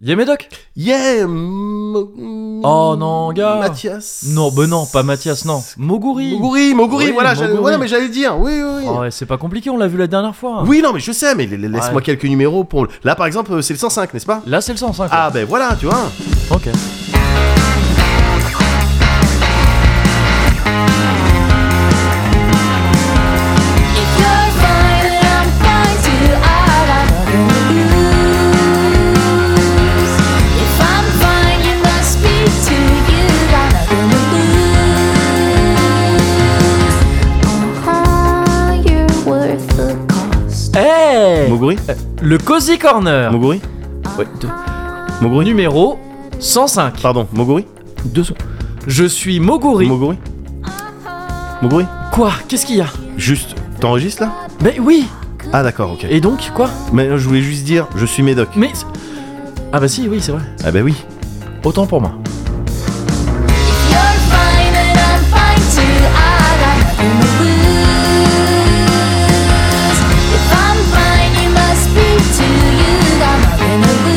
Yé Médoc Yeah mm, Oh non, gars. Mathias Non, ben non, pas Mathias, non. Moguri Moguri, Moguri, Oui, voilà, j'allais- Moguri. ouais, non, mais j'allais dire, oui, oui, oui. Ah ouais, c'est pas compliqué, on l'a vu la dernière fois. Oui, non, mais je sais, mais la- la- laisse-moi Ouais. quelques numéros pour... le- Là, par exemple, euh, c'est le 105, n'est-ce pas Là, c'est le 105. Ah, ben voilà, tu vois ok. If you're fine and I'm fine too, all I lose. If I'm fine, you must be too. You got nothing to lose. Oh, you're worth the cost. Hey Moguri Le Cozy Corner Moguri Ouais, t- Moguri Numéro 105. Pardon, Moguri Deux secondes. Je suis Moguri. Moguri Moguri quoi Qu'est-ce qu'il y a Juste, t'enregistres là Mais oui Ah d'accord, ok. Et donc, quoi Mais je voulais juste dire, je suis Médoc. Mais. Ah bah si, oui, c'est vrai. Ah bah oui. Autant pour moi. You're fine and I'm fine too. I got nothing to lose. If I'm fine, you must be too. You got nothing to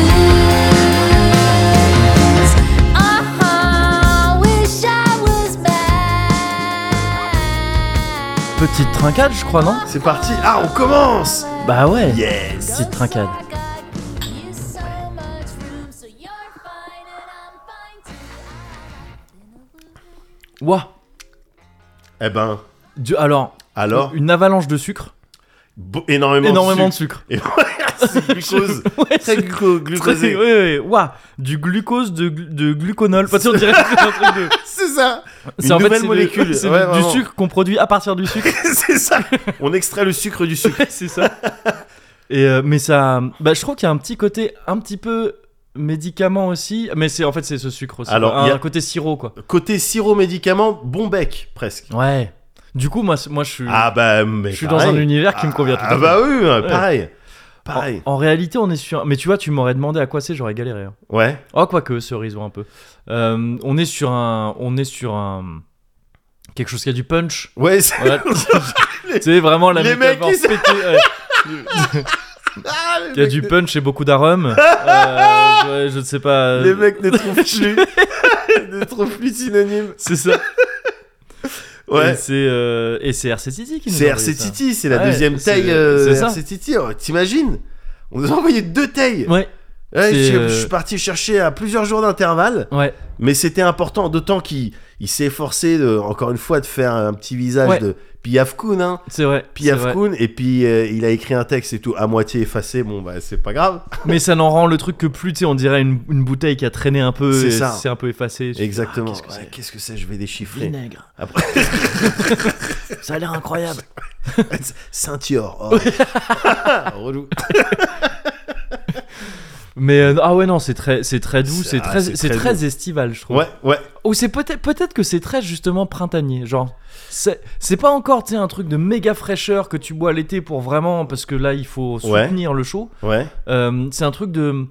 lose. I Uh-huh, wish I was back. Petite trincade, je crois, non C'est parti. Ah, on commence. Bah ouais. Yes. Petite trincade. Ouah Eh ben, Du- Alors, alors, une avalanche de sucre. bo- énormément, Énormément de sucre. c'est glucose. Ouais, Très c'est- gluco- Très- glucosé. ouais, ouais, ouais. Ouah, du glucose de, glu- de gluconol. Enfin, tu sais, on dirait que c'est un truc de- C'est ça. c'est Une en fait, nouvelle c'est de- molécule. c'est Ouais, du- du vraiment. sucre qu'on produit à partir du sucre. c'est ça. On extrait le sucre du sucre. c'est ça. Et euh, mais ça, bah, je trouve qu'il y a un petit côté un petit peu médicament aussi, mais c'est en fait c'est ce sucre aussi. Alors, un il y a- côté sirop quoi. Côté sirop médicament, bon bec presque. Ouais. Du coup moi c- moi je suis Ah bah mais Mm. je suis dans pareil. un univers qui me convient tout à Ah fait. bah oui, pareil. Pareil. En, en réalité on est sur mais tu vois tu m'aurais demandé à quoi c'est j'aurais galéré. hein. Ouais. Oh quoique cerise ou un peu. Euh, on est sur un on est sur un quelque chose qui a du punch. Ouais, c'est Voilà. c'est vraiment la les mecs, métaphore ils- pétée, ouais. Ah, les Il y a mecs du ne- punch et beaucoup d'arômes. Euh, ouais, je ne sais pas. Les mecs ne trouvent plus. ne trouvent plus synonyme. C'est ça. Et Ouais. c'est euh, et c'est RC Titi qui nous C'est a envoyé RC ça. Titi, c'est la Ouais, deuxième c'est- taille euh, c'est ça. RC Titi. Oh, T'imagines On nous a envoyé deux tailles. Ouais, Ouais, c'est, je, je euh, suis parti chercher à plusieurs jours d'intervalle, ouais. mais c'était important, d'autant qu'il il s'est efforcé, de, encore une fois, de faire un petit visage Ouais. de Piaf Koun. Hein. C'est vrai. c'est Piaf vrai. Koun, et puis euh, il a écrit un texte et tout, à moitié effacé. Bon, bah, c'est pas grave. Mais ça n'en rend le truc que plus, tu sais, on dirait une, une bouteille qui a traîné un peu, C'est et ça. c'est un peu effacé. Tu fais, ah, Exactement. qu'est-ce que Ouais, c'est Qu'est-ce que c'est Je vais déchiffrer. Vinaigre. Après- ça a l'air incroyable. Ceinture. Oh. Relou. Mais euh, ah ouais non, c'est très c'est très doux, C'est- c'est ah, très c'est c'est très très estival, je trouve. Ouais, ouais. Ou c'est peut-être peut-être que c'est très justement printanier, genre c'est c'est pas encore tu sais un truc de méga fraîcheur que tu bois l'été pour vraiment parce que là il faut Ouais. soutenir le chaud. Ouais. Euh, c'est un truc de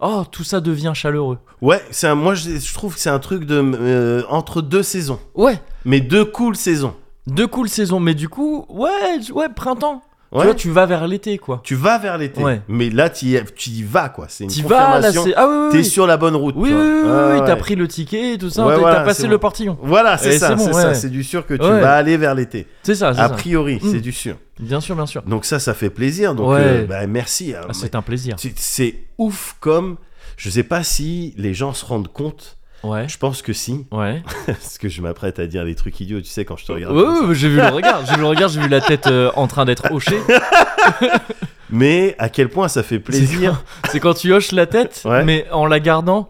oh tout ça devient chaleureux. Ouais, c'est un, moi je, je trouve que c'est un truc de euh, entre deux saisons, Ouais. mais deux cool saisons. Deux cool saisons, mais du coup, ouais, j- ouais, printemps. Ouais. Tu vois, tu vas vers l'été, quoi. Tu vas vers l'été, Ouais. mais là tu y, tu y vas quoi. C'est une Tu vas, là, confirmation. c'est. Ah oui, oui, T'es oui. sur la bonne route. Oui, tu oui, vois. oui, Ouais, oui, ouais. t'as pris le ticket et tout ça, Ouais, t'as voilà, t'as passé c'est le bon. portillon. Voilà, c'est Et ça, Eh, c'est c'est bon, ça, ouais. c'est du sûr que tu Ouais. vas aller vers l'été. C'est ça, c'est A ça. priori, Mm. c'est du sûr. Bien sûr, bien sûr. Donc ça, ça fait plaisir. Donc Ouais. euh, bah, merci. Alors, Ah, c'est un plaisir. c'est- c'est ouf comme. Je sais pas si les gens se rendent compte. Ouais. Je pense que si, Ouais. parce que je m'apprête à dire des trucs idiots. Tu sais quand je te Ouais, regarde. comme ça. ouais, ouais, j'ai vu le regard, j'ai vu le regard, j'ai vu la tête euh, en train d'être hochée. Mais à quel point ça fait plaisir. C'est quand tu hoches la tête, Ouais. mais en la gardant,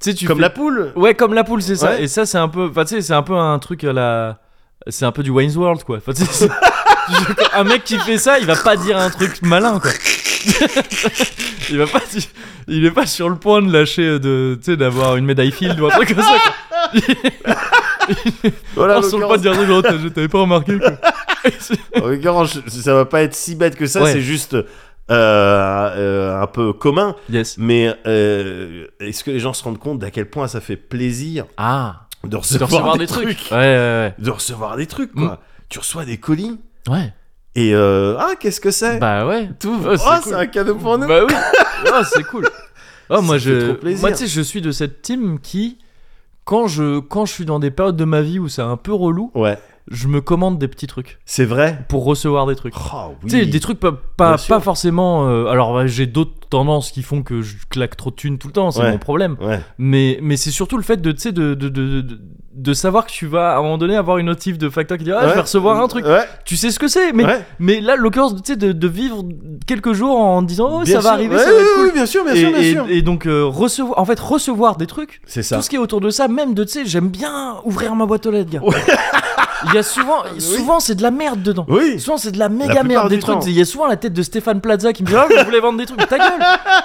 tu sais, tu Comme fais- Oh, la poule. Ouais, comme la poule, c'est ça. Ouais. Et ça, c'est un peu. Enfin, tu sais, c'est un peu un truc à la. C'est un peu du Wayne's World, quoi. Enfin, tu sais, c'est- un mec qui fait ça, il va pas dire un truc malin, quoi. il va pas. dire- Il est pas sur le point de lâcher, de, tu sais, d'avoir une médaille field ou un truc comme ça. quoi. Voilà, Pas oh, sur le point de dire, genre, t'as- je t'avais pas remarqué, quoi. En l'occurrence, je- ça va pas être si bête que ça, Ouais. c'est juste euh, euh, un peu commun. yes. Mais euh, est-ce que les gens se rendent compte d'à quel point ça fait plaisir Ah. de Tu recevoir, dois recevoir des, trucs. Ouais, ouais, De recevoir des trucs, Mm. quoi. Tu reçois des colis ouais. Ouais. et euh, ah, qu'est-ce que c'est Bah ouais. Tout. Oh, Oh, c'est c'est cool. un cadeau pour nous. Bah oui. Oh, c'est cool. Oh, moi, Ça fait je, trop plaisir. moi, tu sais, je suis de cette team qui, quand je, quand je suis dans des périodes de ma vie où c'est un peu relou, Ouais, je me commande des petits trucs c'est vrai. pour recevoir des trucs. Oh oui. Tu sais, des trucs pas, pas, Bien sûr. pas forcément. euh, alors, ouais, j'ai d'autres tendances qui font que je claque trop de thunes tout le temps, c'est Ouais. mon problème. Ouais. Mais, mais c'est surtout le fait de, tu sais, de, de, de, de- de savoir que tu vas à un moment donné avoir une notif de Factor qui dit Ah, je vais Ouais. recevoir un truc. Ouais. Tu sais ce que c'est, mais, ouais. mais là, l'occurrence tu sais, de, de vivre quelques jours en disant Oh, Bien ça sûr. va arriver, Ouais, ça va être ouais, cool. ouais, bien sûr, bien et, sûr, bien et- sûr. et donc, euh, recevoir, en fait, recevoir des trucs, C'est ça. tout ce qui est autour de ça, même de, tu sais, j'aime bien ouvrir ma boîte aux lettres, gars. Ouais. Il y a souvent, Oui. souvent c'est de la merde dedans. Oui. Souvent, c'est de la méga plupart merde des du trucs. temps. Il y a souvent la tête de Stéphane Plaza qui me dit Oh, je voulais vendre des trucs. Ta gueule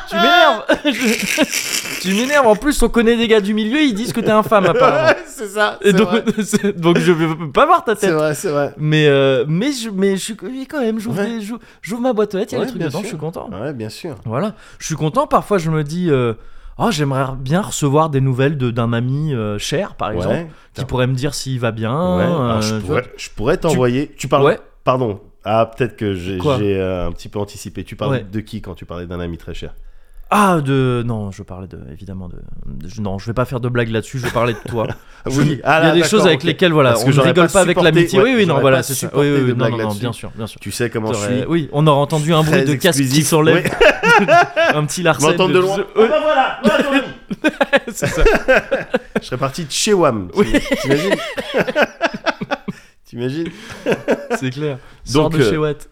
Tu m'énerves Je- Tu m'énerves. En plus, on connaît des gars du milieu, ils disent que t'es infâme, apparemment. Ouais, c'est ça. Et c'est donc, vrai. c'est- donc, je veux pas voir ta C'est tête. vrai, c'est vrai. Mais, euh, mais, je, mais je suis mais quand même, j'ouvre Ouais. des- j'ouvre- j'ouvre ma boîte aux lettres, il y a Ouais, des trucs bien dedans, je sûr. suis content. Ouais, bien sûr. Voilà. Je suis content. Parfois, je me dis euh, Oh, j'aimerais bien recevoir des nouvelles de- d'un ami euh, cher, par exemple, ouais. qui pourrait me dire s'il va bien. Ouais. Alors, euh, je tu vois. pourrais, je pourrais t'envoyer. Tu, parles. Ouais. Pardon. Ah, peut-être que j'ai Quoi j'ai, euh, un petit peu anticipé. Tu parles Ouais. de qui quand tu parlais d'un ami très cher Ah, de. Non, je parlais de. Évidemment, de. je- Non, je vais pas faire de blague là-dessus, je vais parler de toi. Je- Oui. Ah, Il y a là, des d'accord, choses avec ok. lesquelles, voilà, Parce que on ne j'aurais rigole pas pas avec supporté- l'amitié. ouais, oui, oui, non, j'aurais voilà, pas c'est ça. Oui, supporté oui, de oui, non, blague non, non, là-dessus. bien sûr, bien sûr. Tu sais comment je T'aurais- suis. Oui, on aurait entendu un bruit Très de casque qui exclusif, s'enlève, oui. un petit larcène. M'entendre de loin. Oui, bah voilà, voilà ton ami. c'est ça. Je serais parti de chez Wam. Oui. T'imagines T'imagines C'est clair. Sors Donc, de euh, chez Watt.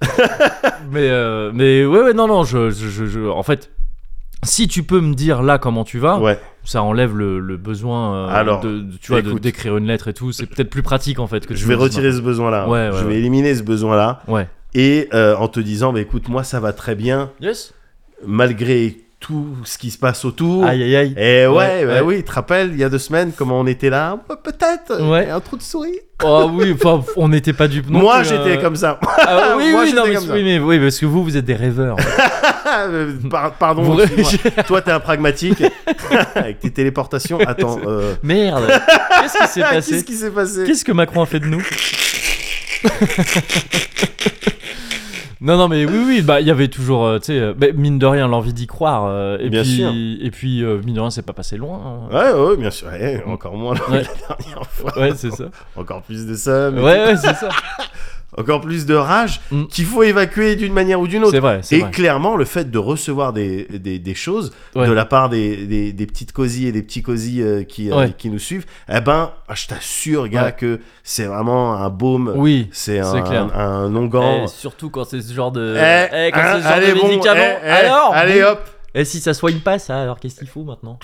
mais, euh, mais ouais, ouais, non, non, je, je, je- je- en fait, si tu peux me dire là comment tu vas, Ouais. ça enlève le, le besoin euh, Alors, de, de- tu vois, de- écoute. d'écrire une lettre et tout. C'est peut-être plus pratique en fait que tu Je me vais dises retirer ce besoin-là. Ouais, ouais, je vais ouais. éliminer ce besoin-là. maintenant. Ouais. Et euh, en te disant, bah, écoute, moi, ça va très bien, Yes. malgré tout ce qui se passe autour. Aïe aïe aïe. Et ouais, Ouais, bah ouais. oui, tu te rappelles, il y a deux semaines, comment on était là Bah, Peut-être Ouais. et Un trou de souris Oh oui, enfin, on n'était pas dupes. non Moi, plus, j'étais euh, comme ça. Ah, oui, Moi, oui, j'étais non, mais, comme ça. oui, mais oui, parce que vous, vous êtes des rêveurs. Euh, par- pardon, Vous- excuse-moi. toi, t'es un pragmatique. Avec tes téléportations. Attends, euh, Merde. Qu'est-ce qui s'est ah, passé qu'est-ce qui s'est passé Qu'est-ce que Macron a fait de nous Non, non, mais oui, oui, bah il y avait toujours, euh, tu sais, euh, bah, mine de rien, l'envie d'y croire. euh, et, Bien puis, sûr. et puis, euh, mine de rien, c'est pas passé loin. hein. Ouais, ouais, bien sûr. Eh, encore moins la Mm. Ouais. dernière fois. Ouais, c'est ça. Encore plus de somme. Ouais, ouais, c'est ça. Encore plus de rage Mm. qu'il faut évacuer d'une manière ou d'une autre. C'est vrai, c'est Et vrai. clairement, le fait de recevoir des, des, des choses Ouais. de la part des, des, des petites cosies et des petits cosies euh, qui, euh, Ouais. qui nous suivent, eh ben, ah, je t'assure, gars, Ouais. que c'est vraiment un baume. Oui. C'est c'est un, clair. un onguent. Eh, surtout quand c'est ce genre de. Eh, eh, quand hein, c'est ce genre de allez, bon, médicament. eh, eh, alors allez hop Et si ça soigne pas, ça, alors qu'est-ce qu'il faut maintenant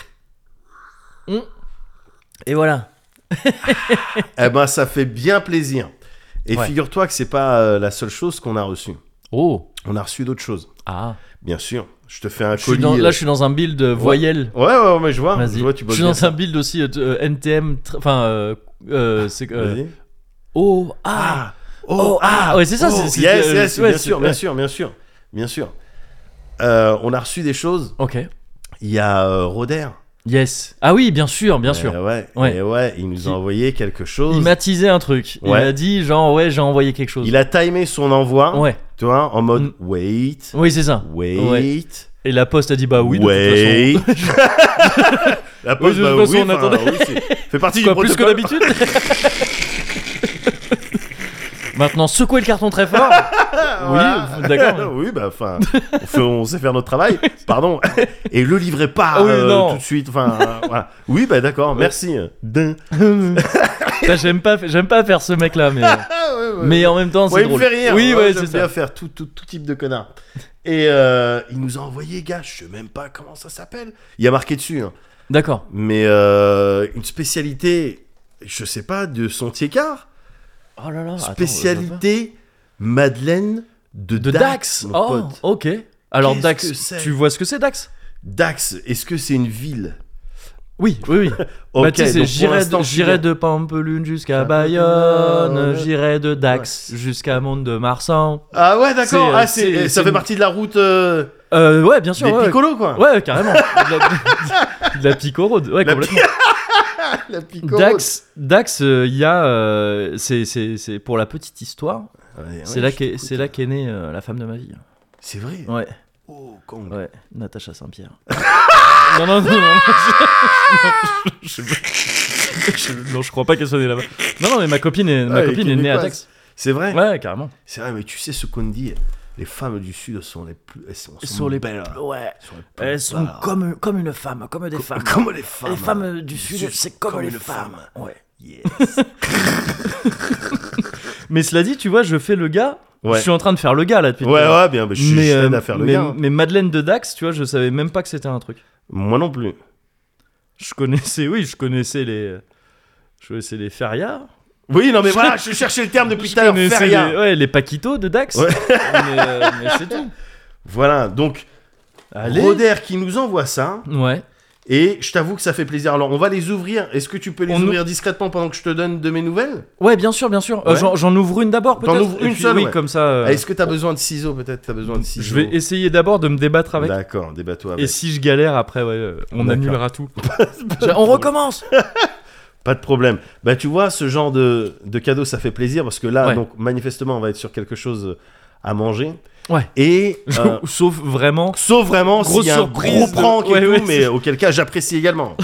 Hum. Et voilà. Eh ben, ça fait bien plaisir. Et Ouais. figure-toi que c'est pas euh, la seule chose qu'on a reçue. Oh On a reçu d'autres choses. Ah Bien sûr. Je te fais un Je suis colis. dans- Là, euh, je suis dans un build euh, voyelle. Ouais, ouais, ouais, mais je vois. Vas-y. Je vois, Ah, tu Je bosses suis bien. dans un build aussi euh, t- euh, NTM. tr- Enfin, euh, euh, c'est. euh, Vas-y. oh Ah Oh, ah Ouais, c'est ça, c'est- c'est- Yes, euh, yes, ouais, bien c'est- sûr, ouais. bien sûr, bien sûr, bien sûr. Euh, on a reçu des choses. Ok. Il y a euh, Roder. Yes. Ah oui, bien sûr, bien Eh sûr. ouais, Ouais. eh ouais, il nous Qui- a envoyé quelque Il chose. m'a teasé un truc. Il Ouais. m'a dit, genre, ouais, j'ai envoyé quelque chose. Il a timé son envoi, Ouais. tu vois, en mode Mm. wait, Oui, c'est ça. wait, Ouais. Et la poste a dit, bah oui, de wait. La pause, Oui, de toute bah façon, on enfin, attendait. oui, c'est- fait partie toute façon. du Quoi, plus que d'habitude protocole. Maintenant, secouez le carton très fort. oui, d'accord. hein. oui, bah enfin, on, fait- on sait faire notre travail, pardon, et le livrez pas Ah oui, euh, non. tout de suite, enfin, euh, voilà. Oui, bah d'accord, merci. D'un. Putain, J'aime pas, j'aime pas faire ce mec-là, mais, Ah, ouais, ouais. mais en même temps, c'est Ouais, il me drôle. fait rire. Oui, ouais, c'est j'aime ça. bien faire tout, tout, tout type de connard. Et euh, il nous a envoyé, gars, je sais même pas comment ça s'appelle. Il y a marqué dessus, hein. D'accord. mais euh, une spécialité, je sais pas, de son quart Oh là là. attends, spécialité Madeleine de, De Dax, Dax. mon Oh, pote. ok. Alors Qu'est-ce que Dax, c'est tu vois ce que c'est Dax Dax, est-ce que c'est une ville Oui, oui, oui. Bah, Ok, tu sais, c'est donc pour j'irai l'instant, de, tu j'irai dis- de Pampelune jusqu'à Jusqu'à Bayonne, Bayonne. j'irai de Dax Ouais. jusqu'à Monde de Marsan. Ah ouais, d'accord. C'est, euh, Ah, c'est- c'est- ça c'est fait une- partie de la route euh, Euh, ouais, bien sûr. des ouais, Piccolo, quoi. ouais, ouais, carrément. De la, de la Pico Road. Ouais, La complètement. La Piccolo. Dax, Dax, euh, il y a, euh, c'est, c'est, c'est pour la petite histoire. Ouais, ouais, c'est là je qu'est, t'écoute. c'est là qu'est née euh, la femme de ma vie. C'est vrai. Ouais, Oh, con. ouais. Natacha Saint-Pierre. Non, non, non, non. non, je- je- je- je- Non, je crois pas qu'elle soit née là-bas. Non, non, mais ma copine est, ma Ouais, copine est née à Tex. québécoise. C'est vrai Ouais, carrément. C'est vrai, mais tu sais ce qu'on dit Les femmes du Sud sont les plus. Elles sont, sont Sont les- belles. Ouais. Elles sont, les plus Elles sont belles. comme, comme une femme, comme des femmes. Comme les femmes. Les femmes du Sud, Sud, c'est comme, comme les une femmes. femme. Ouais. Yes. Mais cela dit, tu vois, je fais le gars. Ouais. Je suis en train de faire le gars là depuis Ouais, tout à l'heure. ouais, bien, mais je suis mais, je euh, t'aide à faire le mais- gars, hein. mais Madeleine de Dax, tu vois, je savais même pas que c'était un truc. Moi non plus. Je connaissais, oui, je connaissais les. Je connaissais les Feria. Oui, non, mais voilà, je cherchais le terme depuis Je tout à l'heure. connaissais Feria. les, ouais, les Paquito de Dax. Ouais. mais euh, mais c'est tout. Voilà, donc, Allez. Roder qui nous envoie ça. Ouais. Et je t'avoue que ça fait plaisir. Alors, on va les ouvrir. Est-ce que tu peux les On ouvrir discrètement pendant que je te donne de mes nouvelles Ouais, bien sûr, bien sûr. Euh, Ouais. J'en j'en ouvre une d'abord, T'en peut-être. ouvres Et une puis, seule, Oui, ouais. comme ça. euh, Ah, Est-ce que t'as besoin de ciseaux peut-être T'as besoin de ciseaux je vais essayer d'abord de me débattre avec. D'accord, débat-toi avec. Et si je galère après, ouais, euh, on D'accord. annulera tout. on recommence. Pas de problème. Bah, tu vois, ce genre de, de cadeau, ça fait plaisir parce que là, Ouais. donc, manifestement, on va être sur quelque chose à manger. Ouais. Et. euh, Sauf vraiment. Sauf vraiment Grosse s'il y a un surprise gros de- prank et Ouais, tout, ouais, mais c'est- auquel cas j'apprécie également.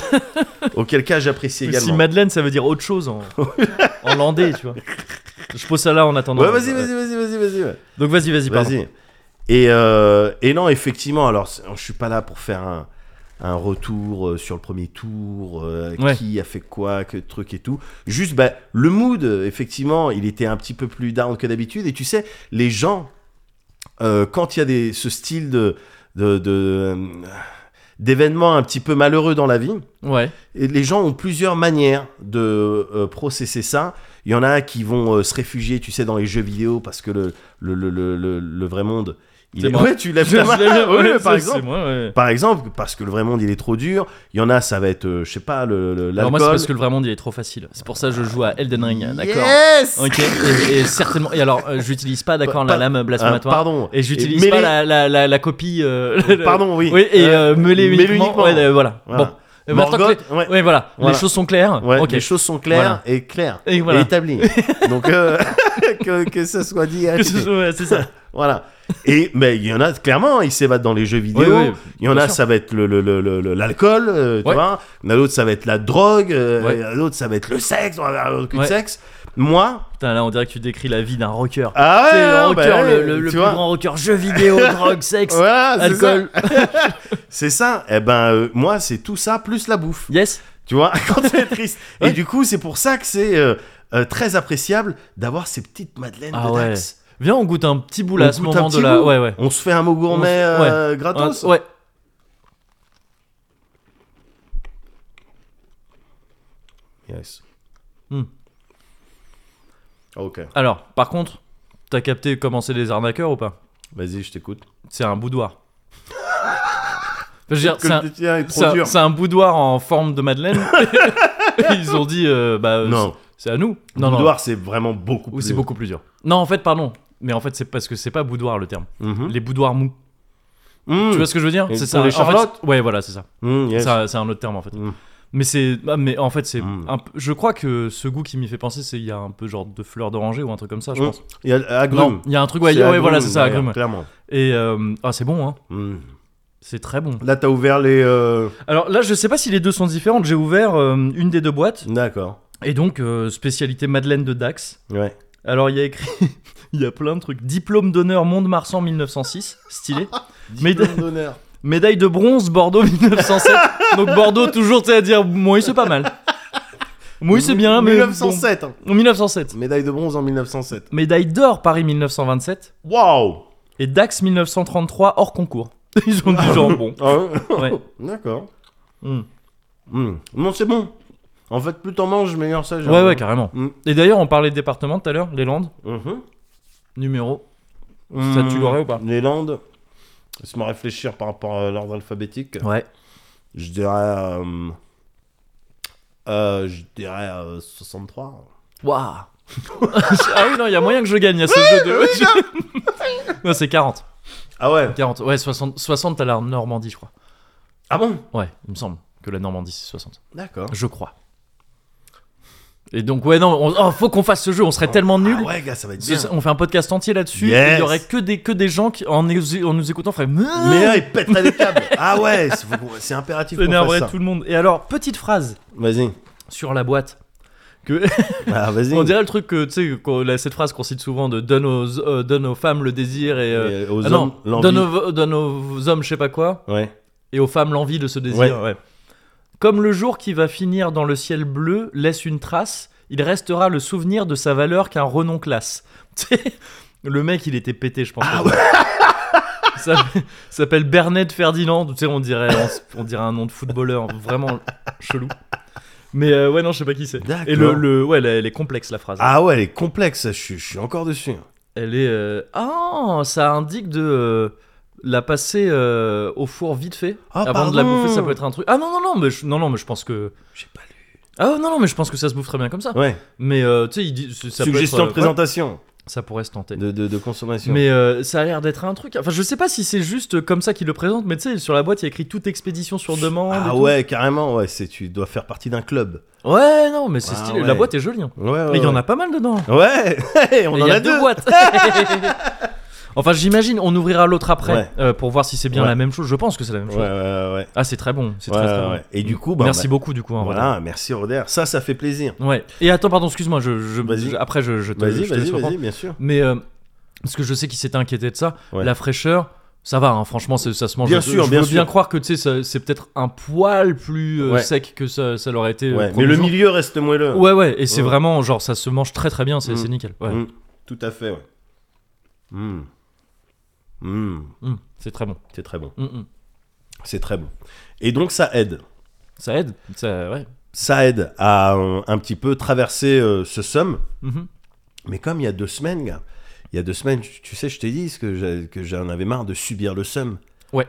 auquel cas j'apprécie Si également. Madeleine, ça veut dire autre chose en, en landais, tu vois. Je pose ça là en attendant. Ouais, vas-y, vas-y, vas-y, vas-y, vas-y. ouais. Donc vas-y, vas-y, pardon. Vas-y. Et, euh, et non, effectivement, alors c'est- je suis pas là pour faire un, un retour euh, sur le premier tour, euh, Ouais. qui a fait quoi, que truc et tout. Juste, bah, le mood, euh, effectivement, il était un petit peu plus down que d'habitude. Et tu sais, les gens, euh, quand il y a des, ce style de, de, de, euh, d'événements un petit peu malheureux dans la vie, Ouais. Et les gens ont plusieurs manières de euh, processer ça. Il y en a qui vont euh, se réfugier, tu sais, dans les jeux vidéo parce que le, le, le, le, le- le vrai monde. Il C'est est... moi. Ouais, tu lèves ta main. Ouais, Ouais, par ça, c'est exemple. moi, ouais. Par exemple, parce que le vrai monde il est trop dur. Il y en a, ça va être, euh, je sais pas, le, le- Alors moi, l'alcool. c'est parce que le vrai monde il est trop facile. C'est pour ça que je joue à Elden Ring, d'accord Oh, Yes Ok, et, et certainement. Et alors, euh, j'utilise pas, d'accord, la Pa- lame Ah, blasphématoire. Pardon. Et j'utilise mêlée- pas Oh, la, la, la, la copie. euh, Pardon, oui. Oui, et euh, mêlée mêlée uniquement. Ouais, euh, voilà. Voilà. Bon. Euh, maintenant que Morgoth, les- ouais. ouais, voilà. Voilà. Les choses sont claires. Ouais, ok. Les choses sont claires et claires Et voilà. établies. Donc euh, que, que ça soit dit. à Que ce TP. soit- ouais, c'est ça. Voilà. Et mais il y en a clairement, ils s'évadent dans les jeux vidéo. Ouais, ouais, il y en bien a, sûr. ça va être le- le- le- le- le- l'alcool, euh, tu Ouais. vois. Il y en a d'autres, ça va être la drogue. euh, Ouais. Il y en a d'autres, ça va être le sexe. On va avoir un coup de Ouais. sexe. Moi, Putain, là, on dirait que tu décris la vie d'un rocker. ah C'est ouais, le non, rocker, bah le, ouais, le- le tu plus vois. grand rocker. Jeux vidéo, drogue, sexe, Voilà, c'est alcool. ça. C'est ça. Eh ben, euh, moi, c'est tout ça plus la bouffe. Yes Tu vois, quand c'est triste. Et Ouais. du coup, c'est pour ça que c'est euh, euh, très appréciable d'avoir ces petites madeleines Ah de ouais. Dax. Viens, on goûte un petit bout là, On à ce goûte un moment de petit la. bout. Ouais, ouais. On se fait un mot gourmet On se- euh, gratos. Ouais. Yes. Ah, Hmm. Ok, Alors, par contre, t'as capté comment c'est les arnaqueurs ou pas vas-y, je t'écoute. C'est un boudoir. Je veux dire, Que c'est un, le tien est trop c'est un- dur. c'est un boudoir en forme de madeleine. Ils ont dit, euh, bah, euh, Non. c'est c'est à nous. Non, Non, non. Boudoir, c'est vraiment beaucoup Ou plus. c'est beaucoup plus dur. Non, en fait, pardon. Mais en fait, c'est parce que c'est pas boudoir le terme. Mhm. Les boudoirs mous. Mhm. Tu vois ce que je veux dire Et C'est pour ça. les en fait, charlottes c'est- ouais, voilà, c'est ça. Mhm, yes. C'est un- C'est un autre terme en fait. Mm. Mais c'est, bah, mais en fait, c'est. Mm. un peu- Je crois que ce goût qui m'y fait penser, c'est il y a un peu genre de fleur d'oranger ou un truc comme ça, je Mm. pense. Il y a agrumes. Non, il y a un truc, ouais, C'est ouais, agrumes, voilà, c'est ça, d'ailleurs, agrume. Clairement. Et euh, ah, c'est bon, hein. Mhm. C'est très bon. Là, t'as ouvert les. euh, Alors là, je sais pas si les deux sont différentes. J'ai ouvert euh, une des deux boîtes D'accord. et donc euh, spécialité Madeleine de Dax. Ouais. Alors il y a écrit, il y a plein de trucs. Diplôme d'honneur Mont-de-Marsan 1906, stylé. Mais- Diplôme d'honneur. Médaille de bronze Bordeaux 1907. Donc Bordeaux toujours tu sais à dire, moi c'est pas mal. Moi c'est bien, mais bon. 1907. hein. 1907. Médaille de bronze en 1907. Médaille d'or Paris 1927 Waouh et Dax 1933 hors concours. Ils ont du genre bon. Ah ouais Ouais. D'accord. Mm. Mhm. Non, c'est bon. En fait, plus t'en manges, meilleur ça. j'ai Ouais, ouais, l'impression. carrément. Mm. Et d'ailleurs, on parlait de département tout à l'heure, les Landes, Mhm. numéro. Ça, tu l'aurais ou pas Hmm. Les Landes. Laisse-moi réfléchir par rapport à l'ordre alphabétique. Ouais. Je dirais. euh, euh, je dirais euh, 63. Waouh Ah oui, non, il y a moyen que je gagne à ce jeu de. non, c'est 40. Ah ouais 40. Ouais, 60, 60 à la Normandie, je crois. Ah bon Ouais, il me semble que la Normandie, c'est 60. D'accord. Je crois. Et donc, ouais, non, on- oh, faut qu'on fasse ce jeu, on serait tellement nuls. Ah ouais, gars, ça va être Ce- bien. On fait un podcast entier là-dessus. Yes. et Il y aurait que des, que des gens qui, en, nous- en nous écoutant, feraient. Mais là, il pèterait les câbles. Ah ouais, c'est- faut qu'on- c'est impératif Ça qu'on fasse ça. énerverait tout le monde. Et alors, petite phrase Vas-y. sur la boîte. Que, Ah, vas-y. on dirait le truc que, tu sais, qu'on- la- cette phrase qu'on cite souvent de donne aux, euh, donne aux femmes le désir et. euh, Et aux ah hommes, non, l'envie. donne aux, donne aux hommes, je sais pas quoi. Ouais. et aux femmes l'envie de ce désir. Ouais. ouais. Comme le jour qui va finir dans le ciel bleu laisse une trace, il restera le souvenir de sa valeur qu'un renom classe. Tu sais, le mec, il était pété, je pense. Ah Ça s'appelle Bernet Ferdinand, tu sais, on dirait, on, on dirait un nom de footballeur vraiment chelou. Mais euh, ouais, non, je sais pas qui c'est. D'accord. Et le, le- ouais, elle, elle est complexe la phrase. Ah ouais, elle est complexe, je, suis- je suis encore dessus. Oh, Elle est. euh, Ah, ça indique de euh, la passer euh, au four vite fait. Ah, Avant de la pardon. bouffer, ça peut être un truc. Ah non, non, non, mais je, non, non, mais je pense que. J'ai pas lu. Ah non, non, mais je pense que ça se bouffe très bien comme ça. Ouais. Mais euh, tu sais, il dit. Ça peut Suggestion être, euh, de présentation, ouais, ça pourrait se tenter. de, de, de consommation. Mais euh, ça a l'air d'être un truc. Enfin, je sais pas si c'est juste comme ça qu'il le présente, mais tu sais, sur la boîte, il y a écrit toute expédition sur demande. et ah tout. ouais, carrément, ouais, c'est tu dois faire partie d'un club. Ouais, non, mais c'est Ah stylé. ouais. La boîte est jolie. hein. Ouais, ouais. mais il y en ouais. a pas mal dedans. Ouais, on Et en il y a, a deux boîtes. enfin, j'imagine, on ouvrira l'autre après Ouais. euh, pour voir si c'est bien Ouais. la même chose. Je pense que c'est la même Ouais, chose. ouais, ouais. ouais. Ah, c'est très bon. C'est Ouais, très, très ouais, bon. ouais. Et du coup, bah, merci bah, beaucoup du coup. hein, Voilà, merci Roder. Ça, ça fait plaisir. Rodan. Ouais. Et attends, pardon, excuse-moi. Je, je- Vas-y. je- après, je, je te, Vas-y, Bah, je te laisse vas-y, reprendre. vas-y, bien sûr. Mais euh, parce que je sais qu'il s'était inquiété de ça. Ouais. La fraîcheur, ça va. hein, franchement, c'est- ça se mange. Bien Je- sûr, je bien veux bien sûr. croire que tu sais, ça- c'est peut-être un poil plus euh, Ouais. sec que ça, ça l'aurait été. euh, Ouais, mais premier le jour. milieu reste moelleux. Ouais, ouais. Et c'est Ouais. vraiment genre ça se mange très très bien. C'est Mm. c'est nickel. Ouais. Mm. Tout à fait, ouais. Mm. Mm. Mm. C'est très bon. C'est très bon. Mm, mm. C'est très bon. Et donc, ça aide. Ça aide. Ça, ouais. Ça aide à euh, un petit peu traverser euh, ce somme. Mhm. Mais comme il y a deux semaines, gars, il y a deux semaines, tu tu sais, je t'ai dit ce que j'ai- que j'en avais marre de subir le somme. Ouais.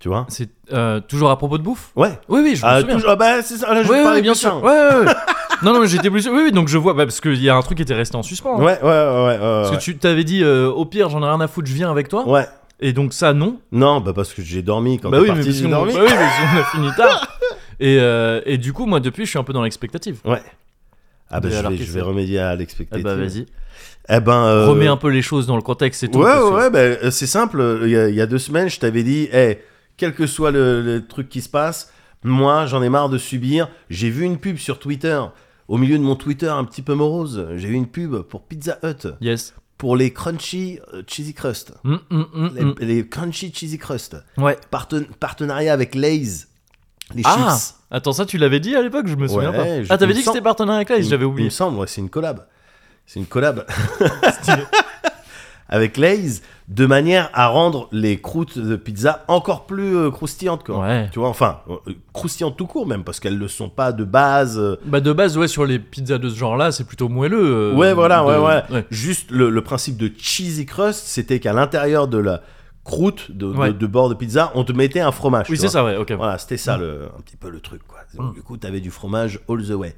Tu vois C'est euh, toujours à propos de bouffe. Ouais. Oui, oui, je me Ah, souviens. toujours- ah, bah, c'est ça, là, je Oui, parlais oui, bien plus sûr. tard. Ouais, ouais, ouais. non, non, mais j'étais plus. Oui, oui, donc je vois. bah, parce qu'il y a un truc qui était resté en suspens. hein. Ouais, ouais, ouais, ouais. ouais, Parce ouais. que tu t'avais dit, euh, au pire, j'en ai rien à foutre, je viens avec toi. Ouais. Et donc ça, non. Non, bah parce que j'ai dormi quand bah, t'es oui, mais parti, parce j'ai qu'on- dormi. bah oui, parce qu'on a fini tard. Et, euh, et du coup, moi, depuis, je suis un peu dans l'expectative. Ouais. Ah bah Mais je alors, vais, qu'est-ce je vais que- remédier à Eh l'expectative. bah, vas-y. Eh ben. euh, Remets un peu les choses dans le contexte et tout. Ouais, parce ouais, que- ouais, bah, euh, c'est simple. Il y, a, il y a deux semaines, je t'avais dit, eh, quel que soit le, le truc qui se passe, moi, j'en ai marre de subir. J'ai vu une pub sur Twitter. Au milieu de mon Twitter un petit peu morose, j'ai vu une pub pour Pizza Hut, Yes. pour les Crunchy euh, Cheesy Crust. Mm, mm, mm, Les, mm. les Crunchy Cheesy Crust. Ouais. Parten- partenariat avec Lay's. Les Ah chips. Attends, ça, tu l'avais dit à l'époque, je me souviens Ouais, je- pas. Ah, il me t'avais dit que semble- c'était partenaire avec Lays, Il- j'avais oublié. Il me semble, ouais, c'est une collab. C'est une collab. Avec Lay's, de manière à rendre les croûtes de pizza encore plus euh, croustillantes. Quoi. Ouais. Tu vois, enfin, euh, croustillantes tout court même, parce qu'elles ne le sont pas de base. euh, Bah, de base, ouais, sur les pizzas de ce genre-là, c'est plutôt moelleux. euh, ouais, voilà, de- ouais, ouais. Juste le, le principe de cheesy crust, c'était qu'à l'intérieur de la croûte de, de- Ouais. de bord de pizza, on te mettait un fromage. Oui, tu c'est vois. ça, ouais, ok. Voilà, c'était Mm. ça le, un petit peu le truc. Quoi. Donc, Du coup, tu avais du fromage all the way.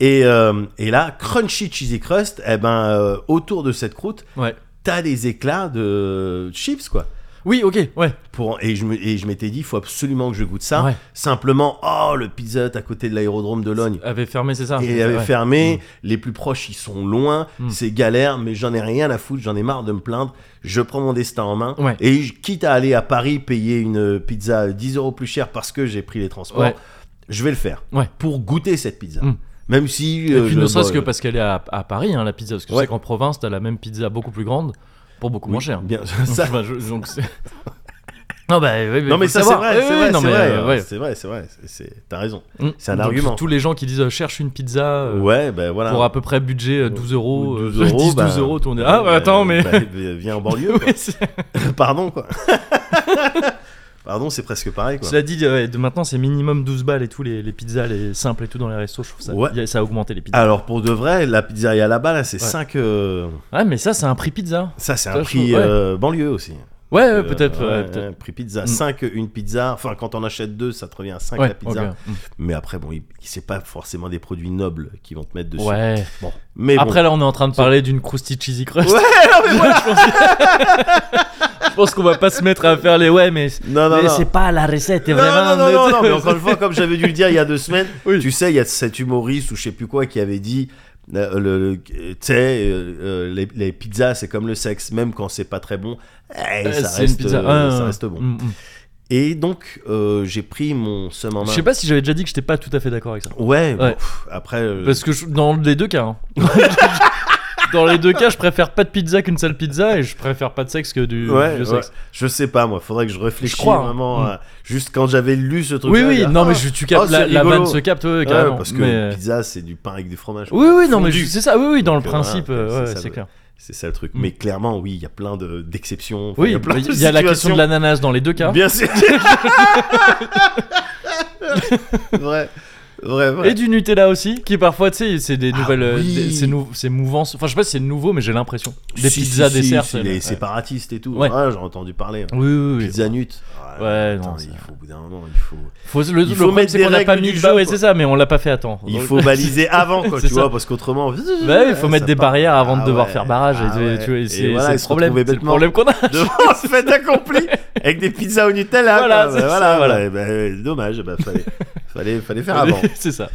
Et, euh, et là, crunchy cheesy crust, eh ben, euh, autour de cette croûte, Ouais. t'as des éclats de chips, quoi. Oui, ok, ouais. Pour, et je me- et je m'étais dit, il faut absolument que je goûte ça. Ouais. Simplement, oh, le pizza Hut à côté de l'aérodrome de Logne. Avait fermé, Ah, c'est Hmm. ça. Et avait Ouais. fermé, les plus proches ils sont loin, Mm. c'est galère, mais j'en ai rien à foutre, j'en ai marre de me plaindre, je prends mon destin en main, Ouais. et je- quitte à aller à Paris payer une pizza 10 euros plus chère parce que j'ai pris les transports, Ouais. je vais le faire, Ouais. pour goûter cette pizza. Mm. Même si... Et euh, puis je- ne serait-ce bon, que je- parce qu'elle est à, à Paris, hein, la pizza. Parce que Ouais. je sais qu'en province, t'as la même pizza beaucoup plus grande pour beaucoup moins cher. Bien, Donc, ça- enfin, je- donc, c'est- non, bah, oui, mais Non faut mais le ça c'est savoir. vrai, Oui, c'est oui, vrai, non, c'est mais, vrai, euh, ouais. c'est vrai, c'est vrai, c'est- c'est- t'as raison. Mm. c'est un Donc, argument. Tous les gens qui disent euh, cherche une pizza euh, Ouais, ben voilà. pour à peu près budget euh, 12 euros, Ou euh, 12 euros, 10, bah, 12 euros, tout on est, Ah, bah, attends, mais. bah, viens en banlieue, Ouais, c'est- quoi. pardon quoi. pardon, c'est presque pareil quoi. Cela dit, euh, ouais, de maintenant c'est minimum 12 balles et tout, les, les pizzas, les simples et tout dans les restos, je trouve ça. Ouais. y a- Ça a augmenté les pizzas. Alors pour de vrai, la pizzeria là-bas, là, c'est Ouais. 5... Ouais, mais ça, c'est un prix pizza. Ça, c'est Ça, un je prix trouve- ouais. euh, banlieue aussi. Ouais, ouais, Euh, peut-être. ouais, ouais, peut-être. ouais, prix pizza. Mm. 5, une pizza. Enfin, quand on achète deux, ça te revient à 5 Ouais, la pizza. ok. Mm. Mais après, bon, il- c'est pas forcément des produits nobles qui vont te mettre dessus. Ouais. Mais bon. Après, là, on est en train de parler d'une crusty cheesy crust. Ouais, je pense, que- je pense qu'on va pas se mettre à faire les ouais, mais, non, non, mais non. c'est pas la recette. Non, vraiment, non, non, non, mais- non, mais encore une fois, comme j'avais dû le dire il y a deux semaines, Oui. tu sais, il y a cet humoriste ou je sais plus quoi qui avait dit, euh, le, le- tu sais, euh, euh, les, les pizzas, c'est comme le sexe, même quand c'est pas très bon, eh, Euh, ça, c'est une reste, pizza. euh, Ouais, ça ouais. reste bon. Mm, mm. Et donc, euh, j'ai pris mon seum en Je main. sais pas si j'avais déjà dit que j'étais pas tout à fait d'accord avec ça. Ouais, bon, Ouais. pff, après, euh, Parce que je- dans les deux cas, hein. dans les deux cas, je préfère pas de pizza qu'une sale pizza et je préfère pas de sexe que du, ouais, du ouais. sexe. je sais pas, moi, faudrait que je réfléchisse crois, hein. vraiment. Mm. à- juste quand j'avais lu ce truc Oui, oui, non, mais je, tu captes, oh, c'est la, la rigolo. vanne se capte, ouais, carrément. Ah, parce que mais- euh, pizza, c'est du pain avec du fromage. Oui, oui, non, mais fondu. je- c'est ça, oui, oui, dans Donc, le voilà, principe, c'est euh, ça ouais, le- c'est clair. C'est ça le truc. Mm. Mais clairement, oui, il y a plein de- d'exceptions. Enfin, Oui, bah, il y il a, plein de y a la question situations. de l'ananas dans les deux cas. Bien sûr. vrai. Vrai, vrai. Et du Nutella aussi, qui parfois, tu sais, c'est des Ah nouvelles. euh, oui. des- c'est nou- c'est mouvances. Enfin, je sais pas si c'est nouveau, mais j'ai l'impression. Des Si, pizzas si, si, desserts. si, c'est- les ouais. séparatistes et tout. Ouais. Ah, J'ai entendu parler. Oui, oui, oui. Pizza Nut. Ah, Ouais, attends, non, il c'est- faut, au bout d'un moment, il faut, Faut, le, le faut problème, mettre c'est des qu'on n'a pas règles mis du le jeu, jeu, ouais, quoi. c'est ça, mais on l'a pas fait à temps. il Donc- faut baliser avant, quoi, C'est tu ça. vois, parce qu'autrement. Ouais, il faut mettre des barrières avant de Ah devoir ouais. faire barrage. Ah et, tu- ouais. tu vois, Et c'est voilà, c'est ils le se problème. retrouvaient C'est le bêtement. problème qu'on a. devant ce fait accompli avec des pizzas au Nutella. Voilà, quoi. c'est Bah, ça, voilà, voilà. bah, bah, euh, dommage, bah, fallait, fallait, fallait faire avant. c'est ça.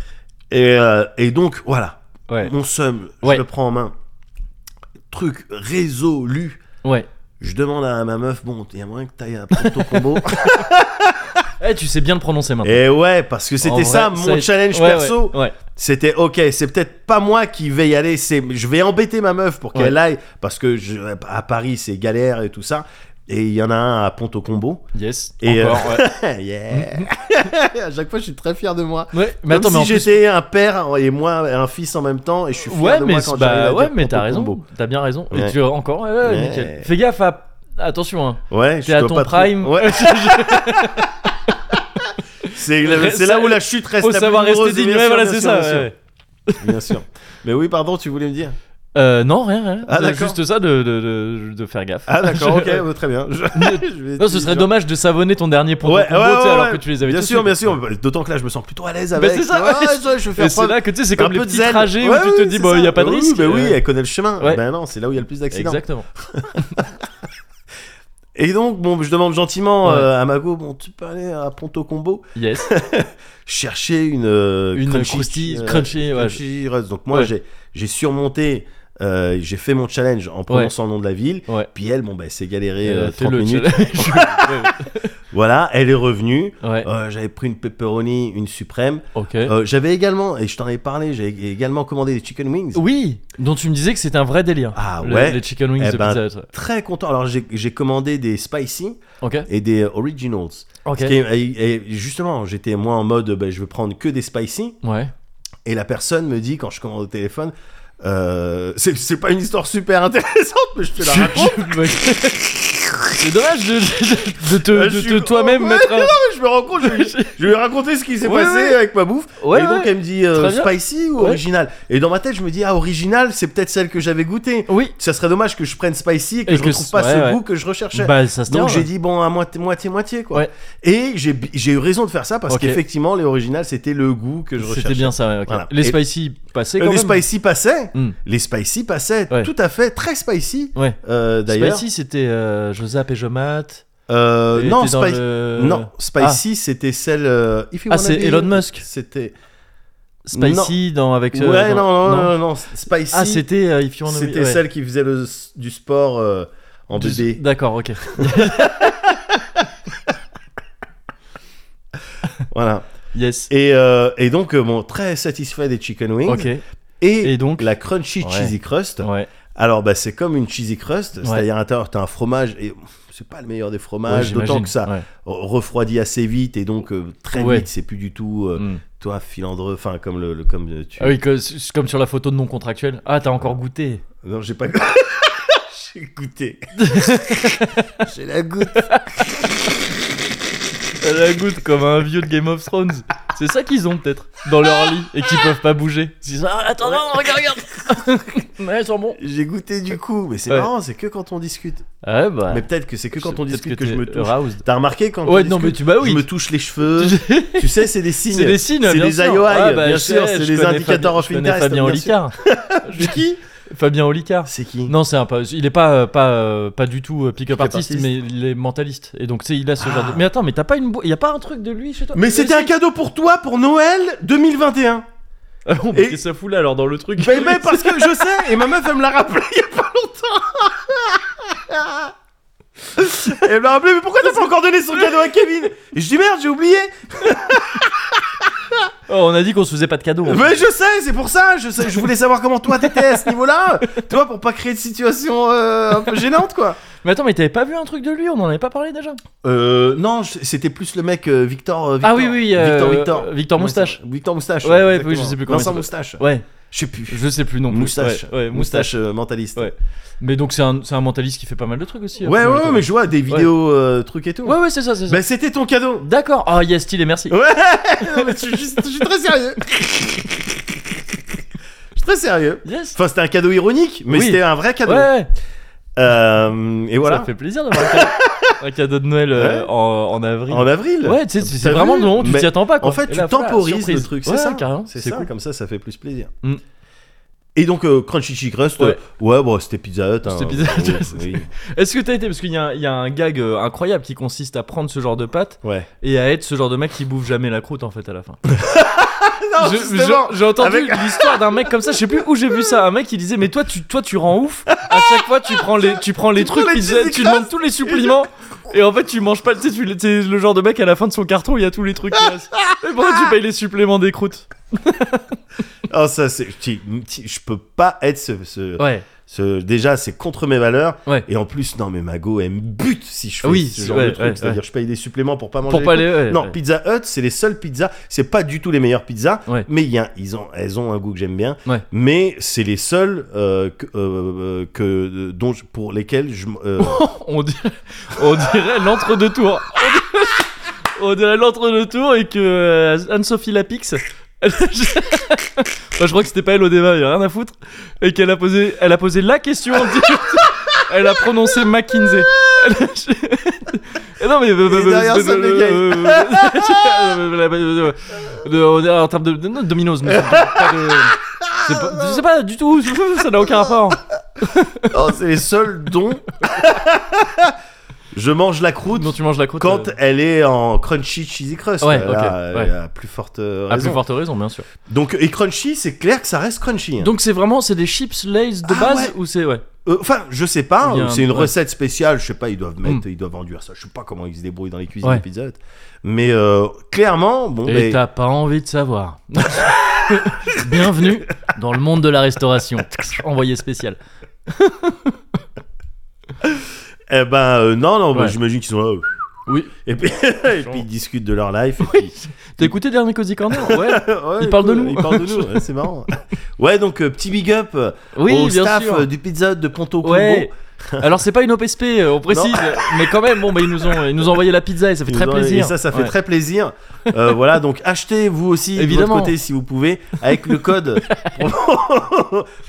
Et, euh, et donc, voilà, Ouais. mon somme, je Ouais. le prends en main. Truc résolu. Ouais. Je demande à ma meuf, bon, il y a moyen que t'ailles à prendre ton combo. Eh, tu sais bien le prononcer maintenant. et ouais, parce que c'était En vrai, ça, mon c'est- challenge Ouais, perso. ouais, ouais. C'était ok, c'est peut-être pas moi qui vais y aller, c'est je vais embêter ma meuf pour qu'elle Ouais. aille parce que je, à Paris c'est galère et tout ça. Et il y en a un à Ponto Combo. Yes. Et, euh, encore, ouais. Yeah. à chaque fois je suis très fier de moi. Ouais, Mais attends, Comme mais en si plus- j'étais un père et moi un fils en même temps et je suis fier Ouais, de mais moi quand bah, j'arrive à ouais, dire mais t'as Ponto raison. Combo. T'as bien raison. Ouais. Et tu encore, ouais, ouais, Ouais. nickel. Fais gaffe à. Attention, hein. Ouais, T'es je à dois ton pas trop- prime. Ouais, c'est la- c'est là où la chute reste Faut la plus savoir rester douloureuse, digne. bien Ouais, sûr, voilà, bien c'est sûr, ça. bien ouais, sûr. ouais. Bien sûr. Mais oui, pardon, tu voulais me dire. Euh, non, rien, rien. Ah, C'est d'accord. juste ça de, de, de, de faire gaffe. Ah d'accord, ok, Je- ouais, très bien. Je- je vais Non, te ce serait dire. dommage de savonner ton dernier point Ouais, de combo, ouais, tu sais, ouais, alors ouais. que tu les avais Bien tous sûr, faits, bien quoi. sûr. bah, D'autant que là, je me sens plutôt à l'aise Bah, avec. c'est ça, Ouais, ouais. ouais, je vais Et faire c'est preuve là que tu sais, c'est d'un comme les peu de petits zèle. trajets Ouais, où tu ouais, te dis, c'est bon, il ça. n'y a pas de Bah oui, risque. bah oui, euh, elle connaît le chemin. Ouais. Ben non, c'est là où il y a le plus d'accidents. Exactement. Et donc, bon, je demande gentiment Ouais. euh, à Mago, bon, tu peux aller à Ponto Combo Yes. chercher une euh, Une crunchy, croustille, euh, crunchy, ouais. crunchy Rust. Donc moi, Ouais. j'ai j'ai surmonté. euh, j'ai fait mon challenge en prononçant le nom de la ville. Ouais. Puis elle, bon, bah, elle s'est galérée euh, Euh, 30 fais-le, minutes. challenge. Voilà, elle est revenue. Ouais. Euh, J'avais pris une pepperoni, une suprême. Ok. Euh, j'avais également, et je t'en ai parlé, j'ai également commandé des chicken wings. Oui, dont tu me disais que c'était un vrai délire. Ah Le- ouais. Les chicken wings Eh de ben, Pizza Hut. Très content. Alors j'ai j'ai commandé des spicy Ok. et des originals. Ok. Ce qui est- et- et justement, j'étais moi en mode, ben, je veux prendre que des spicy. Ouais. Et la personne me dit quand je commande au téléphone, euh, c'est c'est pas une histoire super intéressante, mais je te la raconte. C'est dommage de, de- de te, Euh, de je te suis- toi-même Ouais, mettre un... Je me rends compte, je, lui- je lui ai raconté ce qui s'est Ouais, passé ouais. avec ma bouffe. Ouais, et donc ouais. elle me dit euh, Très bien. spicy ou Ouais. original. Et dans ma tête, je me dis ah original, c'est peut-être celle que j'avais goûtée. Oui. Ça serait dommage que je prenne spicy et que Et je que retrouve ce- pas ouais, ce ouais. goût que je recherchais. Bah, ça se tient. Donc j'ai ouais. dit bon à moitié moitié moitié quoi. Ouais. Et j'ai bi- j'ai eu raison de faire ça parce Ok. qu'effectivement les originales c'était le goût que je recherchais. C'était bien ça, ouais, ok. Voilà. Les Et- spicy passaient Euh, quand les même. spicy passaient, Hmm. les spicy passaient Ouais. tout à fait très spicy Ouais. euh, d'ailleurs. Spicy, c'était euh, Josap et Jomat. Euh, Et non t'es dans spicy le- non spicy c'était celle euh, If You Ah, Wanna c'est Be- Elon Musk. C'était Spicy dans avec. euh, ouais non dans- non non, non, non, spicy Ah, c'était euh, If You Wanna Be- c'était ouais. celle qui faisait le, du sport euh, en Du- bébé. D'accord, ok. Voilà. Yes. Et, euh, et donc euh, bon très satisfait des chicken wings Ok. et, Et donc- la crunchy Ouais. cheesy crust. Ouais. Alors bah c'est comme une cheesy crust, Ouais. c'est-à-dire à l'intérieur t'as un fromage et c'est pas le meilleur des Ouais, fromages, d'autant j'imagine. que ça Ouais. refroidit assez vite et donc euh, très Ouais. vite c'est plus du tout euh, Mm. toi filandreux, enfin comme le, le- comme euh, tu. Ah oui, que- c'est comme sur la photo de non contractuel. Ah, t'as encore goûté. Non j'ai pas. j'ai goûté. j'ai la goutte. Elle a goutte comme un vieux de Game of Thrones. C'est ça qu'ils ont peut-être dans leur lit et qu'ils peuvent pas bouger. Ils disent ah attends non, regarde regarde. ouais, ils sont bons. J'ai goûté du coup, mais c'est Ouais. marrant, c'est que quand on discute. Ouais bah. Mais peut-être que c'est que quand on peut-être discute que, je t'es me touche. aroused. T'as remarqué quand Ouais on non mais discute, tu bah oui. je me touche les cheveux. tu sais, c'est des signes. C'est des signes. C'est bien des sûr. IOI, Ah, bah, bien je sûr, sais, c'est je des connais indicateurs Fabien- of interest. Je connais Fabien bien sûr. Olicard. C'est qui Fabien Olicard. C'est qui Non, c'est un pas. Il est pas euh, pas euh, pas du tout euh, pick-up Pick-up artist, artist. mais il est mentaliste. Et donc, tu sais, il a ce genre. Ah. De... Mais attends, mais t'as pas une, bou- y a pas un truc de lui chez toi Mais c'était un cadeau pour toi pour Noël 2021. Ah bon, mais Et- qu'est-ce que ça fout là alors dans le truc Ben, ben, parce que je sais, et ma meuf, elle me l'a rappelé il y a pas longtemps. Elle me l'a rappelé, mais pourquoi t'as pas encore donné son cadeau à Kevin Et je dis merde, j'ai oublié. Oh, on a dit qu'on se faisait pas de cadeaux. en fait. Mais je sais, c'est pour ça, je, sais- je voulais savoir comment toi t'étais à ce niveau-là. Toi, pour pas créer de situation euh, un peu gênante, quoi. Mais attends, mais t'avais pas vu un truc de lui On en avait pas parlé déjà Euh, non, je- c'était plus le mec euh, Victor, euh, Victor. Ah oui, oui, euh, Victor, Victor. euh, Victor Moustache. Victor Moustache. Ouais, ouais, exactement. oui, je sais plus comment il Vincent s'appelle. Moustache. Ouais, Je sais plus. je sais plus non plus. Moustache. Ouais, ouais, moustache. Moustache euh, mentaliste. Ouais. Mais donc, c'est un, c'est un mentaliste qui fait pas mal de trucs aussi. Ouais, ouais, euh, ouais, mais je vois des vidéos, euh, trucs et tout. Ouais, ouais, c'est ça, c'est ça. Bah, c'était ton cadeau. D'accord. Ah, yes, stylé, merci. Ouais, non, mais je suis juste- je suis très sérieux. Je suis très sérieux. Yes. Enfin, c'était un cadeau ironique, mais Oui. c'était un vrai cadeau. Ouais, Euh, et ça voilà. fait plaisir d'avoir un cadeau- un cadeau de Noël euh, Ouais. en, en avril. En avril. Ouais, tu sais, c'est- c'est T'as vraiment vu non, tu Mais t'y attends pas. Quoi. En fait, Et tu là, voilà, temporises surprise. le truc, c'est Ouais, ça. carrément. C'est C'est ça, cool. comme ça, ça fait plus plaisir. Mm. Et donc, euh, Crunchy Chick Rust, Ouais. euh, ouais, bon, c'était Pizza Hut. hein. C'était Pizza Hut, Oui, ouais, c'était- oui. Est-ce que t'as été parce qu'il y, a un- il y a un gag euh, incroyable qui consiste à prendre ce genre de pâte Ouais. et à être ce genre de mec qui bouffe jamais la croûte en fait à la fin. Non, Je- justement, je- J'ai entendu avec- l'histoire d'un mec comme ça, je sais plus où j'ai vu ça, un mec qui disait mais toi tu toi tu rends ouf, à chaque fois tu prends les tu prends les prends trucs les pizza- cheesy tu crust. demandes tous les suppléments et en fait tu manges pas, tu sais, tu t'es le genre de mec à la fin de son carton, il y a tous les trucs qui restent. Et pourquoi tu payes les suppléments des croûtes Ah, ça, c'est. ti- ti- Je peux pas être ce. ce- Ouais. ce- déjà, c'est contre mes valeurs. Ouais. Et en plus, non, mais Mago, elle me bute si je fais Oui, ce genre ouais, de truc. ouais, C'est-à-dire, je paye des suppléments pour pas manger. Pour les pas trucs. les ouais, Non, ouais. Pizza Hut, c'est les seules pizzas. C'est pas du tout les meilleures pizzas, Ouais. mais il y a, ils ont, elles ont un goût que j'aime bien. Ouais. Mais c'est les seules euh, que, euh, que- dont je- pour lesquelles je. m- euh, On dirait, on dirait l'entre-deux tours. On dirait l'entre-deux tours et que euh, Anne-Sophie Lapix. elle- je... Enfin, je crois que c'était pas elle au débat, il y a rien à foutre. Et qu'elle a posé, elle a posé la question. elle a prononcé McKinsey. Elle- je- Et non mais euh, est derrière ça, le euh, De- on est euh, en termes de, de- non, de Domino's, mais pas de- c'est pas- je sais pas du tout, ça n'a aucun rapport. oh, c'est les seules dont je mange la croûte. Non, tu manges la croûte. Quand euh, elle est en crunchy cheesy crust, Ouais, Là, ok, elle ouais. a plus forte euh, à plus raison. forte raison, bien sûr. Donc et crunchy, c'est clair que ça reste crunchy. hein. Donc c'est vraiment c'est des chips Lay's de Ah base ouais. ou c'est ouais. Euh, Enfin, je sais pas. Il y a un- C'est une ouais. recette spéciale. Je sais pas. Ils doivent mettre, Mm. ils doivent enduire ça. Je sais pas comment ils se débrouillent dans les cuisines Ouais. de Pizza Hut. Mais euh, clairement, bon. Et mais- t'as pas envie de savoir. Bienvenue dans le monde de la restauration. Envoyé spécial. Eh ben euh, non, non, bah, Ouais. j'imagine qu'ils sont là. euh, Oui. Et puis, et puis ils discutent de leur life. et puis- T'as écouté le dernier Cozy Corner Ouais. Ouais, Ils parlent de nous. Ils parlent de nous. ouais, c'est marrant. Ouais, donc euh, petit big up euh, Oui, au bien staff sûr. euh, du Pizza Hut de Ponto Ouais. Alors c'est pas une OPSP, euh, on précise, mais quand même bon bah ils nous ont ils nous ont envoyé la pizza et ça fait très plaisir. Et ça, ça fait Ouais. très plaisir. Euh, voilà, donc achetez vous aussi de Évidemment. votre côté si vous pouvez avec le code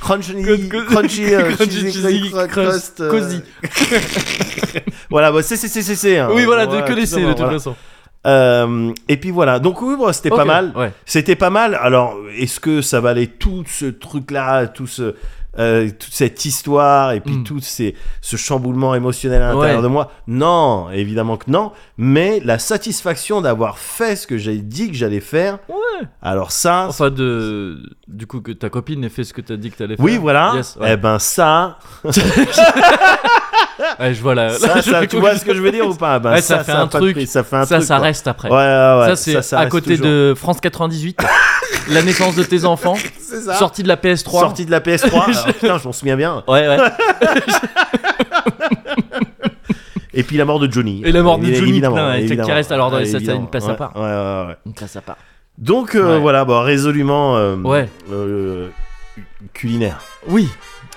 Crunchy Code- code- Crunchy euh, Crunchy Cheesy Cheesy Crust, Crust, euh, Cozy. Voilà, bah, c'est c'est c'est c'est c'est, hein. Oui voilà, de que des C, tout de simplement, toute voilà. façon. Euh, et puis voilà, donc oui, bon, c'était pas Ok, mal. Ouais. C'était pas mal. Alors, est-ce que ça valait tout ce truc-là, tout ce, euh, toute cette histoire et puis Mm. tout ces, ce chamboulement émotionnel à Ouais. l'intérieur de moi Non, évidemment que non. Mais la satisfaction d'avoir fait ce que j'ai dit que j'allais faire, Ouais. alors ça, Enfin de du coup que ta copine ait fait ce que t'as dit que t'allais faire. oui, voilà. Yes, ouais. Eh ben ça, Ouais, Euh, je vois la. ça, ça, tu vois ce que je veux dire ou pas Ben Ouais, ça fait un a pas de truc. prix, ça fait un ça truc. ça quoi. reste après. Ouais, ouais, ouais, ça, c'est à reste côté toujours. de France 98, la naissance de tes enfants, C'est ça. sortie de la PS3. Sortie de la PS3. Alors, putain, je m'en souviens bien. Ouais, ouais. Et puis la mort de Johnny. Et la mort de Évi- Johnny, évidemment, plein, et évidemment. qui reste, alors, dans les- ça, ça a évidemment. une place à Ouais, part. ouais, ouais, ouais. ça part. Donc euh, Ouais. voilà, bah, résolument euh, Ouais. euh, culinaire. Oui.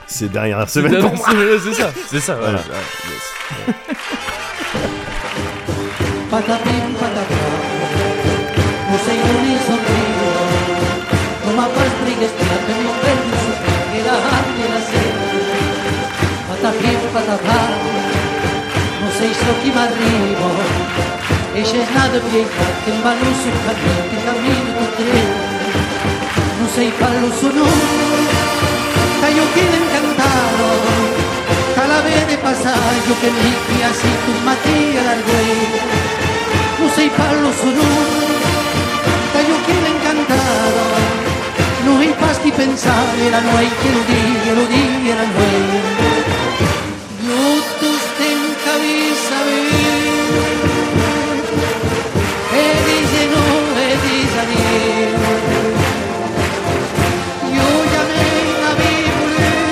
C'est derrière C'est semaine. c'est- c'est ça. C'est ça. Voilà. voilà. patatín, patatá. No sei unir sonrigo, no m'ha pas trigues que et meu vent i sofrir, que la hàbia la sent. Patatín, patatà, no sei això qui m'arribo, eixes nada vieja, que em va l'ús un camí, que camino tot treu. No sei parlo sonor, que jo quede encantado, que la ve de passar, jo que em dic així tu matí a l'argüell. No sei parlo sonor, que jo quede encantado, no hi pas qui pensar, era no hi que lo digui, lo digui a l'argüell. Llutos tenc que saber, he dit que E no, e he dit adieu. Yo llamé a mi mujer,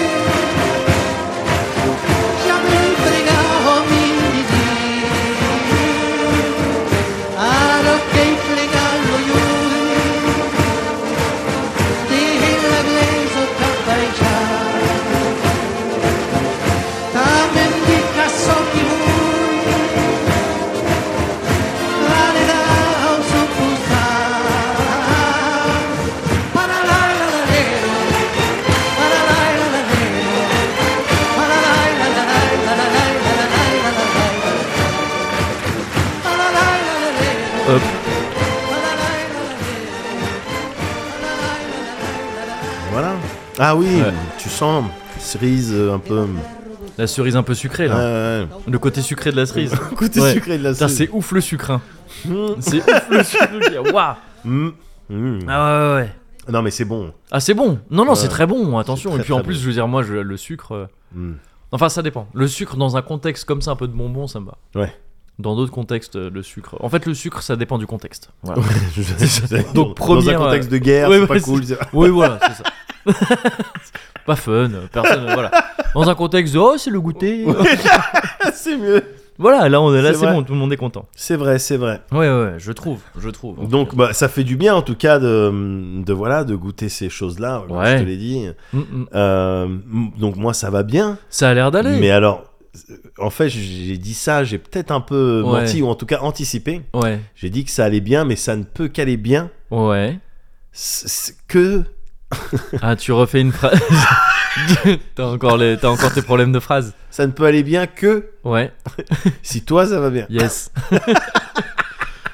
ya me he entregado a mi vivir, a lo que he plegado yo, dejé la iglesia otra allá, también mi caso que voy, la le da un supuesto. Para la la la lero, para la la la lero, para la la la la la la la la la la la la la. Para la la la lero, Hop. para la la la lero, para la la la la la la la. Voilà. Ah oui, Ouais. tu sens cerise euh, un peu. La cerise un peu sucrée là. Ouais, ouais. Le côté sucré de la cerise. Côté Ouais. sucré de la Putain, cerise. c'est ouf le sucrin. Hmm. C'est ouf le sucrin. Waouh. Mm. Mm. Ah ouais, ouais. Non mais c'est bon. Ah c'est bon. Non non, Ouais. c'est très bon. Attention. C'est très, Et puis en très plus, bon. je veux dire, moi, je- le sucre. euh, Mm. Enfin, ça dépend. Le sucre dans un contexte comme ça, un peu de bonbon, ça me va. Ouais. Dans d'autres contextes, euh, le sucre. En fait, le sucre, ça dépend du contexte. Voilà. Donc, Donc dans un première, euh, contexte de guerre, ouais, c'est pas ouais, cool. c'est- oui, voilà, c'est ça. pas fun. euh, Personne. voilà. Dans un contexte de oh, c'est le goûter. c'est mieux. voilà, là, on est là, C'est c'est vrai. bon, tout le monde est content. C'est vrai, c'est vrai. Ouais, ouais, ouais, je trouve, je trouve. Donc bah, ça fait du bien en tout cas de, de voilà de goûter ces choses-là. comme Ouais. Je te l'ai dit. Mm, mm. Euh, m- donc moi ça va bien. ça a l'air d'aller. Mais alors, euh, en fait j'ai dit ça, j'ai peut-être un peu Ouais. menti ou en tout cas anticipé. Ouais, J'ai dit que ça allait bien, mais ça ne peut qu'aller bien ouais. c- c- que Ah, tu refais une phrase. t'as encore les, t'as encore tes problèmes de phrase. ça ne peut aller bien que Ouais, si toi ça va bien. yes.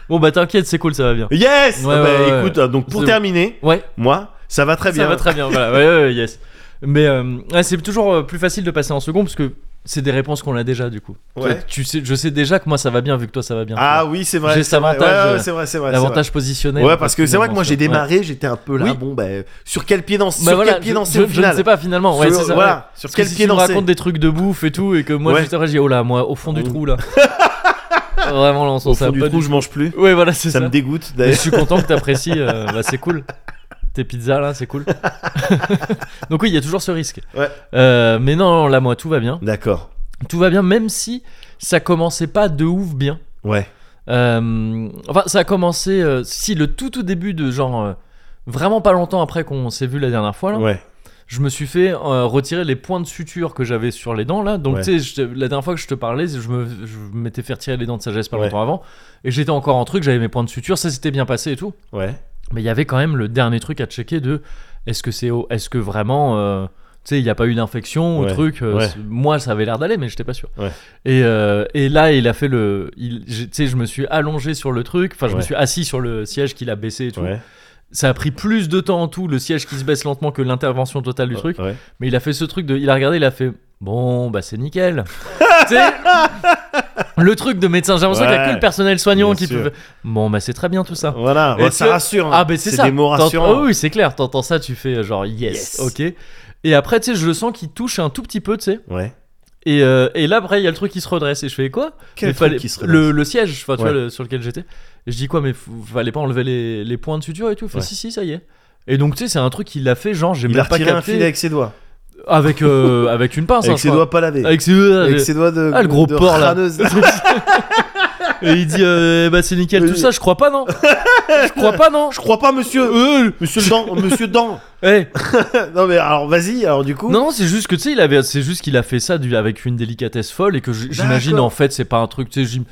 bon bah t'inquiète, c'est cool, ça va bien. Yes Ouais, Ah bah, ouais, ouais. écoute, donc pour C'est- terminer, Ouais, moi, ça va très bien. ça va très bien. Voilà, ouais, ouais, ouais, yes. Mais euh, ouais, c'est toujours euh, plus facile de passer en second parce que c'est des réponses qu'on a déjà du coup. Toi, Ouais. tu sais, je sais déjà que moi ça va bien vu que toi ça va bien. Ah oui, c'est vrai. J'ai c'est cet vrai. avantage, Ouais, ouais, euh, c'est vrai, c'est vrai. c'est L'avantage positionnel. vrai. Ouais, parce que c'est vrai que moi j'ai finalement, démarré, j'étais un peu là. Oui. Bon, bah, sur quel pied danser Bah Sur voilà, quel pied je, danser je- au je final ne sais pas finalement. Ouais, Sur- c'est ça. ouais. Voilà, sur Parce que quel si pied tu me danser racontes des trucs de bouffe et tout, et que moi Ouais. juste après j'ai oh là, moi au fond du Au- trou là. Vraiment là, on s'en Au fond sert du pas trou, du je mange plus. tout. Ouais, voilà, c'est ça. Ça me Mais dégoûte je d'ailleurs. suis content que t'apprécies, euh, bah c'est cool. Tes pizzas là, c'est cool. Donc oui, il y a toujours ce risque. Ouais. Euh, mais non, non, là moi tout va bien. D'accord. Tout va bien, même si ça commençait pas de ouf bien. Ouais. Euh, enfin, ça a commencé, euh, si le tout tout début de genre euh, vraiment pas longtemps après qu'on s'est vu la dernière fois là Ouais. je me suis fait euh, retirer les points de suture que j'avais sur les dents là. Donc Ouais. tu sais, je te- la dernière fois que je te parlais, je me- je m'étais fait retirer les dents de sagesse pas Ouais. longtemps avant, et j'étais encore en truc, j'avais mes points de suture, ça s'était bien passé et tout. Ouais. Mais il y avait quand même le dernier truc à checker de est-ce que c'est au- est-ce que vraiment euh, tu sais il n'y a pas eu d'infection Ouais, ou truc euh, ouais. c'est- moi ça avait l'air d'aller mais j'étais pas sûr Ouais. et, euh, et là il a fait le il- j'ai- tu sais je me suis allongé sur le truc enfin je Ouais. me suis assis sur le siège qu'il a baissé et tout Ouais. ça a pris plus de temps en tout le siège qui se baisse lentement que l'intervention totale du truc Ouais. mais il a fait ce truc de. Il a regardé, il a fait. Bon, bah c'est nickel. Tu sais, le truc de médecin. J'ai l'impression qu'il n'y Ouais. a que le personnel soignant Bien qui sûr. peut. Bon, bah c'est très bien tout ça. Voilà, Et bah, ça tu- rassure. hein. Ah, bah c'est ça. des mots T'entends- rassurants. oh oui, c'est clair. T'entends ça, tu fais euh, genre yes, Yes. ok. Et après, tu sais, je le sens qu'il touche un tout petit peu, tu sais. Ouais. Et, euh, et là, après, il y a le truc qui se redresse. Et je fais quoi Quel Mais truc fallait- qui se le, le siège, enfin, tu Ouais. vois, le- sur lequel j'étais. Et je dis quoi, mais f- fallait pas enlever les, les points de suture et tout. Il fait Ouais. si, si, ça y est. Et donc, tu sais, c'est un truc qu'il a fait, genre, j'ai Il a même pas retiré un fil capté. avec ses doigts. Avec, euh, avec une pince, hein, Avec je ses crois. doigts pas lavés. Avec ses, Avec ses doigts de. Ah, le gros de porc, là. crâneuse. Et il dit euh, bah c'est nickel Oui. tout ça, je crois pas non. Je crois pas non. Euh, Je crois pas, monsieur. euh, Monsieur Dan. Monsieur Dan. Eh, non, mais alors, vas-y, alors, du coup. non, non, c'est juste que tu sais il avait c'est juste qu'il a fait ça du- avec une délicatesse folle et que j- j'imagine D'accord. en fait c'est pas un truc tu sais j'im-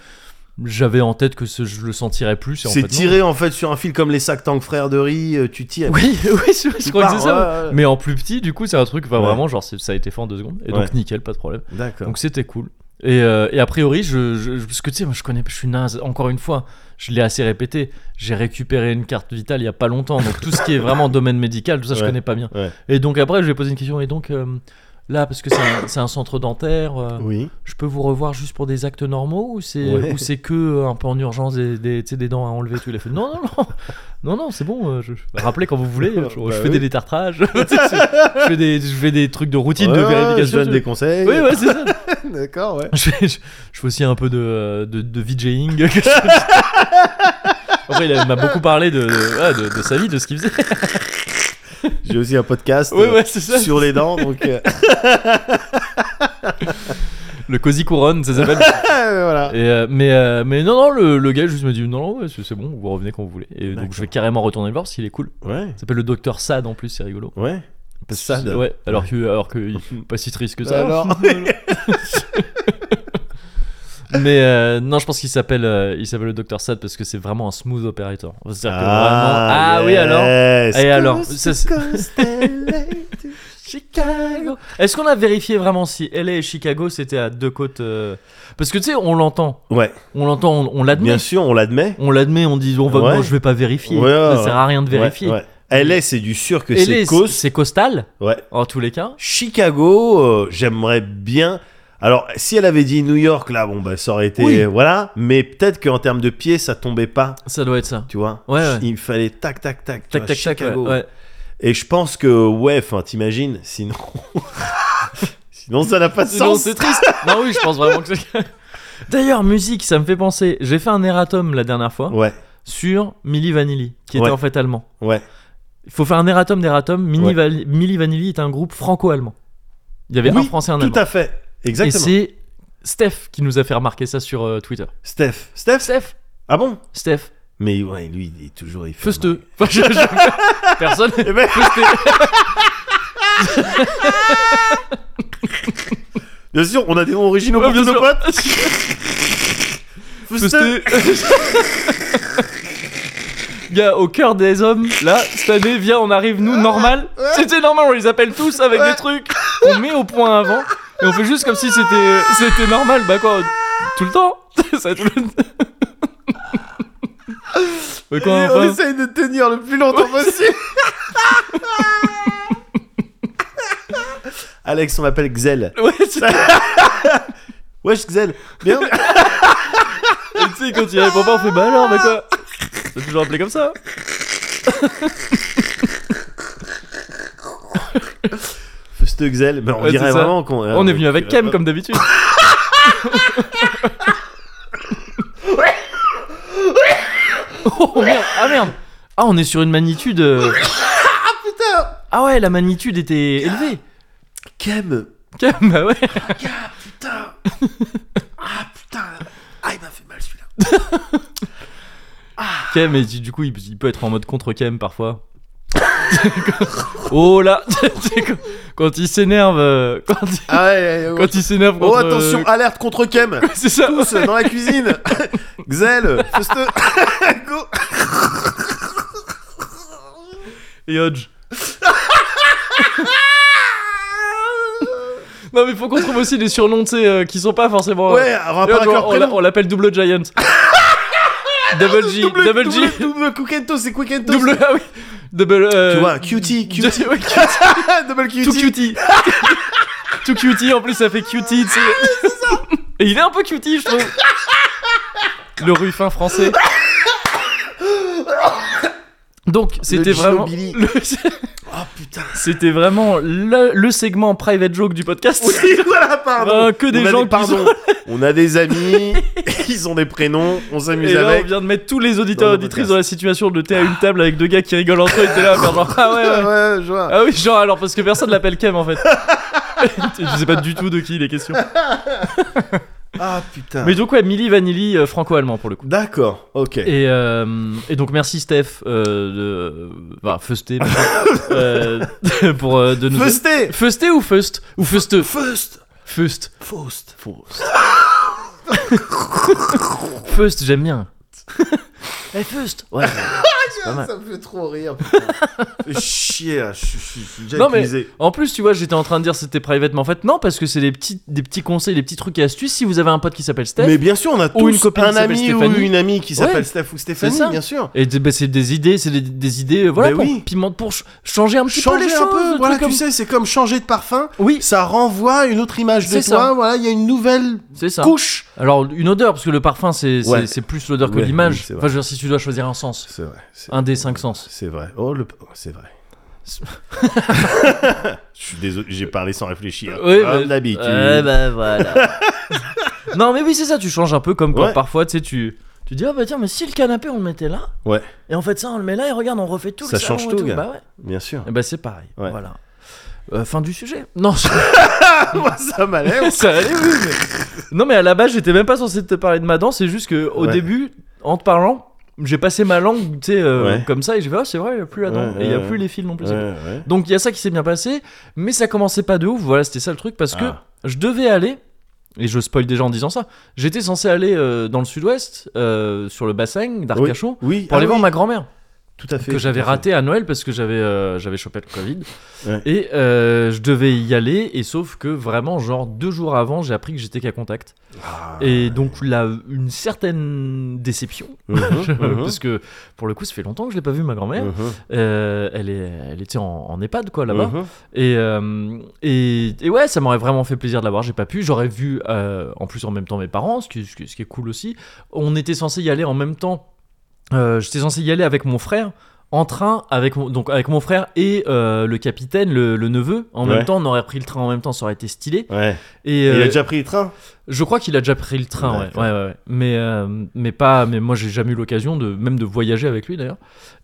J'avais en tête que ce- je le sentirais plus. et en fait, C'est non. tiré en fait sur un fil comme les sacs tank frères de riz, euh, tu tires. Oui, oui, je, je Tu crois que pars, c'est ça. ouais, ouais. Mais en plus petit, du coup, c'est un truc, enfin, Ouais. vraiment, genre, c'est- ça a été fait en deux secondes. Et Ouais. donc, nickel, pas de problème. D'accord. Donc, c'était cool. Et, euh, et a priori, je, je- je- parce que tu sais, moi, je connais, je suis naze, encore une fois, je l'ai assez répété. J'ai récupéré une carte vitale il y a pas longtemps. Donc, tout ce qui est vraiment domaine médical, tout ça, je Ouais. connais pas bien. Ouais. Et donc, après, je lui ai posé une question. Et donc, euh, là, parce que c'est un, c'est un centre dentaire, euh, Oui. je peux vous revoir juste pour des actes normaux ou c'est Ouais. ou c'est que euh, un peu en urgence des, des, tu sais, des dents à enlever tout il a fait non non non non non c'est bon euh, je, je- rappelez quand vous voulez je, je Bah fais oui. des détartrages Tu sais, je, je fais des je fais des trucs de routine de Ouais, ouais, vérification Je donne tu des conseils. vois. oui ouais c'est ça D'accord, ouais. je fais, je- je fais aussi un peu de euh, de, de VJing que je- après il m'a beaucoup parlé de de, ouais, de- de sa vie de ce qu'il faisait J'ai aussi un podcast ouais euh, ouais c'est ça sur les dents, donc euh, le cosy couronne ça s'appelle voilà. Et, euh, mais, euh, mais non, non, le, le gars juste me dit non, non, ouais, c'est c'est bon, vous revenez quand vous voulez. Et donc D'accord. je vais carrément retourner le voir parce qu'il est cool. Ouais, Il s'appelle le docteur Sad en plus, c'est rigolo. ouais. Sad. Ouais, alors que, alors que il est pas si triste que ça. Alors. mais euh, non, je pense qu'il s'appelle euh, il s'appelle le docteur Sad parce que c'est vraiment un smooth operator. C'est-à-dire que vraiment- Ah oui, alors. Et alors, ça, c'est- Chicago. Est-ce qu'on a vérifié vraiment si LA et Chicago c'était à deux côtes euh, Parce que tu sais, on l'entend, Ouais, on l'entend, on, on l'admet. bien sûr, on l'admet. On l'admet, on dit on va, Ouais. moi, je vais pas vérifier. Ouais, ouais, ça ouais. sert à rien de Ouais, vérifier. ouais. LA, c'est du sûr que Et c'est les- cause. c'est costal Ouais. en tous les cas. Chicago, euh, j'aimerais bien. Alors, si elle avait dit New York, là, bon, bah, ça aurait été. Oui. Voilà. Mais peut-être qu'en termes de pied, ça tombait pas. Ça doit être ça. Tu vois Ouais, ouais. Il fallait tac, tac, tac. tu Tac vois, tac tac. Ouais, Chicago. ouais. Et je pense que, ouais, enfin, t'imagines, sinon. sinon, ça n'a pas de Sinon, sens. c'est triste. non oui, je pense vraiment que. c'est- D'ailleurs, musique, ça me fait penser. J'ai fait un erratum la dernière fois Ouais, sur Milli Vanilli, qui était Ouais. en fait allemand. ouais. Il faut faire un erratum d'erratum. Milli, Ouais. Val- Milli Vanilli est un groupe franco-allemand. Il y avait Oui, un français, un Tout allemand. à fait. Et Exactement. c'est Steph qui nous a fait remarquer ça sur euh, Twitter. Steph. Steph Steph, Ah bon Steph, Mais ouais, lui, il est toujours. il fait Feusteux. Enfin, je- je- Personne. Eh ben- Bien sûr, on a des noms originaux Ouais, pour bien tous nos sûr. potes. Feusteux. Gars, au cœur des hommes, là, cette année, viens, on arrive, nous, normal. C'était normal, on les appelle tous avec des trucs qu'on met au point avant. Et on fait juste comme si c'était, c'était normal, bah quoi, tout le temps. Ça, tout le temps. Mais quoi, Et enfin, on essaye de tenir le plus longtemps possible. Alex, on m'appelle Xel. ouais, c'est- Wesh Xel. Bien. Et tu sais, quand il répond pas, on fait bah alors, bah quoi C'est toujours appelé comme ça. Fusteux Xel. Mais on Ouais, dirait c'est ça. vraiment qu'on. euh, On est venu avec Kem, comme d'habitude. oh merde, ah merde Ah, on est sur une magnitude. euh, Putain. Ah ouais, la magnitude était élevée. Kem. Kem, bah ouais. Putain. Ah putain. Ah il m'a fait mal celui-là. Kem, et du coup, il, il peut être en mode contre Kem parfois. oh là C'est quand, quand il s'énerve. euh, Quand, il- Ah ouais, ouais, ouais. quand il s'énerve Oh contre. euh, attention, alerte contre Kem. C'est ça Tous dans la cuisine. Xel. Fusteux. Go. Et Hodge. non mais faut qu'on trouve aussi des surnoms, tu sais, euh, qui sont pas forcément... euh, Ouais, on et va pas Hodge, leur on- on l'a- prénom. on l'appelle Double Giant. double G, double, G, double, double Cookento, c'est Quickento. double... Ah oui Double... euh, Tu vois, cutie, de- cutie, ouais, double Tout cutie. cutie Tout cutie, en plus ça fait cutie, tu sais. Ah Et il est un peu cutie, je trouve. Le ruffin français. Donc, c'était vraiment... Ginobili. le- Oh putain. C'était vraiment le, le segment private joke du podcast. Oui, voilà, pardon. Euh, que des on a gens des, qui pardon. On a des amis, ils ont des prénoms, on Et s'amuse là, on avec. vient de mettre tous les auditeurs Dans et le auditrices podcast. dans la situation de thé à une table avec deux gars qui rigolent entre eux et t'es là à faire genre ah ouais, ouais. ouais, je vois. Ah oui, genre alors parce que personne l'appelle Kem en fait. Je sais pas du tout de qui il est question. Ah putain. Mais donc ouais, Milli Vanilli euh, franco-allemand pour le coup. D'accord, ok. Et, euh, et donc merci Steph euh, de bah, Feusté peut-être, euh, pour euh, de nous Feusté Feusté ou Feust ou Feusteux Feust Feust Faust Faust First, j'aime bien. Eh, First Ouais, c'est pas mal. Ça me fait trop rire. Fais Chier, là, je je- je suis déjà Non, mais- épuisé. En plus, tu vois, j'étais en train de dire c'était private, mais en fait, non, parce que c'est des petits, des petits conseils, des petits trucs et astuces. Si vous avez un pote qui s'appelle Steph, Mais bien sûr, on a tous une copine qui un s'appelle ami ou Stéphanie. une amie qui s'appelle Ouais. Steph ou Stéphanie, ça. bien sûr. et d- bah, c'est des idées, c'est des, des idées, euh, voilà, Mais pour, oui. piment- pour ch- changer un petit Changer peu les un choses. peu, des voilà, trucs tu sais, c'est comme changer de parfum, comme- Oui, ça renvoie à une autre image de C'est ça. toi, voilà, il y a une nouvelle c'est ça. couche. Alors, une odeur, parce que le parfum, c'est c'est- Ouais. c'est plus l'odeur que Ouais, oui, l'image. c'est vrai. enfin, je veux dire, si tu dois choisir un sens, C'est vrai, c'est- un des cinq sens. c'est vrai. Oh, le... oh, c'est vrai. je suis désolé, j'ai parlé sans réfléchir. Oui, comme bah- d'habitude. Ouais, bah, voilà. non, mais oui, c'est ça, tu changes un peu comme quand Ouais. parfois, tu sais, tu. Tu dis, ah bah tiens, mais si le canapé on le mettait là, Ouais. et en fait ça on le met là, et regarde, on refait tout Ça le salon change et tout, gars. Bah ouais. Bien sûr. Et bah c'est pareil. Ouais. Voilà. Euh, fin du sujet. Non, je- Ah, bah. Moi, ça m'a l'air. ça allait, oui, mais- Non, mais à la base, j'étais même pas censé te parler de ma danse, c'est juste que au Ouais. début, en te parlant, j'ai passé ma langue, tu sais, euh, Ouais. comme ça, et j'ai fait, ah, c'est vrai, il a plus la danse, Ouais, et il y a ouais, plus ouais. les fils non plus. Ouais, c'est ouais. donc il y a ça qui s'est bien passé, mais ça commençait pas de ouf. Voilà, c'était ça le truc parce que Ah. je devais aller. Et je spoil déjà en disant ça. J'étais censé aller euh, dans le sud-ouest, euh, sur le bassin d'Arcachon, Oui, pour ah aller oui, voir ma grand-mère, tout à fait. que j'avais tout à fait. raté à Noël parce que j'avais euh, j'avais chopé le Covid. Ouais. Et euh, je devais y aller, et sauf que vraiment, genre deux jours avant, j'ai appris que j'étais qu'à contact. Ah. Et donc, là, une certaine déception, euh, Mhm, mhm, parce que pour le coup, ça fait longtemps que je l'ai pas vue, ma grand-mère. mhm, Euh, elle, est, elle était en, en EHPAD, quoi, là-bas. mhm. Et, euh, et, et ouais, ça m'aurait vraiment fait plaisir de l'avoir, j'ai pas pu. J'aurais vu euh, en plus en même temps mes parents, ce qui, ce qui- ce qui est cool aussi. On était censé y aller en même temps. Euh, J'étais censé y aller avec mon frère en train, avec mon, donc avec mon frère et euh, le capitaine, le, le neveu. En Ouais. même temps, on aurait pris le train en même temps, ça aurait été stylé. Ouais. Et, Il euh, a déjà pris le train je crois qu'il a déjà pris le train, ouais. D'accord. Ouais, ouais, ouais. Mais, euh, mais pas, mais moi j'ai jamais eu l'occasion de même de voyager avec lui d'ailleurs.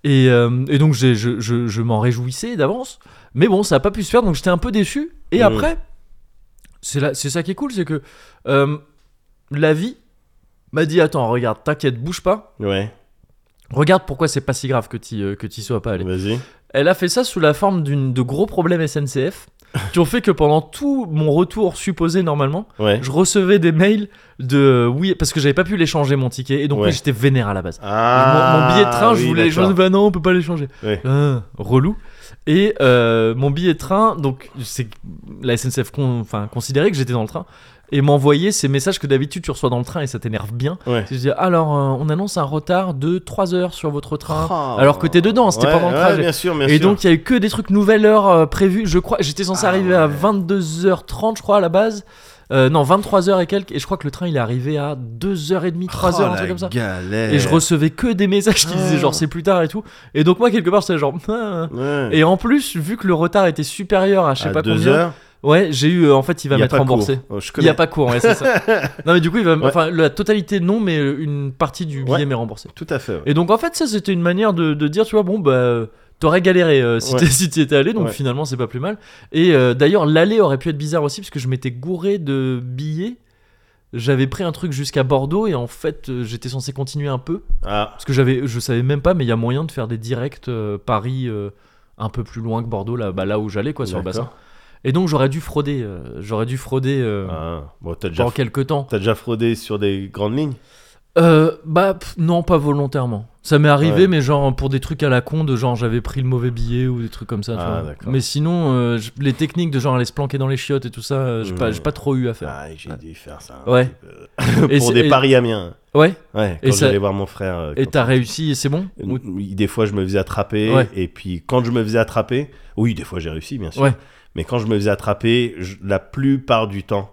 Et, euh, et donc j'ai- je, je- je m'en réjouissais d'avance. Mais bon, ça a pas pu se faire, donc j'étais un peu déçu. Et Mhm. après, c'est là- c'est ça qui est cool, c'est que euh, la vie m'a dit attends, regarde, t'inquiète, bouge pas. Ouais, Regarde pourquoi c'est pas si grave que t'y euh, que t'y sois pas allé. vas-y. Elle a fait ça sous la forme d'une- de gros problèmes SNCF qui ont fait que pendant tout mon retour supposé normalement Ouais. je recevais des mails de oui parce que j'avais pas pu l'échanger mon ticket et donc Ouais. oui, j'étais vénère à la base. Ah, mon, mon billet de train, je oui, voulais les d'accord. choses. Bah non, on peut pas l'échanger. Ouais. Ah, relou. Et euh, mon billet de train, donc c'est la SNCF con- enfin considérait que j'étais dans le train et m'envoyait ces messages que d'habitude tu reçois dans le train et ça t'énerve bien. Ouais. Je dis alors euh, on annonce un retard de 3 heures sur votre train. Ah, alors que t'es dedans, c'était Oh. Ouais, pendant le ouais, trajet. bien sûr, bien Et sûr. donc il y a eu que des trucs nouvelle heure euh, prévue. Je crois j'étais censé Ah arriver à 22h30 je crois à la base. Euh, non, 23h et quelques et je crois que le train il est arrivé à 2h30, 3h un Oh, la Ah. truc comme ça. Galère. Et je recevais que des messages qui disaient genre c'est plus tard et tout. Et donc moi quelque part c'était genre Ah. Ouais. et en plus vu que le retard était supérieur à je sais À pas deux combien. heures, Ouais, j'ai eu euh, en fait il va y a m'être pas remboursé. cours. Oh, je Il n'y connais. a pas cours, ouais, c'est ça. non mais du coup, il va m- Ouais. enfin la totalité non mais euh, une partie du billet Ouais. m'est remboursée. Tout à fait. ouais. Et donc en fait ça c'était une manière de, de dire tu vois bon bah euh, t'aurais galéré euh, si Ouais. t'es- si t'y étais allé donc Ouais. finalement c'est pas plus mal. Et euh, d'ailleurs l'aller aurait pu être bizarre aussi parce que je m'étais gouré de billets. J'avais pris un truc jusqu'à Bordeaux et en fait euh, j'étais censé continuer un peu Ah, parce que j'avais je savais même pas mais il y a moyen de faire des directs euh, Paris euh, un peu plus loin que Bordeaux là bah, là où j'allais quoi sur le D'accord. bassin. Et donc j'aurais dû frauder euh, j'aurais dû frauder euh, ah. Bon, t'as déjà, pendant quelques temps. t'as déjà fraudé sur des grandes lignes Euh, bah pff, non, pas volontairement. Ça m'est arrivé, Ouais. mais genre pour des trucs à la con, de genre j'avais pris le mauvais billet ou des trucs comme ça. tu Ah, vois. d'accord. Mais sinon, euh, je- les techniques de genre aller se planquer dans les chiottes et tout ça, euh, j'ai pas, Mm. j'ai pas trop eu à faire. Ah, j'ai dû faire ça. un Ouais. petit peu. Et Ah, Pour c'est- des et- paris amiens. Ouais. Ouais, Et quand ça- j'allais voir mon frère. euh, Et quand- t'as réussi et c'est bon Euh, Ou- oui, Des fois, je me faisais attraper. Ouais. Et puis, quand je me faisais attraper, oui, des fois, j'ai réussi, bien sûr. Ouais. Mais quand je me faisais attraper, je- la plupart du temps,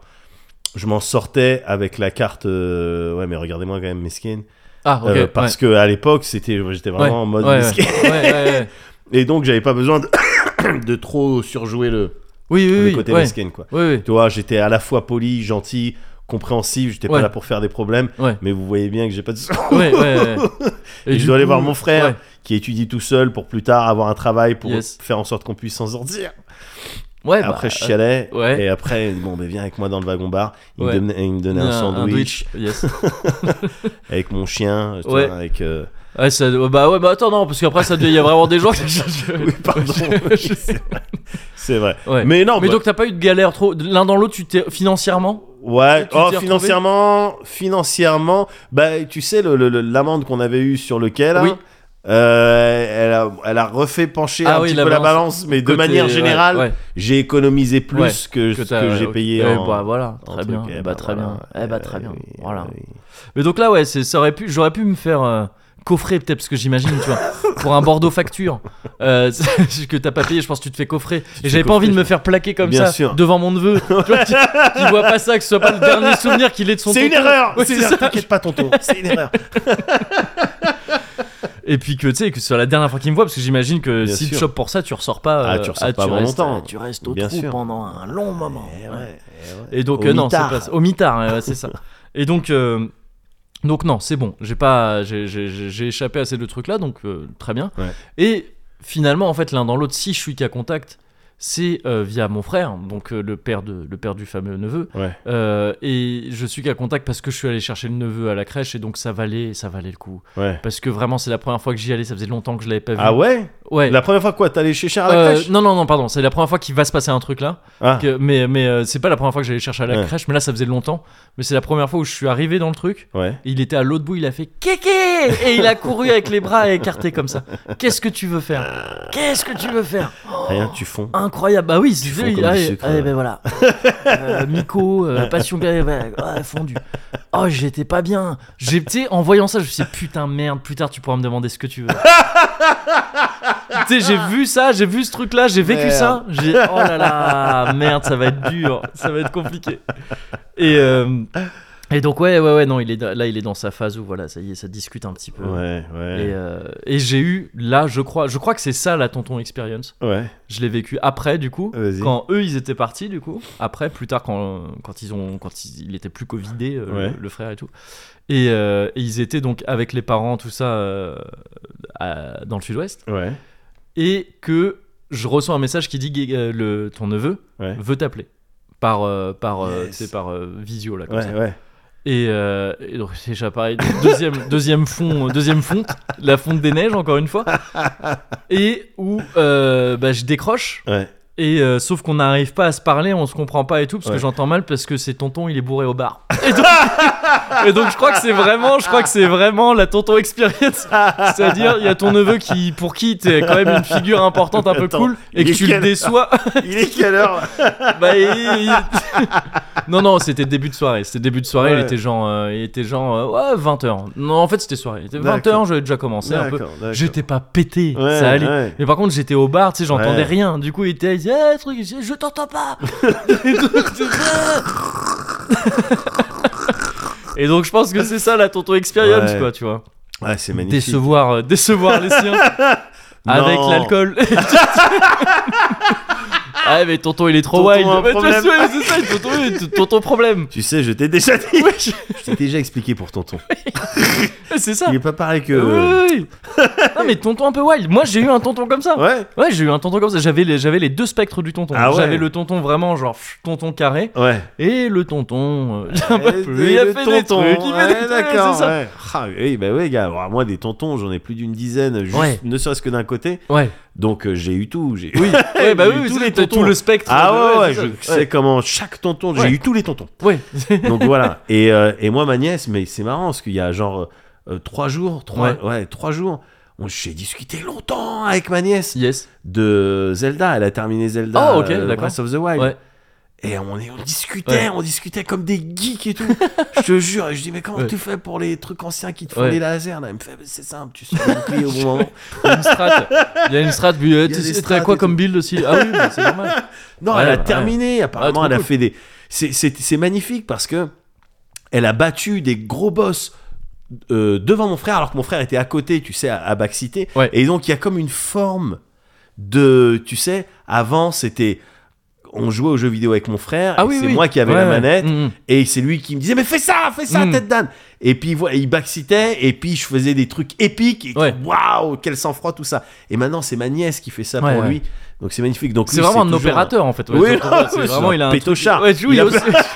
je m'en sortais avec la carte. euh, Ouais, mais regardez-moi quand même mesquine. Ah, ok. Euh, parce que à l'époque, c'était, j'étais ouais. vraiment en mode ouais, mesquine. ouais. ouais, ouais, ouais. Et donc, j'avais pas besoin de, de trop surjouer le, Oui, oui, le oui. côté ouais. mesquine, quoi. Ouais, ouais. Tu vois, j'étais à la fois poli, gentil, compréhensif. J'étais Ouais. pas là pour faire des problèmes. Ouais. Mais vous voyez bien que j'ai pas de. Ouais, ouais, ouais. Et, du je dois aller coup, voir mon frère ouais. qui étudie tout seul pour plus tard avoir un travail pour Yes. faire en sorte qu'on puisse s'en sortir. Ouais, bah, après, je chialais. euh, ouais. Et après, bon, ben viens avec moi dans le wagon bar. Il, Ouais. me, donnait, il me donnait un, sandwich euh, Yes. avec mon chien. tu Ouais. vois, avec, euh, Ouais, ça- bah ouais, bah attends, non, parce qu'après, ça devait- il y a vraiment des gens qui. Oui, pardon. Oui, c'est vrai. C'est vrai. Ouais. Mais non, Mais bah, donc t'as pas eu de galère trop l'un dans l'autre tu t'es financièrement Ouais, Tu t'y es oh, retrouvé financièrement, financièrement, bah, tu sais, le- le- le- l'amende qu'on avait eue sur lequel, Oui. euh, elle, a, elle a refait pencher Ah un oui, petit la peu la balance. balance, mais de Côté- manière ouais, générale, ouais. j'ai économisé plus Ouais, que ce t'as- que, j'ai ok. payé Eh en- bah voilà, en très truc. bien. Eh Eh bah bah, très voilà. bien. Eh bah, très Eh bien. oui, Voilà. eh oui. Mais donc là, ouais, c'est- ça aurait pu, j'aurais pu me faire euh, coffrer peut-être, parce que j'imagine, tu vois, pour un Bordeaux facture euh, c'est- que t'as pas payé, je pense que tu te fais coffrer. Et j'avais pas envie de me faire plaquer comme Bien ça sûr. devant mon neveu, tu vois, qui, qui voit pas ça, que ce soit pas le dernier souvenir qu'il ait de son. C'est une tonton. erreur Ouais, C'est une c'est erreur, ça. T'inquiète pas, tonton, c'est une erreur Et puis que tu sais que c'est la dernière fois qu'il me voit, parce que j'imagine que Bien si tu sûr. chopes pour ça, tu ressors pas. Ah, euh, tu ressors pas avant restes- longtemps. Tu restes au Bien trou sûr. pendant un long moment. Eh Ouais. ouais, eh ouais. Et donc Au euh, non, c'est mitard. pas ça. au mitard, ouais, ouais, c'est ça. Et donc euh, donc non, c'est bon. J'ai pas j'ai- j'ai j'ai- j'ai échappé à ces deux trucs là, donc euh, très bien. Ouais. Et finalement en fait l'un dans l'autre, si je suis qu'à contact, c'est euh, via mon frère, donc euh, le père de le père du fameux neveu. Ouais. Euh, et je suis qu'à contact parce que je suis allé chercher le neveu à la crèche et donc ça valait ça valait le coup Ouais. parce que vraiment c'est la première fois que j'y allais, ça faisait longtemps que je l'avais pas vu. Ah ouais ouais. La première fois quoi T'allais chez Charles à la Euh, crèche non non non pardon, c'est la première fois qu'il va se passer un truc là. Ah, Que- mais mais euh, c'est pas la première fois que j'allais chercher à la Ouais. crèche, mais là ça faisait longtemps. Mais c'est la première fois où je suis arrivé dans le truc. ouais. et Il était à l'autre bout, il a fait kéké et il a couru avec les bras écartés comme ça. Qu'est-ce que tu veux faire Qu'est-ce que tu veux faire Rien, tu fonds. Incroyable, bah oui, c'est fonds comme ah, du et- sucre, ah, et ouais. ben voilà. Euh, Miko, euh, passion ouais, ouais, ouais, fondu. Oh, j'étais pas bien. J'étais en voyant ça, je me suis dit, putain merde, plus tard tu pourras me demander ce que tu veux. tu sais, j'ai vu ça, j'ai vu ce truc là, j'ai vécu ça. J'ai oh là là, merde, ça va être dur, ça va être compliqué. Et euh, et donc ouais ouais ouais non, il est dans- là il est dans sa phase où voilà, ça y est, ça discute un petit peu. Ouais, Et, ouais. euh, et j'ai eu là, je crois, je crois que c'est ça la tonton experience. Ouais. Je l'ai vécu après, du coup. Vas-y. Quand eux, ils étaient partis, du coup. Après, plus tard, quand, quand, ils, ont, quand ils, il était plus Covidé, euh, Ouais. le, le frère et tout. Et, euh, et ils étaient donc avec les parents, tout ça, euh, à- dans le sud-ouest. Ouais. Et que je reçois un message qui dit Gué- euh, le, ton neveu Ouais. veut t'appeler. Par, euh, par, euh, Yes. tu sais, par euh, visio, là, comme ça. Ouais, ouais. Et, euh, et donc c'est déjà pareil, donc deuxième, deuxième fond, euh, deuxième fonte, la fonte des neiges encore une fois, et où euh, bah, je décroche. Ouais. Et euh, sauf qu'on n'arrive pas à se parler, on se comprend pas et tout, parce Ouais. que j'entends mal parce que c'est tonton, il est bourré au bar. Et donc, et donc, je crois que c'est vraiment, je crois que c'est vraiment la tonton experience, c'est-à-dire il y a ton neveu qui, pour qui t'es quand même une figure importante, un peu Attends, cool, et il que est tu le quelle- déçois. Il est quelle heure là Bah, il- il- non, non, c'était début de soirée. C'était début de soirée, il Ouais. était genre, euh, il était genre euh, ouais, 20h. Non, en fait, c'était soirée. Il était 20h, j'avais déjà commencé un peu. D'accord, d'accord. J'étais pas pété, Ouais, ça allait. ouais. Mais par contre, j'étais au bar, tu sais, j'entendais Ouais. rien. Du coup, il était, il disait, Eh, truc, je je t'entends pas. Et donc, j'étais, Eh. Et donc, je pense que c'est ça la tonton experience, Ouais. quoi, tu vois. Ouais, Ah, c'est magnifique. Décevoir, euh, décevoir les siens avec Non. l'alcool. ah mais tonton il est trop Tonton wild. a un Ouais, tu vois, problème. ouais, c'est ça, tonton, il est- tonton problème. Tu sais, je t'ai déjà dit. Ouais, je- Je t'ai déjà expliqué pour tonton. c'est ça. Il est pas pareil que. euh, Oui, oui, oui. Non mais tonton un peu wild. Moi j'ai eu un tonton comme ça. Ouais, Ouais, j'ai eu un tonton comme ça. J'avais les, j'avais les deux spectres du tonton. Ah ouais. J'avais le tonton vraiment genre pff, tonton carré ouais. et le tonton. euh, un peu Et plus. Il a le fait des trucs. Il fait ouais, des trucs, d'accord. c'est ça. ouais. Ah, oui, bah oui, gars. Alors, moi, des tontons, j'en ai plus d'une dizaine, juste, Ouais. ne serait-ce que d'un côté. Ouais. Donc, euh, j'ai eu tout. J'ai... Oui. Ouais, bah J'ai oui, eu Eh, tous c'est les tout- tontons. tout le spectre. Ah ouais, ouais, c'est je ça. sais comment chaque tonton. Ouais. J'ai eu tous les tontons. Ouais. Ouais. Donc voilà. Et, euh, et moi, ma nièce, mais c'est marrant parce qu'il y a genre euh, trois jours, trois, Ouais. ouais. trois jours. on- J'ai discuté longtemps avec ma nièce Yes. de Zelda. Elle a terminé Zelda. Oh, ok, euh, d'accord. Breath of the Wild. Ouais. Et on, est- on discutait, Ouais. on discutait comme des geeks et tout. je te jure. Et je dis, mais comment Ouais. tu fais pour les trucs anciens qui te font Ouais. les lasers là Elle me fait, c'est simple, tu sors le bouclier au bon moment. Il y a une strat. Il y a une strat. Puis, euh, Il y a tu des sais, t'as strats quoi et comme build aussi Ah oui, bah, c'est normal. Non, Ouais, elle a ouais. terminé. Apparemment, Ah, trop elle a cool. fait des. C'est- C'est c'est magnifique parce que elle a battu des gros boss euh, devant mon frère, alors que mon frère était à côté, tu sais, à, à Baxité. Ouais. Et donc, il y a comme une forme de. Tu sais, avant, c'était. On jouait aux jeux vidéo avec mon frère. Ah et oui, c'est oui. moi qui avais Ouais, la ouais. manette. Mm, mm. Et c'est lui qui me disait, mais fais ça, fais ça, Mm. tête d'âne. Et puis voilà, il backseatait, et puis je faisais des trucs épiques, et Ouais. waouh, quel sang-froid, tout ça. Et maintenant, c'est ma nièce qui fait ça Ouais, pour ouais. lui. Donc c'est magnifique. Donc C'est lui, vraiment un toujours opérateur en fait. ouais. Oui, C'est- non, c'est oui, c'est vraiment un il a un pétochard. truc- Ouais, tu vois, Il il a a- aussi-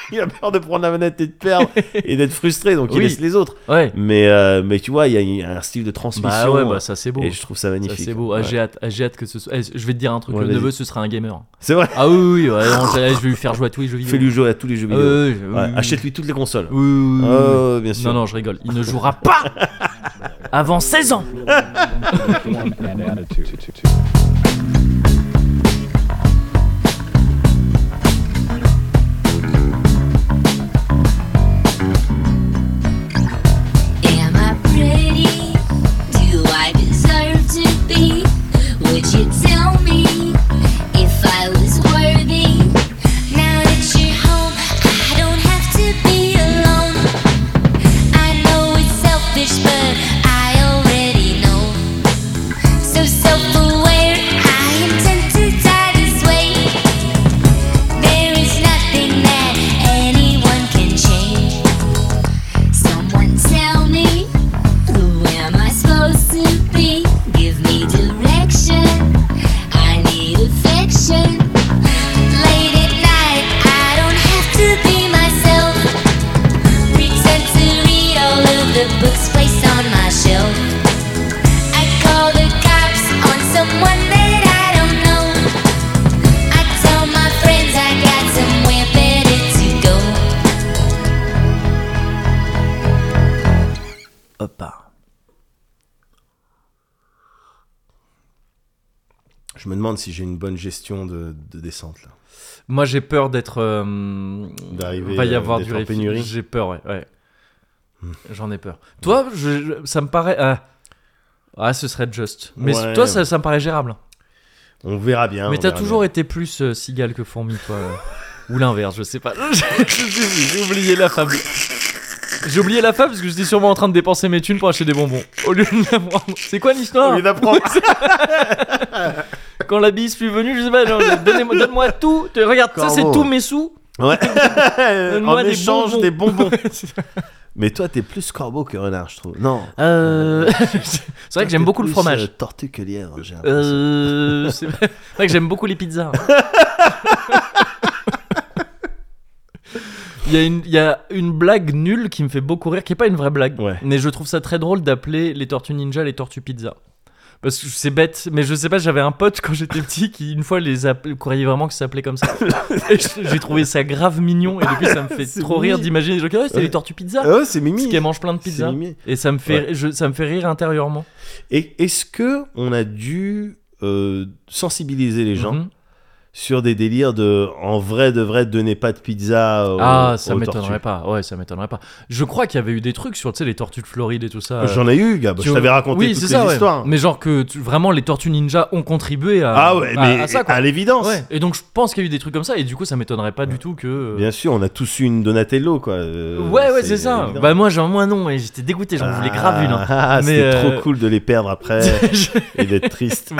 il a peur de prendre la manette et de perdre et d'être frustré, donc il Oui. laisse les autres. Ouais. Mais, euh, mais tu vois, il y a- il y a un style de transmission. Bah ouais, bah ça c'est beau. Et je trouve ça Ça magnifique. c'est beau. Ah, Ouais. j'ai hâte, ah, j'ai hâte que ce soit. Eh, je vais te dire un truc, Ouais, le vas-y. neveu ce sera un gamer. C'est vrai. Ah oui, oui, ouais, non, je eh, je vais lui faire jouer à tous les jeux vidéo. Fais-lui jouer à tous les jeux Ah vidéo. ouais, ouais, ouais, Ouais, oui, oui. Achète-lui toutes les consoles. Oui, oui, oui, oui. Oh, bien sûr. Non, non, je rigole. Il ne jouera pas avant 16 ans. and attitude. Am I pretty? Do I deserve to be? Would you tell me if I was worthy? Now that you're home, I don't have to be alone. I know it's selfish, but I already know. So self-aware, I intend to die this way. There is nothing that anyone can change. Someone tell me who am I supposed to be? Give me direction. I need affection. Late at night, I don't have to be myself. Pretend to read all of the books placed on my shelf. I call the cops on someone that I don't know. I tell my friends I got somewhere better to go. Hop. Je me demande si j'ai une bonne gestion de, de descente là. Moi, j'ai peur d'être. euh, D'arriver, Va y euh, avoir d'être du en réfi- pénurie. Hmm. J'ai peur, ouais. ouais. J'en ai peur. Toi, je- je- ça me paraît. ah. Ah, ce serait juste. Mais Ouais. toi, ça, ça me paraît gérable. On verra bien. Mais on t'as verra toujours bien. été plus euh, cigale que fourmi, toi. euh. Ou l'inverse, je sais pas. J'ai oublié la fable. J'ai oublié la fable parce que j'étais sûrement en train de dépenser mes thunes pour acheter des bonbons. Au lieu de la prendre. C'est quoi l'histoire Au lieu d'apprendre. Quand la bise fut venue, je sais pas, genre, donnez-moi- donne-moi tout. Te- Regarde, ça c'est Corbeau. tous mes sous. Ouais. en Donne-moi des échange bonbons. des bonbons. Mais toi, t'es plus corbeau que renard, je trouve. Non. Euh, c'est vrai que j'aime beaucoup le fromage. euh, tortue que lièvre, j'ai l'impression. Euh, c'est vrai c'est vrai que j'aime beaucoup les pizzas. Il y, a une, il y a une blague nulle qui me fait beaucoup rire, qui est pas une vraie blague, Ouais. mais je trouve ça très drôle d'appeler les tortues ninja les tortues pizza. Parce que c'est bête, mais je sais pas, j'avais un pote quand j'étais petit qui une fois les appelait- croyait vraiment que ça s'appelait comme ça. Et je- j'ai trouvé ça grave mignon et depuis ça me fait C'est trop rire mignon. d'imaginer les gens qui oh, c'est Ouais. les tortues pizza. Ah ouais, c'est Parce Mimi. qu'elles mangent plein de C'est pizzas. Mimi. Et ça me, fait, je- ça me fait rire intérieurement. Et est-ce que on a dû euh, sensibiliser les gens Mhm. sur des délires de en vrai de vrai donnez pas de pizza aux, Ah, ça aux m'étonnerait tortues. pas. Ouais, ça m'étonnerait pas. Je crois qu'il y avait eu des trucs sur, tu sais, les tortues de Floride et tout ça. euh, J'en ai eu, gars. Bah, qui je ont- t'avais raconté oui, toutes c'est les ça, ouais. histoires. Mais genre que tu- vraiment les tortues ninja ont contribué à, Ah ouais, à- mais euh, à ça quoi. à l'évidence. Ouais. Et donc je pense qu'il y a eu des trucs comme ça et du coup ça m'étonnerait pas du tout que. euh, Bien sûr, on a tous eu une Donatello, quoi. Euh, ouais ouais c'est ça. évident. Bah moi j'en moi non et j'étais dégoûté j'en voulais grave une. hein. Ah, ah, Mais, c'était euh, Bah trop cool de les perdre après Je- et d'être triste.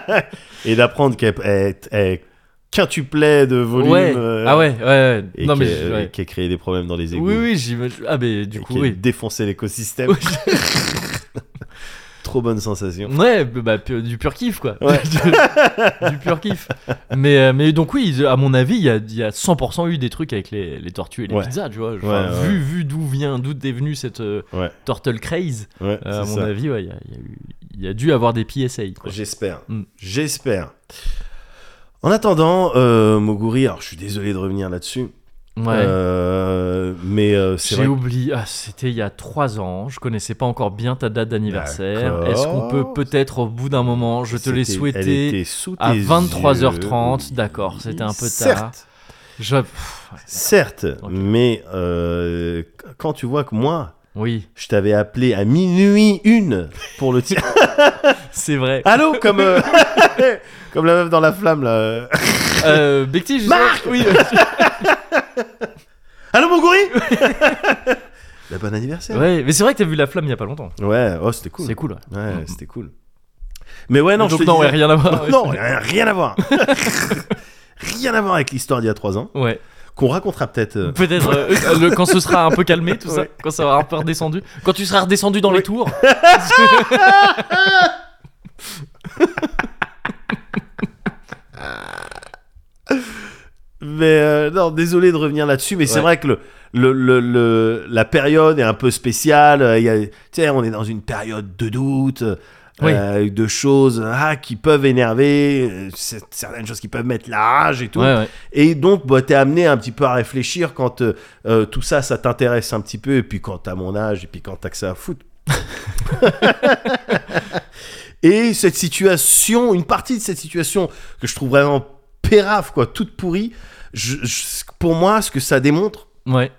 et d'apprendre qu'elle est, quintuplait de volume. ouais. euh, Ah ouais ouais. ouais. Et Non mais qu'elle- euh, je- ouais. et qu'elle créait des problèmes dans les égouts. oui oui j'y ah mais du et coup qu'elle oui. défonçait l'écosystème. Ouais. Trop bonne sensation. Ouais, bah, pu- du pur kiff quoi. Ouais. du pur kiff. Mais, euh, mais donc, oui, à mon avis, il y a, il y a 100% eu des trucs avec les, les tortues et les Ouais. pizzas, tu vois. Enfin, Ouais, ouais. Vu, vu d'où vient, d'où est venue cette euh, Ouais. turtle craze, Ouais, euh, à c'est mon ça. avis, ouais, il y a- il y, a eu- il y a dû avoir des PSA. Quoi. J'espère. Mm. J'espère. En attendant, euh, Moguri, alors je suis désolé de revenir là-dessus, Ouais. euh, mais euh, c'est J'ai vrai. oublié, ah, c'était il y a 3 ans, je connaissais pas encore bien ta date d'anniversaire. D'accord. Est-ce qu'on peut peut-être au bout d'un moment, je te l'ai C'était- souhaité elle était sous à tes 23h30, yeux. d'accord, c'était un peu tard. Certes, Je... pff, ouais, certes, Ok. mais euh, quand tu vois que moi, Oui, je t'avais appelé à minuit une pour le tir. c'est vrai. Allô, comme euh, comme la meuf dans la flamme là. Euh, Bekti, justement. Oui, euh, Allô, Moguri. La bonne anniversaire. ouais, mais c'est vrai que t'as vu la flamme il y a pas longtemps. Ouais, oh, c'était cool. C'est cool. Ouais. Ouais, c'était cool. Mais ouais, non, Donc je te non, ouais, disais- rien à voir. non, rien, rien à voir. rien à voir avec l'histoire d'il y a trois ans, Ouais, qu'on racontera peut-être. euh, peut-être euh, le- quand ce sera un peu calmé, tout ça, Ouais. quand ça aura un peu redescendu, quand tu seras redescendu dans les tours. Mais euh, non, désolé de revenir là-dessus, mais c'est Ouais. vrai que le, le, le- le- la période est un peu spéciale. euh, il y a- Tu sais, on est dans une période de doute, euh, Oui. euh, de choses ah, qui peuvent énerver, euh, c'est- certaines choses qui peuvent mettre la rage et tout. Ouais, ouais. Et donc, bah, t'es amené un petit peu à réfléchir quand euh, euh, tout ça, ça t'intéresse un petit peu, et puis quand t'as mon âge, et puis quand t'as que ça à foutre. et cette situation, une partie de cette situation que je trouve vraiment pérave, quoi, toute pourrie, je- je- pour moi, ce que ça démontre, Ouais.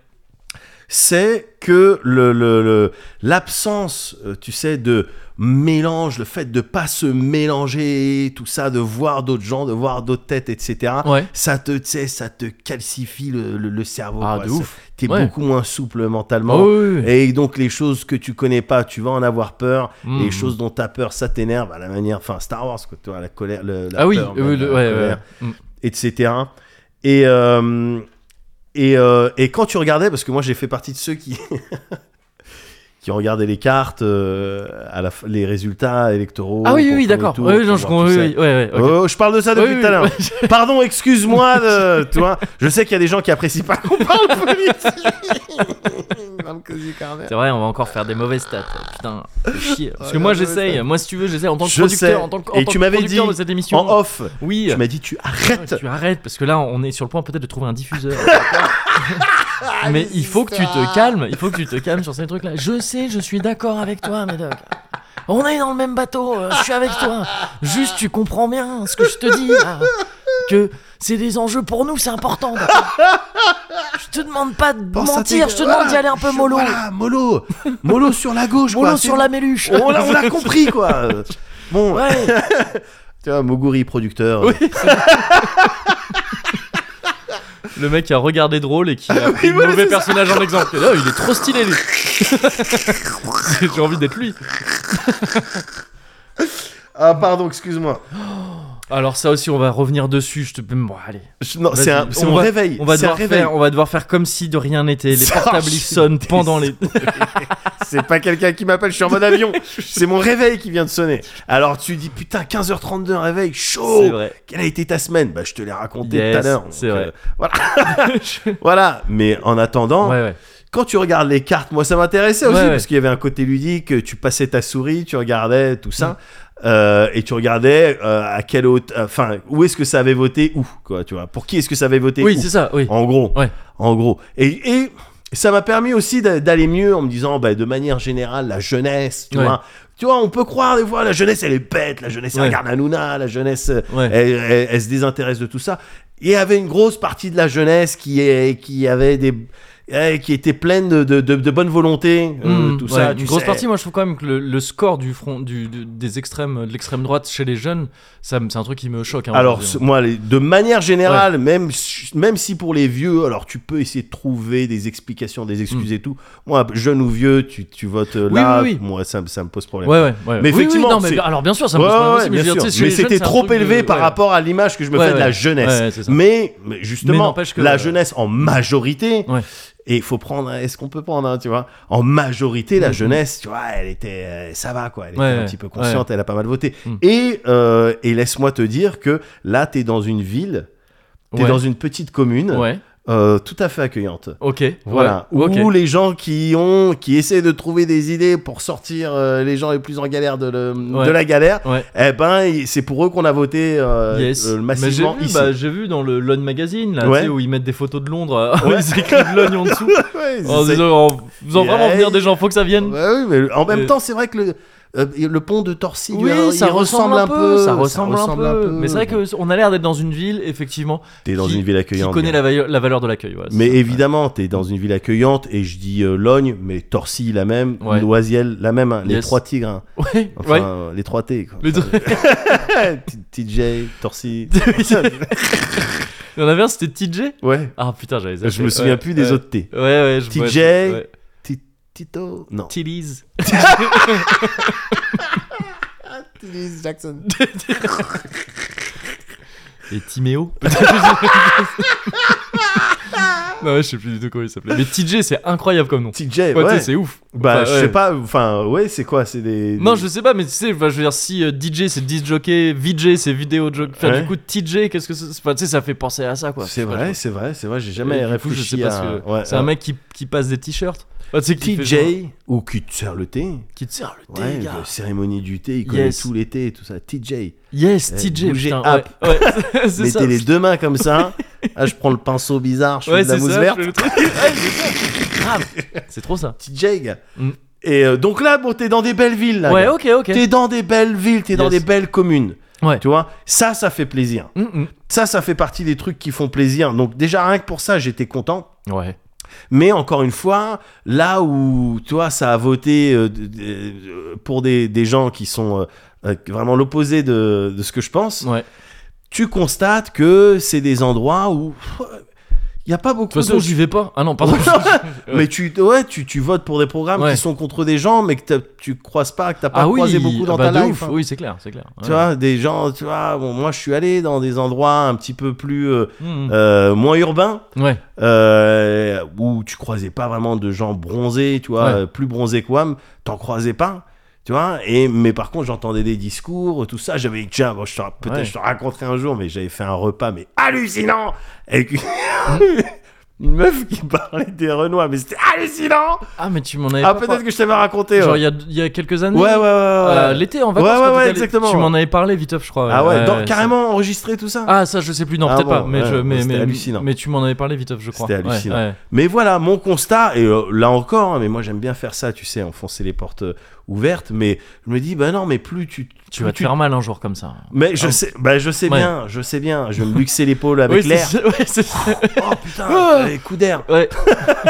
c'est que le- le- le- l'absence, euh, tu sais, de mélange, le fait de pas se mélanger, tout ça, de voir d'autres gens, de voir d'autres têtes, etc Ouais. ça te tu sais, ça te calcifie le, le- le cerveau Ah, quoi. de Ça- ouf. t'es Ouais. beaucoup moins souple Ah mentalement oui, oui, oui. et donc les choses que tu connais pas tu vas en avoir peur Mm. les choses dont t'as peur ça t'énerve à la manière enfin Star Wars quoi tu vois la colère le, la Ah oui, peur, euh, même, le- la ouais, ouais, colère, ouais. Mm. etc et euh, et, euh, et quand tu regardais parce que moi j'ai fait partie de ceux qui qui regardaient les cartes euh, à la f- les résultats électoraux Ah oui, oui, pour- oui, pour d'accord. le tour, Ouais, pour non, je voir comprends. tout Oui, ça. oui, ouais, ouais, ok. Oh, je parle de ça depuis Oui, tout à l'heure. oui, oui. Pardon, excuse-moi, de, tu vois. Je sais qu'il y a des gens qui apprécient pas qu'on parle politique. Dans le cosy corner. C'est vrai, on va encore faire des mauvaises stats. Putain, fais chier. Parce que moi, j'essaye. Moi, si tu veux, j'essaye en tant que Je sais. producteur, en tant que, en Et tant tu que m'avais producteur dit, de cette émission. En off, oui. tu m'as dit tu arrêtes. Ouais, Tu arrêtes parce que là on est sur le point peut-être de trouver un diffuseur. mais il faut que tu te calmes, il faut que tu te calmes sur ces trucs-là. Je sais, je suis d'accord avec toi, Médoc. On est dans le même bateau, euh, je suis avec toi. Juste tu comprends bien ce que je te dis là. Que c'est des enjeux pour nous, c'est important. d'accord Je te demande pas de Pense à mentir, tes- je te demande d'y aller un peu je- mollo. Voilà, mollo. Mollo sur la gauche. Mollo quoi, sur c'est- la méluche. On l'a on l'a compris, quoi. Bon, Ouais. tu vois, Moguri, producteur. Oui, Le mec qui a regardé drôle et qui a pris le mauvais personnage en exemple. Oh, il est trop stylé lui. J'ai envie d'être lui. Ah, pardon, excuse-moi. Alors ça aussi, on va revenir dessus. Je te. Bon, allez. Je- Non, Vas-y, c'est un, c'est on mon va- réveil. On va c'est un devoir réveil. faire. On va devoir faire comme si de rien n'était. Les Ça portables marche. ils sonnent pendant les. C'est pas quelqu'un qui m'appelle, je suis en mode avion. C'est mon réveil qui vient de sonner. Alors tu dis putain 15h32 un réveil chaud. C'est vrai. Quelle a été ta semaine Bah je te l'ai raconté Yes, tout à l'heure. c'est Donc, vrai. euh, voilà. voilà. Mais en attendant, Ouais ouais. quand tu regardes les cartes, moi ça m'intéressait Ouais, aussi ouais. parce qu'il y avait un côté ludique. Tu passais ta souris, tu regardais tout ça. Mm. euh, et tu regardais euh, à quelle haute, enfin où est-ce que ça avait voté où quoi, tu vois. Pour qui est-ce que ça avait voté Oui où c'est ça. Oui. en gros. Ouais. En gros. Et, et ça m'a permis aussi d'a- d'aller mieux en me disant, bah, de manière générale, la jeunesse, tu Ouais. vois. Tu vois, on peut croire des fois, la jeunesse, elle est bête, la jeunesse, elle Ouais. regarde Hanouna, la jeunesse, euh, Ouais. elle, elle- elle se désintéresse de tout ça. Et il y avait une grosse partie de la jeunesse qui, est, qui avait des. euh, qui était pleine de, de, de- de bonne volonté, euh, Mmh, ouais, tout ça. Une tu grosse sais. partie, moi je trouve quand même que le, le score du front, du, du- des extrêmes, de l'extrême droite chez les jeunes, ça me- c'est un truc qui me choque. hein, Alors, aujourd'hui. ce- moi, les- de manière générale, même, si- même si pour les vieux, alors tu peux essayer de trouver des explications, des excuses et tout. Moi, jeune ou vieux, tu, tu votes euh, Hmm. Oui, là, oui, oui. moi, ça, me- ça me pose problème. Ouais, ouais, ouais. Mais Oui, oui, effectivement, non, mais c'est- bien- alors bien sûr, ça Ouais, me pose problème ouais, aussi, mais bien je veux dire, sûr. tu sais, chez Mais les jeunes, c'était c'est un trop truc de- élevé par ouais. rapport à l'image que je me Ouais, fais de la ouais. jeunesse. Ouais, c'est ça. mais, mais justement, n'empêche que- la jeunesse en majorité, Ouais. et il faut prendre, est-ce qu'on peut prendre, hein, tu vois, en majorité, la Mhm. jeunesse, tu vois, elle était, euh, ça va quoi, elle était Ouais, un ouais. petit peu consciente, elle a pas mal voté. Mhm. Et, euh, et laisse-moi te dire que là, t'es dans une ville, t'es Ouais. dans une petite commune, Ouais. euh, tout à fait accueillante. Ok. Voilà, Ouais. Ok. où les gens qui ont, qui essaient de trouver des idées pour sortir euh, les gens les plus en galère de, le- Ouais. de la galère, Ouais. eh ben il- c'est pour eux qu'on a voté euh, Yes. euh, Mais j'ai massivement vu, ici. bah, j'ai vu dans le Lone Magazine là, tu Ouais. sais, où ils mettent des photos de Londres, euh, Ouais. ils écrivent Lone en dessous, Oh, Ouais, ils en essaient- disant en faisant vraiment Yeah. venir des gens, faut que ça vienne. Ouais, oui, mais en même Euh. temps, c'est vrai que le, euh, le pont de Torcy, Oui, il- ça il ressemble un peu, ça ressemble, ressemble un, peu. Mais c'est vrai que on a l'air d'être dans une ville, effectivement, t'es dans qui- une ville qui accueillante. connaît Mm. bien. la, vaille- la valeur de l'accueil. ouais, c'est Mais ça. évidemment, t'es dans une ville accueillante et je dis euh, Logne, mais Torcy la même, Ouais. Loisiel la même, hein, les Yes. trois tigres, hein. Ouais. enfin ouais. euh, les trois T. Quoi. Les deux- TJ, Torcy. Il y en avait un, c'était TJ. ouais. Ah putain, j'avais. zappé. Je me souviens Ouais, plus des ouais. autres T. Ouais, ouais. je- TJ. ouais, ouais. Ti- Tito Non. Tilly's. Tillis Jackson. Et Timéo. Non, ouais, je sais plus du tout comment il s'appelait. Mais TJ, c'est incroyable comme nom. TJ, Ouais, tu sais, ouais. c'est ouf. Bah, Enfin, je ouais. sais pas, enfin, ouais, c'est quoi C'est des. Non, des- je sais pas, mais tu sais, enfin, je veux dire, si euh, DJ c'est disc jockey, VJ c'est vidéo jockey, enfin, Ouais. du coup, TJ, qu'est-ce que c'est Enfin, tu sais, ça fait penser à ça, quoi. C'est Je sais pas, vrai, je- c'est vrai, c'est vrai, j'ai Et jamais du coup, je réfléchi sais pas à. ce que- ouais, c'est un mec qui, qui passe des t-shirts. Enfin, tu sais, qui fait genre- TJ, ou qui te sert le thé. qui te sert le thé, Ouais, gars. de cérémonie du thé, il connaît Yes. tout l'été et tout ça. TJ, Yes, Eh, TJ, bougez, putain, hop. ouais, ouais, c'est mettez ça. les deux mains comme ça. ah, je prends le pinceau bizarre, je fais ouais, de la c'est mousse ça. verte. je fais le truc. Ouais, c'est ça. Grave. C'est trop ça. TJ, gars. Mm. Et euh, donc là, bon, t'es dans des belles villes, là. Ouais, oh, gars. ok, ok. T'es dans des belles villes, t'es dans Yes. des belles communes. Ouais. Tu vois, ça, ça fait plaisir. Mm, Ça, ça fait partie des trucs qui font plaisir. Donc déjà, rien que pour ça, j'étais content. mm. Ouais. Mais encore une fois, là où, tu vois, ça a voté euh, de- de- pour des, des gens qui sont euh, euh, vraiment l'opposé de, de ce que je pense, Ouais. tu constates que c'est des endroits où il n'y a pas De beaucoup toute façon, de... j'y vais pas. Ah non, pardon. Mais tu, ouais, tu, tu votes pour des programmes Ouais. qui sont contre des gens, mais que t'as- tu croises pas, que t'as pas ah oui, croisé beaucoup dans ah bah, ta de life. hein. ouf. Oui, c'est clair, c'est clair. Tu Ouais. vois, des gens, tu vois, bon, moi je suis allé dans des endroits un petit peu plus, euh, Mm, euh, moins urbains, mm. Ouais. euh, où tu croisais pas vraiment de gens bronzés, tu vois, Ouais. euh, plus bronzés que WAM, t'en croisais pas, tu vois. Et mais par contre, j'entendais des discours, tout ça. J'avais tiens, bon, je te ra- peut-être Ouais. je te raconterai un jour, mais j'avais fait un repas mais hallucinant avec une meuf qui parlait des Renois, mais c'était hallucinant. Ah, mais tu m'en avais Ah pas peut-être que je t'avais raconté. Genre, ouais. il y a, il y a quelques années. Ouais, ouais, ouais, ouais, Euh, ouais. L'été en vacances. Ouais, ouais, quand t'es ouais, allé, exactement. Tu m'en avais parlé, Viteuf, je crois. Ah ouais, dans- c'est- carrément enregistré tout ça. Ah, ça, je sais plus. Non, Ah peut-être bon, pas. Mais, ouais, je, mais, c'était mais, hallucinant. mais tu m'en avais parlé, Viteuf, je crois. C'était Ouais, hallucinant. ouais. Mais voilà, mon constat, et euh, là encore, hein, mais moi j'aime bien faire ça, tu sais, enfoncer les portes euh, ouvertes, mais je me dis, bah non, mais plus tu... Tu plus vas te faire mal un jour comme ça. Mais je Ah. sais, bah je sais Ouais. bien, je sais bien, je vais me luxer l'épaule avec Oui, l'air. c'est- Ouais, c'est ça. Ah. Oh putain, les coups d'air. Ouais.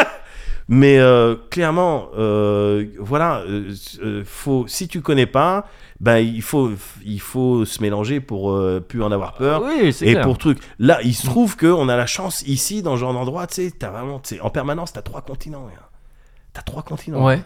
Mais euh, clairement, euh, voilà, euh, euh, faut, si tu connais pas, bah il faut, il faut se mélanger pour euh, plus en avoir peur. Oui, c'est Et clair. pour truc, là, il se trouve que on a la chance ici dans ce genre d'endroit, tu sais, t'as vraiment, tu sais, en permanence, t'as trois continents, hein. t'as trois continents, Ouais.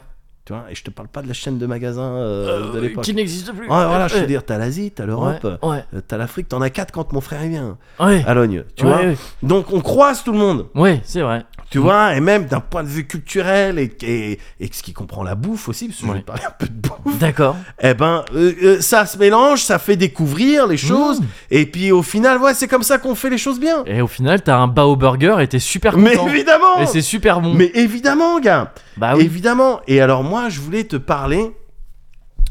tu vois. Et je te parle pas de la chaîne de magasins euh, de l'époque. Qui n'existe plus. Ouais, voilà, je veux dire, t'as l'Asie, t'as Ouais. l'Europe, Ouais. euh, t'as l'Afrique, t'en as quatre quand mon frère il vient Ouais. à Logne, Euh, tu Ouais, vois. ouais. Donc on croise tout le monde, Ouais, c'est vrai. tu vois, et même d'un point de vue culturel et, et, et ce qui comprend la bouffe aussi, parce que je Ouais. vais te parler un peu de bouffe, D'accord. eh ben euh, euh, ça se mélange, ça fait découvrir les choses, Mmh. et puis au final, ouais, c'est comme ça qu'on fait les choses bien. Et au final, t'as un bao burger et t'es super Mais content. évidemment Et c'est super bon. Mais évidemment, gars Bah oui. Évidemment Et alors moi, je voulais te parler,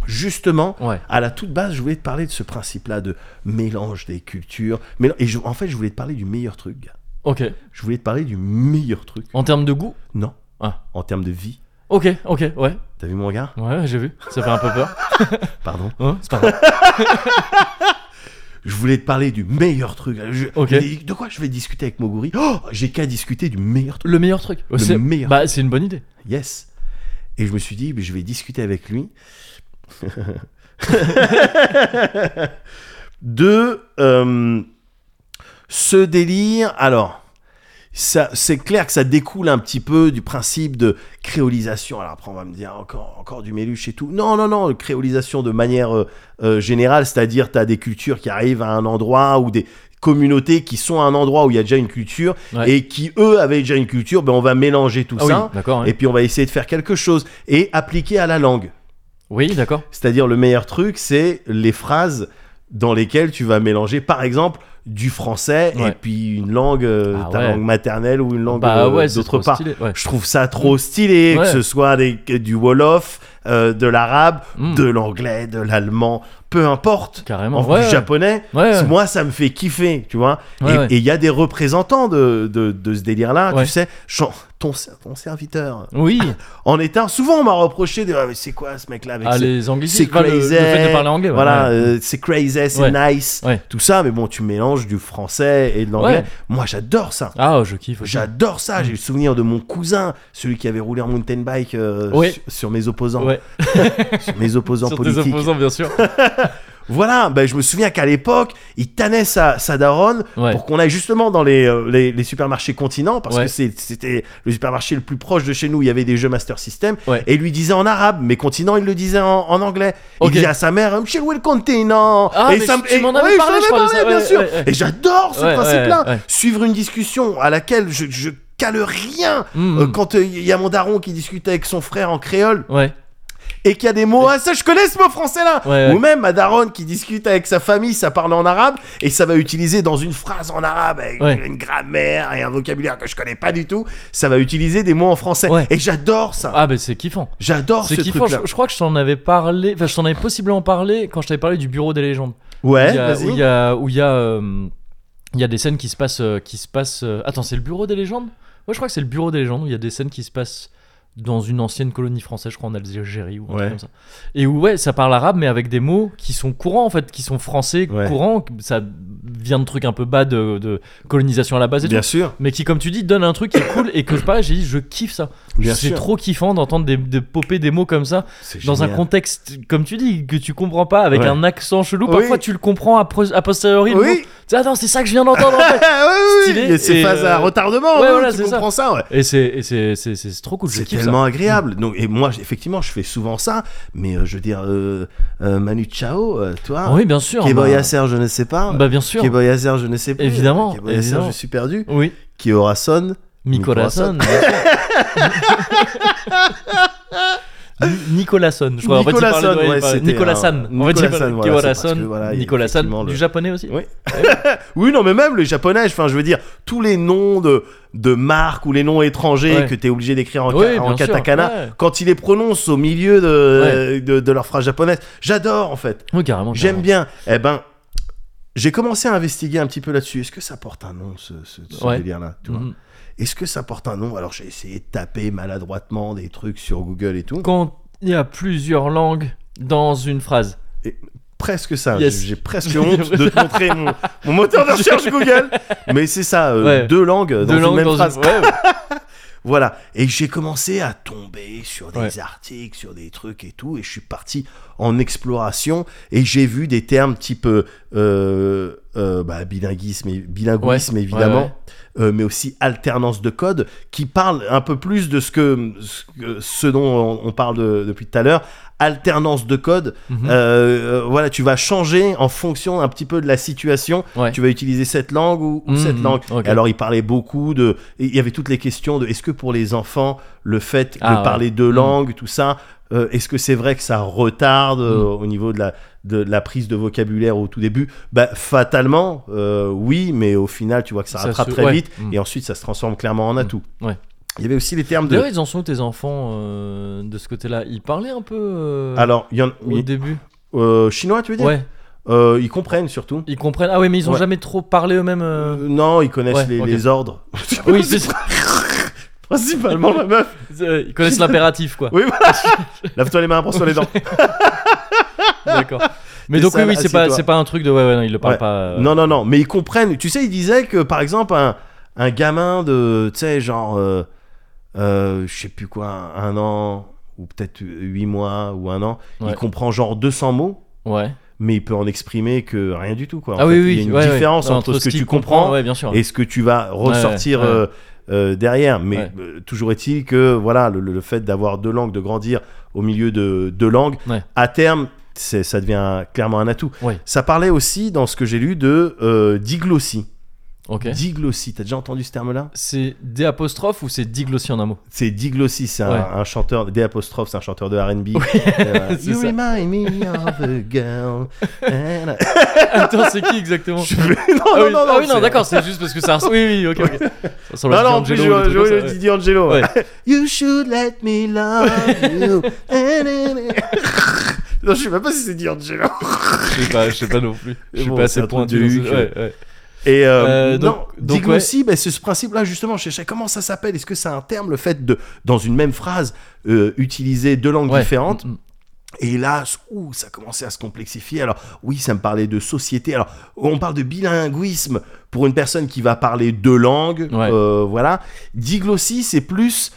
justement, Ouais. à la toute base, je voulais te parler de ce principe-là de mélange des cultures. Mais, et je- en fait, je voulais te parler du meilleur truc, gars. Ok. Je voulais te parler du meilleur truc. En termes de goût. Non. Ah. En termes de vie. Ok. Ok. Ouais. T'as vu mon regard Ouais, j'ai vu. Ça fait un peu peur. Pardon. Hein, c'est pas grave. Je voulais te parler du meilleur truc. Je- Ok. mais De quoi je vais discuter avec Moguri Oh, J'ai qu'à discuter du meilleur truc. Le meilleur truc. Le C'est- meilleur. Bah, c'est une bonne idée. Yes. Et je me suis dit, mais je vais discuter avec lui de euh, ce délire. Alors, ça, c'est clair que ça découle un petit peu du principe de créolisation. Alors après, on va me dire encore, encore du méluche et tout. Non, non, non, créolisation de manière euh, euh, générale, c'est-à-dire tu as des cultures qui arrivent à un endroit ou des communautés qui sont à un endroit où il y a déjà une culture Ouais. et qui, eux, avaient déjà une culture, ben, on va mélanger tout Ah ça. oui, d'accord. ouais. Et puis on va essayer de faire quelque chose et appliquer à la langue. Oui, d'accord. C'est-à-dire le meilleur truc, c'est les phrases dans lesquelles tu vas mélanger, par exemple, du français et Ouais. puis une langue, euh, Ah ta ouais. langue maternelle ou une langue Bah euh, ouais, c'est d'autre trop part. stylé. Ouais. Je trouve ça trop stylé, Ouais. que ce soit des- que du Wolof, euh, de l'arabe, Mm. de l'anglais, de l'allemand, peu importe, Carrément. en- ouais, du ouais. japonais. Ouais, ouais. Moi, ça me fait kiffer, tu vois. Ouais, et ouais. et il y a des représentants de, de, de ce délire-là, Ouais. tu sais. Chan- ton, ser- ton serviteur, Oui, en état. Souvent, on m'a reproché de ah, mais c'est quoi ce mec-là avec ah, ses- les anglais, c'est enfin, le, le crazy. fait de parler anglais. ouais, Voilà, ouais. euh, c'est crazy, c'est Ouais. nice, Ouais. tout ça. Mais bon, tu mélanges du français et de l'anglais. Ouais. Moi, j'adore ça. Ah, je kiffe. aussi. J'adore ça. J'ai le souvenir de mon cousin, celui qui avait roulé en mountain bike euh, Ouais. sur, sur mes opposants, Ouais, sur mes opposants sur tes politiques. opposants, bien sûr. Voilà, ben, je me souviens qu'à l'époque, il tannait sa, sa daronne Ouais. pour qu'on aille justement dans les, euh, les, les supermarchés continents, parce Ouais. que c'est- c'était le supermarché le plus proche de chez nous, il y avait des jeux Master System, Ouais. et il lui disait en arabe, mais continent, il le disait en, en anglais. Il Ok. disait à sa mère, Chez où est le continent Ah, mais ça tu- me- tu m'en avais oui, je parlé, t'en je crois, de avais ça, bien ouais, sûr. ouais, ouais. Et j'adore ce Ouais, principe-là. ouais, ouais. Suivre une discussion à laquelle je, je cale rien. Mm. Euh, quand euh, il y a mon daron qui discute avec son frère en créole Ouais. et qu'il y a des mots, ah, ça je connais ce mot français là. Ouais, ouais. Ou même ma daronne qui discute avec sa famille, ça parle en arabe et ça va utiliser dans une phrase en arabe avec Ouais. une grammaire et un vocabulaire que je connais pas du tout, ça va utiliser des mots en français. Ouais. Et j'adore ça. Ah, bah c'est kiffant. J'adore ce C'est kiffant. truc Je, là. je crois que je t'en avais parlé. Enfin, je t'en avais possiblement parlé quand je t'avais parlé du bureau des légendes. Ouais, il y a, vas-y. où il y a, où il y a, euh, il y a des scènes qui se passent, euh, qui se passent. euh, Attends, c'est le bureau des légendes. Ouais, je crois que c'est le bureau des légendes où il y a des scènes qui se passent dans une ancienne colonie française, je crois en Algérie ou un truc Ouais. comme ça. Et où ouais, ça parle arabe mais avec des mots qui sont courants en fait, qui sont français Ouais. courants. Ça vient de trucs un peu bas de, de colonisation à la base et Bien tout. sûr, Mais qui, comme tu dis, donne un truc qui est cool et que pareil, j'ai dit, je kiffe ça. bien C'est sûr. trop kiffant d'entendre des, de popper des mots comme ça C'est dans un génial. contexte, comme tu dis, que tu comprends pas, avec Ouais. un accent chelou, Oui. parfois tu le comprends a, pro- a posteriori. le mot. Oui, Tu dis, Ah non, c'est ça que je viens d'entendre en fait. Ah, ouais, ouais, Stylé, ouais, il y a ces et, phases à euh, retardement, ouais, hein, voilà, tu c'est ça. comprends ça, ouais. Et c'est- et c'est c'est- c'est- c'est trop cool, je C'est kiffe tellement agréable. Donc, et moi, j- effectivement, je fais souvent ça, mais euh, je veux dire, euh, euh, Manu Chao, euh, ça. toi, Ah Oui, bien sûr. Keboy bah, Yasser, je ne sais pas. bah, bien sûr. Keboy Yasser, je ne sais plus. Évidemment, Keboy Yasser, évidemment. je suis perdu. Oui, Qui aura son Nicolason. Nicolason, je crois. En fait, il parlait de- Nicolason, il ouais, parlait- c'était Nicolasan. un- En fait, il parlait Nicolasan, de voilà, c'est parce que, Nicolasan. voilà, il y a Nicolasan, effectivement du le- japonais aussi. Oui. Oui, non, mais même les japonais, enfin, je veux dire, tous les noms de, de marques ou les noms étrangers Ouais. que tu es obligé d'écrire en, Oui, ka- bien en sûr, katakana, ouais. quand ils les prononcent au milieu de, de, de leur phrase japonaise, j'adore en fait. Oui, carrément. J'aime carrément. bien. Eh ben, j'ai commencé à investiguer un petit peu là-dessus. Est-ce que ça porte un nom, ce, ce, ce Ouais. délire-là tu vois Mhm. Est-ce que ça porte un nom Alors, j'ai essayé de taper maladroitement des trucs sur Google et tout. Quand il y a plusieurs langues dans une phrase. Presque ça. Yes. J'ai j'ai presque honte de te montrer mon, mon moteur de recherche Google. Mais c'est ça, euh, Ouais. deux langues dans Deux une langues même dans phrase. une. Ouais, ouais. Voilà. Et j'ai commencé à tomber sur des Ouais. articles, sur des trucs et tout. Et je suis parti en exploration et j'ai vu des termes type euh, euh, euh, bah, bilinguisme, et- bilinguisme Ouais. évidemment, Ouais, euh, mais aussi alternance de code qui parle un peu plus de ce que ce, que- ce dont on, on parle de- depuis tout à l'heure. Alternance de code, Mhm. euh, euh, voilà, tu vas changer en fonction un petit peu de la situation. Ouais. Tu vas utiliser cette langue ou, ou Mhm, cette langue. ok. Et alors, il parlait beaucoup de. Il y avait toutes les questions de est-ce que pour les enfants, le fait Ah, de ouais. parler deux langues, tout ça, euh, est-ce que c'est vrai que ça Mmh. retarde euh, au niveau de la, de la prise de vocabulaire au tout début bah, Fatalement, euh, oui, mais au final, tu vois que ça, Ça rattrape se- très ouais. vite Mm. et ensuite, ça se transforme clairement en atout. Ouais. Il y avait aussi les termes de. D'ailleurs, Ah ils en sont où, tes enfants euh, de ce côté-là Ils parlaient un peu euh, Alors, il y en au début euh, chinois, tu veux dire Ouais, Euh, Ils comprennent surtout. ils comprennent. Ah oui, mais ils ont Ouais. jamais trop parlé eux-mêmes. euh. Euh, non, ils connaissent ouais, les, ok. les ordres. Oui, c'est ça. Principalement la meuf. Euh, Ils connaissent l'impératif, quoi. Oui, voilà. Lave-toi les mains, prends-toi les dents. D'accord. Mais Et donc, ça, oui, oui, là, c'est pas, assieds-toi. c'est pas un truc de. Ouais, ouais, non, ils le parlent Ouais. pas. euh. Non, non, non, mais ils comprennent. Tu sais, ils disaient que, par exemple, un, un gamin de, tu sais, genre, euh, euh, je sais plus quoi, un an, ou peut-être huit mois, ou un an, Ouais. il comprend genre 200 mots, Ouais. mais il peut en exprimer que rien du tout, quoi. En Ah fait, oui, oui. Il y a une ouais, ouais. différence Non, entre, ce que qu'ils tu comprends Ouais, bien sûr. et ce que tu vas ressortir Ouais, ouais. euh, euh, derrière. Mais Ouais. euh, toujours est-il que voilà, le, le- le fait d'avoir deux langues, de grandir au milieu de deux langues, Ouais. à terme, c'est- ça devient clairement un atout. Ouais. Ça parlait aussi, dans ce que j'ai lu, de euh, diglossie. Ok. Diglossie, t'as déjà entendu ce terme-là C'est D apostrophe ou c'est diglossie en un mot C'est diglossie, c'est un, Ouais. un chanteur, D apostrophe, c'est un chanteur de R&B. Euh, c'est you ça. remind me of a girl. and I- Attends, c'est qui exactement Je- non, Ah non, oui, non, ah oui, non, c'est- d'accord, c'est juste parce que ça. Oui, oui, ok. ok. Ça ressemble à Non, non, en D'Angelo plus, ou des je trucs jouais comme le ça, ouais. Didier Angelo. Ouais. You should let me love you. non, je sais même pas si c'est Didier Angelo. Je sais pas, je sais pas non plus. Je suis Bon, pas c'est assez un truc pointu. de dans ce- Hulk. Ouais, ouais. Et euh, Euh, donc- non, donc, diglossie, ben, c'est ce principe-là, justement. Je cherchais comment ça s'appelle. Est-ce que c'est un terme, le fait de, dans une même phrase, euh, utiliser deux langues Ouais. différentes Mm, mm. Et là, ouh, ça commençait à se complexifier. Alors, oui, ça me parlait de société. Alors, on parle de bilinguisme pour une personne qui va parler deux langues. Ouais. euh, voilà. Diglossie, c'est plus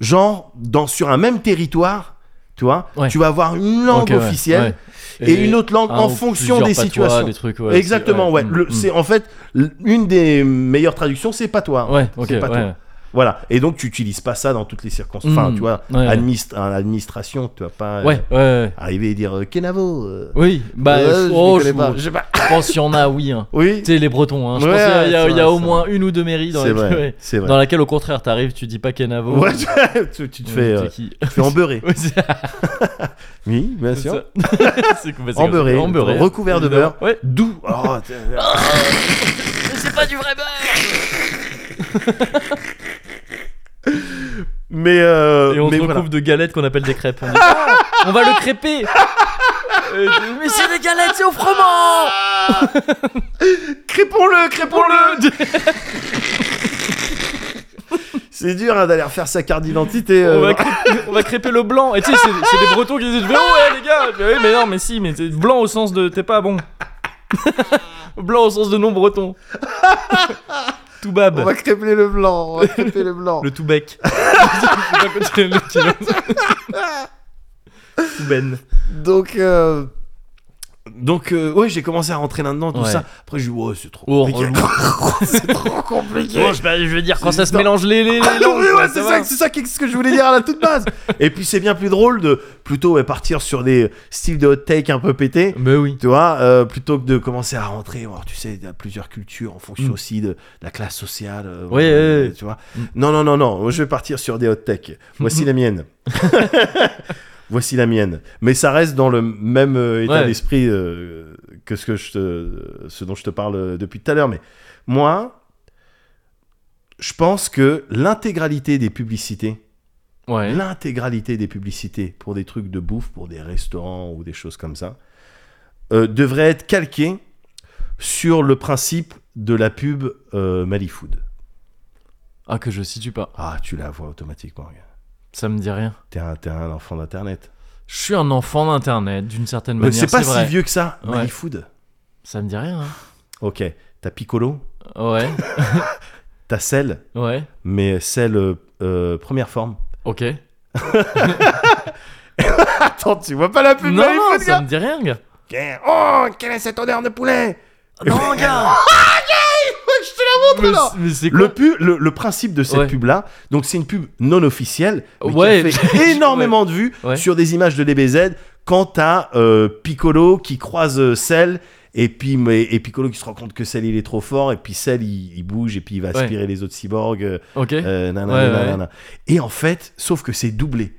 genre dans, sur un même territoire. Tu vois, Ouais. tu vas avoir une langue Ok, ouais, officielle ouais. et, une autre langue un en ou plusieurs fonction des patois, situations. des trucs, ouais, Exactement, c'est- ouais. mm, Le- mm. C'est en fait l- une des meilleures traductions, c'est patois. Ouais, ok, C'est ouais. patois. Voilà. Et donc, tu n'utilises pas ça dans toutes les circonstances. Enfin, Mm. tu vois, Ouais, ouais. administ- en administration, tu vas pas euh, Ouais, ouais, ouais. arriver et dire euh, Kenavo. euh, Oui, bah, euh, je, je oh, les connais je- pas. je pense qu'il y en a, oui. hein. Oui, Tu sais, les Bretons, hein. je Ouais, pense qu'il y a- il y a, c'est il y a vrai, au c'est moins une ou deux mairies dans, c'est lesquelles- vrai. ouais. C'est vrai. dans laquelle, au contraire, t'arrives, tu dis pas Kenavo. Ouais, tu, tu- tu te fais, euh, C'est qui tu te fais embeurer. Ouais, c'est- Oui, bien c'est sûr. ça. C'est complètement- c'est Embeurré, complètement- embeurré, recouvert de évidemment. Ouais. D'où Oh, t'es- Mais c'est pas du vrai beurre Mais, euh, Et on mais se recouvre voilà. de galettes qu'on appelle des crêpes. On, dit, Ah, on va le crêper Euh, je- Mais c'est des galettes, c'est au froment Crépons-le, crépons-le C'est dur hein, d'aller refaire sa carte d'identité. on, euh, va crêper, on va crêper le blanc. Et tu sais, c'est c'est des Bretons qui disent Ouais, les gars mais, oui, mais non, mais si, mais c'est blanc au sens de t'es pas bon. blanc au sens de non breton. tout bab. on va crêper le blanc, on va crêper le blanc. Le tout bec. Je sais pas quoi tu- le petit- Tout ben. Donc, euh, donc euh, ouais, j'ai commencé à rentrer là-dedans, tout Ouais. ça. Après, j'ai dit, ouais, c'est trop Oh, compliqué. c'est trop compliqué. Bon, je, bah, je veux dire, quand C'est ça se dans- mélange les, les, les Ah, langues, oui, ouais, quoi, c'est va. ça, c'est ça qui- ce que je voulais dire à la toute base. Et puis, c'est bien plus drôle de plutôt ouais, partir sur des styles de hot take un peu pétés. Mais oui. Tu vois, euh, plutôt que de commencer à rentrer, alors, tu sais, il y a plusieurs cultures en fonction Mm. aussi de, de la classe sociale. euh, Ouais, euh, ouais, Tu vois. Mm. Non, non, non, non. moi, Je vais partir sur des hot tech. Voici la mienne. Voici la mienne. Mais ça reste dans le même euh, état Ouais. d'esprit euh, que ce que je te, ce dont je te parle euh, depuis tout à l'heure. Mais moi, je pense que l'intégralité des publicités Ouais. l'intégralité des publicités pour des trucs de bouffe, pour des restaurants ou des choses comme ça, euh, devrait être calquée sur le principe de la pub euh, Malifood. Ah, que je situe pas. Ah, tu la vois automatiquement. regarde. Ça me dit rien. T'es un, t'es un enfant d'Internet. Je suis un enfant d'internet, d'une certaine Mais manière. c'est pas si vrai. vieux que ça, Ouais. Malifood. Ça me dit rien. hein. Ok, t'as Piccolo, Ouais, t'as Celle, ouais. mais Celle euh, euh, première forme. Ok. Attends, tu vois pas la pub Non, non, Malifood, ça gars me dit rien, gars. Ok, Oh, quelle est cette odeur de poulet Non, gars Je te la montre, Mais, là c'est- mais c'est quoi le, pu- le, le principe de cette Ouais. pub-là, donc c'est une pub non officielle, mais Ouais. qui a fait énormément de vues Ouais. sur des images de DBZ quant à euh, Piccolo qui croise euh, Cell, et puis mais, et Piccolo qui se rend compte que Cell il est trop fort, et puis Cell il, il bouge, et puis il va Ouais. aspirer les autres cyborgs, euh, Ok. euh, nanana, Ouais, ouais. nanana. Et en fait, sauf que c'est doublé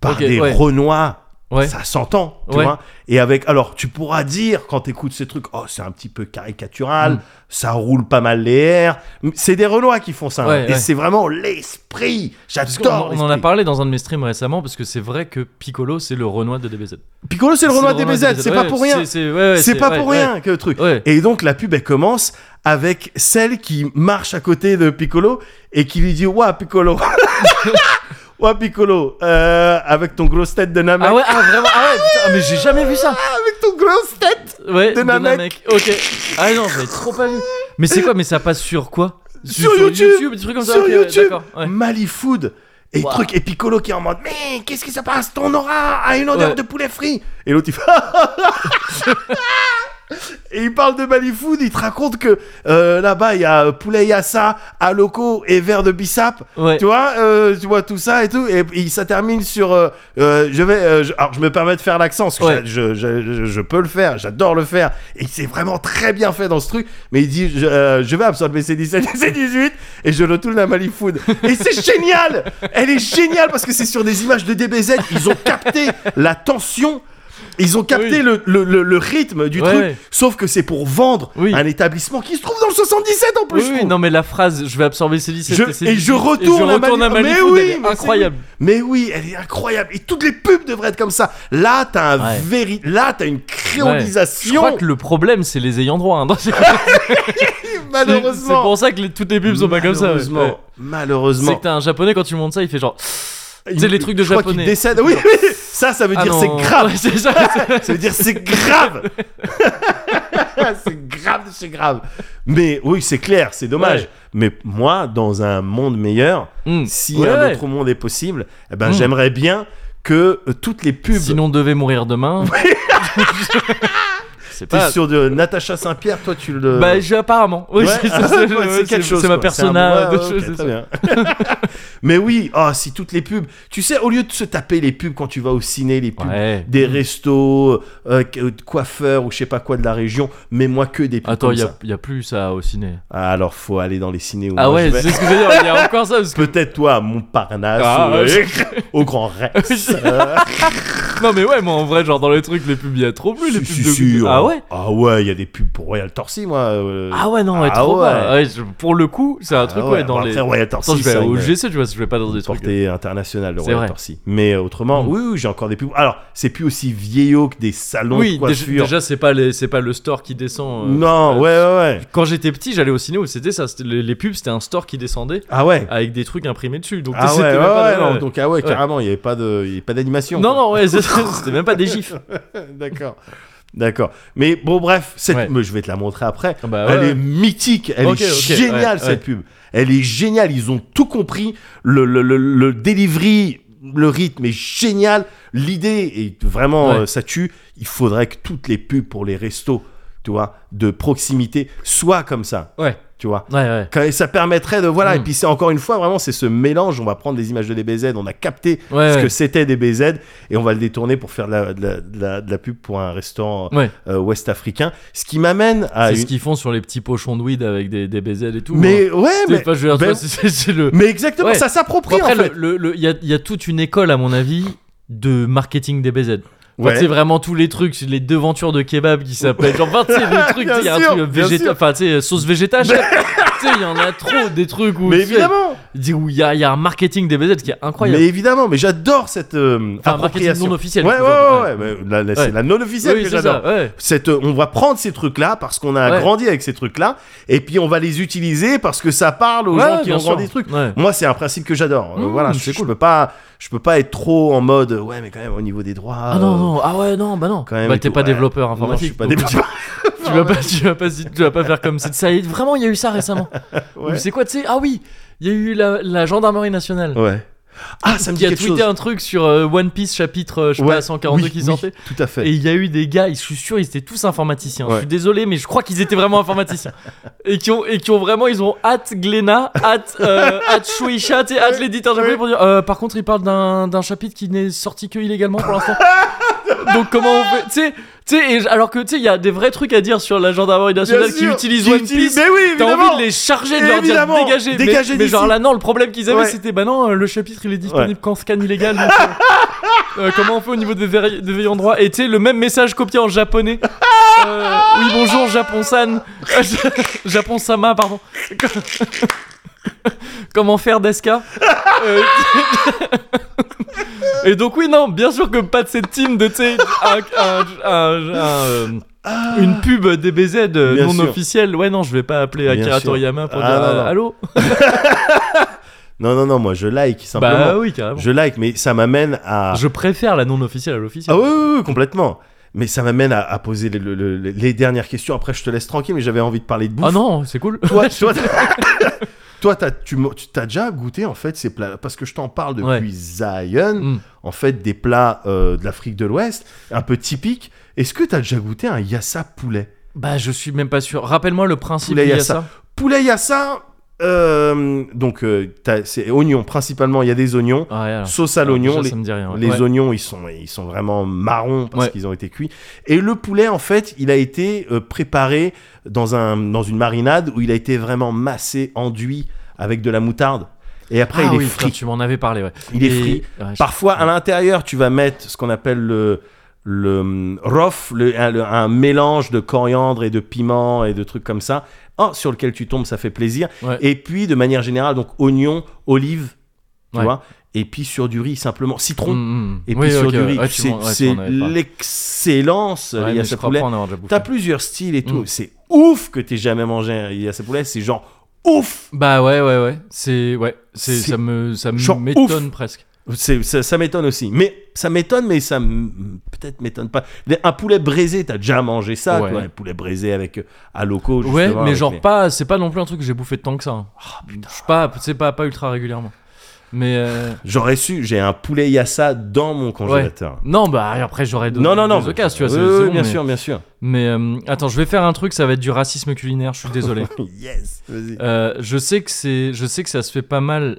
par Ok, des ouais. renois ouais. ça s'entend, tu Ouais. vois. Et avec, alors, tu pourras dire quand t'écoutes ces trucs, oh, c'est un petit peu caricatural, Mm. ça roule pas mal les airs. C'est des Renois qui font ça, hein. Ouais, et ouais. c'est vraiment l'esprit. Parce qu'on- J'adore. on en a l'esprit. parlé dans un de mes streams récemment parce que c'est vrai que Piccolo c'est le Renoir de DBZ. Piccolo, c'est le Renoir Renoir de DBZ, c'est pas ouais, pour rien. c'est- C'est ouais, ouais, C'est c'est- pas ouais, pour ouais. rien que le truc. Ouais. Et donc la pub elle commence avec celle qui marche à côté de Piccolo et qui lui dit Ouah Piccolo Ouah Piccolo euh, Avec ton grosse tête de Namek Ah ouais, ah vraiment, ah ouais, putain, ah, mais j'ai jamais vu ça. Avec ton grosse tête Ouais, De Namek. Ok. Ah non, j'avais trop pas vu. Mais c'est quoi Mais ça passe sur quoi Sur YouTube. des trucs comme ça. Sur ok, ouais, YouTube d'accord, ouais. Malifood et Ouah. truc et Piccolo qui est en mode mais qu'est-ce qui se passe ton aura a une odeur Ouais. de poulet frit et l'autre il fait et il parle de Malifood il te raconte que euh, là-bas il y a euh, poulet yassa aloco et verre de bissap Ouais. tu vois euh, tu vois tout ça et tout et, et ça termine sur euh, euh, je vais euh, je- alors je me permets de faire l'accent parce que Ouais. je, je- je- je peux le faire j'adore le faire et c'est vraiment très bien fait dans ce truc mais il dit je, euh, je vais absorber ces 17 et ces 18 et je retourne à Malifood et c'est génial elle est géniale parce que c'est sur des images de DBZ ils ont capté la tension ils ont capté Oui. le, le- le- le rythme du Ouais, truc, ouais. sauf que c'est pour vendre Oui. un établissement qui se trouve dans le 77 en plus. Oui, je oui, trouve. non, mais la phrase, je vais absorber ces 17 Je- ces et 18, je retourne je à retourne à Mali- Mais Malibu, oui, elle est mais c'est incroyable. Mais oui, elle est incroyable. Et toutes les pubs devraient être comme ça. Là, t'as un Ouais. véri- là, t'as une Je créolisation, crois que le problème, c'est les ayants droit. hein. C'est- malheureusement. C'est pour ça que les- toutes les pubs sont pas comme ça. ouais. Malheureusement, Ouais. C'est malheureusement. que t'as un japonais quand tu montes ça, il fait genre. C'est les trucs de Je crois japonais. qu'il décède. Oui, oui. ça, ça veut Ah dire non. c'est grave. Ouais, c'est ça. c'est- Ça veut dire c'est grave. c'est grave, de c'est grave. Mais oui, c'est clair, c'est dommage. Ouais. Mais moi, dans un monde meilleur, Mm. si Ouais, un ouais. autre monde est possible, eh ben Mm. j'aimerais bien que euh, toutes les pubs Sinon, on devait mourir demain. c'est T'es pas. sur de Natacha Saint-Pierre, toi tu le. Bah, j'ai apparemment. Oui, Ouais. c'est Ah, ça, c'est- ouais, ouais, c'est quelque chose. C'est ma quoi. persona. un- ouais, de ouais, choses, ok, c'est très ça. bien. Mais oui, ah si toutes les pubs. Tu sais, au lieu de se taper les pubs quand tu vas au ciné, les pubs Ouais. des restos, euh, euh, de coiffeurs ou je sais pas quoi de la région, mets-moi que des pubs. Ah, Attends, comme il y a, ça. y a plus ça au ciné. Ah, alors faut aller dans les ciné où ah moi, je ouais, vais. c'est ce que je veux dire. Il y a encore ça. Parce que... Peut-être toi à Montparnasse Ah, ou, euh, ouais. au Grand Rex. Ah, Non, mais ouais, moi en vrai, genre dans les trucs, les pubs, il y a trop plus les pubs Si, si, de. si, ah ouais Ah ouais, il y a des pubs pour Royal Torsi, moi. euh. Ah ouais, non, ouais, Ah trop ouais. mal. Ouais, je- pour le coup, c'est un truc, Ah ouais, dans Bon, les. Après, Royal Torsi, Attends, je vais c'est au une- GC, tu vois, je vais pas dans des trucs. portée internationale, le C'est Royal vrai. Torsi. Mais euh, autrement, Mm. oui, oui, j'ai encore des pubs. Alors, c'est plus aussi vieillot que des salons Oui, de déjà, coiffure. déjà, c'est pas, les- c'est pas le store qui descend. euh, non, euh, ouais, ouais, ouais. Quand j'étais petit, j'allais au ciné où c'était ça. c'était- Les, les pubs, c'était un store qui descendait Ah ouais. avec des trucs imprimés dessus. Donc Ah ouais, c'était ouais, même pas- ouais, non, donc ah ouais, Ouais. carrément, il n'y avait pas de, il y avait pas d'animation. non, non, ouais, c'est- c'était même pas des gifs. quoi. D'accord, d'accord. Mais bon, bref, cette, Ouais. mais je vais te la montrer après. Bah elle ouais. est mythique, elle Ok, est ok, géniale ouais, cette pub. Elle est géniale, ils ont tout compris. Le, le, le, le delivery, le rythme est génial. L'idée est vraiment, Ouais. euh, ça tue. Il faudrait que toutes les pubs pour les restos, tu vois, de proximité soient comme ça, Ouais, tu vois. ouais, ouais. Quand- et ça permettrait de voilà Mm. et puis c'est encore une fois vraiment c'est ce mélange on va prendre des images de DBZ on a capté Ouais, ce ouais. que c'était DBZ et on va le détourner pour faire de la, de la- de la- de la pub pour un restaurant Ouais. euh, ouest africain ce qui m'amène à c'est Ah, une... ce qu'ils font sur les petits pochons de weed avec des, des BZ et tout. hein. mais ouais Tu sais, mais, enfin, je veux dire, tu ben- vois, c'est- c'est c'est le. mais exactement Ouais. ça s'approprie en Après, fait le- le- le- il y a, il y a toute une école, à mon avis, de marketing des BZ. Ouais. C'est vraiment tous les trucs, les devantures de kebab qui s'appellent. Genre, enfin, tu sais, les trucs, Bien il y a un sûr, truc euh, bien végéta- sûr. enfin, tu sais, sauce végétale. tu sais, il y en a trop des trucs où mais tu sais, évidemment où il y, a- il y a un marketing des BZ qui est incroyable. mais évidemment mais j'adore cette euh, Enfin, un marketing appropriation non officiel. ouais ouais plutôt, ouais, ouais, mais la- la- Ouais. c'est la non officielle Oui, que c'est j'adore ça, ouais. Cette, euh, on va prendre ces trucs-là parce qu'on a Ouais. grandi avec ces trucs-là, et puis on va les utiliser parce que ça parle aux Ouais, gens qui bien ont sûr. grandi des trucs. Ouais. Moi, c'est un principe que j'adore. Euh, Mmh, voilà, je, c'est je peux pas, je peux pas être trop en mode, ouais, mais quand même au niveau des droits. Ah non, non, ah ouais, non, bah non. quand même bah, et t'es tout, pas ouais. développeur non, je informatique. Ah, suis pas donc des- tu, vas pas, tu, vas pas, tu vas pas faire comme ça. Ça y est, Vraiment, il y a eu ça récemment. Ouais. Ou C'est quoi, tu sais Ah oui, il y a eu la, la gendarmerie nationale. Ouais. Ah, ça me qui dit a quelque tweeté chose. un truc sur euh, One Piece chapitre euh, je sais Ouais, pas 142 oui, qui oui, sortait Tout à fait. et il y a eu des gars, je suis sûr, ils étaient tous informaticiens. Je Ouais. suis désolé, mais je crois qu'ils étaient vraiment informaticiens. et, qui ont, et qui ont vraiment, ils ont hâte Glénat, hâte, euh, hâte Shueisha, tu sais, hâte l'éditeur japonais pour dire euh, par contre, ils parlent d'un d'un chapitre qui n'est sorti que illégalement pour l'instant. Donc comment on fait Tu sais, tu sais, et j- alors que tu sais, il y a des vrais trucs à dire sur la gendarmerie nationale qui sûr, utilise qui One utilise- Piece. Mais oui, T'as évidemment. envie de les charger, de leur dire Évidemment, dégagez. Mais- dégagez mais, d'ici. genre là, non, le problème qu'ils avaient, Ouais. c'était bah non, euh, le chapitre il est disponible Ouais. qu'en scan illégal. donc, euh, euh, comment on fait au niveau des, ver- des veillants droits Et tu sais, le même message copié en japonais. Euh, oui, bonjour, Japon-san. Euh, Japon-sama, pardon. Comment faire Deska Euh, Et donc oui non bien sûr que pas de cette team de tu sais, un- un- un- un, euh, une pub DBZ euh, Ah. Bien non sûr. officielle ouais non je vais pas appeler Bien Akira sûr. Toriyama pour Ah, dire non, euh, non. allô Non, non, non, moi je like simplement. bah oui carrément je... Je like, mais ça m'amène à. préfère la non officielle à l'officielle Ah oui, oui, oui, complètement. Mais ça m'amène à, à poser le- le- le- les dernières questions. Après, je te laisse tranquille, mais j'avais envie de parler de bouffe. Ah non c'est cool toi, toi, toi, t'as, tu m'as- tu t'as déjà goûté en fait ces plats parce que je t'en parle depuis Ouais. Zion, Mm. en fait des plats euh, de l'Afrique de l'Ouest, un peu typiques. Est-ce que t'as déjà goûté un yassa poulet bah je suis même pas sûr rappelle-moi le principe Poulet il y a yassa. ça Poulet yassa, euh, donc euh, t'as- c'est oignons principalement. Il y a des oignons, Ah, ouais, alors. sauce à Alors, l'oignon. déjà, Les, ça me dit rien ouais. les Ouais. oignons, ils sont, ils sont vraiment marrons parce Ouais. qu'ils ont été cuits. Et le poulet, en fait, il a été euh, préparé dans, un, dans une marinade où il a été vraiment massé, enduit avec de la moutarde. Et après, ah il est oui, frit. putain, tu m'en avais parlé ouais Il est Et- frit. ouais, je- Parfois, à l'intérieur, tu vas mettre ce qu'on appelle le, le hum, rof, le- un, le- un mélange de coriandre et de piment et de trucs comme ça. Oh, sur lequel tu tombes, ça fait plaisir. Ouais. Et puis, de manière générale, donc oignon, olive, tu Ouais. vois. Et puis sur du riz simplement, citron. Mm, mm. Et Oui, puis sur ok, du ouais, riz, ouais, tu c'est, m'en- ouais, tu c'est m'en avais parlé. l'excellence, Ouais, il mais y a je sa crois poulet. pas en avoir déjà bouffé. T'as plusieurs styles et tout. Mm. C'est ouf que t'aies jamais mangé un Yassa poulet. C'est genre ouf. Bah ouais ouais ouais, c'est ouais, c'est C'est ça me ça genre m'étonne presque. C'est- ça, ça m'étonne aussi. Mais ça m'étonne, mais ça m- peut-être m'étonne pas. Un poulet braisé, t'as déjà mangé ça, Ouais. quoi, Un poulet braisé avec euh, à loco. justement, Ouais, mais avec genre les- pas c'est pas non plus un truc que j'ai bouffé de tant que ça. hein. Ah, putain. Je suis pas c'est pas pas ultra régulièrement. Mais euh, J'aurais su, j'ai un poulet yassa dans mon congélateur. non, bah après j'aurais donné Non, non, non. des occasions, tu vois. Oui, c'est- oui, c'est oui, bon, bien mais- sûr, bien sûr. Mais euh, attends, je vais faire un truc, ça va être du racisme culinaire. Je suis désolé. Yes, vas-y. Euh, je sais que c'est, je sais que ça se fait pas mal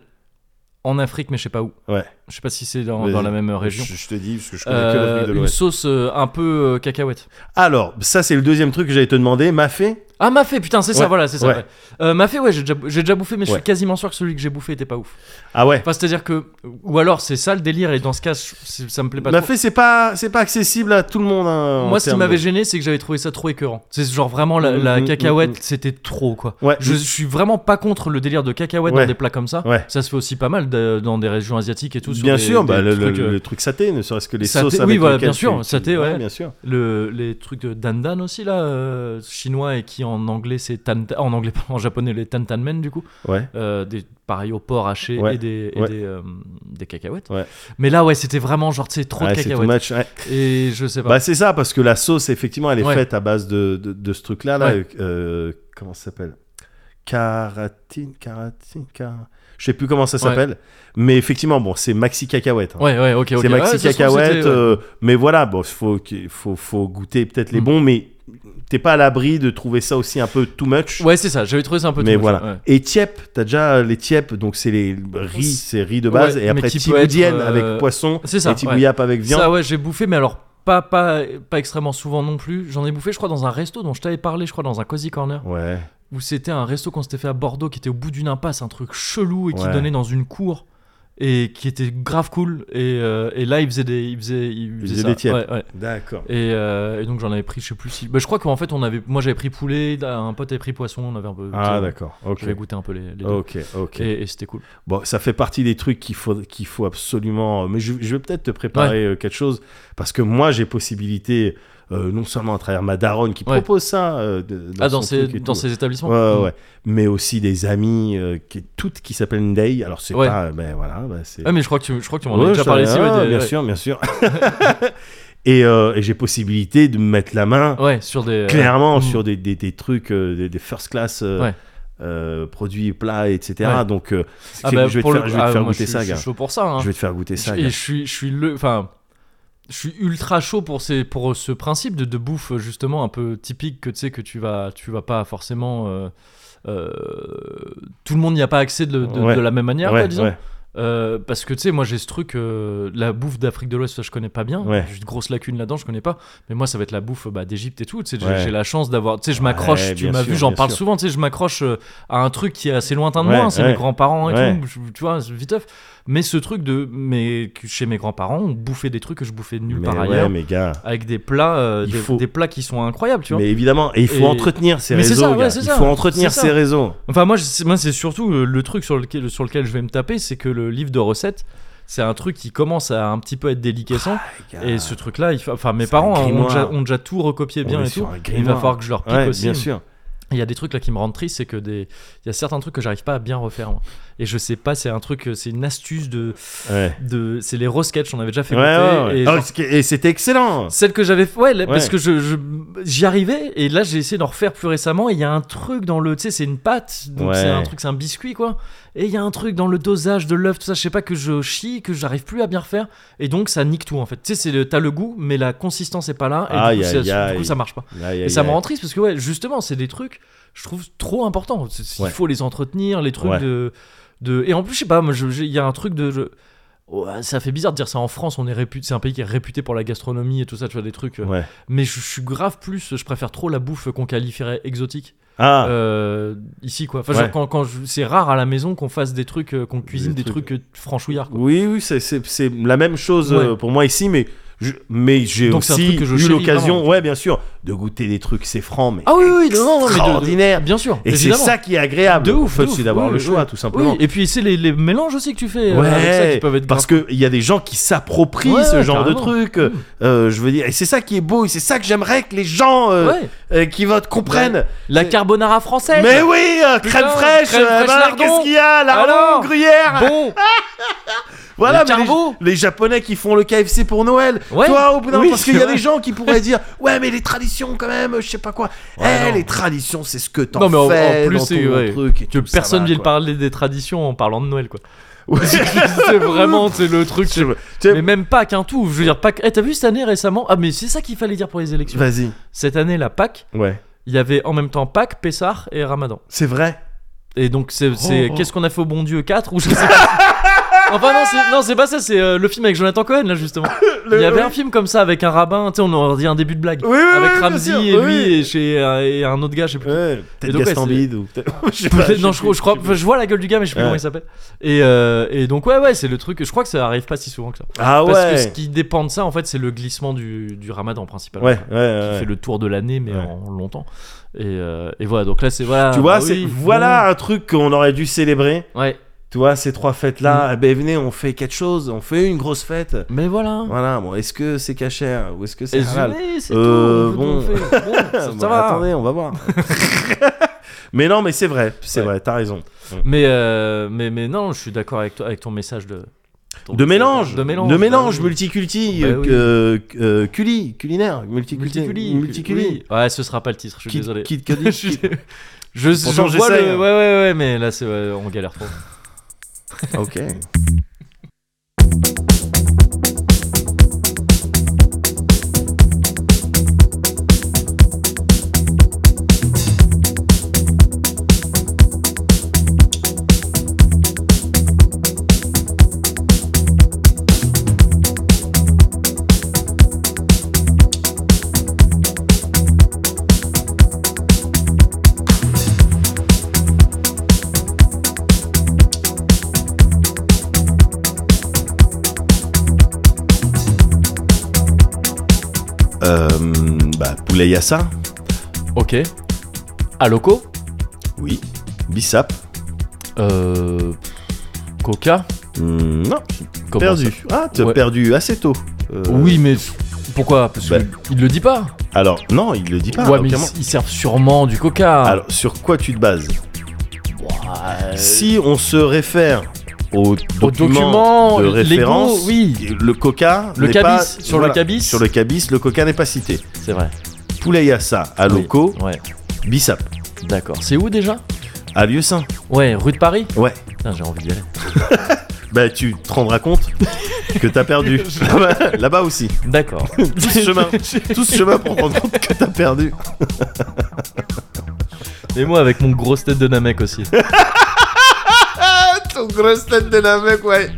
en Afrique, mais je sais pas où. Ouais. Je sais pas si c'est dans, Vas-y. dans la même région. Je, je te dis, parce que je connais que Euh, l'Afrique de une l'Ouest. sauce euh, un peu euh, cacahuète. Alors, ça, c'est le deuxième truc que j'allais te demander. Mafé Ah mafé, putain, c'est ça, Ouais, voilà, c'est ça. ouais. ouais. Euh, mafé, ouais, j'ai déjà, j'ai déjà bouffé, mais je Ouais. suis quasiment sûr que celui que j'ai bouffé était pas ouf. Ah ouais. Enfin, c'est-à-dire que, ou alors c'est ça le délire, et dans ce cas, je- c'est- ça me plaît pas. trop. Mafé, c'est pas, c'est pas accessible à tout le monde. hein, en Moi, ce qui termes m'avait de- gêné, c'est que j'avais trouvé ça trop écœurant. C'est genre vraiment la, la Mm, mm, cacahuète, mm, mm. c'était trop quoi. Ouais. Je, je suis vraiment pas contre le délire de cacahuète Ouais. dans des plats comme ça. Ouais. Ça se fait aussi pas mal de- dans des régions asiatiques et tout. sur Bien des- sûr, des bah, le, le- trucs, euh, le truc saté, ne serait-ce que les Saté, sauces oui, avec voilà, lesquelles bien sûr, tu- tu- saté, ouais. bien sûr. le- les trucs de dandan aussi là, euh, chinois et qui en anglais c'est tan, en anglais pardon, en japonais les tantanmen du coup, Ouais. Euh, des pareil au porc haché Ouais. et des et Ouais. des, euh, des cacahuètes. Ouais. Mais là ouais c'était vraiment genre c'est trop Ouais, de c'est too cacahuètes much, ouais. et je sais pas. Bah, c'est ça, parce que la sauce, effectivement, elle est Ouais. faite à base de, de, de ce truc-là. Là, Ouais. euh, comment ça s'appelle Caratine, caratine, car... Je sais plus comment ça Ouais. s'appelle. Mais effectivement, bon, c'est maxi cacahuète. hein. ouais ouais ok ok. c'est maxi Ouais, ça se trouve, cacahuète. c'était- ouais. euh, mais voilà, bon, faut, qu'il- faut, faut goûter peut-être les Mm. bons, mais t'es pas à l'abri de trouver ça aussi un peu too much. Ouais, c'est ça, j'avais trouvé ça un peu Mais too much, voilà. ouais. Et tiep, t'as déjà les tiep, donc c'est les riz, c'est riz de base, Ouais, et mais après qui peut être, tiboudienne euh, avec poisson, c'est ça, et tibouillap avec viande. Ça, ouais, j'ai bouffé, mais alors pas, pas, pas extrêmement souvent non plus. J'en ai bouffé, je crois, dans un resto dont je t'avais parlé, je crois, dans un Cozy Corner, Ouais. où c'était un resto qu'on s'était fait à Bordeaux qui était au bout d'une impasse, un truc chelou et qui Ouais. donnait dans une cour. Et qui était grave cool. Et, euh, et là, il faisait des. Il faisait, il faisait faisait ça. des tièdes. Ouais, ouais. D'accord. Et, euh, et donc, j'en avais pris, je sais plus si. Bah, je crois qu'en fait, on avait, moi j'avais pris poulet, un pote avait pris poisson, on avait un peu. Ah d'accord. Ok. J'avais goûté un peu les, les deux. Ok. Ok. Et, et c'était cool. Bon, ça fait partie des trucs qu'il faut qu'il faut absolument. Mais je, je vais peut-être te préparer euh, quelque chose parce que moi j'ai possibilité euh, non seulement à travers ma daronne qui Ouais. propose ça euh, de- dans ah, dans, son ces, truc et dans tout. ces établissements Ouais, Mm. ouais, ouais. mais aussi des amis euh, qui toutes qui s'appellent Ndei. Alors c'est Ouais. pas, ben voilà, ben, c'est. Ah, mais je crois que tu, je crois que tu m'en Ouais, as déjà je parlé savais- ici. ouais, ah, des- bien ouais. sûr, bien sûr. et euh, et j'ai possibilité de me mettre la main Ouais, sur des. clairement euh, sur des, des, des trucs, euh, des, des first class euh, Ouais. euh, produits, plats, etc. Ouais. Donc, euh, Ah c'est- bah, je vais te pour le faire, coup- je vais te ah, faire moi, goûter je suis- ça, Je gars. suis chaud pour ça. hein. Je vais te faire goûter ça, Et gars. je suis, je suis le. Enfin. Je suis ultra chaud pour, ces, pour ce principe de, de bouffe justement un peu typique que tu sais que tu vas, tu vas pas forcément euh, euh, tout le monde n'y a pas accès de, de- Ouais. de la même manière ouais, quoi, disons. ouais. Euh, parce que tu sais moi j'ai ce truc euh, la bouffe d'Afrique de l'Ouest ça, je connais pas bien Ouais. j'ai une grosse lacune là-dedans je connais pas mais moi ça va être la bouffe bah, d'Égypte et tout tu sais j'ai- Ouais. j'ai la chance d'avoir tu sais je m'accroche Ouais, tu bien m'as sûr, vu j'en bien parle sûr. souvent tu sais je m'accroche euh, à un truc qui est assez lointain de Ouais, moi hein, c'est ouais. mes grands-parents et Ouais. tout je- tu vois c'est viteuf mais ce truc de mais que chez mes grands-parents on bouffait des trucs que je bouffais nulle mais, part ouais, ailleurs mais gars. avec des plats euh, Il des, faut- des plats qui sont incroyables tu vois Mais évidemment, et il faut Et- entretenir ces Mais c'est réseaux, ça, ouais, gars. c'est Il ça. faut entretenir C'est ça. ces réseaux. Enfin, moi, je- c'est- moi, c'est surtout euh, le truc sur lequel, sur lequel je vais me taper, c'est que le livre de recettes, c'est un truc qui commence à un petit peu être déliquescent. gars. et ce truc-là, il fa- enfin, mes Ah. C'est un parents hein, ont grimoire. déjà, ont déjà tout recopié On bien est et sur tout. un Et il va grimoire. falloir que je leur pique Ouais, aussi. hein. bien sûr. Il y a des trucs là qui me rendent triste, c'est que des, il y a certains trucs que j'arrive pas à bien refaire. moi. Et je sais pas, c'est un truc, euh, c'est une astuce de, Ouais. de, c'est les raw sketchs, on avait déjà fait Ouais, goûter. ouais, ouais. et Oh, genre, c'est que- Et c'était excellent. celle que j'avais, ouais, là, parce Ouais. que je, je- j'y arrivais et là j'ai essayé d'en refaire plus récemment et il y a un truc dans le, tu sais, c'est une pâte, donc Ouais. c'est un truc, c'est un biscuit quoi. Et il y a un truc dans le dosage de l'œuf, tout ça, je sais pas que je chie, que j'arrive plus à bien refaire et donc ça nique tout en fait. Tu sais, c'est le- t'as le goût, mais la consistance est pas là et Aïe, du, coup, c'est- aïe, du aïe. coup, ça marche pas. Aïe, Et aïe, ça me aïe. rend triste parce que ouais, justement, c'est des trucs, je trouve trop importants. C'est- c'est- Il Ouais. faut les entretenir, les trucs Ouais. de, de. Et en plus, je sais pas, moi, je- j'ai- il y a un truc de. je- Ouais, ça fait bizarre de dire ça en France, on est réputé, c'est un pays qui est réputé pour la gastronomie et tout ça, tu vois des trucs. euh, Ouais. Mais je, je suis grave plus, je préfère trop la bouffe qu'on qualifierait exotique Ah, euh, ici quoi. Enfin, Ouais. genre, quand, quand je- c'est rare à la maison qu'on fasse des trucs, euh, qu'on cuisine Des des, trucs- trucs, euh, franchouillards. quoi. Oui, oui, c'est- c'est c'est la même chose Ouais. euh, pour moi ici, mais je- mais j'ai Donc c'est un aussi truc que je eu chéris l'occasion, vraiment. ouais, bien sûr, de goûter des trucs c'est franc, Oh, mais Ah oui, oui, non, non, non, mais de- de- extraordinaire. bien sûr. Et c'est évidemment. ça qui est agréable. De en ouf, fait, de c'est ouf, d'avoir oui, le choix, oui. tout simplement. Oui, et puis c'est les, les mélanges aussi que tu fais euh, Ouais, avec ça qui peuvent être parce qu'il y a des gens qui s'approprient Ouais, ce ouais, genre de carrément. Mm. truc. Euh, je veux dire, et c'est ça qui est beau, et c'est ça que j'aimerais que les gens euh, Ouais. euh, qui votent comprennent. La carbonara française. Mais oui, euh, crème Putain, fraîche, crème euh, fraîche voilà, lardon. qu'est-ce qu'il y a, lardon, Alors, gruyère, Bon, Voilà, Le mais carbo. les, les Japonais qui font le KFC pour Noël. Ouais. Toi, au bout d'un Oui, moment, parce qu'il y a c'est vrai. des gens qui pourraient dire Ouais, mais les traditions, quand même, je sais pas quoi. Ouais, eh, non. les traditions, c'est ce que t'en Non, mais en- en fais plus, dans c'est- ton ouais, truc. Et que tout, ça personne va, vienne quoi. parler des traditions en parlant de Noël quoi. c'est vraiment c'est le truc. Je- c'est- tu sais, Mais même Pâques, hein, tout. Je veux dire, Pâques. Eh, t'as vu cette année récemment Ah, mais c'est ça qu'il fallait dire pour les élections. Vas-y. Cette année, la Pâques, Ouais. il y avait en même temps Pâques, Pessar et Ramadan. C'est vrai. Et donc, c'est. c'est- Oh. Qu'est-ce qu'on a fait au bon Dieu 4 ou je sais pas. Enfin, non, c'est, non, c'est pas ça, c'est euh, le film avec Jonathan Cohen, là, justement. il y avait un film comme ça avec un rabbin, tu sais, on aurait dit un début de blague. Oui, oui, avec oui, bien Ramsey sûr, et lui oui. et, chez, euh, et un autre gars, je sais plus. Ouais, peut-être donc, ouais, Gaston c'est- Bide ou peut-être. je sais pas, Peut-être- je non, je, sais crois- plus, je crois, sais enfin, plus. je vois la gueule du gars, mais je sais plus Ouais. comment il s'appelle. Et, euh, et donc, ouais, ouais, c'est le truc. Je crois que ça arrive pas si souvent que ça. Ah ouais. Parce que ce qui dépend de ça, en fait, c'est le glissement du, du ramadan, principalement. Ouais, ouais, Qui ouais. fait le tour de l'année, mais Ouais. en longtemps. Et, euh, et voilà, donc là, c'est voilà. Tu vois, bah c'est oui, voilà un truc qu'on aurait dû célébrer. bon. Ouais. Tu vois, ces trois Mm. fêtes-là, eh ben venez, on fait quelque chose, on fait une grosse fête. Mais voilà. Voilà, bon, est-ce que c'est cachère ou est-ce que c'est Mm. Et halal zoomer, c'est Euh, tout. on peut bon. tout faire. Bon, ça, Bon, ça va. Attendez, on va voir. mais non, mais c'est vrai, c'est Ouais. vrai, t'as raison. Mais, euh, mais, mais non, je suis d'accord avec, toi- avec ton message de. ton De message mélange, De mélange. de mélange bah oui. multiculti, Bah euh, oui. euh, euh, culi, culinaire, multiculti, Multiculi. multiculi. oui. Ouais, ce sera pas le titre, je suis Kid- désolé. Kid je, Cudi, suis- Kid- je, je Pourtant, vois j'essaye, le... hein. Ouais, ouais, ouais, mais là, c'est, ouais, on galère trop. Ok. Euh, bah, poulet yassa, Ok. Aloco oui. Bissap, Euh. Coca Hmm, non, Comment ça perdu. Ah, t'as Ouais. perdu assez tôt. Euh, Oui, mais pourquoi Parce Bah. qu'il le dit pas. Alors, non, il le dit pas. ouais, mais ils, aucunement. ils servent sûrement du coca. Ah, Alors, sur quoi tu te bases Ah. Ouais. Si on se réfère aux Au documents de légaux, référence, oui, le coca, Le n'est cabis, pas- sur le cabis. sur le cabis, le coca n'est pas cité. c'est vrai. Poulet yassa, à Oui. loco, Ouais, bissap, d'accord. C'est où déjà à lieu saint. Ouais, rue de Paris Ouais. Putain, j'ai envie d'y aller. Bah, tu te rendras compte que t'as perdu. Là-bas- Là-bas aussi. D'accord. Tout ce chemin, tout ce chemin pour te rendre compte que t'as perdu. Et moi avec mon grosse tête de Namek aussi. Ah, ton grosse tête de la mec, ouais.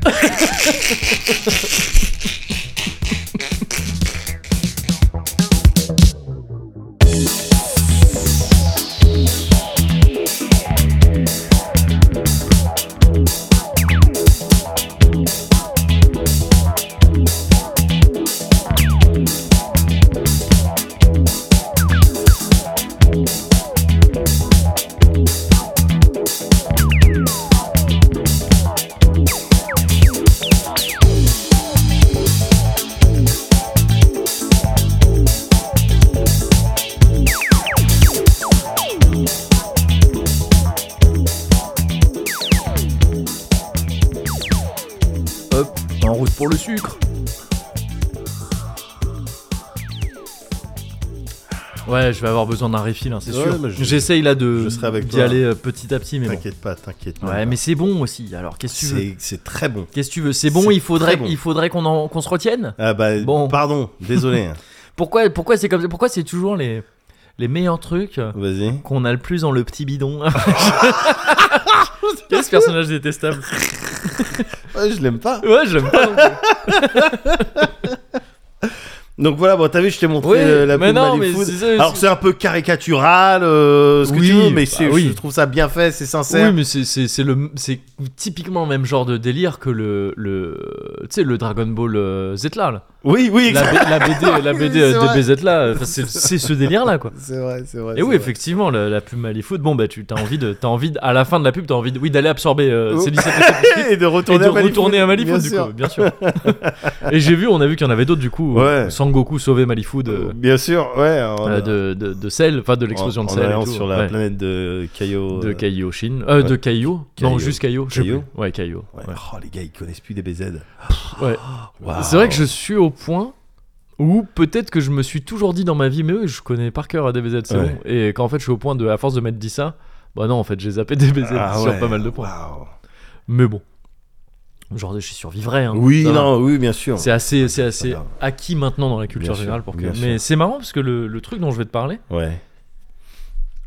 Hop, en route pour le sucre. Ouais, je vais avoir besoin d'un refill, hein, c'est Ouais, sûr. mais je- J'essaye là de je serai avec d'y toi. aller euh, petit à petit, mais bon. T'inquiète pas, t'inquiète pas. Ouais, mais c'est bon aussi. Alors, qu'est-ce que tu veux c'est c'est très bon. Qu'est-ce que tu veux C'est bon, c'est il faudrait, très bon. il faudrait qu'on en- qu'on se retienne. Ah bah, Bon. pardon, désolé. hein. Pourquoi, pourquoi c'est comme ça Pourquoi c'est toujours les les meilleurs trucs euh, Vas-y. qu'on a le plus dans le petit bidon Quel personnage détestable Ouais, je l'aime pas. Ouais, j'aime pas. non plus. Donc voilà, bon, t'as vu, je t'ai montré Oui, euh, la mais pub non, Mali mais Food. c'est ça, Alors c'est- c'est un peu caricatural, euh, ce que Oui, tu veux, mais bah c'est- oui. je trouve ça bien fait, c'est Oui, sincère. mais c'est- c'est c'est le c'est typiquement le même genre de délire que le le tu sais le Dragon Ball euh, Z là, là. Oui, oui, La, B- la BD la BD C'est euh, vrai. DBZ là, enfin, c'est c'est ce délire là quoi. C'est vrai, c'est vrai. Et c'est oui, vrai. effectivement, la, la pub Malifoot, bon bah tu as envie de t'as envie de- à la fin de la pub, t'as envie de, oui d'aller absorber euh, ces 17 Et de et retourner de Oh. à Mali retourner Food, à Malifood du bien sûr. coup, bien sûr. et j'ai vu, on a vu qu'il y en avait d'autres du coup. euh, Ouais. Sangoku sauver Malifood Euh, euh, Bien sûr, ouais. on- euh, de, de, de sel, enfin de l'explosion en- de en sel. et allant tout. sur la Ouais. planète de Caillot. De Kaio Shin. Euh, ouais. de Kaio. Non, Kaio. juste Kaio. je sais Kaio. plus. Ouais, Kaio. ouais. Oh, les gars, ils connaissent plus des BZ. Ouais. Waouh. C'est vrai que je suis au point où peut-être que je me suis toujours dit dans ma vie, mais oui, je connais par cœur DBZ, c'est Ouais. bon. Et qu'en fait, je suis au point de, à force de m'être dit ça, bah non, en fait, j'ai zappé DBZ Ah sur ouais, pas mal de points. waouh. Mais bon. Genre, je survivrais. hein. Oui, Ça va. non, oui, bien sûr. C'est assez, c'est assez grave. acquis maintenant dans la culture Bien sûr, générale pour que. bien Mais sûr. c'est marrant parce que le, le truc dont je vais te parler Ouais.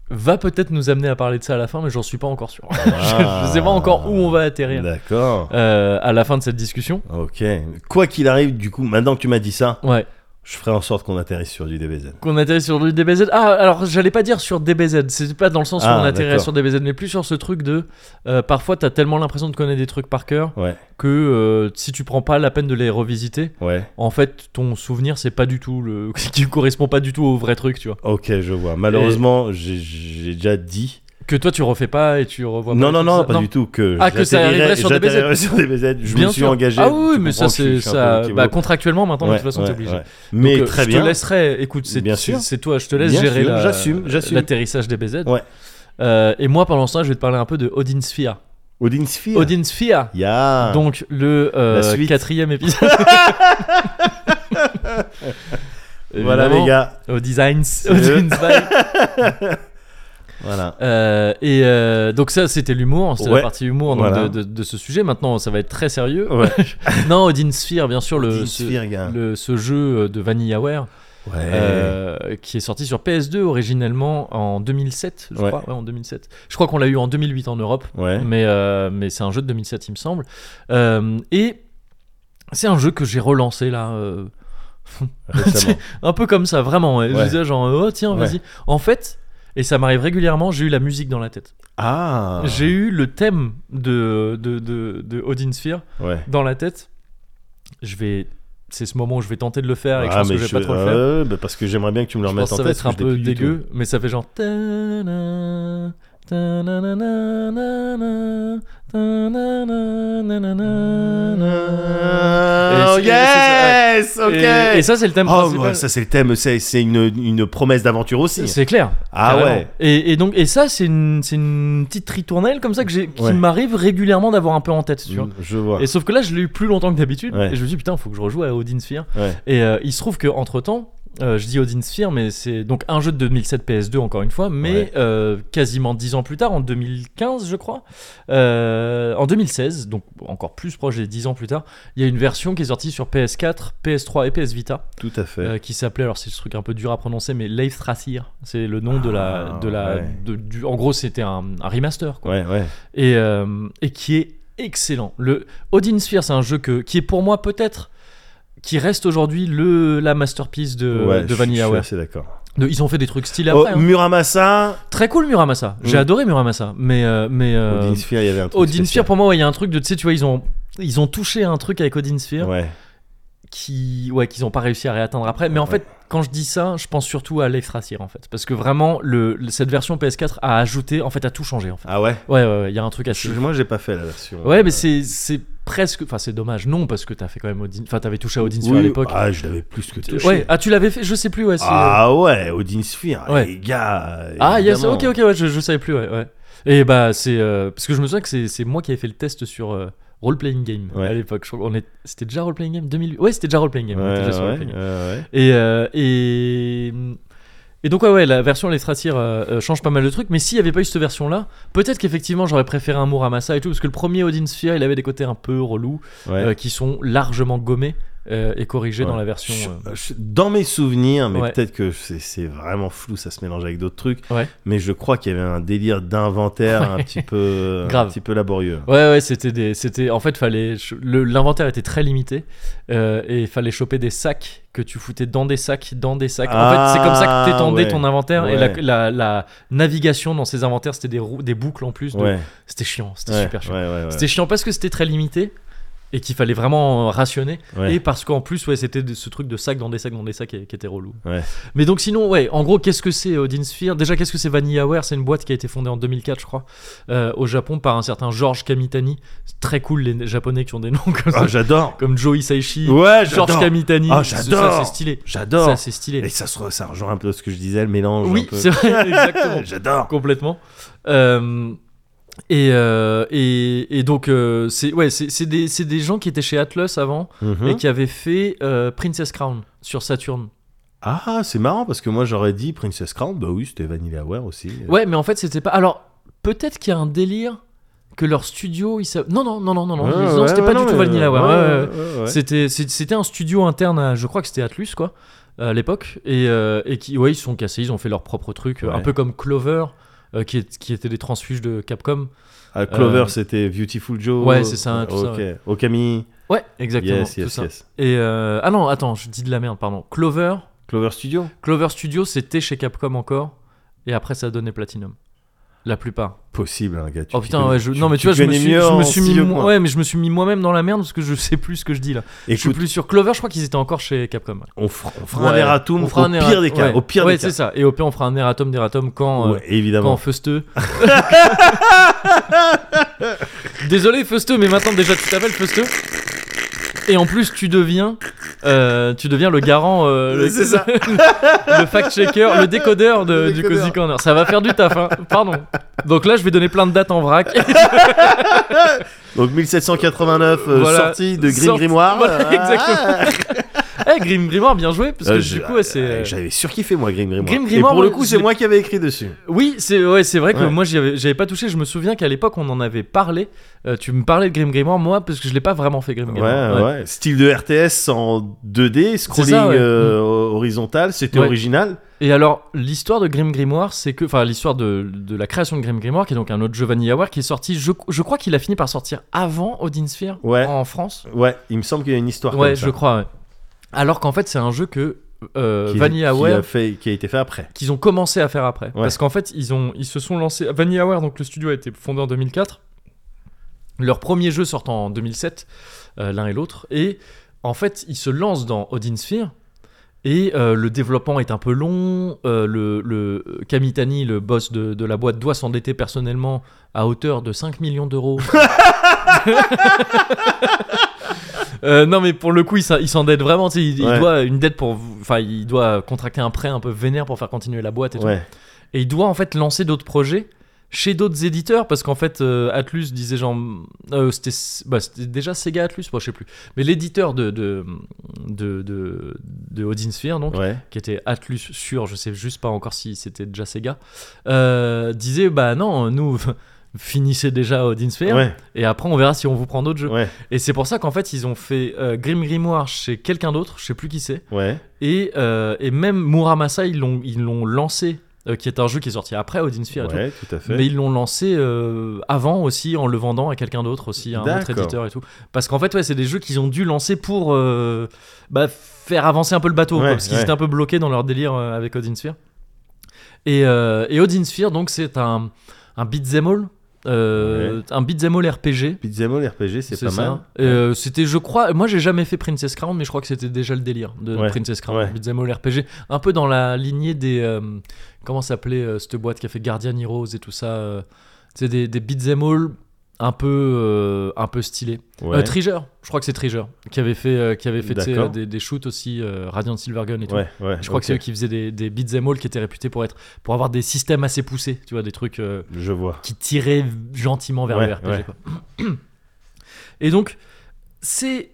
va peut-être nous amener à parler de ça à la fin, mais j'en suis pas encore sûr. Ah. je sais pas encore où on va atterrir D'accord. euh, à la fin de cette discussion. Ok. Quoi qu'il arrive, du coup, maintenant que tu m'as dit ça, Ouais. je ferai en sorte qu'on atterrisse sur du DBZ. Qu'on atterrit sur du DBZ. Ah, alors j'allais pas dire sur DBZ. C'est pas dans le sens où Ah, on atterrit d'accord. sur DBZ, mais plus sur ce truc de. euh, parfois, t'as tellement l'impression de connaître des trucs par cœur Ouais, que euh, si tu prends pas la peine de les revisiter, ouais. en fait, ton souvenir, c'est pas du tout le. qui correspond pas du tout au vrai truc, tu vois. Ok, je vois. Malheureusement, j'ai- j'ai déjà dit. Que toi, tu refais pas et tu revois pas. non, non, tout non, ça. pas du tout. Que Ah, que ça j'atterrirai- arriverait sur DBZ. j'atterrirai sur DBZ. Je Bien me suis sûr. engagé. Ah oui, Tu mais ça, comprends que je c'est suis un ça. peu Bah, kibou. contractuellement, maintenant, de Ouais, toute façon, ouais, t'es obligé. ouais. Mais Donc, euh, très je bien. te laisserai, écoute, c'est, Bien c'est- sûr. c'est toi, je te laisse Bien gérer sûr, la- j'assume, j'assume. l'atterrissage des BZ. Ouais. Euh, et moi, pendant ce temps, je vais te parler un peu de Odin Sphere. Odin Sphere. Odin Sphere, Ya. donc le euh, Ah. La suite. quatrième épisode. Voilà, Évidemment, les gars. Odin eux. Odin Sphere. Voilà. Euh, et euh, donc ça, c'était l'humour, c'était la Ouais. partie humour donc, Voilà. de, de- de ce sujet. Maintenant, ça va être très sérieux. Ouais. non, Odin Sphere, bien sûr, le, Odin ce- Sphere, gars. Euh, le- ce jeu de VanillaWare. Ouais. Eh. Euh, qui est sorti sur PS2 originellement en 2007, je Ouais. crois. Ouais, en 2007. Je crois qu'on l'a eu en 2008 en Europe, Ouais. mais, euh, mais c'est un jeu de 2007, il me semble. Euh, et c'est un jeu que j'ai relancé là. euh, Récemment. un peu comme ça, vraiment. ouais. Je Ouais. disais genre, oh tiens, Ouais. vas-y. En fait. Et ça m'arrive régulièrement, j'ai eu la musique dans la tête. Ah. J'ai eu le thème de, de, de, de Odin Sphere Ouais. dans la tête. Je vais. C'est ce moment où je vais tenter de le faire Ah, et que je pense que je vais pas trop le faire. euh, bah, parce que j'aimerais bien que tu me le Je remettes pense en que ça tête. va être un parce que je peu l'ai plus du tout. dégueu, mais ça fait genre. ta-na, ta-na-na-na-na, ta-na-na-na-na-na. Oh, Et c'est- et yes, ok. Et, et ça, c'est le thème oh, principal. ouais, ça c'est le thème, c'est c'est une, une promesse d'aventure aussi. c'est clair. Ah carrément. ouais. Et, et donc, et ça, c'est une, c'est une petite ritournelle comme ça que j'ai, qui Ouais. m'arrive régulièrement d'avoir un peu en tête, tu vois. Mm, Je vois. Et sauf que là, je l'ai eu plus longtemps que d'habitude. Ouais. Et je me suis dit, putain, faut que je rejoue à Odin Sphere. Ouais. Et euh, il se trouve qu'entre temps, je dis Odin Sphere, mais c'est donc un jeu de 2007 PS2, encore une fois, mais Ouais. euh, quasiment 10 ans plus tard, en 2015, je crois. euh, en 2016, donc encore plus proche des 10 ans plus tard, il y a une version qui est sortie sur PS4, PS3 et PS Vita, Tout à fait. euh, qui s'appelait, alors c'est ce truc un peu dur à prononcer, mais Leif Thrasir. C'est le nom de la. Ah, De la ouais. de- du, en gros, c'était un, un remaster, quoi ouais, ouais. et, euh, et qui est excellent. Le Odin Sphere, c'est un jeu que, qui est pour moi peut-être qui reste aujourd'hui le la masterpiece de, ouais, de je- Vanillaware. Je suis assez d'accord. De- Ils ont fait des trucs stylés Oh, après. hein. Muramasa, Très cool Muramasa. J'ai Mm. adoré Muramasa, mais euh, mais euh, Odin Sphere, il y avait un truc. Odin Sphere spécial. pour moi, ouais, il y a un truc de tu sais tu vois ils ont ils ont touché un truc avec Odin Sphere Ouais. qui ouais qu'ils n'ont pas réussi à réatteindre après. Mais en Ouais. fait, quand je dis ça, je pense surtout à l'Extrasir en fait, parce que vraiment le cette version PS4 a ajouté en fait a tout changé en fait. Ah ouais. Ouais ouais, ouais, il y a un truc assez Je- moi, j'ai pas fait la version. Ouais, mais euh, c'est c'est presque. Enfin, c'est dommage. Non, parce que t'as fait quand même Odin. Enfin, t'avais touché à Odin Sphere oui, à l'époque. Ah, je l'avais plus que touché. ouais. Ah, tu l'avais fait. Je sais plus. Ouais. c'est- Ah ouais, Odin Sphere, Ouais. les gars. Ah, yes. évidemment. Ok, ok. Ouais. Je, je savais plus. Ouais. ouais. Et bah, c'est euh, parce que je me souviens que c'est c'est moi qui avais fait le test sur. euh, Role playing game Ouais. à l'époque. Je crois qu'on est- C'était déjà role playing game 2008. Ouais, c'était déjà role playing game. Ouais, on était déjà sur role ouais, playing game. ouais, ouais. Et, euh, et et donc ouais, ouais la version Les Tracirs, euh, euh, change pas mal de trucs. Mais s'il y avait pas eu cette version là, peut-être qu'effectivement j'aurais préféré un Muramasa et tout parce que le premier Odin Sphere il avait des côtés un peu relous. Ouais. euh, qui sont largement gommés euh, et corrigés Ouais. dans la version. Je- euh, je- dans mes souvenirs, mais Ouais. peut-être que c'est c'est vraiment flou, ça se mélange avec d'autres trucs. Ouais. Mais je crois qu'il y avait un délire d'inventaire un petit peu, Grave. un petit peu laborieux. Ouais, ouais, c'était des, c'était, en fait, fallait, ch- le- l'inventaire était très limité euh, et il fallait choper des sacs que tu foutais dans des sacs, dans des sacs. en Ah, fait, c'est comme ça que t'étendais ouais, ton inventaire et la, ouais. la- la navigation dans ces inventaires, c'était des roues, des boucles en plus. de- Ouais, C'était chiant, c'était ouais, super chiant. ouais, ouais, ouais. C'était chiant parce que c'était très limité et qu'il fallait vraiment euh, rationner. Ouais. Et parce qu'en plus, ouais, c'était de- ce truc de sac dans des sacs dans des sacs qui, qui était relou. Ouais. Mais donc, sinon, ouais, en gros, qu'est-ce que c'est Odin Sphere Déjà, qu'est-ce que c'est VanillaWare C'est une boîte qui a été fondée en 2004, je crois, euh, au Japon par un certain George Kamitani. C'est très cool, les Japonais qui ont des noms comme Ah, ça. j'adore. Comme Joe Hisaishi, Ouais, George j'adore. Kamitani. Ah, Ça, j'adore. Ça, c'est stylé. J'adore. Ça, c'est stylé. Et ça, se re- ça rejoint un peu ce que je disais, le mélange. un Oui, peu. c'est vrai, exactement. J'adore. complètement. Euh, et, euh, et, et donc, euh, c'est ouais, c'est- c'est des, c'est des gens qui étaient chez Atlus avant Mhm. et qui avaient fait euh, Princess Crown sur Saturn. Ah, c'est marrant parce que moi j'aurais dit Princess Crown. Bah oui, c'était Vanillaware aussi. Ouais, mais en fait, c'était pas. Alors, peut-être qu'il y a un délire que leur studio, ils savent. Non, non, non, non, non, non, Ouais, ils- non, ouais, c'était ouais, pas non, du tout mais- Vanilla Ware. ouais, ouais, ouais, ouais. ouais, ouais. C'était c'est- c'était un studio interne, à- je crois que c'était Atlus, quoi, à l'époque. Et, euh, et qui, ouais, ils se sont cassés, ils ont fait leur propre truc, euh, un Ouais. peu comme Clover, euh, qui, est- qui était des transfuges de Capcom. Ah, Clover, euh, c'était Beautiful Joe. ouais, c'est ça, tout ça, Ok. Oh, Okami. Ouais, exactement. yes, tout yes, ça. yes. Et euh, ah non, attends, je dis de la merde, pardon. Clover, Clover Studio. Clover Studio, c'était chez Capcom encore, et après ça a donné Platinum. La plupart. Possible, hein, gars. tu oh t'y putain, connais- ouais, je... non mais tu vois, je me connais suis, mieux je me en suis si mis, vieux moi- point. ouais, mais je me suis mis moi-même dans la merde parce que je sais plus ce que je dis là. je suis Écoute, plus sur Clover, je crois qu'ils étaient encore chez Capcom. on, fera- on fera un Ouais, erratum on fera au, un pire errat- des cas, ouais. au pire Ouais, des cas. c'est ça. Et au pire, on fera un erratum d'erratum quand, euh, Ouais, quand évidemment. Feusteux. Désolé, Feusteux, mais maintenant déjà tu t'appelles Feusteux. Et en plus, tu deviens, euh, tu deviens le garant, euh, le, C'est ça. le fact-checker, le décodeur, de- Le du décodeur. Cozy Corner. Ça va faire du taf, hein. pardon. Donc là, je vais donner plein de dates en vrac. Donc 1789, euh, Voilà. sortie de Grim Sorti- Grimoire. Voilà, Ah, exactement. Eh, Grim Grimoire, bien joué, parce que Euh, du je- coup, ouais, c'est. euh, euh, J'avais surkiffé moi Grim Grimoire. Grim Et Grimoire, pour le moi, coup, je c'est l'ai- moi qui avais écrit dessus. Oui, c'est ouais, c'est vrai que Ouais. moi j'y avais, j'avais pas touché. Je me souviens qu'à l'époque on en avait parlé. Euh, tu me parlais de Grim Grimoire, moi parce que je l'ai pas vraiment fait Grim Ouais, Grimoire. ouais, Style de RTS en 2D, scrolling ça, ouais. Mm. euh, horizontal, c'était Ouais. original. Et alors l'histoire de Grim Grimoire, c'est que enfin l'histoire de, de la création de Grim Grimoire, qui est donc un autre jeu Vanillaware qui est sorti. Je, je crois qu'il a fini par sortir avant Odin Sphere Ouais. en France. Ouais, il me semble qu'il y a une histoire Ouais, comme je ça. crois. ouais. Alors qu'en fait c'est un jeu que euh, qui- qui a Vanillaware fait, qui a été fait après. qu'ils ont commencé à faire après. Ouais. Parce qu'en fait, ils, ont, ils se sont lancés. Vanillaware, donc le studio a été fondé en 2004. Leur premier jeu sortant en 2007, euh, l'un et l'autre. Et en fait, ils se lancent dans Odin Sphere. Et euh, le développement est un peu long. euh, le, le Kamitani, le boss de, de la boîte, doit s'endetter personnellement à hauteur de 5 millions d'euros. Euh, non mais pour le coup il s'en- il s'endette vraiment, tu sais, il, il Ouais. doit une dette pour, vous- enfin il doit contracter un prêt un peu vénère pour faire continuer la boîte et tout. Ouais. Et il doit en fait lancer d'autres projets chez d'autres éditeurs parce qu'en fait euh, Atlus disait genre euh, c'était bah, c'était déjà Sega Atlus, moi je sais plus, mais l'éditeur de de, de de de Odin Sphere donc Ouais. qui était Atlus sûr, je sais juste pas encore si c'était déjà Sega, euh, disait bah non nous finissez déjà Odin Sphere Ouais. et après on verra si on vous prend d'autres jeux. Ouais. Et c'est pour ça qu'en fait, ils ont fait euh, Grim Grimoire chez quelqu'un d'autre, je sais plus qui c'est. Ouais. Et, euh, et même Muramasa, ils l'ont, ils l'ont lancé, euh, qui est un jeu qui est sorti après Odin Sphere et tout. Ouais, tout à fait. Mais ils l'ont lancé euh, avant aussi, en le vendant à quelqu'un d'autre aussi, à un autre D'accord. éditeur et tout. Parce qu'en fait, ouais, c'est des jeux qu'ils ont dû lancer pour euh, bah, faire avancer un peu le bateau, quoi, Ouais, parce qu'ils ouais. étaient un peu bloqués dans leur délire euh, avec Odin Sphere. Et, euh, et Odin Sphere, donc, c'est un, un beat'em all, euh, un beat'em all RPG, Pizza Mall RPG, c'est pas ça. mal. Euh, c'était, je crois, moi j'ai jamais fait Princess Crown, mais je crois que c'était déjà le délire de Ouais, Princess Crown, ouais. beat'em all RPG, un peu dans la lignée des euh, comment s'appelait euh, cette boîte qui a fait Guardian Heroes et tout ça. euh, c'est des, des beat'em all un peu euh, un peu stylés. Ouais. Euh, Treasure, je crois que c'est Treasure qui avait fait euh, qui avait fait tu sais, D'accord. euh, des, des shoots aussi euh, Radiant Silvergun et tout. ouais, ouais. Je crois que c'est eux ok. qui faisaient des, des beat'em all qui étaient réputés pour être pour avoir des systèmes assez poussés, tu vois, des trucs. euh, Je vois. qui tirait gentiment vers Ouais, le RPG. ouais. quoi. Et donc, c'est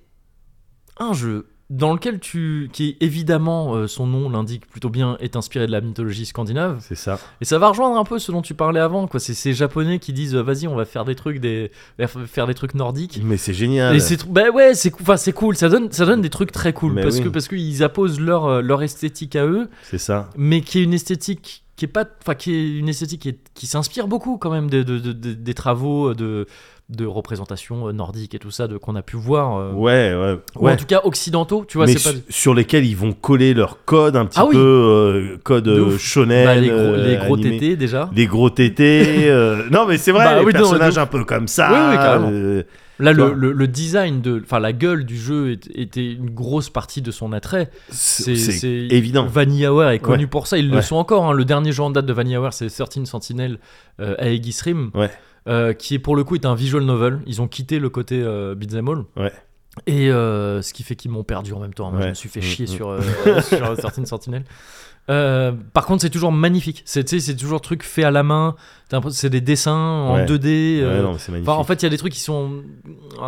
un jeu dans lequel tu. qui évidemment, euh, son nom l'indique plutôt bien, est inspiré de la mythologie scandinave. C'est ça. Et ça va rejoindre un peu ce dont tu parlais avant, quoi. C'est ces japonais qui disent euh, vas-y, on va faire des trucs, des... on va faire des trucs nordiques. Mais c'est génial. Et c'est trou- bah ouais, c'est cou- enfin, c'est cool, ça donne, ça donne des trucs très cool Mais parce oui. que parce qu'ils apposent leur, euh, leur esthétique à eux C'est ça. mais qui est une esthétique qui est pas enfin qui est une esthétique qui, est- qui s'inspire beaucoup quand même de, de- de- de- des travaux euh, de de représentation nordique et tout ça de qu'on a pu voir euh, Ouais, ouais. ou ouais. en tout cas occidentaux tu vois mais c'est pas su- sur lesquels ils vont coller leur code un petit Ah oui. peu euh, code De euh, ouf. shonen Bah, les gros, euh, les gros animé. tétés déjà les gros tétés euh, non mais c'est vrai Bah les oui, non, personnages de un peu comme ça Oui, oui, carrément. euh, là le, Bah. le- le design de enfin la gueule du jeu est- était une grosse partie de son attrait c'est C'est- c'est c'est- évident Vanillaware est connu Ouais. pour ça ils le Ouais. sont encore hein. le dernier jeu en date de Vanillaware c'est 13 Sentinel euh, à Aegisrim Ouais. euh, qui est pour le coup est un visual novel ils ont quitté le côté euh, beat'em all Ouais. Et euh, ce qui fait qu'ils m'ont perdu en même temps. hein. Moi, Je Ouais. me suis fait chier Mm, sur, euh, sur certaines sentinelles. Euh, par contre, c'est toujours magnifique. C'est tu sais, c'est toujours truc fait à la main. T'as l'impression- C'est des dessins en Ouais. 2D. Ouais, euh, non, mais c'est magnifique enfin, en fait, il y a des trucs qui sont.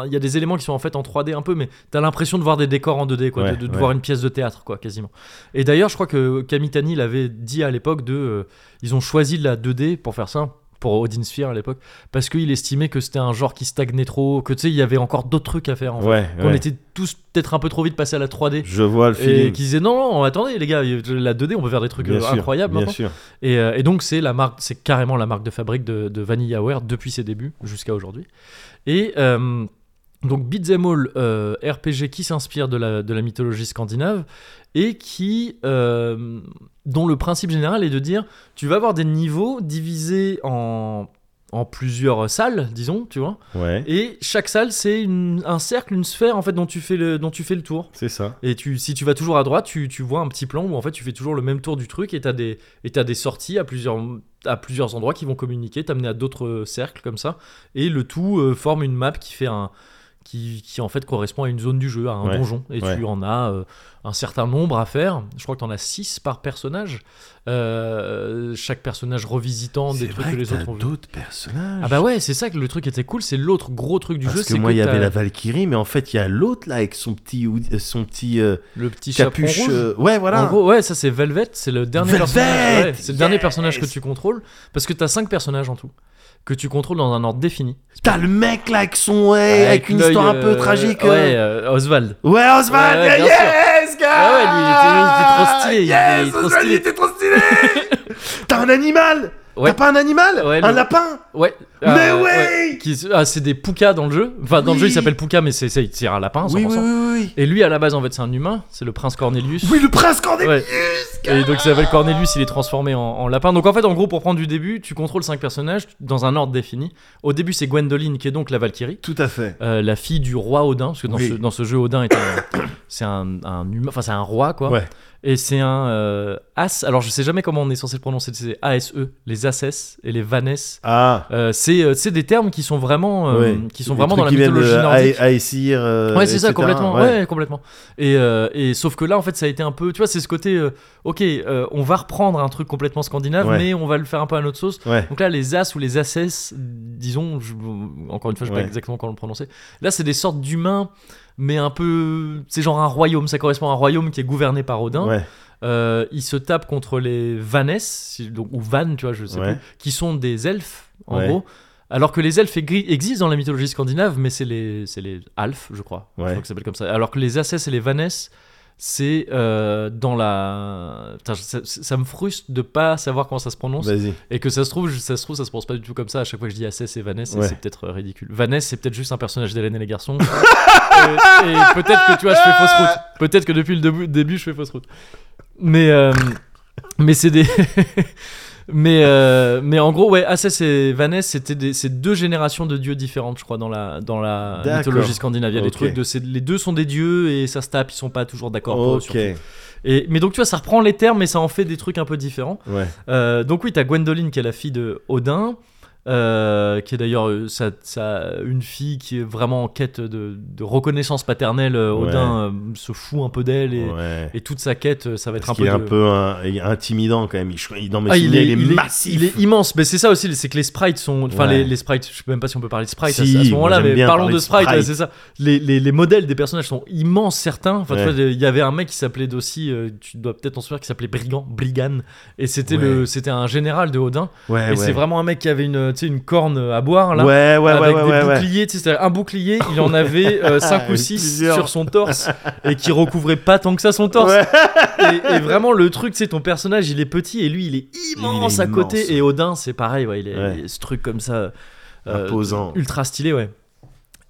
Il y a des éléments qui sont en fait en 3D un peu, mais t'as l'impression de voir des décors en 2D, quoi, Ouais, de, de- de ouais. voir une pièce de théâtre, quoi, quasiment. Et d'ailleurs, je crois que Kamitani l'avait dit à l'époque de. euh, ils ont choisi la 2D pour faire ça, pour Odin Sphere à l'époque, parce qu'il estimait que c'était un genre qui stagnait trop, que tu sais, il y avait encore d'autres trucs à faire en fait. Ouais, On ouais. était tous peut-être un peu trop vite passés à la 3D. Je vois le Et feeling. qui disaient non, non, attendez les gars, la 2D, on peut faire des trucs Bien euh, sûr, incroyables Bien maintenant. sûr. Et, euh, et donc c'est la marque, c'est carrément la marque de fabrique de, de VanillaWare depuis ses débuts jusqu'à aujourd'hui. Et euh, donc Beat'em All euh, RPG qui s'inspire de la, de la mythologie scandinave et qui euh, dont le principe général est de dire tu vas avoir des niveaux divisés en en plusieurs salles, disons, tu vois. Ouais. Et chaque salle, c'est une- un cercle, une sphère, en fait, dont tu fais le, dont tu fais le tour. C'est ça. Et tu, si tu vas toujours à droite, tu, tu vois un petit plan où en fait tu fais toujours le même tour du truc et t'as des, et t'as des sorties à plusieurs, à plusieurs endroits qui vont communiquer, t'amener à d'autres euh, cercles comme ça. Et le tout euh, forme une map qui fait un. Qui, qui en fait correspond à une zone du jeu, à un Ouais, donjon. Et ouais. tu en as euh, un certain nombre à faire. Je crois que t'en as 6 par personnage. Euh, chaque personnage revisitant des C'est trucs vrai que les t'as autres ont vu. d'autres personnages. Ah bah ouais, c'est ça que le truc était cool. C'est l'autre gros truc du Parce jeu. que c'est moi, il y t'as avait la Valkyrie, mais en fait, il y a l'autre là avec son petit, hood- son petit euh, le petit chaperon capuche. rouge. euh, Ouais, En voilà. gros, ouais, ça c'est Velvet, c'est le dernier Velvet personnage. ouais, c'est le dernier Yes personnage que tu contrôles parce que t'as 5 personnages en tout que tu contrôles dans un ordre défini. T'as le mec là avec son ouais, avec, une l'œil, histoire un peu euh, tragique. Ouais, euh. euh, Oswald. Ouais, Oswald, Ouais, ouais, bien yes, gars. Ouais, ouais, lui, il était- il était trop stylé, il était- il Yes, était trop Oswald, stylé. il était trop stylé. T'as un animal. Ouais. T'as pas un animal Ouais, Un le- lapin. Ouais. Mais euh, ouais. Qui- ah, c'est des Pouka dans le jeu. Enfin, dans le jeu, il Oui. s'appelle Pouka, mais c'est, c'est, c'est un lapin, 100%. Oui, oui, oui, oui. Et lui, à la base, en fait, c'est un humain. C'est le prince Cornelius. Oui, le prince Cornelius. Et donc, il s'appelle Cornelius, il est transformé en, en lapin. Donc, en fait, en gros, pour prendre du début, tu contrôles 5 personnages dans un ordre défini. Au début, c'est Gwendoline, qui est donc la Valkyrie. Tout à fait. Euh, la fille du roi Odin, parce que dans, Oui. ce, dans ce jeu, Odin est un, c'est un, un humain, enfin c'est un roi quoi. Ouais. Et c'est un euh, as. Alors je sais jamais comment on est censé le prononcer. C'est ASE, les asses et les vanesses. Ah. Euh, c'est, euh, c'est des termes qui sont vraiment, euh, ouais. qui sont Les vraiment dans la trucs qui viennent de mythologie nordique. A- Aesir, euh, Ouais, c'est ça, etc., complètement. ouais. Ouais, complètement. Et, euh, et sauf que là, en fait, ça a été un peu. Tu vois, c'est ce côté. euh, ok, euh, on va reprendre un truc complètement scandinave, Ouais. mais on va le faire un peu à notre sauce. Ouais. Donc là, les As ou les Asses, disons, je- encore une fois, je sais Ouais. pas exactement comment le prononcer. Là, c'est des sortes d'humains, mais un peu. C'est genre un royaume, ça correspond à un royaume qui est gouverné par Odin. Ouais. Euh, ils se tapent contre les Vanes, si- donc, ou Van, tu vois, je sais Ouais. plus, qui sont des elfes, en Ouais. gros. Alors que les elfes égri- existent dans la mythologie scandinave, mais c'est les, c'est les Alfes, je crois. Je Ouais. crois que ça s'appelle comme ça. Alors que les Asses et les Vanes, c'est euh, dans la. Putain, je- ça, ça me frustre de pas savoir comment ça se prononce. Vas-y. Et que ça se trouve, je- ça se trouve, ça se pense pas du tout comme ça. À chaque fois que je dis Assess et Vanessa, et Ouais. c'est peut-être euh, ridicule. Vanessa, c'est peut-être juste un personnage d'Hélène et les garçons. et, et peut-être que tu vois, je fais fausse route. Peut-être que depuis le début, début, je fais fausse route. Mais euh, mais c'est des Mais, euh, mais en gros, ouais, Assess et Vanessa, c'était des- c'est deux générations de dieux différentes, je crois, dans la, dans la D'accord. mythologie scandinave. Il y a des Ok. trucs de. c'est- Les deux sont des dieux et ça se tape, ils sont pas toujours d'accord. pour eux, Ok. surtout. Et, mais donc, tu vois, ça reprend les termes, mais ça en fait des trucs un peu différents. Ouais. Euh, donc oui, t'as Gwendoline qui est la fille de Odin, euh, qui est d'ailleurs euh, sa- sa- une fille qui est vraiment en quête de, de reconnaissance paternelle. Euh, Ouais. Odin euh, se fout un peu d'elle et, Ouais. et toute sa quête, euh, ça va être Parce un peu. qu'il est un de- peu un- il est intimidant quand même. Il, je- dans mes Ah, souvenirs, il, est, massif. il est immense, mais c'est ça aussi, c'est que les sprites sont. Enfin, Ouais. les, les sprites, je sais même pas si on peut parler de sprites à- Si, à, ce moi, moment-là, j'aime mais bien parlons parler de de sprites, sprites. ouais, c'est ça. Les, les- les modèles des personnages sont immenses, certains. Enfin, tu Ouais. vois, il y avait un mec qui s'appelait aussi, euh, tu dois peut-être en souvenir, qui s'appelait Brigand, Brigand, et c'était le, Ouais. c'était un général de Odin. Ouais, Et Eh ouais. c'est vraiment un mec qui avait une, tu sais, une corne à boire là. Ouais, ouais, ouais, avec ouais, des ouais, ouais. boucliers, tu sais, c'est-à-dire un bouclier, il en avait 5 ou Avec 6 plusieurs. sur son torse et qui recouvrait pas tant que ça son torse. Ouais. Et, et vraiment, le truc, c'est ton personnage, il est petit et lui, il est immense Il est à côté. immense. Et Odin, c'est pareil, ouais, il, est, Ouais. il est ce truc comme ça. euh, Imposant. Ultra stylé, ouais.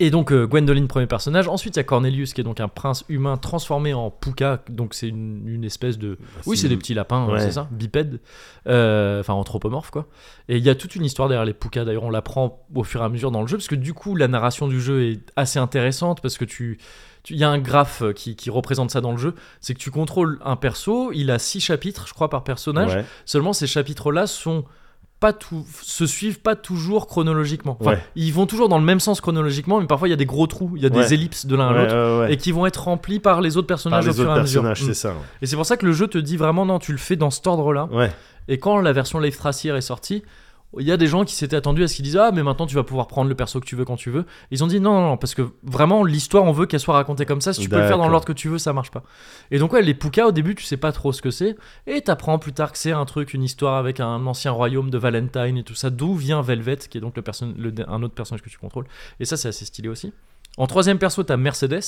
Et donc euh, Gwendoline, premier personnage. Ensuite, il y a Cornelius, qui est donc un prince humain transformé en pouca. Donc c'est une, une espèce de... Oui, c'est des petits lapins, hein, Ouais. c'est ça, bipèdes. Euh, Enfin, anthropomorphes, quoi. Et il y a toute une histoire derrière les poucas. D'ailleurs, on l'apprend au fur et à mesure dans le jeu, parce que du coup, la narration du jeu est assez intéressante, parce que tu... tu- Il y a un graphe euh, qui, qui représente ça dans le jeu, c'est que tu contrôles un perso, il a six chapitres, je crois, par personnage. Ouais. Seulement, ces chapitres-là sont pas tout, se suivent pas toujours chronologiquement. Enfin, Ouais. ils vont toujours dans le même sens chronologiquement, mais parfois il y a des gros trous, il y a Ouais. des ellipses de l'un à Ouais, l'autre. ouais, ouais. Et qui vont être remplis par les autres Par personnages les au fur et autres à mesure. personnages, Mm. c'est ça. Et c'est pour ça que le jeu te dit vraiment non, tu le fais dans cet ordre-là. Ouais. Et quand la version Live Tracer est sortie, il y a des gens qui s'étaient attendus à ce qu'ils disent ah mais maintenant tu vas pouvoir prendre le perso que tu veux quand tu veux. Ils ont dit non non, non parce que vraiment l'histoire on veut qu'elle soit racontée comme ça. Si tu peux le faire dans D'accord. l'ordre que tu veux ça marche pas. Et donc ouais les Puka au début tu sais pas trop ce que c'est et t'apprends plus tard que c'est un truc une histoire avec un ancien royaume de Valentine et tout ça d'où vient Velvet qui est donc le perso- le- un autre personnage que tu contrôles et ça c'est assez stylé aussi. En troisième perso t'as Mercedes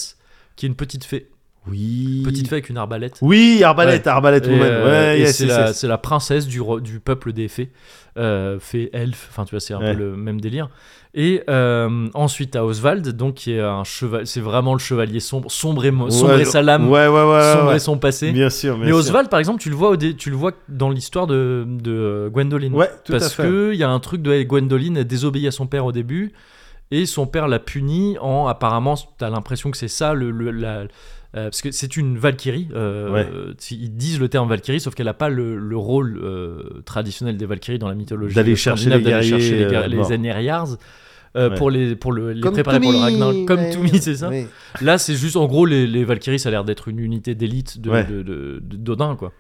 qui est une petite fée Oui. petite fée avec une arbalète. Oui, Arbalète, Arbalète Et, Woman. euh, ouais, et yes, c'est yes, la, yes. c'est la princesse du, ro- du peuple des fées, euh, fées elfes, enfin tu vois, c'est un Ouais. peu le même délire. Et euh, ensuite à Oswald, donc qui est un cheval, c'est vraiment le chevalier sombre, sombre et, mo- sombre Ouais, et sa lame, Ouais, ouais, ouais. ouais, sombre ouais. et son passé. Bien sûr, bien Mais sûr. Oswald, par exemple, tu le vois, au dé- tu le vois dans l'histoire de, de euh, Gwendoline. Ouais, tout à parce fait. que il y a un truc de Gwendoline, elle désobéit à son père au début, et son père la punit en apparemment, t'as l'impression que c'est ça, le, le- la- euh, parce que c'est une Valkyrie. euh, Ouais. euh, Ils disent le terme Valkyrie, sauf qu'elle n'a pas le, le rôle euh, traditionnel des Valkyries dans la mythologie. D'aller scandinave, d'aller chercher les guerriers, chercher les, guerriers- euh, les morts. Anyariars, euh, Ouais. pour les pour le, les préparer pour le Ragnarok, comme Toumi, c'est ça. Là, c'est juste, en gros, les, les Valkyries, ça a l'air d'être une unité d'élite de, Ouais. de- de- de- d'Odin, quoi.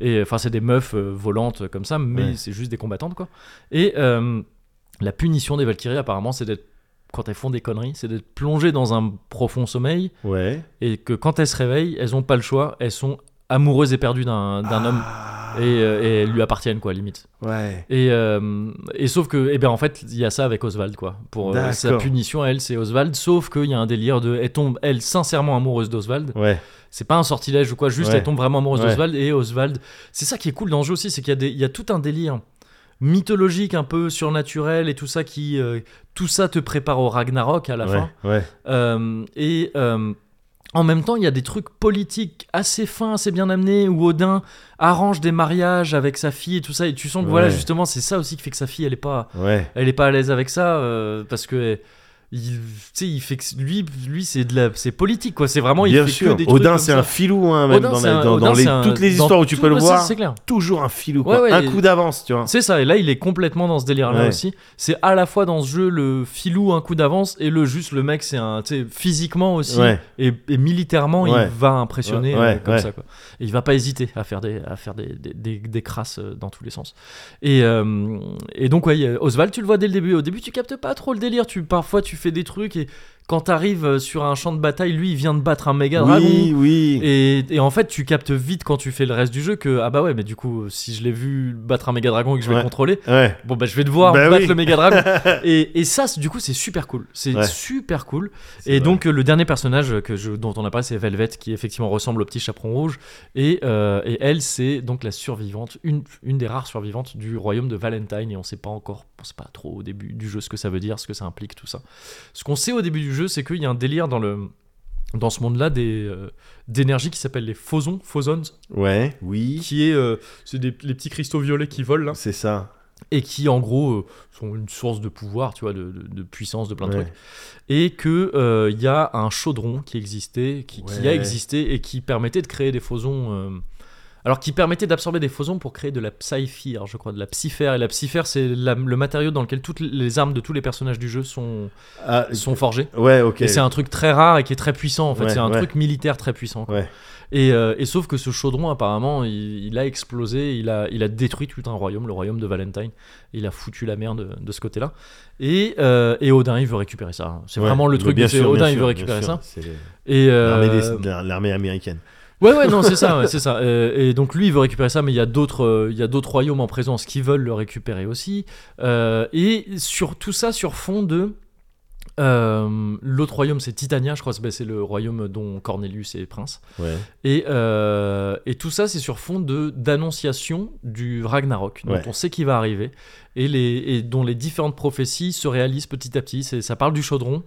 Et enfin, c'est des meufs euh, volantes euh, comme ça, mais Ouais. c'est juste des combattantes, quoi. Et euh, la punition des Valkyries, apparemment, c'est d'être, quand elles font des conneries, c'est d'être plongées dans un profond sommeil, Ouais. et que quand elles se réveillent, elles ont pas le choix, elles sont amoureuses et perdues d'un, d'un homme, Ah, et, euh, et elles lui appartiennent, quoi, limite. Ouais. Et, euh, et sauf que, eh ben en fait, il y a ça avec Oswald, quoi. Pour euh, sa D'accord. punition, elle, c'est Oswald. Sauf qu'il y a un délire de. Elle tombe, elle, sincèrement amoureuse d'Oswald. Ouais. C'est pas un sortilège ou quoi, juste Ouais. elle tombe vraiment amoureuse Ouais. d'Oswald. Et Oswald. C'est ça qui est cool dans le jeu aussi, c'est qu'il y, a des- il y a tout un délire mythologique, un peu surnaturel et tout ça qui. euh, tout ça te prépare au Ragnarok à la ouais. fin. Ouais. Euh, et euh, en même temps, il y a des trucs politiques assez fins, assez bien amenés, où Odin arrange des mariages avec sa fille et tout ça. Et tu sens que voilà, Ouais. justement, c'est ça aussi qui fait que sa fille, elle est pas, Ouais. elle est pas à l'aise avec ça, euh, parce que. Il, tu sais, il fait que- lui, lui c'est de la, c'est politique quoi. C'est vraiment il Bien fait sûr. que des trucs Odin, comme c'est ça. un filou, hein, même Odin, dans, c'est la- un- dans- dans Odin, les, c'est un- toutes les dans histoires où tu tout- peux le ouais, voir. c'est- C'est clair. Toujours un filou, Ouais, quoi. ouais, un et- coup d'avance, tu vois. C'est ça, et là il est complètement dans ce délire-là Ouais. aussi. C'est à la fois dans ce jeu le filou un coup d'avance et le juste le mec c'est un, tu sais, physiquement aussi Ouais. et, et militairement Ouais. il va impressionner Ouais, ouais, euh, comme ouais. ça quoi. Et il va pas hésiter à faire des, à faire des, des, des- des crasses euh, dans tous les sens. Et, euh, et donc ouais, il y a- Oswald tu le vois dès le début. Au début tu captes pas trop le délire. Tu parfois tu fais des trucs et quand t'arrives euh, sur un champ de bataille, lui il vient de battre un méga dragon. Oui, oui. Et, et en fait, tu captes vite quand tu fais le reste du jeu que ah bah ouais, mais du coup, si je l'ai vu battre un méga dragon et que je vais Ouais. le contrôler, Ouais. bon bah je vais devoir Bah battre oui. le méga dragon. et, et ça, c'est- du coup, c'est super cool. C'est Ouais. super cool. C'est Et vrai. donc, euh, le dernier personnage que je, dont on a parlé, c'est Velvet, qui effectivement ressemble au petit chaperon rouge. Et, euh, et elle, c'est donc la survivante, une, une des rares survivantes du royaume de Valentine. Et on sait pas encore, on sait pas trop au début du jeu ce que ça veut dire, ce que ça implique, tout ça. Ce qu'on sait au début du jeu, c'est qu'il y a un délire dans le. Dans ce monde-là, des, euh, d'énergie qui s'appelle les phosons, phosons, Ouais. Oui. qui est, euh, c'est des, les petits cristaux violets qui volent là, C'est ça. et qui en gros euh, sont une source de pouvoir, tu vois, de, de- de puissance, de plein de Ouais. trucs, et que euh, il y a un chaudron qui existait, qui, qui a Ouais. existé et qui permettait de créer des phosons. euh, alors qui permettait d'absorber des phosons pour créer de la psyphère, je crois, de la psyphère. Et la psyphère, c'est la- le matériau dans lequel toutes les armes de tous les personnages du jeu sont, Ah, sont forgées. Ouais, ok. Et c'est un truc très rare et qui est très puissant en fait. Ouais, c'est un ouais. truc militaire très puissant. quoi. Ouais. Et, euh, et sauf que ce chaudron, apparemment, il, il a explosé, il a, il a détruit tout un royaume, le royaume de Valentine. Il a foutu la merde de, de ce côté-là. Et, euh, et Odin, il veut récupérer ça. C'est Ouais. vraiment le Mais truc bien de c'est sûr, Odin, bien il veut sûr, récupérer bien ça. sûr. C'est les- Et l'armée euh, des- la- L'armée américaine. Ouais, ouais, non, c'est ça, ouais, c'est ça. Euh, et donc lui, il veut récupérer ça, mais il y a d'autres, euh, il y a d'autres royaumes en présence qui veulent le récupérer aussi. Euh, et sur tout ça, sur fond de euh, l'autre royaume, c'est Titania, je crois, c'est ben, c'est le royaume dont Cornelius est prince. Ouais. Et, euh, et tout ça, c'est sur fond de d'annonciation du Ragnarok, dont Ouais. on sait qu'il va arriver, et, les, et dont les différentes prophéties se réalisent petit à petit. C'est- Ça parle du chaudron,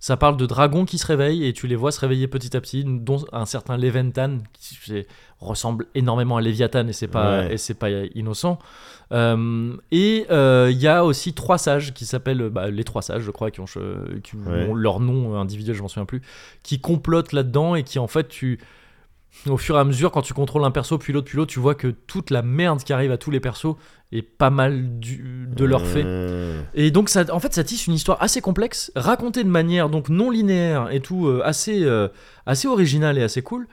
ça parle de dragons qui se réveillent, et tu les vois se réveiller petit à petit, dont un certain Leventan, qui c'est- ressemble énormément à Léviathan, et c'est pas, Ouais. et c'est pas innocent. Euh, et euh, il y a aussi trois sages qui s'appellent bah, les trois sages, je crois, qui ont, che- qui Ouais. ont leur nom individuel, je m'en souviens plus, qui complotent là-dedans et qui en fait tu au fur et à mesure, quand tu contrôles un perso puis l'autre puis l'autre, tu vois que toute la merde qui arrive à tous les persos est pas mal du- de leur fait. Euh, Et donc, ça, en fait, ça tisse une histoire assez complexe, racontée de manière donc non linéaire et tout, euh, assez, euh, assez originale et assez cool,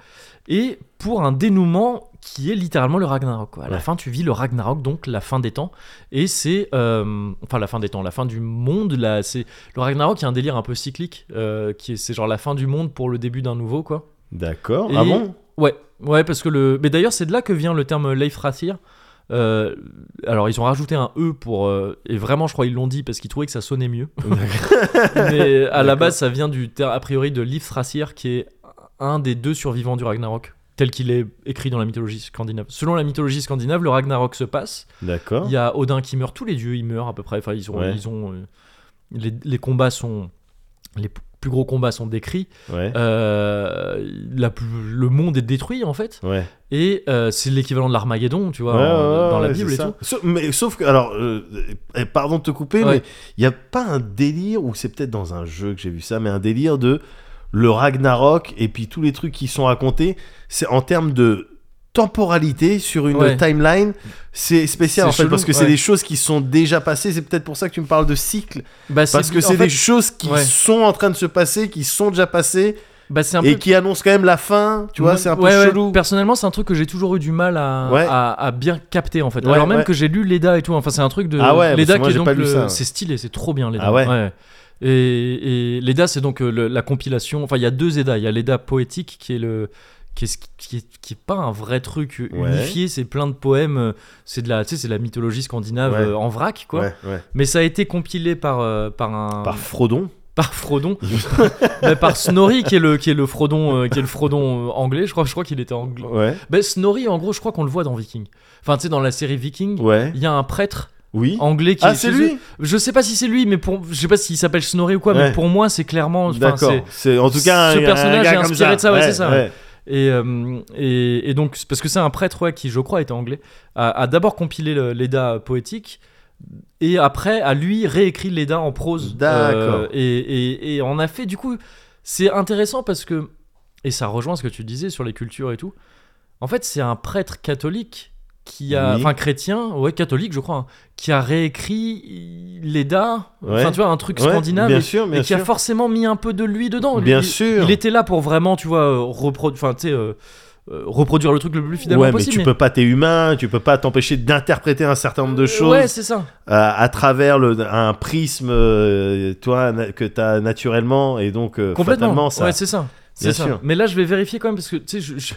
et pour un dénouement qui est littéralement le Ragnarok. quoi. À la Ouais. fin, tu vis le Ragnarok, donc la fin des temps, et c'est, euh, enfin, la fin des temps, la fin du monde. Là, c'est le Ragnarok, il y a un délire un peu cyclique, euh, qui est, c'est genre la fin du monde pour le début d'un nouveau, quoi. D'accord. Et- Ah bon Ouais, ouais, parce que le. Mais d'ailleurs, c'est de là que vient le terme Leifrathir. Euh, alors, ils ont rajouté un E pour. euh, et vraiment, je crois ils l'ont dit parce qu'ils trouvaient que ça sonnait mieux. Mais à la D'accord. base, ça vient du ter- a priori de Leifrathir, qui est un des deux survivants du Ragnarok, tel qu'il est écrit dans la mythologie scandinave. Selon la mythologie scandinave, le Ragnarok se passe. D'accord. Il y a Odin qui meurt, tous les dieux ils meurent à peu près. Enfin, ils ont. Ah. Ouais. Ils ont euh, les, les combats sont. Les p- plus gros combats sont décrits. Ouais. Euh, la plus- le monde est détruit en fait. Ouais. Et euh, c'est l'équivalent de l'Armageddon, tu vois, Ouais, en- ouais, dans la ouais, Bible c'est et ça. tout. Sauf, mais, sauf que, alors, euh, euh, pardon de te couper, Ouais. mais il n'y a pas un délire, ou c'est peut-être dans un jeu que j'ai vu ça, mais un délire de le Ragnarok et puis tous les trucs qui sont racontés, c'est en termes de temporalité sur une Ouais. timeline, c'est spécial C'est en fait chelou, parce que c'est ouais. des choses qui sont déjà passées, c'est peut-être pour ça que tu me parles de cycle Bah, parce que en c'est fait, des choses qui ouais. sont en train de se passer, qui sont déjà passées bah, c'est un et peu- qui annoncent quand même la fin, tu vois, c'est un peu Ouais, ouais. chelou. Personnellement, c'est un truc que j'ai toujours eu du mal à, Ouais. à, à bien capter en fait. Ouais, Alors même ouais. que j'ai lu Leda et tout, enfin c'est un truc de Ah ouais, parce Leda que moi, qui est j'ai donc pas lu le- ça. c'est stylé, c'est trop bien Leda. Ah ouais. Et, et Leda c'est donc euh, le- la compilation, enfin il y a deux Leda, il y a Leda poétique qui est le qui est, ce- qui est- qui est pas un vrai truc unifié, c'est plein de poèmes, euh, c'est de la tu sais, c'est de la mythologie scandinave Ouais. euh, en vrac quoi. Ouais, ouais. Mais ça a été compilé par euh, par un Par Frodon. par Frodon, mais par Snorri qui est le qui est le Frodon euh, qui est le Frodon euh, anglais. Je crois je crois qu'il était anglais. Ouais. Ben Snorri en gros je crois qu'on le voit dans Viking. Enfin tu sais dans la série Viking. Ouais. Il y a un prêtre Oui. anglais qui Ah, est c'est chez lui eux. Je sais pas si c'est lui, mais pour je sais pas s'il s'appelle Snorri ou quoi, Ouais. mais pour moi c'est clairement. enfin, D'accord. c'est- C'est en tout cas ce un, personnage un gars est comme inspiré de ça, ouais, c'est ça, Ouais. Et, euh, et, et donc, c'est parce que c'est un prêtre ouais, qui, je crois, était anglais, a, a d'abord compilé le- l'Eda poétique et après a lui réécrit l'Eda en prose. euh, D'accord. et, et, et on a fait, du coup, c'est intéressant parce que, et ça rejoint ce que tu disais sur les cultures et tout, en fait, c'est un prêtre catholique qui a, Oui. enfin chrétien, ouais, catholique, je crois, hein, qui a réécrit l'Eda, Ouais. enfin, tu vois, un truc Ouais, scandinave. bien et- sûr, bien et qui a sûr. forcément mis un peu de lui dedans. Bien Il- sûr. Il était là pour vraiment, tu vois, euh, reprodu- enfin, tu sais, euh, euh, reproduire le truc le plus fidèlement ouais, mais possible. tu peux pas, t'es humain, tu peux pas t'empêcher d'interpréter un certain nombre de choses Ouais, c'est ça. à, à travers le, un prisme, euh, toi, na- que t'as naturellement, et donc euh, Complètement. fatalement, ça. Ouais, c'est ça. Bien C'est ça. sûr. Mais là, je vais vérifier quand même parce que, tu sais, je. je-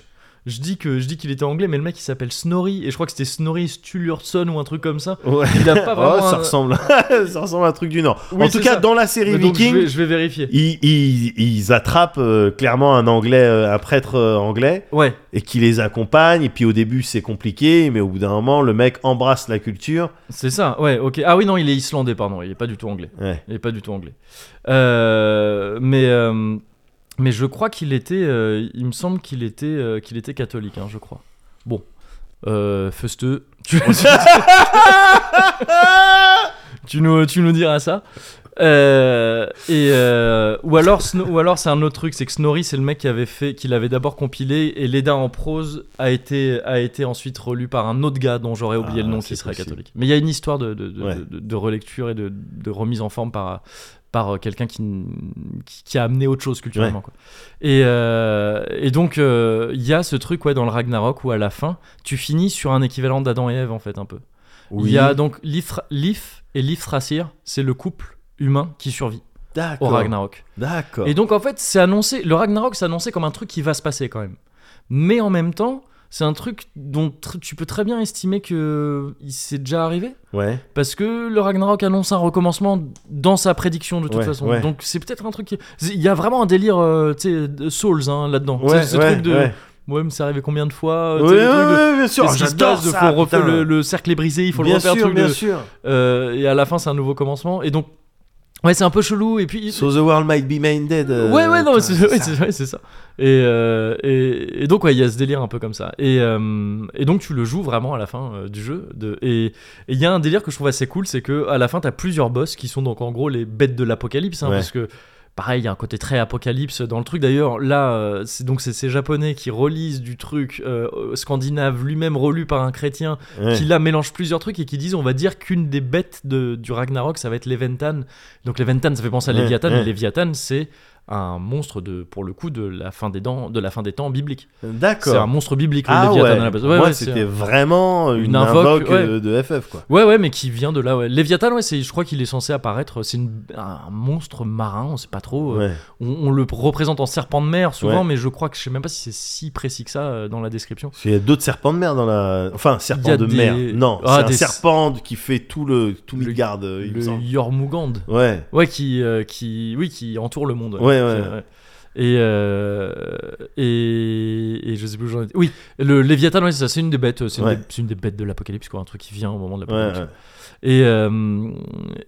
je dis que je dis qu'il était anglais, mais le mec il s'appelle Snorri et je crois que c'était Snorri Sturluson ou un truc comme ça. Ouais. Il a pas vraiment. Oh, ça un- ressemble, ça ressemble à un truc du Nord. Oui, en tout c'est cas, ça. dans la série Mais donc, je, Viking, vais, je vais vérifier. ils, ils- ils attrapent euh, clairement un anglais, euh, un prêtre euh, anglais, Ouais, et qui les accompagne. Et puis au début, c'est compliqué, mais au bout d'un moment, le mec embrasse la culture. c'est ça. Ouais, ok. Ah oui, non, il est islandais, pardon. Il est pas du tout anglais. Ouais. Il est pas du tout anglais. Euh, mais, euh, mais je crois qu'il était. euh, il me semble qu'il était, euh, qu'il était catholique, hein, je crois. Bon. Euh, Feusteux, tu, tu- tu nous, tu nous diras ça. Euh, et euh, ou alors, Sno- ou alors c'est un autre truc, c'est que Snorri, c'est le mec qui avait fait, qui l'avait d'abord compilé, et l'Eda en prose a été, a été ensuite relu par un autre gars dont j'aurais oublié Ah, le nom, c'est qui serait possible. catholique. Mais il y a une histoire de, de, de- Ouais. de- de relecture et de, de remise en forme par, par euh, quelqu'un qui, n- qui, qui a amené autre chose culturellement. quoi. Et, euh, et donc, euh, il y a ce truc ouais, dans le Ragnarok où à la fin, tu finis sur un équivalent d'Adam et Ève, en fait, un peu. Il y a donc Lif, Lif et Lifrasir, c'est le couple humain qui survit au D'accord. Ragnarok. D'accord. Et donc en fait, c'est annoncé, le Ragnarok c'est annoncé comme un truc qui va se passer quand même. Mais en même temps, c'est un truc dont tr- tu peux très bien estimer que il s'est déjà arrivé Ouais. parce que le Ragnarok annonce un recommencement dans sa prédiction de toute Ouais, façon. ouais. Donc c'est peut-être un truc qui c'est- il y a vraiment un délire euh, tu sais de Souls hein, là-dedans. Tu sais, Ouais, ce ouais, truc de ouais. ouais, mais c'est arrivé combien de fois euh, Ouais, Tu sais, le ouais, truc de- ouais, bien sûr. Qu'est-ce qui se Oh, J'adore passe, ça, faut refaire putain. le, le cercle est brisé, il faut bien le refaire, sûr, truc bien de- sûr. Euh, et à la fin c'est un nouveau commencement. Et donc, ouais, c'est un peu chelou. Et puis, So the world might be minded. euh, ouais, ouais, non, mais putain, c'est ouais, c'est- ouais, c'est ça. Et, euh, et, et donc, ouais, il y a ce délire un peu comme ça. Et, euh, et donc, tu le joues vraiment à la fin euh, du jeu. De, et et il y a un délire que je trouve assez cool, c'est que à la fin, t'as plusieurs boss qui sont donc en gros les bêtes de l'apocalypse, hein, Ouais. parce que. Pareil, il y a un côté très apocalypse dans le truc. D'ailleurs, là, euh, c'est donc c'est ces Japonais qui relisent du truc euh, scandinave, lui-même relu par un chrétien, Ouais. qui là mélange plusieurs trucs et qui disent on va dire qu'une des bêtes de, du Ragnarok ça va être l'Eventan. Donc l'Eventan ça fait penser à Ouais, Léviathan, ouais. et Léviathan c'est un monstre de pour le coup de la fin des dents de la fin des temps biblique. C'est un D'accord. monstre biblique le Ah ouais. Léviathan à la base. Ouais, Moi, ouais, c'est c'était un- vraiment une, une invoque, invoque, ouais. de, de FF quoi. Ouais ouais mais qui vient de là ouais. Léviathan ouais c'est je crois qu'il est censé apparaître c'est une- un monstre marin on sait pas trop euh, Ouais. on, on le représente en serpent de mer souvent Ouais. mais je crois que je sais même pas si c'est si précis que ça euh, dans la description. Il y a d'autres serpents de mer dans la. Enfin, Il y serpent a de des- mer. Non, Ah, c'est un des- serpent qui fait tout le tout Le- Midgard, euh, il me Le semble. Yormugand. Ouais. Ouais, qui, euh, qui, oui, qui entoure le monde. Ouais, ouais, C'est- Et, euh, et, et je sais plus où j'en étais. Oui, le Léviathan, ouais, c'est ça, c'est une des bêtes. euh, C'est une, Ouais. des- c'est une des bêtes de l'Apocalypse, quoi, un truc qui vient au moment de Ouais, l'Apocalypse. ouais. Et, euh,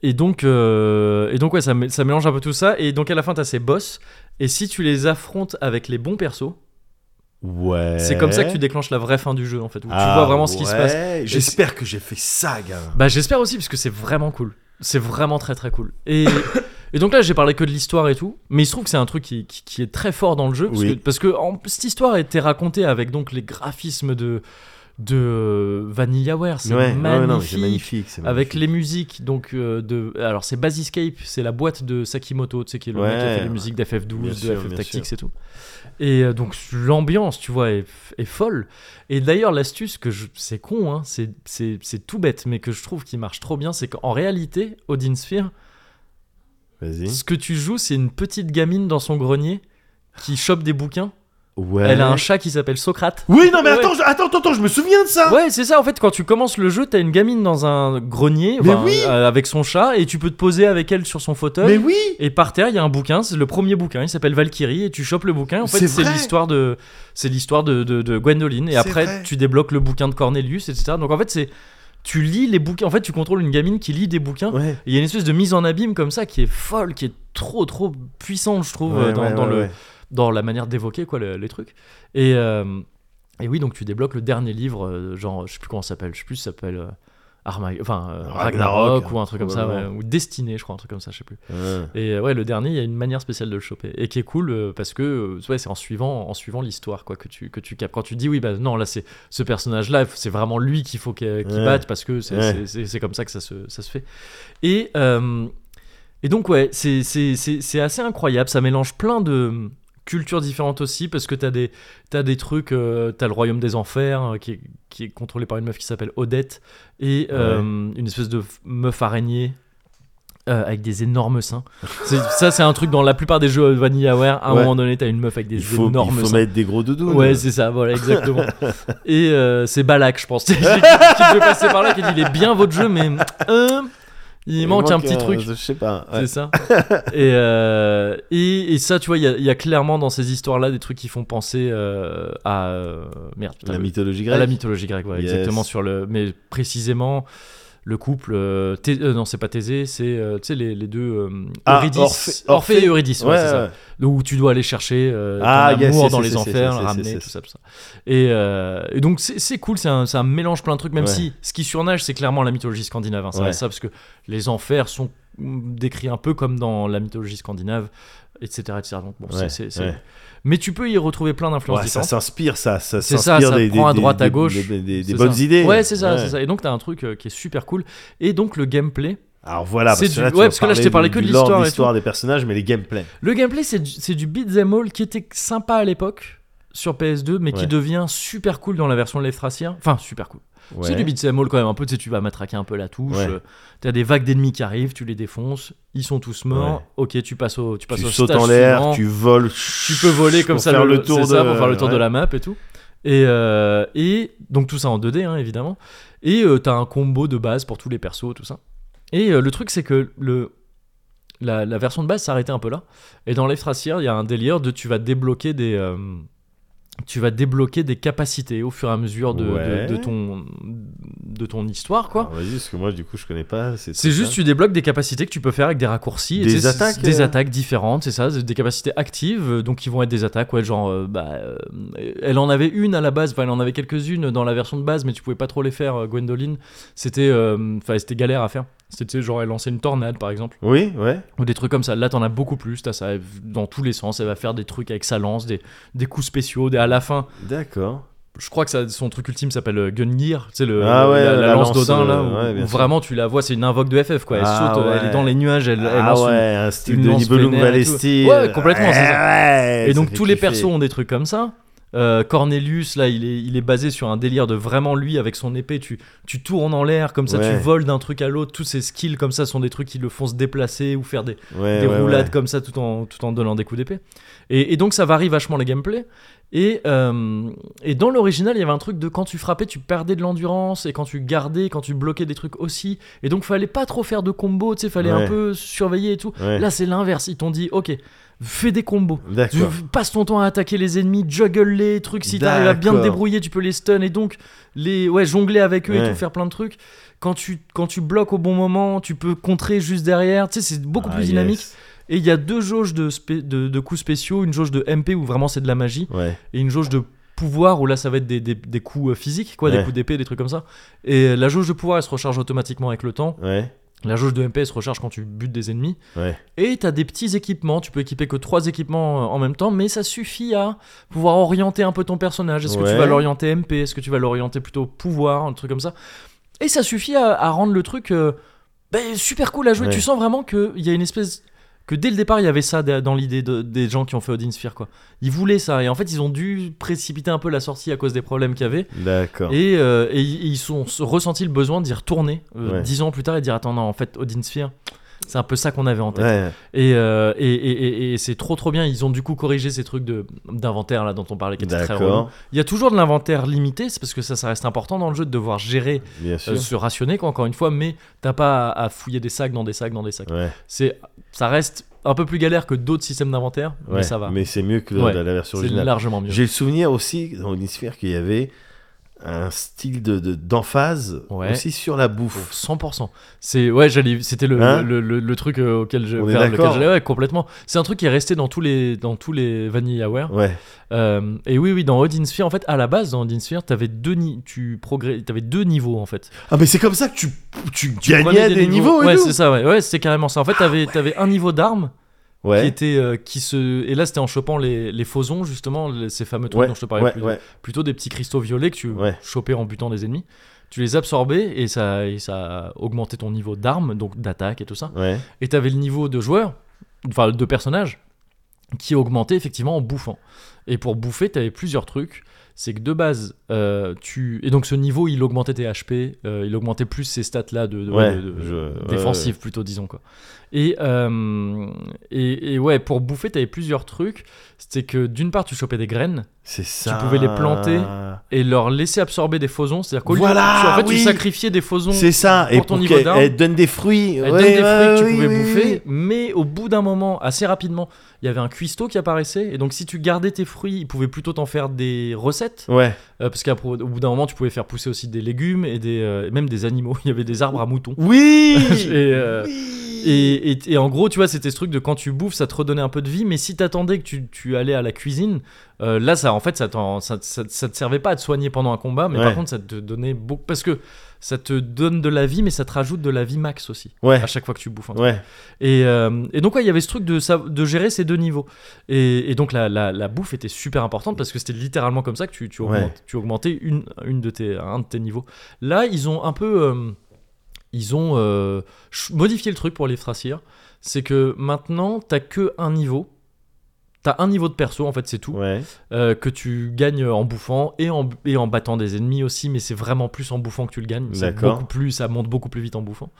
et donc, euh, et donc ouais, ça, mé- ça mélange un peu tout ça. Et donc, à la fin, t'as ces boss. Et si tu les affrontes avec les bons persos, Ouais. c'est comme ça que tu déclenches la vraie fin du jeu, en fait. Où Ah, tu vois vraiment ce qui se ouais. passe. J'espère que j'ai fait ça, gars. Bah j'espère aussi parce que c'est vraiment cool. C'est vraiment très très cool. Et, et donc là j'ai parlé que de l'histoire et tout, mais il se trouve que c'est un truc qui, qui- qui est très fort dans le jeu parce Oui. que, parce que en- cette histoire a été racontée avec donc les graphismes de de euh, VanillaWare, c'est Ouais, ouais, non, mais magnifique. c'est magnifique. c'est Avec magnifique. les musiques, donc euh, de. Alors, c'est Basiscape, c'est la boîte de Sakimoto, tu sais, qui est le mec qui a Ouais, fait les musiques d'FF12, bien de sûr, FF bien Tactics et tout. Et euh, donc, l'ambiance, tu vois, est, est folle. Et d'ailleurs, l'astuce que je. C'est con, hein, c'est- c'est c'est tout bête, mais que je trouve qui marche trop bien, c'est qu'en réalité, Odin Sphere, Vas-y. ce que tu joues, c'est une petite gamine dans son grenier qui chope des bouquins. Ouais. Elle a un chat qui s'appelle Socrate. Oui, non, mais Ouais. attends, je- attends, attends, attends, je me souviens de ça. Ouais, c'est ça. En fait, quand tu commences le jeu, t'as une gamine dans un grenier Mais enfin, oui. euh, avec son chat et tu peux te poser avec elle sur son fauteuil. Mais oui. Et par terre, il y a un bouquin. C'est le premier bouquin. Il s'appelle Valkyrie et tu chopes le bouquin. En fait, C'est c'est vrai. l'histoire de c'est l'histoire de, de, de Gwendoline. Et C'est après, vrai. tu débloques le bouquin de Cornelius, etc. Donc en fait, c'est tu lis les bouquins. En fait, tu contrôles une gamine qui lit des bouquins. Et Ouais. Il y a une espèce de mise en abîme comme ça qui est folle, qui est trop trop puissante, je trouve, euh, Ouais, dans, ouais, dans ouais, le ouais. dans la manière d'évoquer quoi le- les trucs et euh, et oui donc tu débloques le dernier livre euh, genre je sais plus comment ça s'appelle je sais plus ça s'appelle euh, Arma- enfin euh, Ragnarok. Ragnarok, ou un truc comme ça Ouais, ouais. ouais, ou Destiné je crois un truc comme ça je sais plus Ouais. et euh, ouais le dernier il y a une manière spéciale de le choper et qui est cool euh, parce que euh, ouais c'est en suivant en suivant l'histoire quoi que tu que tu captes quand tu dis oui bah non là c'est ce personnage là c'est vraiment lui qu'il faut qu'il qu'il Ouais. batte parce que c'est Ouais. c'est- c'est- c'est comme ça que ça se ça se fait et euh, et donc ouais, c'est c'est- c'est- c'est assez incroyable, ça mélange plein de euh, cultures différentes aussi, parce que t'as des, t'as des trucs, euh, t'as le royaume des enfers, euh, qui, est, qui est contrôlé par une meuf qui s'appelle Odette, et euh, une espèce de f- meuf araignée. euh, avec des énormes seins. C'est- Ça, c'est un truc dans la plupart des jeux VanillaWare. À un Ouais. moment donné, t'as une meuf avec des Il faut, il énormes faut seins. mettre des gros doudous. Ouais, c'est ça, voilà, exactement. Et euh, c'est Balak, je pense, qui devait passer par là, qui dit il est bien votre jeu, mais euh, il, manque un petit truc. Je sais pas. C'est ouais. ça. et, euh, et, et ça, tu vois, il y a- il y, a clairement dans ces histoires-là des trucs qui font penser euh, à. euh, merde, putain, La le- mythologie grecque. à la mythologie grecque, ouais, Yes. exactement. Sur le, mais précisément, le couple. euh, Thé- euh, non, c'est pas Thésée, c'est euh, tu sais, les, les deux. euh, Ah, Eurydice. Orphée- Orphée, Orphée. et Eurydice, ouais, Ouais, c'est ça. ouais. Donc, Où tu dois aller chercher euh, ton Ah, yes, amour yes, dans yes, les yes, yes, enfers, yes, ramener, yes. tout ça, tout ça. Et, euh, et donc, c'est c'est cool, c'est un, c'est un mélange plein de trucs, même Ouais. si ce qui surnage, c'est clairement la mythologie scandinave. hein, ça Ouais. reste ça, parce que les enfers sont mm, décrits un peu comme dans la mythologie scandinave, etc. etc. Donc, bon, c'est- Ouais, c'est- c'est- ouais. Mais tu peux y retrouver plein d'influences Ouais, ça différentes. s'inspire, ça, ça C'est ça, s'inspire ça des, prend des- à droite, des- à gauche. des, des- des C'est bonnes ça. idées. Ouais, c'est ça, c'est ça. Et donc, t'as un truc euh, qui est super cool. Et donc, le gameplay. Alors voilà, parce C'est que du- là, tu ouais, vas parce que là, je parler t'ai parlé du- que de du lore, l'histoire et l'histoire des personnages, mais les gameplays. Le gameplay, c'est du, c'est du beat'em all qui était sympa à l'époque sur PS2, mais Ouais. qui devient super cool dans la version de Lefthracien. Enfin, super cool. C'est du beat'em all quand même, un peu, tu sais, tu vas matraquer un peu la touche. Ouais. euh, T'as des vagues d'ennemis qui arrivent, tu les défonces, ils sont tous morts. Ouais. Ok, tu passes au, tu passes Tu au sautes stage en l'air, suivant. tu voles. tu peux voler comme pour ça faire le, le tour c'est ça, de- pour faire le tour ouais. de la map et tout. Et, euh, et donc tout ça en 2D hein, évidemment. Et euh, t'as un combo de base pour tous les persos, tout ça. Et euh, le truc c'est que le la, la version de base s'arrêtait un peu là. Et dans l'Eftracier, il y a un délire de tu vas débloquer des euh, tu vas débloquer des capacités au fur et à mesure de, de- Ouais. de ton de ton histoire quoi. Alors, Bah, Vas-y, parce que moi, du coup, je connais pas. C'est juste tu débloques des capacités que tu peux faire avec des raccourcis, et Des tu sais, c'est- attaques, c'est des euh attaques différentes, c'est ça, c'est des capacités actives, euh, donc qui vont être des attaques, ouais, genre, euh, bah, euh, elle en avait une à la base, enfin elle en avait quelques-unes dans la version de base, mais tu pouvais pas trop les faire, euh, Gwendoline, c'était, euh, enfin c'était galère à faire. C'était, tu sais, genre, elle lançait une tornade, par exemple, Oui, ouais. ou des trucs comme ça. Là, t'en as beaucoup plus, t'as ça dans tous les sens. Elle va faire des trucs avec sa lance, des, des coups spéciaux, des, à la fin. D'accord. Je crois que ça- son truc ultime s'appelle euh, Gungear, tu sais, le, Ah ouais, la, la la lance lance, d'Odin, euh, là, où, ouais, bien où sûr. vraiment tu la vois, c'est une invoque de FF, quoi. Elle Ah saute, euh, elle ouais. est dans les nuages, elle, elle ah lance une- ouais, un style une de lance Nibelung vénère et tout. Valesti. Ouais, complètement, c'est ça. Ouais, Et donc fait tous les kiffer. persos ont des trucs comme ça. Euh, Cornelius, là, il est, il est basé sur un délire de vraiment lui, avec son épée, tu, tu tournes en l'air, comme ça Ouais. tu voles d'un truc à l'autre. Tous ces skills comme ça sont des trucs qui le font se déplacer ou faire des, Ouais, des ouais, roulades ouais. comme ça tout en, tout en donnant des coups d'épée. Et, et donc ça varie vachement le gameplay. Et, euh, et dans l'original, il y avait un truc de quand tu frappais, tu perdais de l'endurance, et quand tu gardais, quand tu bloquais des trucs aussi. Et donc fallait pas trop faire de combos, tu sais, fallait Ouais. un peu surveiller et tout. Ouais. Là, c'est l'inverse. Ils t'ont dit, ok, fais des combos. Tu D'accord. passes ton temps à attaquer les ennemis, juggle les trucs. Si t'arrives à bien te D'accord. débrouiller, tu peux les stun et donc les ouais jongler avec eux et Ouais. tout faire plein de trucs. Quand tu quand tu bloques au bon moment, tu peux contrer juste derrière. Tu sais, c'est beaucoup Ah, plus dynamique. yes. Et il y a deux jauges de, spé- de, de coups spéciaux, une jauge de MP où vraiment c'est de la magie, Ouais. et une jauge de pouvoir où là ça va être des, des- des coups euh, physiques, quoi, des Ouais. coups d'épée, des trucs comme ça. Et la jauge de pouvoir elle se recharge automatiquement avec le temps. Ouais. La jauge de MP elle se recharge quand tu butes des ennemis. Ouais. Et t'as des petits équipements, tu peux équiper que trois équipements euh, en même temps, mais ça suffit à pouvoir orienter un peu ton personnage. Est-ce que tu Ouais. vas l'orienter MP Est-ce que tu vas l'orienter plutôt pouvoir Un truc comme ça. Et ça suffit à, à rendre le truc euh, ben, super cool à jouer. Ouais. Tu sens vraiment qu'il y a une espèce. que dès le départ, il y avait ça da- dans l'idée de- des gens qui ont fait Odin Sphere, quoi. Ils voulaient ça, et en fait, ils ont dû précipiter un peu la sortie à cause des problèmes qu'il y avait. D'accord. Et, euh, et ils ils sont se- ressenti le besoin d'y retourner euh, Ouais. dix ans plus tard et dire attends non en fait Odin Sphere c'est un peu ça qu'on avait en tête Ouais. et, euh, et, et- et- et c'est trop trop bien ils ont du coup corrigé ces trucs de d'inventaire là dont on parlait qui étaient très relous. D'accord. il y a toujours de l'inventaire limité c'est parce que ça ça reste important dans le jeu de devoir gérer Bien euh, sûr. se rationner quoi, encore une fois mais t'as pas à, à fouiller des sacs dans des sacs dans des sacs Ouais. c'est ça reste un peu plus galère que d'autres systèmes d'inventaire mais ouais. ça va Mais c'est mieux que Ouais. la, la version c'est originale. largement mieux J'ai le souvenir aussi dans l'hémisphère qu'il y avait un style de de- d'emphase Ouais. aussi sur la bouffe. 100%. C'est ouais, j'allais c'était le, Hein le, le- le truc euh, auquel je On est vers lequel d'accord. j'allais ouais, complètement. C'est un truc qui est resté dans tous les dans tous les VanillaWare. Ouais. Euh, et oui oui, dans Odin Sphere en fait, à la base dans Odin Sphere, t'avais deux ni- tu progrès t'avais deux niveaux en fait. Ah mais c'est comme ça que tu tu Prenais gagnais des, niveaux. et Ouais, tout. Ah c'est ça ouais. Ouais, c'était carrément ça. En fait, t'avais t'avais un niveau d'arme qui Ouais. était euh, qui se et là c'était en chopant les les faux-ongles, justement, les- ces fameux trucs Ouais. dont je te parlais Ouais. plus Ouais. plutôt des petits cristaux violets que tu Ouais. chopais en butant des ennemis. Tu les absorbais et ça, et ça augmentait ton niveau d'armes, donc d'attaque et tout ça. Ouais. Et t'avais le niveau de joueur, enfin de personnage, qui augmentait effectivement en bouffant. Et pour bouffer, t'avais plusieurs trucs. C'est que de base, euh, tu. Et donc ce niveau, il augmentait tes HP, euh, il augmentait plus ces stats-là de, de- Ouais, de- de- je- euh, défensives plutôt, disons quoi. Et, euh, et, et ouais, pour bouffer, t'avais plusieurs trucs. C'était que d'une part, tu chopais des graines C'est ça. pouvais les planter. et leur laisser absorber des fauxons. C'est-à-dire qu'au lieu- Voilà, tu, en fait, tu oui. sacrifiais des fauxons. C'est ça. Et pour ton pour niveau qu'elle d'arme. elle donne des fruits. Elle Ouais, donne des fruits ouais, que tu oui, pouvais oui, bouffer, oui. mais au bout d'un moment, assez rapidement, il y avait un cuistot qui apparaissait, et donc si tu gardais tes fruits, il pouvait plutôt t'en faire des recettes, Ouais. euh, parce qu'au bout d'un moment, tu pouvais faire pousser aussi des légumes et des, euh, même des animaux. Il y avait des arbres à moutons. Oui. Et, euh, et, et- et en gros, tu vois, c'était ce truc de quand tu bouffes, ça te redonnait un peu de vie, mais si t'attendais que tu, tu allais à la cuisine, euh, là, ça, en fait, ça, t'en- ça, ça- ça te servait pas à te soigner pendant un combat, mais par Ouais. contre, ça te donnait beaucoup. Parce que ça te donne de la vie, mais ça te rajoute de la vie max aussi, Ouais. à chaque fois que tu bouffes. un truc. Ouais. Et, euh, et donc, ouais, il y avait ce truc de, sa- de gérer ces deux niveaux. Et, et donc, la, la, la bouffe était super importante parce que c'était littéralement comme ça que tu, tu, augmentes- Ouais. tu augmentais une, une de tes, un de tes niveaux. Là, ils ont un peu. euh, ils ont euh, ch- modifié le truc pour les frassiers. C'est que maintenant, t'as que un niveau. T'as un niveau de perso, en fait, c'est tout. Ouais. euh, que tu gagnes en bouffant et en, et en battant des ennemis aussi, mais c'est vraiment plus en bouffant que tu le gagnes. C'est D'accord. beaucoup plus, ça monte beaucoup plus vite en bouffant.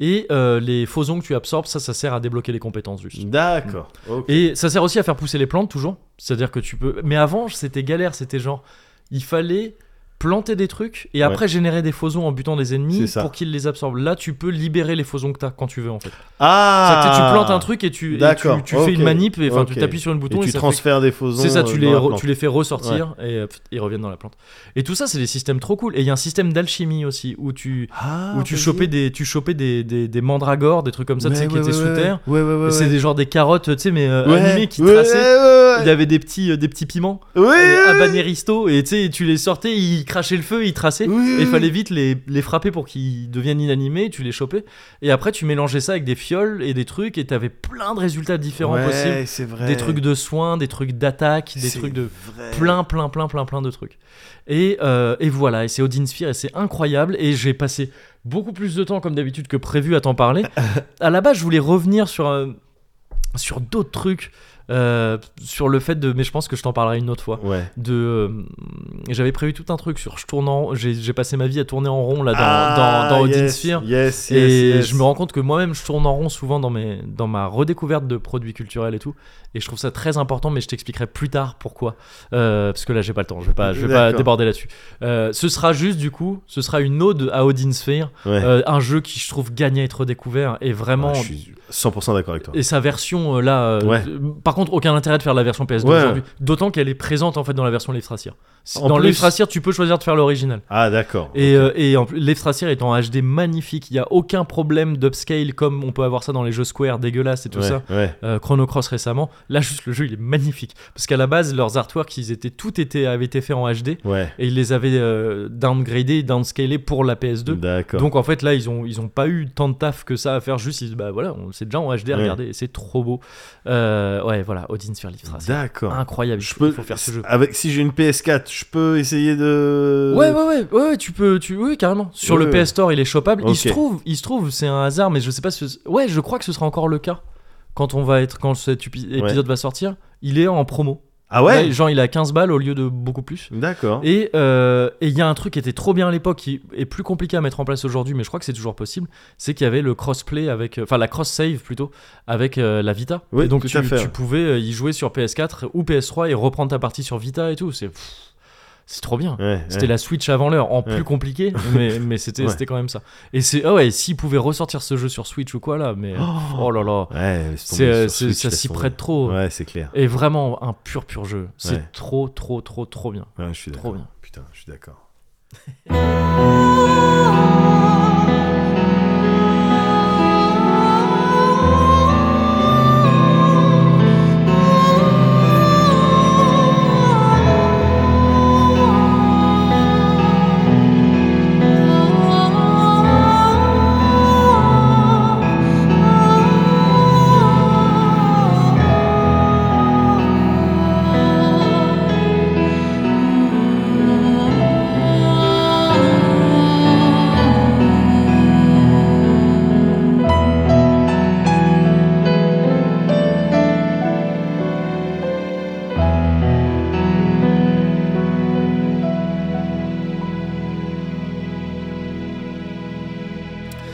Et euh, les fauxons que tu absorbes, ça, ça sert à débloquer les compétences juste. D'accord. Ok. Et ça sert aussi à faire pousser les plantes toujours. C'est-à-dire que tu peux. Mais avant, c'était galère. C'était genre, il fallait planter des trucs et Ouais. après générer des fauxons en butant des ennemis C'est ça. pour qu'ils les absorbent. Là, tu peux libérer les fauxons que t'as quand tu veux en fait. Ah. C'est-à-dire que tu plantes un truc et tu, et D'accord, tu, tu fais ok, une manip et enfin tu ok. t'appuies sur un Et bouton et, tu ça fait- transfères des faux C'est ça, tu les, re- tu les fais ressortir et euh, pff, ils reviennent dans la plante. Et tout ça, c'est des systèmes trop cool. Et il y a un système d'alchimie aussi où tu, Ah. Ah, où tu chopais des, tu chopais des, des, des mandragores, des trucs comme ça, tu sais, qui étaient sous terre. Ouais, ouais, ouais. Et C'est des genre des carottes, tu sais, mais euh, ouais. animées qui ouais, traçaient. ouais, ouais, ouais. il avait des petits, euh, des petits piments Oui, euh, oui, oui. habaneristo et tu sais, tu les sortais, ils crachaient le feu, ils traçaient. Oui, Et oui, il fallait vite les, les frapper pour qu'ils deviennent inanimés, tu les chopais. Et après, tu mélangeais ça avec des fioles et des trucs, et t'avais plein de résultats différents Ouais, possibles. c'est vrai. Des trucs de soins, des trucs d'attaque, des C'est trucs de vrai. plein, plein, plein, plein, plein de trucs. Et, euh, et voilà, et c'est Odin Sphere, et c'est incroyable, et j'ai passé beaucoup plus de temps, comme d'habitude, que prévu à t'en parler. à la base, je voulais revenir sur, euh, sur d'autres trucs, euh, sur le fait de... Mais je pense que je t'en parlerai une autre fois. Ouais. De, euh, j'avais prévu tout un truc sur je tourne en j'ai, j'ai passé ma vie à tourner en rond là dans, Ah, dans, dans Odin yes, Sphere. Yes, yes, et yes. je me rends compte que moi-même je tourne en rond souvent dans, mes, dans ma redécouverte de produits culturels et tout. Et je trouve ça très important, mais je t'expliquerai plus tard pourquoi. Euh, parce que là j'ai pas le temps, je vais pas, je vais pas D'accord. déborder là-dessus. Euh, ce sera juste du coup, ce sera une ode à Odin Sphere, Ouais. euh, un jeu qui je trouve gagne à être découvert et vraiment. Ouais, je suis 100% d'accord avec toi. Et sa version euh, là, euh, Ouais. euh, par contre, aucun intérêt de faire la version PS2 Ouais. aujourd'hui. D'autant qu'elle est présente en fait dans la version Leifstrasir. C'est- En Dans plus- Leifstrasir, tu peux choisir de faire l'original. Ah, d'accord. Et, euh, et en plus, Leifstrasir est en HD magnifique. Il n'y a aucun problème d'upscale comme on peut avoir ça dans les jeux Square dégueulasses et tout Ouais, ça. Ouais. Euh, Chrono Cross récemment. Là, juste le jeu, il est magnifique. Parce qu'à la base, leurs artworks, ils étaient tout était avait été fait en HD Ouais. et ils les avaient euh, downgradés, downscalés pour la PS2. D'accord. Donc en fait là ils ont ils ont pas eu tant de taf que ça à faire juste ils, bah voilà on c'est déjà en HD Ouais. regardez et c'est trop beau Euh, ouais voilà Odin sur Livestra c'est D'accord. incroyable Je il peux faut faire ce jeu Avec si j'ai une PS4, je peux essayer de. Ouais, ouais, ouais, ouais, ouais, tu peux, tu, oui, carrément. Sur Euh, Ouais, le ouais. PS Store, il est chopable. Il se Ok. trouve, il se trouve, c'est un hasard, mais je sais pas si, ouais, je crois que ce sera encore le cas quand on va être, quand cet épi- Ouais. épisode va sortir. Il est en promo. Ah ouais. Là, genre, il a 15 balles au lieu de beaucoup plus. D'accord. Et euh, et il y a un truc qui était trop bien à l'époque, qui est plus compliqué à mettre en place aujourd'hui, mais je crois que c'est toujours possible, c'est qu'il y avait le crossplay avec, euh, enfin la cross save plutôt avec euh, la Vita. Oui, et donc tout tu, à fait. tu pouvais euh, y jouer sur PS4 ou PS3 et reprendre ta partie sur Vita et tout. C'est pff, c'est trop bien. Ouais, C'était ouais. la Switch avant l'heure, en Ouais. plus compliqué, mais, mais c'était Ouais. c'était quand même ça. Et c'est ah ouais, s'ils pouvaient ressortir ce jeu sur Switch ou quoi là, mais Oh. oh là là, Ouais, laisse tomber c'est euh, sur c'est- Switch, ça laisse s'y tomber. prête trop. Ouais, c'est clair. Et vraiment un pur pur jeu. C'est Ouais. trop trop trop trop bien. Ouais, je suis Trop d'accord. bien. Putain, je suis d'accord.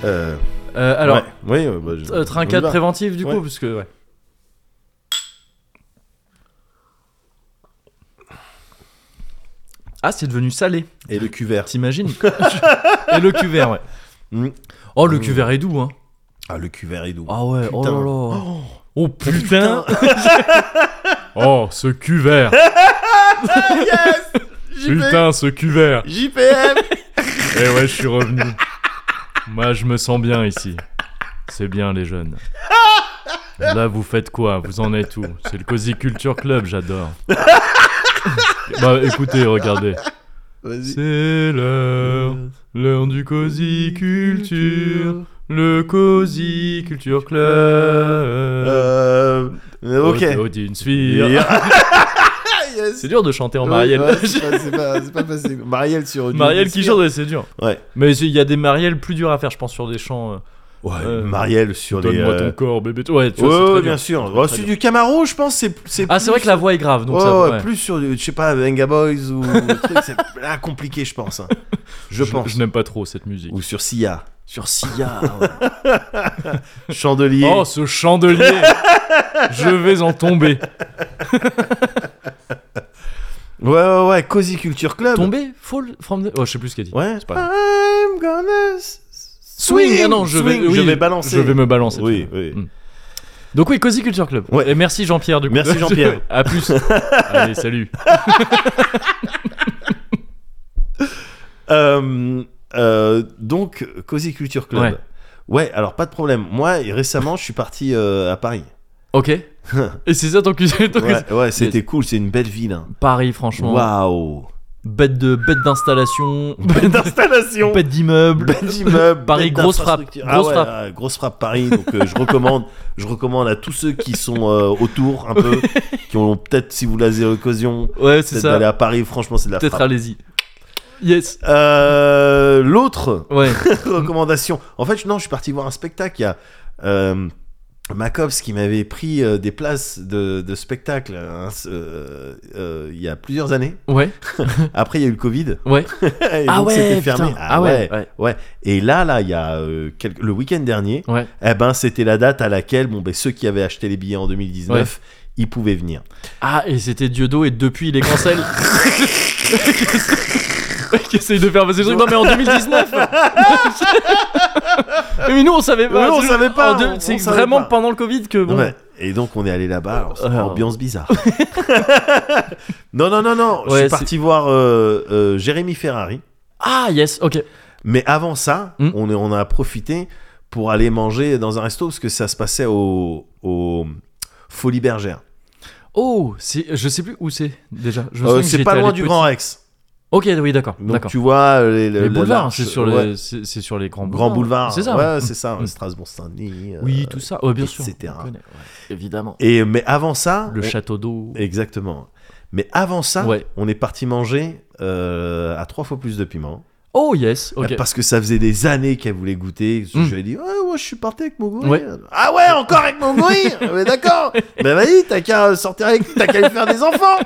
Euh, Euh, alors ouais, ouais, bah, je- Euh, on y trincade va. préventive du Ouais. coup, parce que ouais. Ah, c'est devenu salé, Et le cuvert. t'imagines Et le cuvert, ouais. Mm. Oh, le Mm. cuvert est doux, hein. Ah, le cuvert est doux. Ah ouais, oh Putain. là là. Oh putain Oh, ce cuvert JP, ce cuvert JPM Eh ouais, je suis revenu. Moi, je me sens bien ici. C'est bien, les jeunes. Là, vous faites quoi Vous en êtes où C'est le Cozy Culture Club, j'adore. bah, écoutez, regardez. Vas-y. C'est l'heure, l'heure du Cozy Culture, le Cozy Culture Club. Euh, oh, ok. Odin Sphere. Yes. C'est dur de chanter en Ouais, Marielle. ouais, c'est pas- c'est pas, c'est pas facile. Marielle sur une Marielle qui chante, ouais, c'est dur. Ouais. Mais il y a des Marielles plus dures à faire, je pense, sur des chants. euh, Ouais, Euh, Marielle sur les. Donne-moi ton euh, corps, bébé. Ouais, tu Ouais, vois, c'est ouais, très bien dur. sûr. C'est Oh, très c'est dur. du Camaro, je pense. C'est, c'est Ah, c'est vrai que la voix est grave, donc Ouais, ça. ouais, ouais. plus sur, du- je sais pas, Venga Boys ou un truc, c'est ah, compliqué, je pense. hein. Je, pense. Je n'aime pas trop cette musique. Ou sur Sia. Sur Sia. Chandelier. Oh, ce chandelier Je vais en tomber. Ouais, ouais, ouais. Cozy Culture Club. Tomber Fall from the. Oh, je sais plus ce qu'elle dit. Ouais. C'est pas grave. I'm gonna s- Swing Ah non, je swing. vais, oui, je vais balancer. Je vais me balancer. Oui, tu vois. oui. Mm. Donc, oui, Cozy Culture Club. Ouais. Et merci Jean-Pierre, du coup. Merci, Jean-Pierre. à plus. Allez, salut. Euh, euh, donc, Cozy Culture Club. Ouais. alors pas de problème. Moi, récemment, je suis parti euh, à Paris. Ok. Et c'est ça ton cuisine. ton cuisine. Ouais, ouais, c'était cool, c'est une belle ville. hein. Paris, franchement. Waouh! Bête de bête d'installation. Bête d'installation! Bête d'immeuble. Bête d'immeuble, Paris, bête grosse frappe, d'infrastructure. grosse Ah ouais, frappe. ah, grosse frappe Paris. Donc euh, je recommande, je recommande à tous ceux qui sont euh, autour un peu, qui ont peut-être si vous l'avez l'occasion, Ouais, c'est peut-être ça. d'aller à Paris. Franchement, c'est de la Peut-être frappe. allez-y. Yes. Euh, L'autre Ouais. recommandation. En fait, non, je suis parti voir un spectacle. Il y a euh, Macops qui m'avait pris euh, des places de, de spectacle hein, c- euh, euh, il y a plusieurs années. Ouais. Après, il y a eu le Covid. Ouais. Et ah donc, ouais. c'était fermé. putain. Ah ouais. ouais. Et là, là, il y a euh, quelques- le week-end dernier, Ouais. eh ben, c'était la date à laquelle bon, ben, ceux qui avaient acheté les billets en 2019, ils pouvaient venir. Ah et c'était Diodo et depuis il est cancel. Qui essaye de faire passer le truc. Non mais en 2019. mais nous on savait pas. Mais on C'est- savait pas, en deux- on- on C'est savait vraiment pas. pendant le Covid que bon. Oh. Non, mais- et donc, on est allé là-bas. alors, c'est une Alors. Ambiance bizarre. non, non, non, non. je Ouais, suis c'est- parti voir euh, euh, Jérémy Ferrari. Ah yes. Ok. Mais avant ça, Mm. on, est- on a profité pour aller manger dans un resto parce que ça se passait au, au Folie Bergère. Oh c'est. Je sais plus où c'est déjà. Je me Euh, souviens que c'est j'étais pas allé loin du petit. Grand Rex. Ok oui d'accord. Donc D'accord. tu vois euh, les, Les la- boulevards, l'arche- c'est sur, ouais. les, c'est, c'est sur les grands boulevards. Grand boulevard. C'est ça. ouais. Ouais, c'est ça. Mm. Strasbourg Saint-Denis. euh, Oui, tout ça. Ouais, bien sûr. etc.. on connaît, ouais. Évidemment. Et mais avant ça, Le on- château d'eau. Exactement. Mais avant ça, Ouais. on est parti manger euh, à trois fois plus de piment. Oh yes. Ok. Euh, Parce que ça faisait des années qu'elle voulait goûter. Je Mm. lui ai dit, ouais, ouais, je suis parti avec mon gorille. Ouais. Ah ouais, encore avec mon gorille Mais d'accord. Ben vas-y, t'as qu'à sortir avec lui, t'as qu'à lui faire des enfants.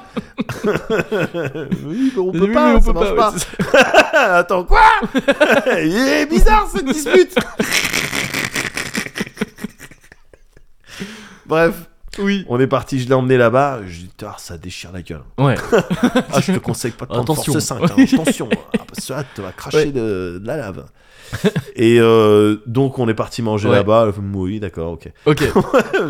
oui, mais on peut Oui, oui, pas, on peut ça marche pas, pas. ouais, Attends, quoi Il est bizarre cette dispute Bref, Oui. on est parti, je l'ai emmené là-bas, je dis, Ah, ça déchire la gueule. Ouais. Ah, je te conseille pas de prendre Attention. force 5, hein, attention, ah, parce que là, tu vas cracher Ouais. de, de la lave. Et euh, donc, on est parti manger Ouais. là-bas, oui, d'accord, ok. Ok.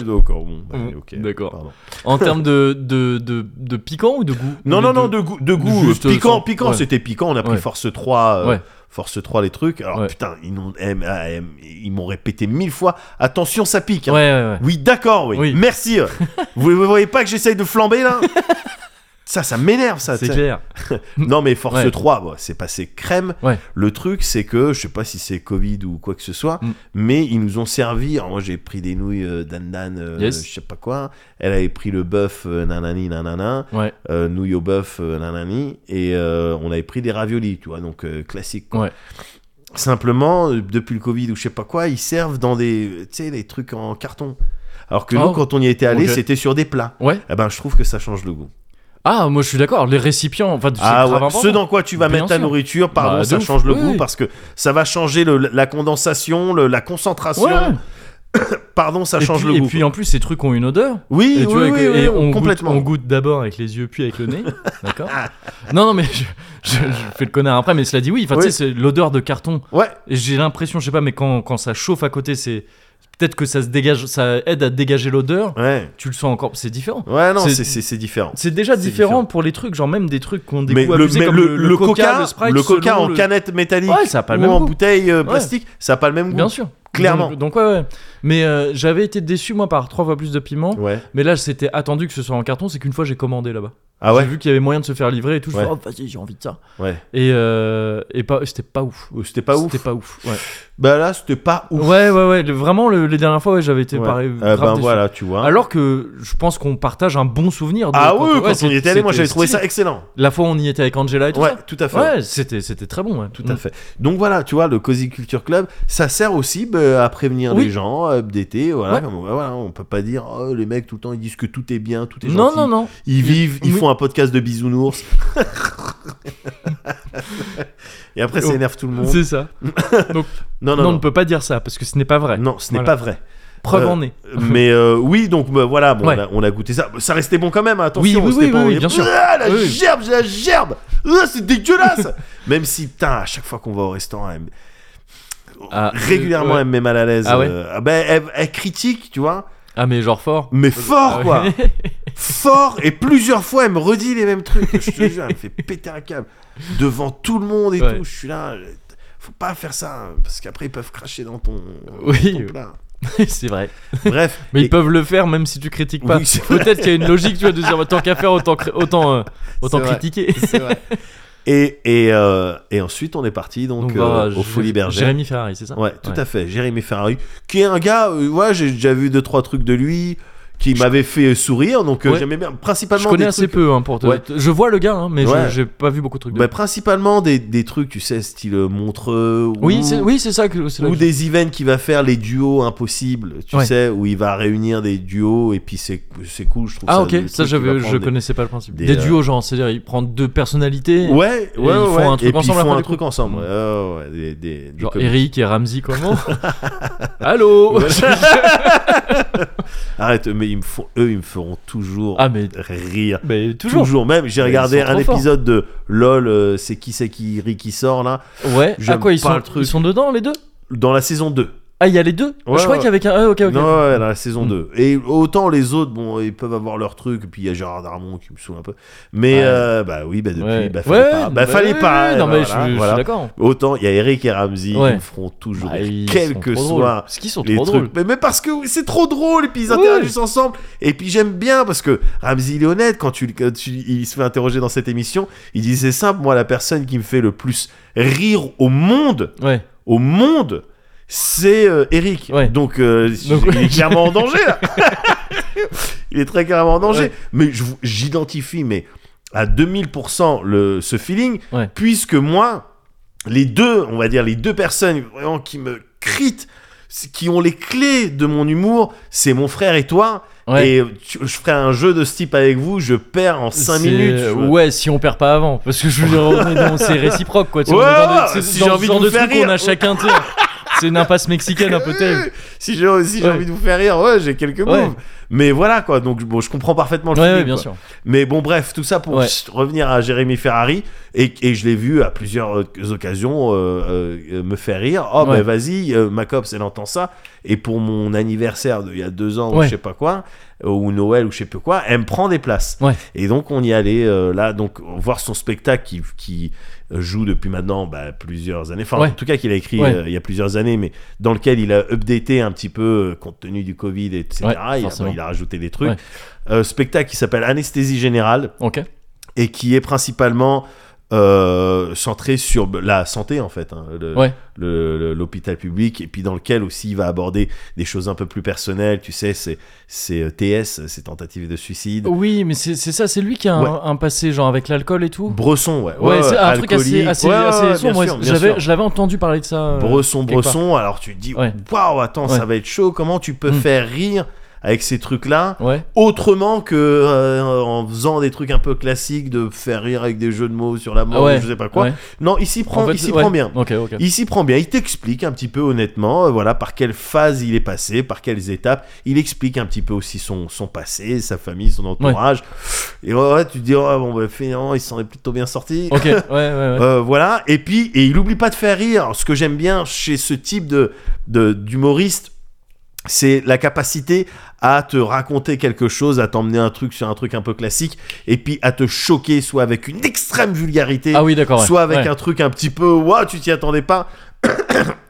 donc, oh, bon, bah, Mm, ok. d'accord. pardon. En termes de, de, de, de piquant ou de goût Non, Ou non, de- non, de goût, de goût Juste, euh, piquant, sans- piquant, ouais. c'était piquant. On a pris Ouais. force 3, euh, Ouais. force 3 les trucs. Alors Ouais. putain, ils m'ont, eh, eh, ils m'ont répété mille fois, attention, ça pique. hein. Ouais, ouais, ouais. Oui, d'accord, oui. Oui. Merci. euh. vous, vous voyez pas que j'essaye de flamber là Ça, ça m'énerve, ça. c'est t'sais. clair. Non, mais force Ouais. 3, bah, c'est passé crème. Ouais. Le truc, c'est que, je sais pas si c'est Covid ou quoi que ce soit, Mm. mais ils nous ont servi. Alors, moi, j'ai pris des nouilles euh, Dan Dan, euh, Yes. je sais pas quoi. Elle avait pris le bœuf, euh, nanani, nanana Ouais. euh, nouilles au bœuf, euh, nanani, et euh, on avait pris des raviolis, tu vois, donc euh, classique. quoi. Ouais. Simplement, euh, depuis le Covid ou je sais pas quoi, ils servent dans des, euh, tu sais, les trucs en carton. Alors que Oh. nous, quand on y était allé, Ok. c'était sur des plats. Ouais. Eh ben, je trouve que ça change le goût. Ah, moi je suis d'accord. Les récipients, enfin, c'est Ah grave ouais, important. ce dans quoi tu vas Bien mettre ta sûr. nourriture, pardon, Bah, de ça ouf, change le oui, goût oui. parce que ça va changer le- la condensation, le- la concentration. Ouais. Pardon, ça et change puis, le goût. Et puis quoi. en plus, ces trucs ont une odeur. oui, Et, oui, tu vois, oui, et que- oui, et oui, on, complètement. Goûte, on goûte d'abord avec les yeux puis avec le nez. D'accord Non, non, mais je, je- je fais le connard après, mais cela dit, oui, enfin, Oui. tu sais, c'est l'odeur de carton. Ouais, Et J'ai l'impression, je sais pas, mais quand, quand ça chauffe à côté, c'est peut-être que ça se dégage, ça aide à dégager l'odeur. ouais, Tu le sens encore, c'est différent. ouais, non, C'est- c'est- c'est c'est différent. C'est déjà C'est différent, différent. pour les trucs, genre même des trucs qu'on mais découvre le, mais comme le, le, le le coca, coca, le Sprite, le coca selon en le- canette métallique Ouais, ça a pas le ou même en goût. bouteille euh, Ouais. plastique, ça a pas le même goût. Bien sûr. Clairement. Donc, donc ouais, ouais. Mais euh, j'avais été déçu moi par trois fois plus de piment. Ouais. Mais là, c'était attendu que ce soit en carton. C'est qu'une fois, j'ai commandé là-bas. Ah ouais. J'ai vu qu'il y avait moyen de se faire livrer et tout. Je Ouais. fais, oh vas-y, j'ai envie de ça. Ouais. Et, euh, et pas, c'était pas ouf. Euh, C'était pas ouf. C'était pas ouf. Ouais, Bah là, c'était pas ouf. ouais, ouais. ouais. Le- vraiment, le- les dernières fois, ouais, j'avais été Ouais. pareil. Euh, grave ben déçu. voilà, tu vois. Alors que je pense qu'on partage un bon souvenir. De ah quand ouais, ouais, quand on c'est- y était allé, moi c'était j'avais trouvé ça stylé. excellent. La fois où on y était avec Angela et tout Ouais, Mm. ça. tout à fait. Ouais, c'était c'était très bon. ouais. Tout à fait. Donc voilà, tu vois, le Cozy Culture Club, ça sert aussi bah, à prévenir Oui. les gens, à updater. Voilà, Ouais. Comme, bah, voilà, on peut pas dire, oh, les mecs, tout le temps, ils disent que tout est bien, tout est Non, gentil. non, non. Ils vivent, ils Oui. font un podcast de bisounours. Et après, ça Oh. énerve tout le monde. C'est ça. Non, Non, non, on ne non. peut pas dire ça parce que ce n'est pas vrai. Non, ce n'est Voilà. pas vrai. Preuve Euh, en est. Mais euh, oui, donc bah, voilà, bon, Ouais. on, a, on a goûté ça. Ça restait bon quand même, hein, attention. Oui, oui, c'était oui, pas- oui, oui, bien sûr. Ah, la Oui, oui. gerbe, j'ai la gerbe. Ah, c'est dégueulasse. même si, putain, à chaque fois qu'on va au restaurant, elle, me- Ah, régulièrement, ouais. elle me met mal à l'aise. Ah ouais euh, ah, ben, elle, elle critique, tu vois, Ah, mais genre fort. mais fort, Ah quoi. ouais. fort. Et plusieurs fois, elle me redit les mêmes trucs. Je te jure, elle me fait péter un câble devant tout le monde et Ouais. tout. Je suis là. Faut pas faire ça, hein, parce qu'après ils peuvent cracher dans ton, Oui. ton plat. c'est vrai. Bref. Mais Et- ils peuvent le faire même si tu critiques pas. Oui, c'est vrai. Peut-être qu'il y a une logique, tu vois, de dire bah, tant qu'à faire, autant, cri- autant, euh, autant C'est vrai. critiquer. Et, et, euh, et ensuite, on est parti donc, Donc, bah, euh, aux J- Folies Bergères. Jérémy Ferrari, c'est ça Ouais, tout à fait. Jérémy Ferrari, qui est un gars, euh, ouais, j'ai déjà vu deux trois trucs de lui qui m'avait fait sourire, donc euh, Ouais. j'aimais bien. Je Principalement, connais des assez trucs- peu, hein, pour te- Ouais. Je vois le gars, hein, mais je- Ouais. j'ai pas vu beaucoup de trucs. de- bah, principalement des, des trucs, tu sais, style euh, Montreux. Ou... Oui, c'est oui, c'est ça que. c'est là Ou que- des events qu'il va faire, les duos impossibles, tu Ouais. sais, où il va réunir des duos et puis c'est c'est cool, je trouve ça. Ah ok, le ça truc, il va j'avais- prendre je des- connaissais pas le principe. des, Des, euh, duos genre, c'est-à-dire il prend deux personnalités, Ouais, ouais, ils ouais. font un truc et puis ils ensemble font après un le truc coup. Mm. ensemble. ouais, Ah, ouais, ouais, des, des- des genre comiques. Eric et Ramsey comment Allô Arrête, mais ils me font, eux, ils me feront toujours Ah mais, rire. mais toujours. Toujours. même, j'ai Mais regardé ils sont un trop forts. épisode de LOL, euh, c'est qui c'est qui rit qui sort là, Ouais. J'aime Ah quoi ils pas sont le truc. ils sont dedans les deux dans la saison 2. Ah il y a les deux Ouais, Je crois ouais. qu'il y avait qu'un. Ah, ok ok. Non, ouais, dans la saison Mm. 2. Et autant les autres, bon, ils peuvent avoir leur truc, et puis il y a Gérard Darmon qui me saoule un peu. Mais Ouais. euh, bah oui, bah depuis, Ouais. bah fallait Ouais, pas. non, Bah, fallait oui, pas. oui, Non bah, mais je suis- voilà, je suis voilà. d'accord. Autant il y a Eric et Ramsey Ouais. qui me feront toujours Bah, ils quel sont que trop drôles. soit Parce qu'ils sont les trop trucs. drôles. Mais, mais parce que c'est trop drôle et puis ils Oui. interagissent ensemble. Et puis j'aime bien parce que Ramsey il est honnête quand, tu, quand tu- il se fait interroger dans cette émission. Il dit c'est simple, moi la personne qui me fait le plus rire au monde, Ouais. au monde, c'est euh, Eric. Ouais. Donc, euh, Donc- il est clairement en danger là. il est très clairement en danger. Mais je vous- j'identifie mais à 2000% le, ce feeling Ouais. puisque moi les deux, on va dire les deux personnes vraiment qui me critent, c- qui ont les clés de mon humour, c'est mon frère et toi. Ouais. Et tu- je ferai un jeu de ce type avec vous, je perds en 5 C'est- minutes. tu vois. Ouais, si on perd pas avant, parce que je veux dire, on est dans- c'est réciproque quoi. Tu sais, Ouais, on est dans ouais, des- c'est si dans j'ai ce envie de genre vous de faire truc on a rire. chacun. tu sais. C'est une impasse mexicaine un peu terrible. Si j'ai si j'ai Ouais. envie de vous faire rire, ouais, j'ai quelques moves. Ouais. Mais voilà quoi, donc bon, je comprends parfaitement le Ouais, feeling, ouais, bien quoi. sûr. Mais bon, bref, tout ça pour Ouais. chut, revenir à Jérémy Ferrari. Et, et je l'ai vu à plusieurs euh, occasions euh, euh, euh, me faire rire. Oh, Ouais. ben vas-y, euh, ma copse, elle entend ça. Et pour mon anniversaire d'il y a deux ans, ou Ouais. je sais pas quoi, euh, ou Noël, ou je sais plus quoi, elle me prend des places. Ouais. Et donc, on y allait euh, là, donc voir son spectacle qui, qui euh, joue depuis maintenant bah, plusieurs années. Enfin, Ouais. en tout cas, qu'il a écrit Ouais. euh, il y a plusieurs années, mais dans lequel il a updaté un petit peu euh, compte tenu du Covid, etc. Ouais, Il a- il, a, forcément. rajouté des trucs. Ouais. Euh, spectacle qui s'appelle Anesthésie Générale Ok. et qui est principalement euh, centré sur la santé en fait, hein, le- Ouais. le- le- l'hôpital public et puis dans lequel aussi il va aborder des choses un peu plus personnelles, tu sais, c'est c'est euh, TS, ces tentatives de suicide. Oui, mais c'est c'est ça, c'est lui qui a un, Ouais. un passé genre avec l'alcool et tout. Bresson, ouais, ouais, c'est un truc assez, alcoolique. assez, Ouais, ouais, assez ouais, bien sombre. sûr, ouais. bien J'avais- sûr. Je l'avais entendu parler de ça. euh, Bresson, quelque part. Bresson, alors tu te dis, waouh, Ouais. attends, Ouais. ça va être chaud, comment tu peux Mm. faire rire avec ces trucs-là Ouais. autrement que euh, en faisant des trucs un peu classiques de faire rire avec des jeux de mots sur la mort Ouais, ou je sais pas quoi. ouais. Non, il s'y prend, En fait, il s'y ouais. euh. prend bien. Ok, ok. Il s'y prend bien, il t'explique un petit peu honnêtement, euh, voilà, par quelle phase il est passé, par quelles étapes. Il explique un petit peu aussi son, son passé, sa famille, son entourage. Et ouais, ouais, tu te dis, oh, bon, bah, finalement, il s'en est plutôt bien sorti. Ok, ouais, ouais, ouais. Euh, voilà, et puis, et il oublie pas de faire rire. Ce que j'aime bien chez ce type de de- d'humoriste, c'est la capacité à te raconter quelque chose, à t'emmener un truc sur un truc un peu classique, et puis à te choquer, soit avec une extrême vulgarité, ah oui, d'accord. ouais. soit avec Ouais. un truc un petit peu, ouah, tu t'y attendais pas.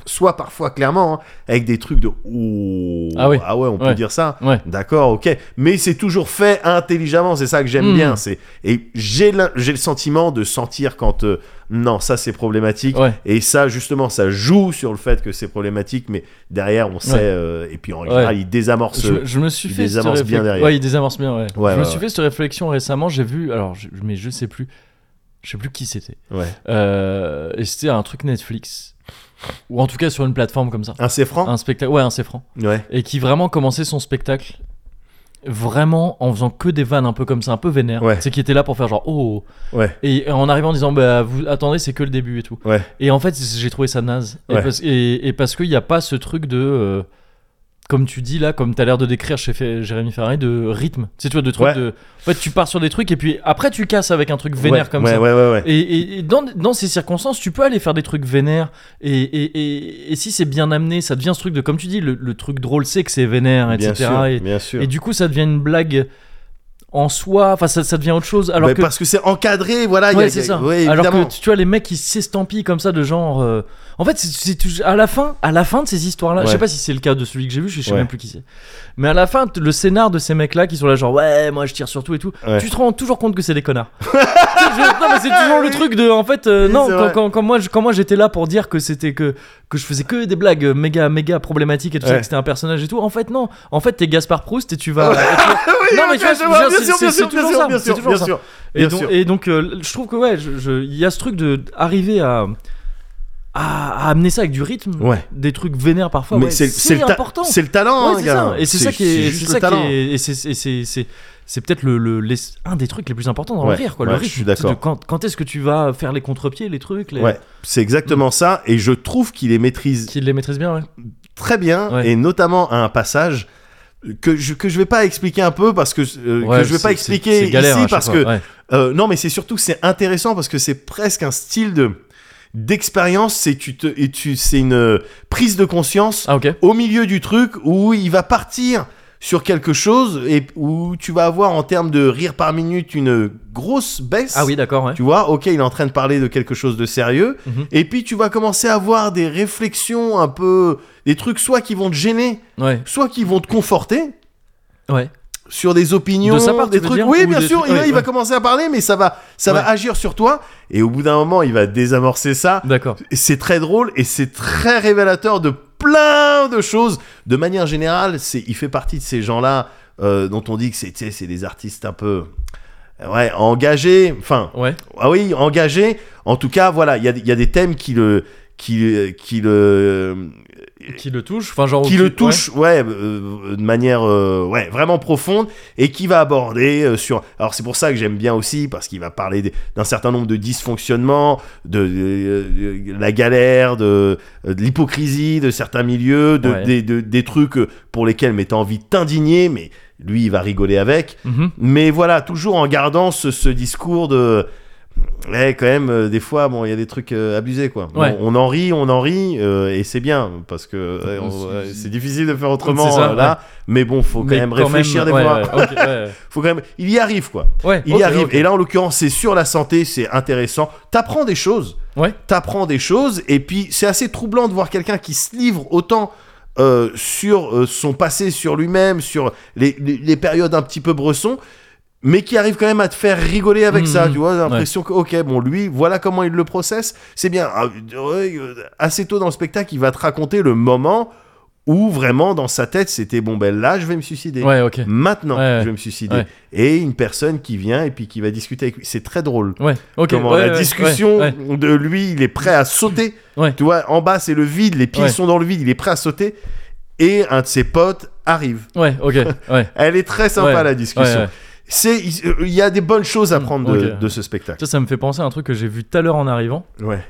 soit parfois clairement hein, avec des trucs de ouh Ah oui. ouais on peut Ouais. dire ça Ouais. d'accord ok mais c'est toujours fait intelligemment c'est ça que j'aime Mm. bien c'est et j'ai l'in- j'ai le sentiment de sentir quand euh, non ça c'est problématique Ouais. et ça, justement, ça joue sur le fait que c'est problématique, mais derrière, on sait. Ouais. euh, et puis en général, il désamorce. euh, Je, je me suis il fait désamorce cette bien réflex- derrière. Ouais, il désamorce bien, ouais. Ouais, je ouais, me suis ouais. fait cette réflexion récemment. J'ai vu, alors, je- mais je sais plus, je sais plus qui c'était. Ouais. Euh, et c'était un truc Netflix ou en tout cas sur une plateforme comme ça. Un c'est franc Un spectacle, ouais, un c'est franc. Ouais. et qui vraiment commençait son spectacle vraiment en faisant que des vannes un peu comme ça, un peu vénère. Ouais. Tu sais, qui était là pour faire genre oh. oh. Ouais. Et en arrivant en disant bah vous attendez, c'est que le début et tout. Ouais. Et en fait, j'ai trouvé ça naze. Ouais. Et parce, et, et parce qu'il n'y a pas ce truc de. euh, comme tu dis là, comme t'as l'air de décrire chez Fé- Jérémy Ferrari, de rythme. Tu sais, tu vois, de trucs Ouais. de. En fait, tu pars sur des trucs et puis après, tu casses avec un truc vénère Ouais, comme ouais, ça. Ouais, ouais, ouais. Et, et- et dans, dans ces circonstances, tu peux aller faire des trucs vénères. Et, et- et- et si c'est bien amené, ça devient ce truc de, comme tu dis, le, le truc drôle, c'est que c'est vénère, bien etc. sûr. Et, bien sûr. et du coup, ça devient une blague en soi, enfin ça, ça devient autre chose. Alors Bah, que Parce que c'est encadré, voilà. il y a- ouais, c'est ça. Ouais, Alors évidemment. que tu tu vois les mecs qui s'estampillent comme ça de genre. euh, En fait, c'est- c'est toujours- à la fin, à la fin de ces histoires-là. Je Ouais. sais pas si c'est le cas de celui que j'ai vu, je sais Ouais. même plus qui c'est. Mais à la fin, t- le scénar de ces mecs-là qui sont là genre ouais, moi je tire sur tout et tout. Ouais. Tu te rends toujours compte que c'est des connards. Tu sais, je- non, mais c'est toujours le truc de en fait euh, Oui, non c'est quand, vrai. quand- quand moi je- quand moi j'étais là pour dire que c'était que que je faisais que des blagues euh, méga méga problématiques et tout ça Ouais. que c'était un personnage et tout. En fait non, en fait t'es Gaspard Proust et tu vas. et tu- Oui, Non, mais ok, tu vois, je je veux vois, dire, bien c'est- sûr, c'est- bien c'est sûr, toujours bien ça, sûr, bien c'est sûr, toujours bien ça. sûr. Et Bien donc, sûr. et donc, euh, je trouve que ouais, je- je- il y a ce truc de arriver à, à, à amener ça avec du rythme, Ouais. des trucs vénères parfois. Mais ouais, c'est c'est le ta- important. c'est le talent, Ouais, hein, c'est gars. ça. Et c'est ça qui est, juste c'est ça le qui talent. est- et c'est- et c'est- c'est- c'est peut-être le, le- les- un des trucs les plus importants dans Ouais, le rire, quoi. le ouais, je rythme. suis d'accord. C'est de Quand, quand est-ce que tu vas faire les contre-pieds, les trucs, les... Ouais, c'est exactement ça. Et je trouve qu'il les maîtrise qui les maîtrisent bien, ouais. très bien, Ouais. et notamment à un passage que je que je vais pas expliquer un peu parce que euh, Ouais, que je vais c'est- pas c'est- expliquer c'est galère hein, à ici chaque parce fois, que ouais. euh, non, mais c'est surtout que c'est intéressant parce que c'est presque un style de d'expérience. C'est tu te et tu c'est une euh, prise de conscience Ah ok. au milieu du truc où il va partir sur quelque chose et où tu vas avoir en termes de rire par minute une grosse baisse. Ah oui, d'accord, ouais. Tu vois, ok, il est en train de parler de quelque chose de sérieux, Mhm. et puis tu vas commencer à avoir des réflexions un peu, des trucs soit qui vont te gêner, Ouais, soit qui vont te conforter ouais. sur des opinions, De sa part, des tu veux trucs. dire, oui, ou bien des sûr, trucs- il, va- ouais, il va ouais. commencer à parler, mais ça va, ça Ouais. va agir sur toi, et au bout d'un moment, il va désamorcer ça. D'accord. Et C'est très drôle et c'est très révélateur de plein de choses. De manière générale, c'est, il fait partie de ces gens-là euh, dont on dit que c'est, tu sais, c'est des artistes un peu, euh, ouais, engagés. Enfin, Ouais. ah oui, engagé. En tout cas, voilà, il y a, il y a des thèmes qui le, qui, euh, qui le, Qui le touche, enfin genre. qui le touchent, ouais, euh, de manière, euh, ouais, vraiment profonde, et qui va aborder euh, sur. Alors c'est pour ça que j'aime bien aussi parce qu'il va parler des- d'un certain nombre de dysfonctionnements, de, de- de la galère, de, de l'hypocrisie de certains milieux, de, Ouais. des, de- des trucs euh, pour lesquels, mais t'as envie de t'indigner, mais lui, il va rigoler avec. ouais. Mhm. Mais voilà, toujours en gardant ce, ce discours de. Ouais, quand même, euh, des fois, bon, il y a des trucs euh, abusés, quoi. Bon, Ouais. on en rit, on en rit, euh, et c'est bien, parce que ouais, on- ouais, c'est difficile de faire autrement C'est ça, euh, là. Mais bon, faut quand Mais même réfléchir même, des ouais, fois. ouais, ok, ouais, Faut quand même. Il y arrive, quoi. ouais. Il Ok, y arrive. ok. Et là, en l'occurrence, c'est sur la santé, c'est intéressant. T'apprends des choses. Ouais. T'apprends des choses. Et puis, c'est assez troublant de voir quelqu'un qui se livre autant euh, sur euh, son passé, sur lui-même, sur les, les- les périodes un petit peu bresson, mais qui arrive quand même à te faire rigoler avec Mhm, ça. mhm. Tu vois, j'ai l'impression que, ok, bon, lui, voilà comment il le processe. C'est bien. Ah, ouais, euh, Assez tôt dans le spectacle, il va te raconter le moment où vraiment dans sa tête, c'était bon, ben là, je vais me suicider Ouais, ok. maintenant Ouais, ouais. je vais me suicider Ouais. et une personne qui vient et puis qui va discuter avec lui c'est très drôle Ouais, ok. Comment ouais, la ouais, discussion ouais, de lui, il est prêt à sauter. Ouais. Tu vois, en bas, c'est le vide, les pieds Ouais. sont dans le vide, il est prêt à sauter. Et un de ses potes arrive. ouais, ok. Ouais. Elle est très sympa, Ouais. la Ouais, discussion. ouais. c'est Il euh, il y a des bonnes choses à Mm, prendre de, ok. de ce spectacle. Ça, ça me fait penser à un truc que j'ai vu tout à l'heure en arrivant, Ouais.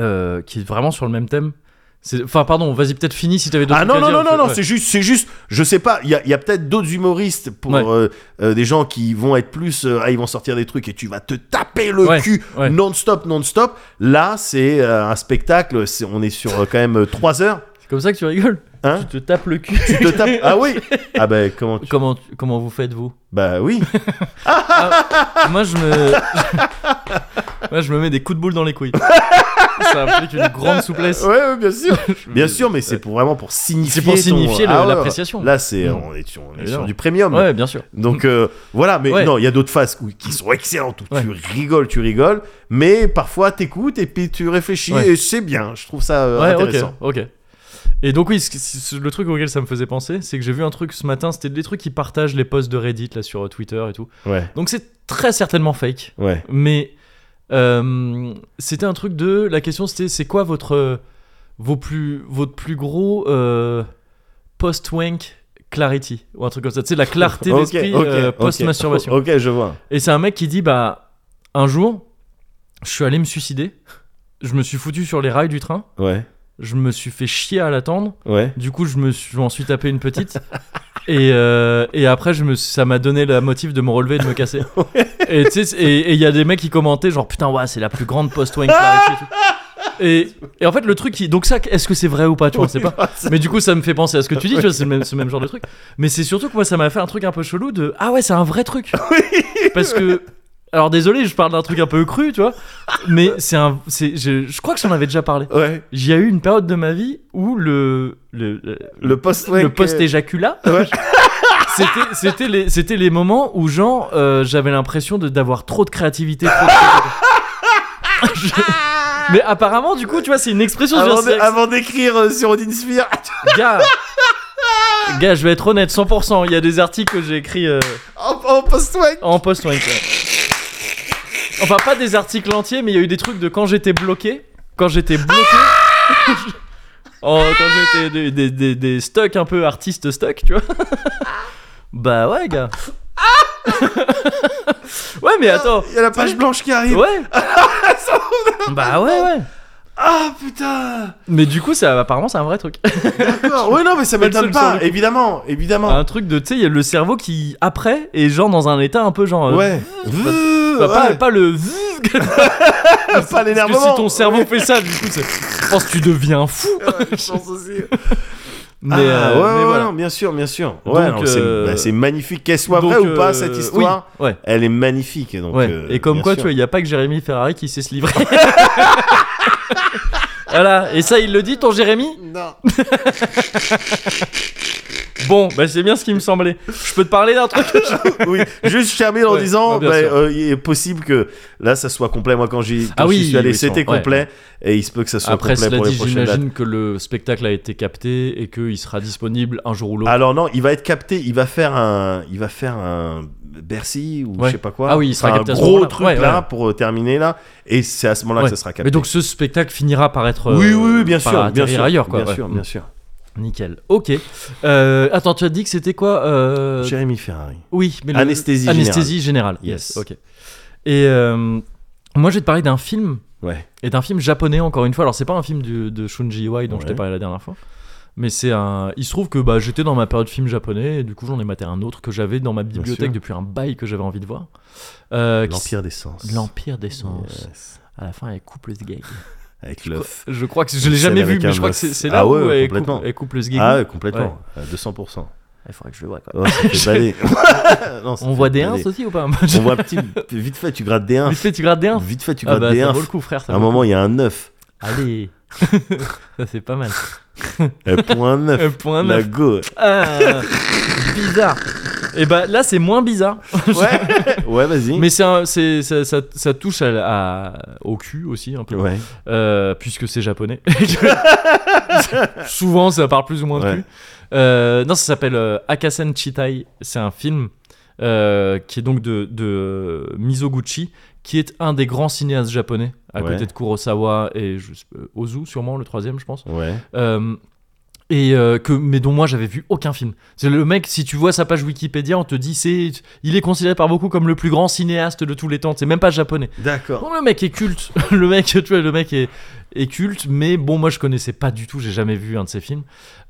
euh, qui est vraiment sur le même thème. C'est- Enfin, pardon, vas-y, peut-être fini si t'avais d'autres Ah trucs non, à dire, non, non, non, parce non, que- c'est juste, c'est juste, je sais pas, il y a, il y a peut-être d'autres humoristes pour Ouais. euh, euh, des gens qui vont être plus, euh, ah, ils vont sortir des trucs et tu vas te taper le Ouais, cul ouais. non-stop, non-stop. Là, c'est euh, un spectacle, c'est- on est sur euh, quand même 3 heures. C'est comme ça que tu rigoles Hein Tu te tapes le cul. Tu te tapes, ah oui, ah ben comment, tu- Comment, comment vous faites, vous bah oui, Moi, je me. Moi, je me mets des coups de boule dans les couilles. ça implique une grande souplesse. ouais, ouais, bien sûr, bien sûr, mais c'est pour vraiment pour signifier, Hmm. C'est pour ton- signifier le- Ah ouais, ouais. l'appréciation. Là, c'est, Mm. on est, sur- on est sur Évidemment. du premium. Ouais, bien sûr. Donc euh, voilà, mais Ouais. non, il y a d'autres phases où- qui sont excellentes où Ouais. tu rigoles, tu rigoles, mais parfois t'écoutes et puis tu réfléchis Ouais. et c'est bien. Je trouve ça euh, Ouais, ok, intéressant. ok. Et donc oui, ce- ce- ce- le truc auquel ça me faisait penser, c'est que j'ai vu un truc ce matin, c'était des trucs qui partagent les posts de Reddit là sur euh, Twitter et tout. Ouais, Donc c'est très certainement fake, ouais, mais euh, c'était un truc de la question c'était c'est quoi votre euh, vos plus votre plus gros euh, post wank clarity ou un truc comme ça, tu sais la clarté Ok, d'esprit ok, euh, ok. post masturbation. Ok, je vois. Et c'est un mec qui dit bah un jour je suis allé me suicider, je me suis foutu sur les rails du train, Ouais, je me suis fait chier à l'attendre. ouais. Du coup, je me suis, je m'en suis tapé une petite. Et, euh, et après, je me, suis- ça m'a donné la motive de me relever et de me casser. Et tu sais, c'est- et il y a des mecs qui commentaient genre putain, ouais, c'est la plus grande post-wank. clarity et tout. Et, et en fait, le truc qui. Donc, ça, est-ce que c'est vrai ou pas Tu vois, c'est pas. Mais du coup, ça me fait penser à ce que tu dis, tu vois, c'est le même, ce même genre de truc. Mais c'est surtout que moi, ça m'a fait un truc un peu chelou de. Ah ouais, c'est un vrai truc Parce que. Alors, désolé, je parle d'un truc un peu cru, tu vois. Mais c'est un. c'est- Je, je crois que j'en avais déjà parlé. Ouais. J'y a eu une période de ma vie où le. Le, le, Le euh, post ouais, le que- post-éjaculat. Ouais. C'était- C'était les, c'était les moments où, genre, euh, j'avais l'impression de- d'avoir trop de créativité. trop de trucs. Je- Mais apparemment, du coup, tu vois, c'est une expression. je veux Avant, dire, de- c'est- avant d'écrire euh, sur Odin Sphere. Gars, gars, je vais être honnête, 100%. Il y a des articles que j'ai écrits euh, en, en post-wack. en post ouais. Enfin, pas des articles entiers, mais il y a eu des trucs de quand j'étais bloqué. Quand j'étais bloqué. en- quand j'étais des, des, des, des stocks un peu artistes stock, tu vois. bah ouais, gars. ouais, mais attends. Il y a la page blanche qui arrive. Ouais. bah ouais, ouais. Ah putain. Mais du coup, ça, apparemment, c'est un vrai truc. D'accord. Ouais, non, mais ça Pas le seul m'étonne sur le pas. coup. Évidemment, évidemment. Un truc de, tu sais, il y a le cerveau qui, après, est genre dans un état un peu genre. euh, ouais. Bah, pas, Ouais. pas le zzz, que- Pas, parce que l'énervement. si ton cerveau fait ça, du coup, c'est- je pense que tu deviens fou. Ouais, je pense aussi. Mais, Ah, euh, ouais, mais ouais, voilà. non, bien sûr, bien sûr. Ouais, Donc, non, c'est- euh, bah, c'est magnifique qu'elle soit Donc, vraie ou pas euh, cette histoire. oui, ouais, Elle est magnifique. Donc, ouais. euh, et comme bien quoi, sûr. tu vois, il n'y a pas que Jérémy Ferrari qui sait se livrer. voilà, et ça, il le dit, ton Jérémy Non. Bon, bah c'est bien ce qui me semblait. Je peux te parler d'un truc Ah, oui, juste je termine en Ouais, disant, bah, bien bah, sûr. euh, il est possible que là ça soit complet. Moi quand j'y quand Ah oui, j'y suis allé, oui, c'était sûrement, ouais. complet et il se peut que ça soit Après, complet cela pour les dit, prochaines dates. j'imagine que le spectacle a été capté et qu'il sera disponible un jour ou l'autre. Alors non, il va être capté, il va faire un, il va faire un Bercy ou Ouais. je sais pas quoi. Ah oui, il sera Enfin, capté à un ce gros moment-là. truc Ouais, là ouais. pour euh, terminer là et c'est à ce moment-là Ouais. que ça sera capté. Mais donc ce spectacle finira par être. oui, euh, oui, oui, bien par sûr, bien atterrir sûr, ailleurs, quoi. bien ouais. Mm. sûr, bien sûr. Nickel. Ok. Euh, attends, tu as dit que c'était quoi euh, Jérémy Ferrari. Oui, mais le- Anesthésie Anesthésie générale. Yes. Ok. Et euh, moi, je vais te parler d'un film Ouais. et d'un film japonais encore une fois. Alors, c'est pas un film du- de Shunji Iwai dont je t'ai Ouais. parlé la dernière fois, mais c'est un. Il se trouve que bah, j'étais dans ma période film japonais et du coup, j'en ai maté un autre que j'avais dans ma bibliothèque sûr. depuis un bail que j'avais envie de voir. Euh, qui s- L'Empire des Sens. L'Empire des Sens. Yes. À la fin, elle couple ce gay. Avec l'œuf. Je crois que je l'ai Une scène jamais vu, avec mais un je crois que meuf. c'est c'est Ah là ouais, où ouais, elle complètement. couple, elle couple ce gay. Ah, ouais, complètement. À 200%. Il faudrait que je le voie. quoi. Oh, ça fait baler. Non, ça On fait voit des 1 baler. aussi ou pas On voit un petit. Vite fait, tu grattes des 1. Vite fait, tu grattes des 1 Vite fait, tu Ah grattes bah des ça 1. vaut le coup frère. À ça un vaut le moment, il y a un 9. coup. Allez. ça c'est pas mal. Euh, Point 9. Un point La neuf. go. Ah, bizarre. Et bah là c'est moins bizarre. Ouais, ouais vas-y. Mais c'est un- c'est- ça, ça- ça touche à- à- au cul aussi un peu. Ouais. Euh, puisque c'est japonais. Souvent, ça parle plus ou moins de Ouais. cul. Euh, non, ça s'appelle euh, Akasen Chitai. C'est un film euh, qui est donc de, de Mizoguchi, qui est un des grands cinéastes japonais, à Ouais. côté de Kurosawa et je sais- euh, Ozu, sûrement le troisième, je pense. Ouais. Euh, et euh, que, mais dont moi j'avais vu aucun film. C'est le mec, si tu vois sa page Wikipédia, on te dit c'est, il est considéré par beaucoup comme le plus grand cinéaste de tous les temps. C'est même pas japonais. D'accord. Bon, le mec est culte. le mec, tu vois, le mec est, est culte. Mais bon, moi, je connaissais pas du tout. J'ai jamais vu un de ses films.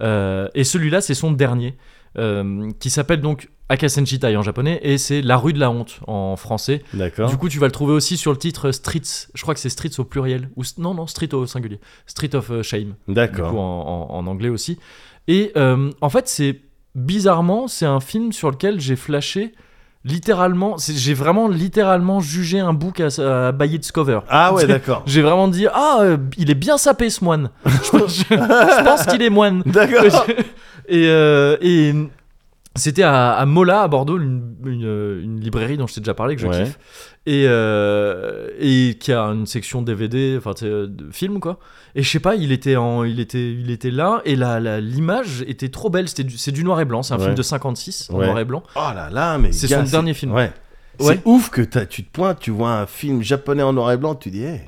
Euh, et celui-là, c'est son dernier, euh, qui s'appelle donc Akasenchitai en japonais, et c'est La rue de la honte en français. D'accord. Du coup, tu vas le trouver aussi sur le titre Streets. Je crois que c'est Streets au pluriel. Ou non, non, Street au singulier. Street of euh, Shame du coup D'accord. en, en- en anglais aussi. Et euh, en fait, c'est bizarrement, c'est un film sur lequel j'ai flashé littéralement. c'est- J'ai vraiment littéralement jugé un book à, à Bayer Discover. Ah ouais, d'accord. J'ai vraiment dit ah euh, il est bien sapé ce moine. je pense, je- je pense qu'il est moine. D'accord. et euh, et c'était à, à Mola à Bordeaux, une, une- une librairie dont je t'ai déjà parlé que je Ouais. kiffe et euh, et qui a une section DVD enfin tu sais, euh, de films quoi. Et je sais pas, il était en il était il était là et la la- l'image était trop belle. C'était du- c'est du noir et blanc. C'est un Ouais. film de 56 en Ouais. noir et blanc. Oh là là, mais. C'est gars, son dernier film. Ouais. Ouais. C'est ouf que t'as- tu te pointes, tu vois un film japonais en noir et blanc, tu dis, hey.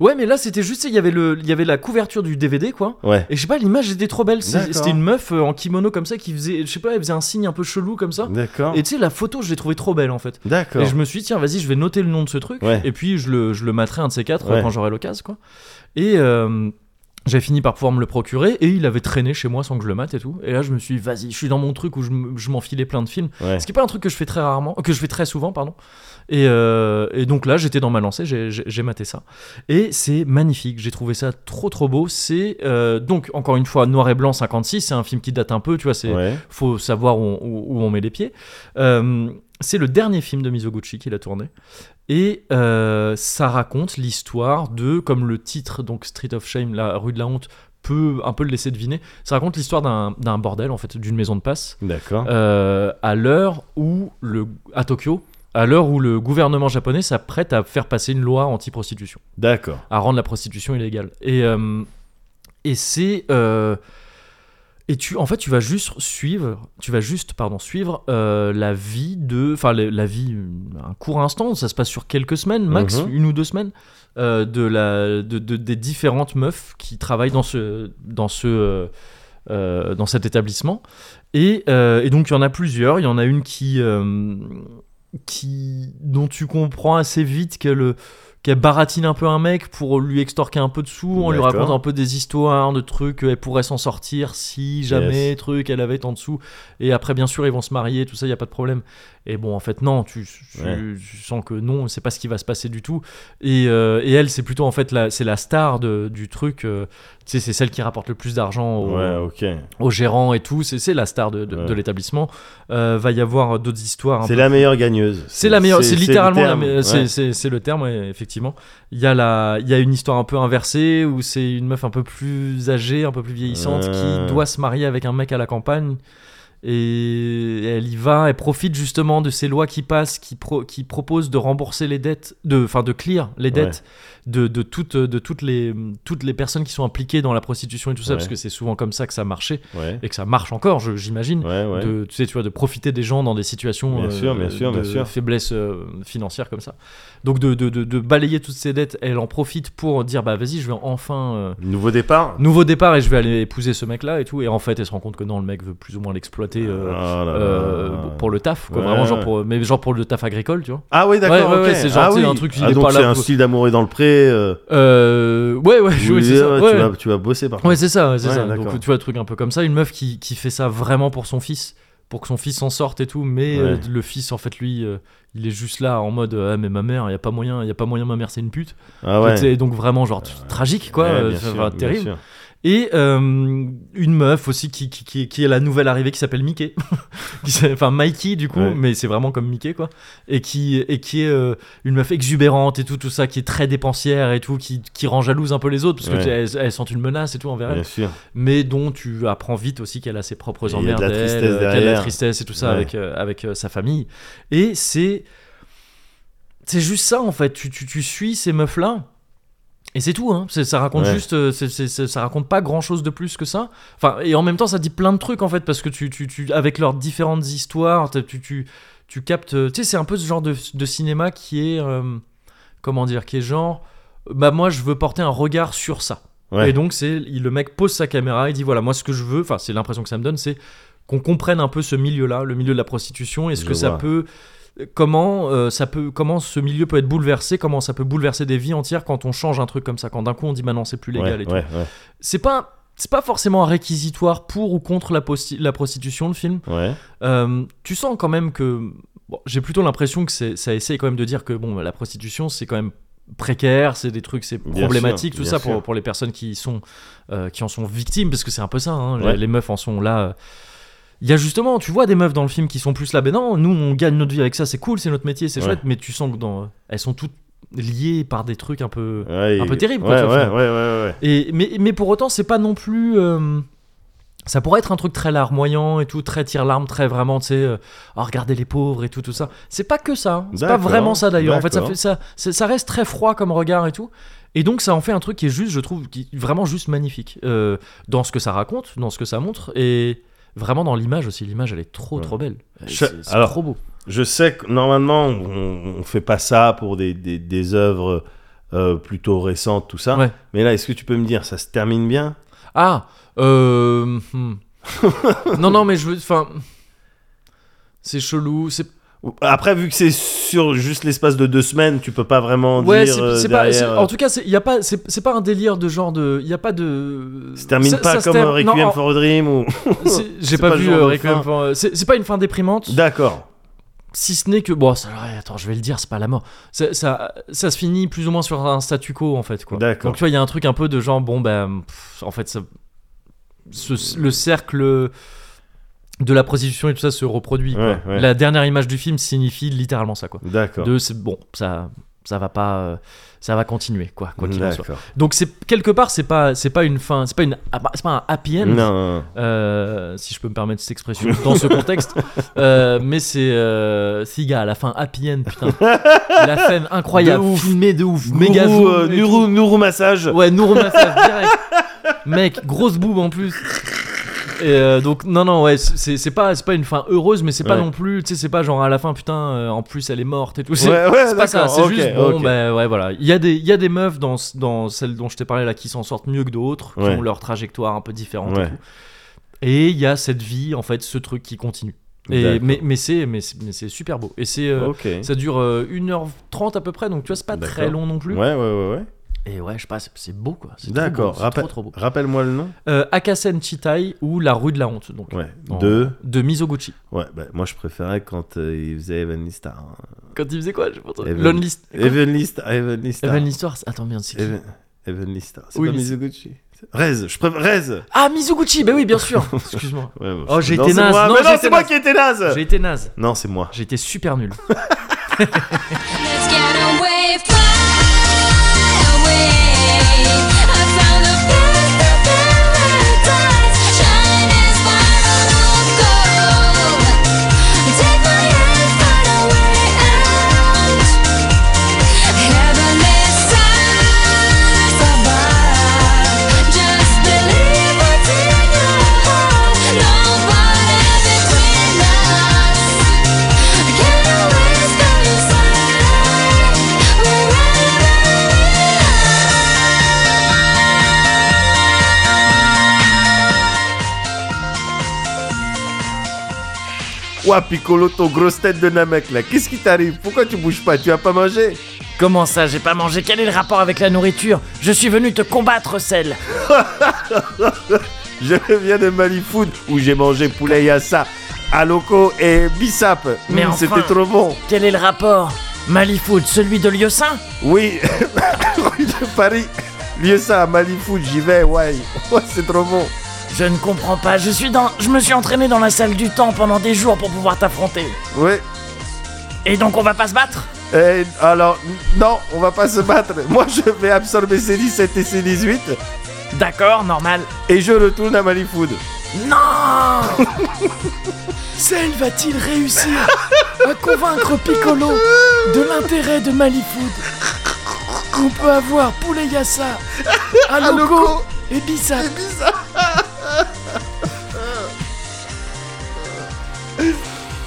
Ouais, mais là c'était juste tu sais, il y avait le il y avait la couverture du DVD quoi. Ouais. Et je sais pas, l'image était trop belle. C'est- D'accord. C'était une meuf euh, en kimono comme ça qui faisait, je sais pas, elle faisait un signe un peu chelou comme ça. D'accord. Et tu sais, la photo, je l'ai trouvée trop belle en fait. D'accord. Et je me suis dit, tiens, vas-y, je vais noter le nom de ce truc. Ouais. Et puis, je le, je le materai un de ces quatre Ouais. quand j'aurai l'occasion, quoi. Et. euh, J'ai fini par pouvoir me le procurer et il avait traîné chez moi sans que je le mate et tout. Et là, je me suis dit, vas-y, je suis dans mon truc où je m- je m'enfilais plein de films. Ouais. Ce qui n'est pas un truc que je fais très rarement, que je fais très souvent, pardon. Et, euh, et donc là, j'étais dans ma lancée, j'ai- j'ai j'ai maté ça. Et c'est magnifique, j'ai trouvé ça trop trop beau. C'est euh, donc, encore une fois, Noir et Blanc 56, c'est un film qui date un peu, tu vois, c'est Ouais. faut savoir où on, où- où on met les pieds. Euh, c'est le dernier film de Mizoguchi qu'il a tourné. Et euh, ça raconte l'histoire de, comme le titre, donc Street of Shame, la rue de la honte, peut un peu le laisser deviner. Ça raconte l'histoire d'un d'un bordel, en fait, d'une maison de passe D'accord. euh, à l'heure où le à Tokyo, à l'heure où le gouvernement japonais s'apprête à faire passer une loi anti-prostitution, D'accord. à rendre la prostitution illégale. Et euh, et c'est euh, et tu en fait tu vas juste suivre, tu vas juste pardon suivre euh, la vie de, enfin la, la vie un court instant, ça se passe sur quelques semaines max, Mhm. une ou deux semaines. euh, de la de, de- des différentes meufs qui travaillent dans ce dans ce euh, euh, dans cet établissement. Et, euh, et donc il y en a plusieurs. Il y en a une qui, euh, qui dont tu comprends assez vite qu'elle euh, qu'elle baratine un peu un mec pour lui extorquer un peu de sous. On lui D'accord. raconte un peu des histoires, de trucs. Elle pourrait s'en sortir si jamais Yes. truc. Elle avait tant de sous. Et après bien sûr ils vont se marier. Tout ça il y a pas de problème. Et bon en fait non. Tu, tu- Ouais. tu sens que non. C'est pas ce qui va se passer du tout. Et, euh, et elle c'est plutôt en fait la, c'est la star de- du truc. euh, tu sais, c'est celle qui rapporte le plus d'argent au, Ouais, ok. au gérant et tout. C'est, c'est la star de, de- Ouais. de l'établissement. Euh, va y avoir d'autres histoires. un C'est peu- la meilleure gagneuse. Ah bah. c'est la meilleure. C'est, le littéralement. la terme. me- Ouais. c'est, c'est- c'est le terme, ouais, effectivement. Il y a la. Il y a une histoire un peu inversée où c'est une meuf un peu plus âgée, un peu plus vieillissante Euh. qui doit se marier avec un mec à la campagne. Et elle y va, elle profite justement de ces lois qui passent, qui, pro- qui proposent de rembourser les dettes, de, enfin de clear les dettes de, de, toutes, de toutes, les, toutes les personnes qui sont impliquées dans la prostitution et tout ça, Ouais. parce que c'est souvent comme ça que ça marchait Ouais. et que ça marche encore, je- j'imagine. Ouais, ouais. De, tu sais, tu vois, de profiter des gens dans des situations euh, Bien sûr, bien sûr, de bien sûr. faiblesse euh, financière comme ça. Donc de, de, de- de balayer toutes ces dettes, elle en profite pour dire bah vas-y, je vais enfin euh, Nouveau départ. nouveau départ et je vais aller épouser ce mec-là et tout. Et en fait, elle se rend compte que non, le mec veut plus ou moins l'exploiter euh, Ah là là euh, là. pour le taf, quoi, Ouais. vraiment genre pour mais genre pour le taf agricole, tu vois. Ah oui, d'accord. Ouais, ouais, ok. ouais, c'est genre, ah, tu oui. sais, un truc, il ah, est donc pas c'est là un pour- style d'amour et dans le pré. euh, Euh, ouais, ouais, où ouais, il c'est dit, ça. ah, ouais, tu, ouais. vas, tu vas bosser par Ouais, contre. c'est ça, c'est Ouais, ça. d'accord. Donc tu vois, un truc un peu comme ça, une meuf qui, qui fait ça vraiment pour son fils, pour que son fils s'en sorte et tout, mais Ouais. euh, le fils, en fait, lui, euh, il est juste là en mode Ah, mais ma mère, il y a pas moyen, il y a pas moyen, ma mère, c'est une pute. Ah ouais. C'est donc vraiment, genre, tragique, quoi, Ouais, euh, bien c'est sûr, vraiment bien terrible. sûr. Et euh, une meuf aussi qui, qui, qui, qui est la nouvelle arrivée qui s'appelle Mickey. Qui s'appelle- enfin, Mikey, du coup, Ouais. mais c'est vraiment comme Mickey, quoi. Et qui, et qui est euh, une meuf exubérante et tout, tout ça, qui est très dépensière et tout, qui, qui rend jalouse un peu les autres, parce que Ouais. tu sais, elles, elles sentent une menace et tout envers elle Bien sûr. mais dont tu apprends vite aussi qu'elle a ses propres Et il y a emmerdes, de la elle, tristesse euh, qu'elle a de la derrière. tristesse et tout ça Ouais. avec, euh, avec euh, sa famille. Et c'est. C'est juste ça en fait. Tu, tu, tu suis ces meufs-là. Et c'est tout, hein. C'est- ça raconte Ouais. juste, euh, c'est- c'est- c'est- ça raconte pas grand chose de plus que ça. Enfin, et en même temps, ça dit plein de trucs en fait, parce que tu, tu, tu- avec leurs différentes histoires, t'as- tu, tu, tu captes. euh, Tu sais, c'est un peu ce genre de, de cinéma qui est, euh, comment dire, qui est genre, bah moi je veux porter un regard sur ça. Ouais. Et donc, c'est il- le mec pose sa caméra et dit voilà, moi ce que je veux, enfin, c'est l'impression que ça me donne, c'est qu'on comprenne un peu ce milieu-là, le milieu de la prostitution, et ce Je que ça vois. peut. Comment, euh, ça peut, comment ce milieu peut être bouleversé, comment ça peut bouleverser des vies entières quand on change un truc comme ça, quand d'un coup on dit bah non, c'est plus légal ouais, et tout. ouais, ouais, C'est pas. C'est pas forcément un réquisitoire pour ou contre la, posti- la prostitution, le film. ouais. Euh, tu sens quand même que. bon, J'ai plutôt l'impression que c'est- ça essaye quand même de dire que bon, la prostitution, c'est quand même précaire, c'est des trucs, c'est Bien problématique, sûr, tout bien ça sûr. pour, pour les personnes qui, y sont, euh, qui en sont victimes, parce que c'est un peu ça, hein, les- Ouais. les, meufs en sont là. euh. Il y a justement, tu vois des meufs dans le film qui sont plus là, ben non, nous on gagne notre vie avec ça, c'est cool, c'est notre métier, c'est Ouais. chouette, mais tu sens que dans, elles sont toutes liées par des trucs un peu... Ouais, un il- peu terrible, quoi, Ouais, tu vois, ouais, ouais, finalement. ouais, ouais. Et, mais, mais pour autant, c'est pas non plus. euh, ça pourrait être un truc très larmoyant et tout, très tire-larme, très vraiment, tu sais, euh, Ah, regardez les pauvres et tout, tout ça. C'est pas que ça. hein. C'est pas D'accord, vraiment ça d'ailleurs. En fait, ça, d'accord. fait ça, c'est- ça reste très froid comme regard et tout. Et donc, ça en fait un truc qui est juste, je trouve, qui est vraiment juste magnifique euh, dans ce que ça raconte, dans ce que ça montre et vraiment dans l'image aussi. L'image, elle est trop, Ouais. trop belle. Et Je- C'est c'est alors, trop beau. Je sais que normalement, on, on fait pas ça pour des, des, des œuvres euh, plutôt récentes, tout ça. Ouais. Mais là, est-ce que tu peux me dire, ça se termine bien Ah, euh, hmm. non, non, mais je veux, enfin, c'est chelou, c'est Après, vu que c'est sur juste l'espace de deux semaines, tu peux pas vraiment Ouais, dire. c'est euh, c'est pas. c'est- derrière, euh, En tout cas, c'est- y a pas. C'est c'est pas un délire de genre de. Il y a pas de. se termine ça- pas ça se comme termine- un Requiem non, for a Dream ou. c'est- J'ai C'est pas, pas le vu genre euh, de Requiem fin. for- euh, C'est c'est pas une fin déprimante. D'accord. si ce n'est que bon, ça, ouais, attends, je vais le dire, c'est pas la mort. Ça, ça, ça se finit plus ou moins sur un statu quo en fait, quoi. D'accord. Donc tu vois, il y a un truc un peu de genre bon ben, pff, en fait, ça, ce- le cercle de la prostitution et tout ça se reproduit. quoi. Ouais, ouais. La dernière image du film signifie littéralement ça, quoi. D'accord. De c'est bon, ça, ça va pas, euh, ça va continuer, quoi, quoi qu'il en soit. D'accord. Donc c'est quelque part, c'est pas, c'est pas une fin, c'est pas une, ah, c'est pas un happy end. Non, non, non. Euh, si je peux me permettre cette expression dans ce contexte. Euh, mais c'est euh, si, gars, à la fin happy end, putain. la scène incroyable, De ouf. filmée de ouf, méga Nourou, zoom euh, et Nourou- Nourou Massage. tout. Ouais, Nourou Massage direct. Mec, grosse boob en plus. Et euh, donc non non ouais c'est c'est pas c'est pas une fin heureuse mais c'est pas Ouais. non plus tu sais c'est pas genre à la fin putain euh, en plus elle est morte et tout c'est Ouais, ouais, c'est pas ça d'accord, c'est ok, juste bon ok. bah, ouais voilà il y a des il y a des meufs dans dans celles dont je t'ai parlé là qui s'en sortent mieux que d'autres qui Ouais. ont leur trajectoire un peu différente Ouais. et il y a cette vie, en fait, ce truc qui continue. Et, D'accord. mais mais c'est mais c'est- mais c'est super beau. Et c'est euh, Ok. ça dure euh, 1h30 à peu près, donc tu vois, c'est pas D'accord. très long non plus. Ouais, ouais, ouais, ouais. Eh Et ouais, je sais pas, c'est- c'est beau quoi. C'est trop D'accord. beau, c'est Rappel- Trop, trop beau. Rappelle-moi le nom. Euh, Akasen Chitai ou La rue de la honte, donc. Ouais. en- De. De Mizoguchi. Ouais, bah, moi je préférais quand euh, il faisait Evenly Star. hein. Quand il faisait quoi je pense... Even- Lonely St- quoi Evenly Star. Evenly Star. Even Histoire. c'est- Attends, bien, c'est qui Even- Evenly Star. C'est Oui, pas mais Mizoguchi. Rez, je préfère. Rez Ah, Mizoguchi ben Bah oui, bien sûr Excuse-moi. Ouais, bon, Oh, je- j'ai non, été c'est naze. moi. Non, Mais j'ai non, été c'est moi naze. qui ai été naze J'ai été naze. Non, c'est moi. J'ai été super nul. Let's get away, fly away. I found the path to paradise. Shine as of gold. Take my hand, find a way out. Heavenly stars above. Just believe what's in your heart. No border between us. Can't always go inside. We're out of Ouah, Piccolo, ton grosse tête de Namek là. Qu'est-ce qui t'arrive Pourquoi tu bouges pas Tu as pas mangé Comment ça, j'ai pas mangé Quel est le rapport avec la nourriture Je suis venu te combattre, Cell Je reviens de Malifood où j'ai mangé poulet yassa, aloco et bissap. Mais Hum, enfin. C'était trop bon. Quel est le rapport Malifood, celui de Lieusaint Oui, rue de Paris. Lieu ça à Malifood, j'y vais, ouais. Ouais, c'est trop bon. Je ne comprends pas, je suis dans... Je me suis entraîné dans la salle du temps pendant des jours pour pouvoir t'affronter. Ouais. Et donc on va pas se battre Eh, alors, non, on va pas se battre. Moi, je vais absorber C17 et C18 D'accord, normal. et je retourne à Malifood. Non Cell va-t-il réussir à convaincre Piccolo de l'intérêt de Malifood On peut avoir Poulet Yassa, Aloko et Bissap.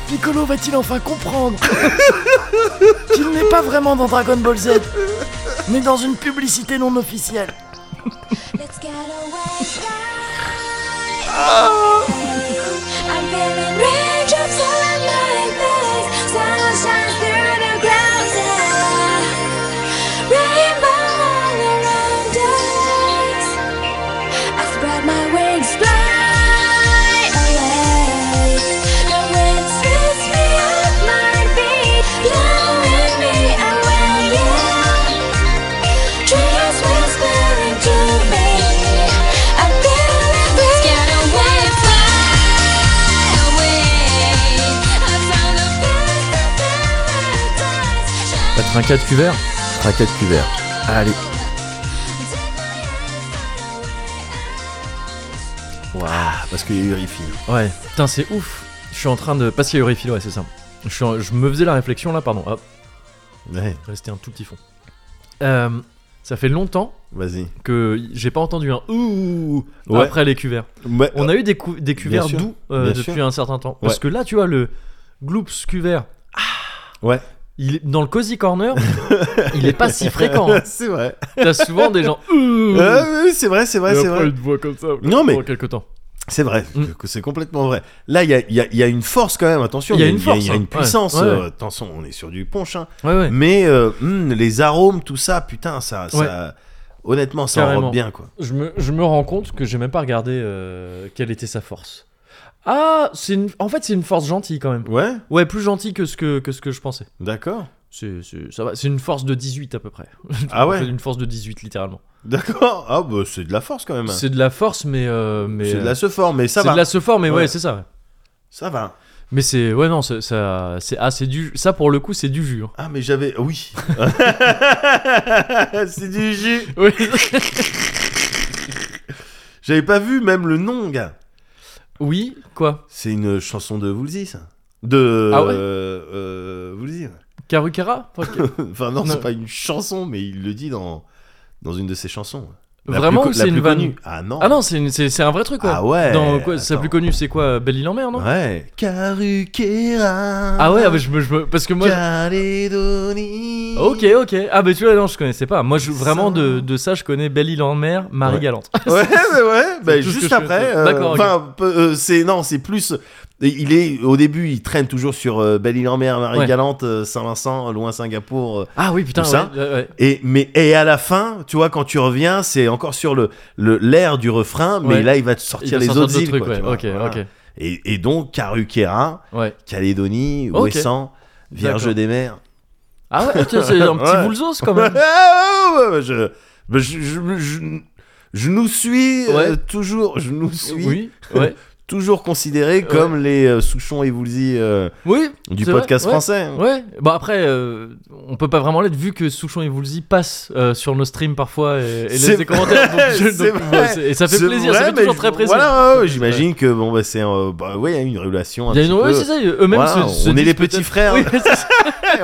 Piccolo va-t-il enfin comprendre qu'il n'est pas vraiment dans Dragon Ball Z, mais dans une publicité non officielle Let's get away, fly away. I'm feeling raindrops on my face, sunshine through the clouds. yeah. Rainbow all around us. I spread my wings, fly away. The wind sweeps me off my feet, blowing me away. Yeah. Trees whispering to me. I feel like let's get away, fly away. I found the path to paradise. Shine 84 cuvert Raquette cuvert. Allez. Waouh, parce qu'il y a eu Riffy. Ouais, putain, c'est ouf. Je suis en train de. Parce qu'il y a Eurifil, ouais, c'est ça. Je, suis en- je me faisais la réflexion là, pardon. Hop, Ouais, rester un tout petit fond. Euh, ça fait longtemps vas-y. que j'ai pas entendu un ouh Ouais. après les cuverts. Ouais, On a eu des, cou- des cuverts sûr, doux euh, bien depuis sûr. un certain temps. Parce Ouais. que là, tu vois, le Gloops cuvert. ah, Ouais. Il est, dans le cozy corner, il est pas si fréquent. hein. c'est vrai. T'as souvent des gens. ouh Euh, oui, c'est vrai, c'est vrai, Et Ah c'est après, vrai. une voix comme ça. Non, mais- Pendant quelques temps. C'est vrai, Mm. c'est complètement vrai. Là, il y a, il y a- il y a une force quand même, attention. Il y a une Il y a, force, hein. une puissance. Ouais, ouais. euh, attention, on est sur du punch. hein. Ouais, ouais. Mais euh, hmm, les arômes, tout ça, putain, ça. ça- Ouais. Honnêtement, ça Carrément. enrobe bien, quoi. Je me, je me rends compte que j'ai même pas regardé euh, quelle était sa force. Ah, c'est une- en fait, c'est une force gentille quand même. Ouais, Ouais, plus gentille que ce que, que, ce que je pensais. d'accord. C'est, c'est- ça va, c'est une force de 18 à peu près. Ah ouais, C'est une force de 18 littéralement. d'accord. Ah, bah, c'est de la force quand même. C'est de la force, mais. euh, mais C'est de euh, la se forme, mais ça c'est va. de la se forme, mais ouais, Ouais. c'est ça. ouais. Ça va. Mais c'est. Ouais, non, c'est- ça, c'est, ah, c'est du, ça pour le coup, c'est du jus. hein. Ah, mais j'avais. Oui. c'est du jus. Oui. J'avais pas vu même le nom, gars. oui, quoi C'est une chanson de Woolsey, ça. De. Ah ouais euh, euh, Woolsey, ouais. Karukara Enfin, que- Enfin non, Non. c'est pas une chanson, mais il le dit dans dans une de ses chansons. La Vraiment plus co- ou la c'est une plus vanne connue. Ah non. Ah non, c'est, une- c'est, c'est un vrai truc, quoi. Ah ouais. Dans quoi, sa attends. plus connue, c'est quoi Belle Île en Mer, non Ouais. Karukera. Ah ouais, ah bah, je me- je me- parce que moi. Calédonie. Ok, ok. Ah bah tu vois, non, je connaissais pas. Moi, je, vraiment, Ça. de, de ça, je connais Belle Île en Mer, Marie Ouais. Galante. Ouais, mais ouais. bah, tout ce que juste je après. fais. euh, D'accord, ok. Enfin, peu- euh, c'est non, c'est plus. Il est au début, il traîne toujours sur euh, Belle-Île-en-Mer, Ouais. Marie-Galante, euh, Saint-Vincent, loin Singapour. euh, Ah oui, putain, Tout ça. ouais, ouais, ouais. Et mais et à la fin, tu vois, quand tu reviens, c'est encore sur le le l'air du refrain, mais Ouais. là il va te Il sortir va les sortir autres d'autres îles. trucs, quoi, ouais. tu vois, ok, voilà. ok. Et, et donc Karukera, Ouais. Calédonie, Ok. Ouessant, Vierge D'accord. des mers. Ah ouais, tiens, c'est un petit Ouais. boulzos quand même. Ah, ouais, ouais, ouais, je, bah, je, je, je, je nous suis euh, Ouais. toujours, je nous suis Oui, ouais. toujours considéré comme les euh, Souchons et Woolsey euh, Oui, du c'est vrai, podcast ouais. français. hein. Ouais, bah après, euh, on peut pas vraiment l'être vu que Souchon et Woolsey passent euh, sur nos streams parfois et, et laissent C'est des commentaires. donc je- C'est donc, vrai. ouais, c'est- et ça fait C'est plaisir, vrai, ça fait mais toujours je- très plaisir. Voilà, ouais, ouais, j'imagine que bon, bah, c'est euh, bah, ouais, il y a une révélation. un Il y a petit une... ouais, peu. c'est ça, eux-mêmes Voilà, se- se on est disent les petits peut-être- frères. Oui, c'est ça.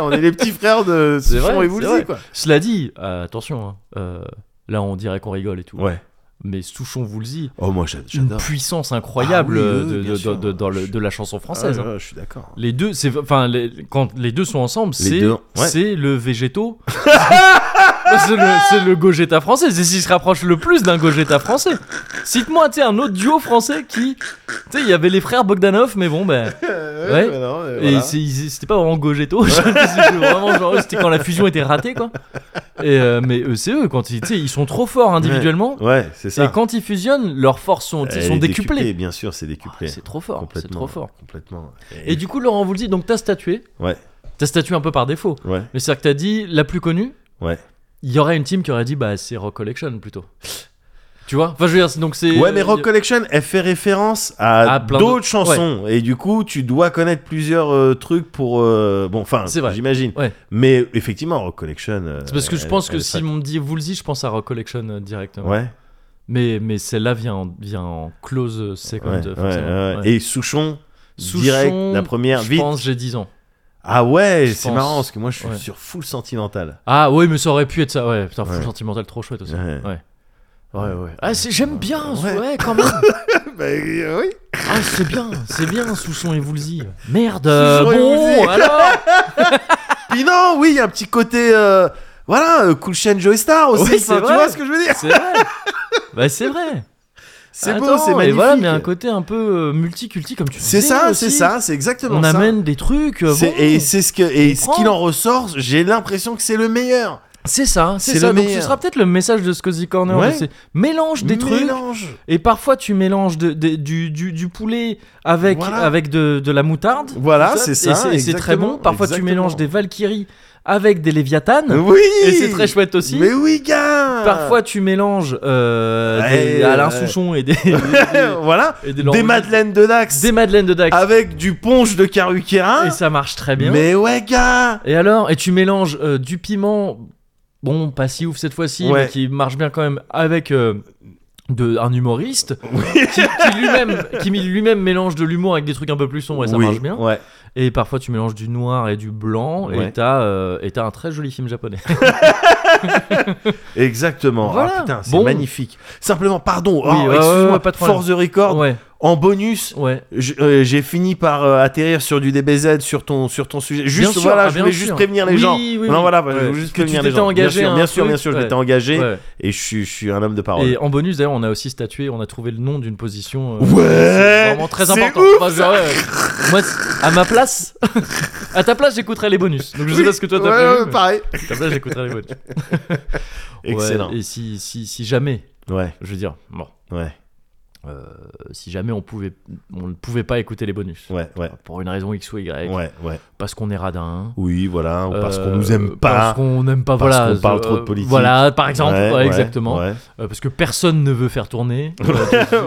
on est les petits frères de C'est Souchon vrai, et c'est Woolsey, vrai. quoi. Cela dit, euh, attention, hein, euh, là on dirait qu'on rigole et tout. Ouais. Mais Souchon Woolsey, Oh, moi, j'a- une j'adore. puissance incroyable Ah oui, euh, oui, de- bien de- sûr. de- de- dans le- de la chanson française. Ah, hein. ouais, ouais, Je suis d'accord. Les deux, c'est enfin les- quand les deux sont ensemble, Les c'est deux, ouais. c'est le végétaux. c'est le, c'est le Gogeta français. C'est ce qui se rapproche le plus d'un Gogeta français. Cite-moi, tu sais, un autre duo français qui, tu sais, il y avait les frères Bogdanov, mais bon, ben, Ouais. bah non, mais et voilà. c'est- ils- c'était pas vraiment Gogeto. C'était vraiment genre, c'était quand la fusion était ratée, quoi. Et euh, mais eux, c'est eux quand ils, tu sais, ils sont trop forts individuellement. Ouais, c'est ça. Et quand ils fusionnent, leurs forces sont, tu sais, Elle sont est décuplées. Bien sûr, c'est Ah, décuplé. c'est trop fort, c'est complètement. trop fort. Complètement. Et du coup, Laurent vous le dit, donc t'as statué. Ouais. T'as statué un peu par défaut. Ouais. Mais c'est-à-dire que t'as dit la plus connue. Ouais. Il y aurait une team qui aurait dit bah c'est Rock Collection plutôt. Tu vois Enfin je veux dire c'est- donc c'est. Ouais, mais Rock Collection, elle fait référence à, À euh, Ah, plein d'autres d'autres- chansons. Et du coup, tu dois connaître plusieurs euh, trucs pour. euh, Bon, enfin, C'est vrai. j'imagine. Ouais. Mais effectivement, Rock Collection. euh, C'est parce que je elle- pense que elle si fait- m'on me dit Woolsey, je pense à Rock Collection euh, directement. Ouais, Mais mais celle-là vient en, vient en close second. ouais, euh, ouais, forcément. ouais. Ouais. Et Souchon, Souchon, direct, la première, je vite. pense j'ai 10 ans. Ah ouais, Je c'est pense. marrant parce que moi, je suis Ouais. sur full sentimental. Ah oui mais ça aurait pu être ça ouais putain full Ouais. sentimental trop chouette aussi. Ouais. Ouais. Ouais ouais. Ah c'est- j'aime bien Ouais. ouais. quand même. bah oui. Ah c'est bien c'est bien Souchon et Woolsey. Merde Souchon et bon Woolsey. alors. Puis non, oui, il y a un petit côté. euh, Voilà, euh, Cool Chain Joey Star aussi. Ouais, c'est Enfin, tu vrai. vois ce que je veux dire C'est vrai. bah c'est vrai. C'est beau, Attends, c'est et magnifique. voilà, mais un côté un peu euh, multiculti comme tu disais. C'est ça, c'est aussi. ça, c'est exactement On ça. amène des trucs. euh, C'est- bon. et c'est ce que et ce comprends. qu'il en ressort, j'ai l'impression que c'est le meilleur. C'est ça, c'est c'est ça. le Donc ce meilleur. sera peut-être le message de Scozy Corner. Ouais. de ces- Mélange des trucs. Mélange. Et parfois tu mélanges de- de- du, du- du poulet avec, Voilà. avec de, de la moutarde. Voilà, Tout c'est Et ça, et c'est très exactement, bon. Parfois exactement. tu mélanges des Valkyries avec des Léviathanes. Oui. Et c'est très chouette aussi. Mais oui, gars. Parfois tu mélanges euh, Ouais, des Alain ouais. Souchon et des, voilà, et des Laurent- madeleines de Dax des Madeleines de Dax. avec du ponche de Karukera. Et ça marche très bien. Ah. Mais ouais, gars. Et alors Et tu mélanges euh, du piment, bon, pas si ouf cette fois-ci, Ouais. mais qui marche bien quand même, avec euh, de, un humoriste qui, qui lui-même qui lui-même mélange de l'humour avec des trucs un peu plus sombres et ça Oui, marche bien. Ouais. Et parfois tu mélanges du noir et du blanc Ouais. et t'as euh, et t'as un très joli film japonais. Exactement. Ah, Voilà. putain, c'est Bon. Ah, magnifique. Simplement, pardon. Oui, oh, ouais, excuse-moi, ouais, ouais, pas de problème. Force the record. ouais. en bonus. Ouais. je- euh, J'ai fini par euh, atterrir sur du DBZ sur ton sur ton sujet. Juste sûr, voilà, ah, je bien voulais sûr. juste prévenir les Oui, gens. oui, Non oui. voilà, je Ouais. voulais juste Que tu prévenir les t'étais gens. Bien engagé à sûr, un bien sûr, truc, bien sûr, je ouais. m'étais engagé ouais. et je suis je suis un homme de parole. Et en bonus, d'ailleurs, on a aussi statué, on a trouvé le nom d'une position. euh, Ouais c'est Vraiment très Eh, C'est important. ouf, Enfin, genre, ouais, moi, c'est- à ma place, à ta place, j'écouterais les bonus. Donc je sais Oui, pas ce que toi t'as ouais, prévu, ouais, mais pareil. à ta place, j'écouterais les bonus. Ouais, Excellent. et si, si, si jamais, Ouais, je veux dire, bon, ouais, euh, si jamais on pouvait, on ne pouvait pas écouter les bonus. ouais, ouais, Pour une raison X ou Y, ouais, ouais. parce qu'on est radin. Oui, voilà, ou parce qu'on euh, nous aime Parce pas. qu'on n'aime pas, parce voilà. qu'on parle euh, trop de politique. Voilà, par exemple, Ouais, ouais, ouais, exactement. ouais. Euh, parce que personne ne veut faire tourner. euh,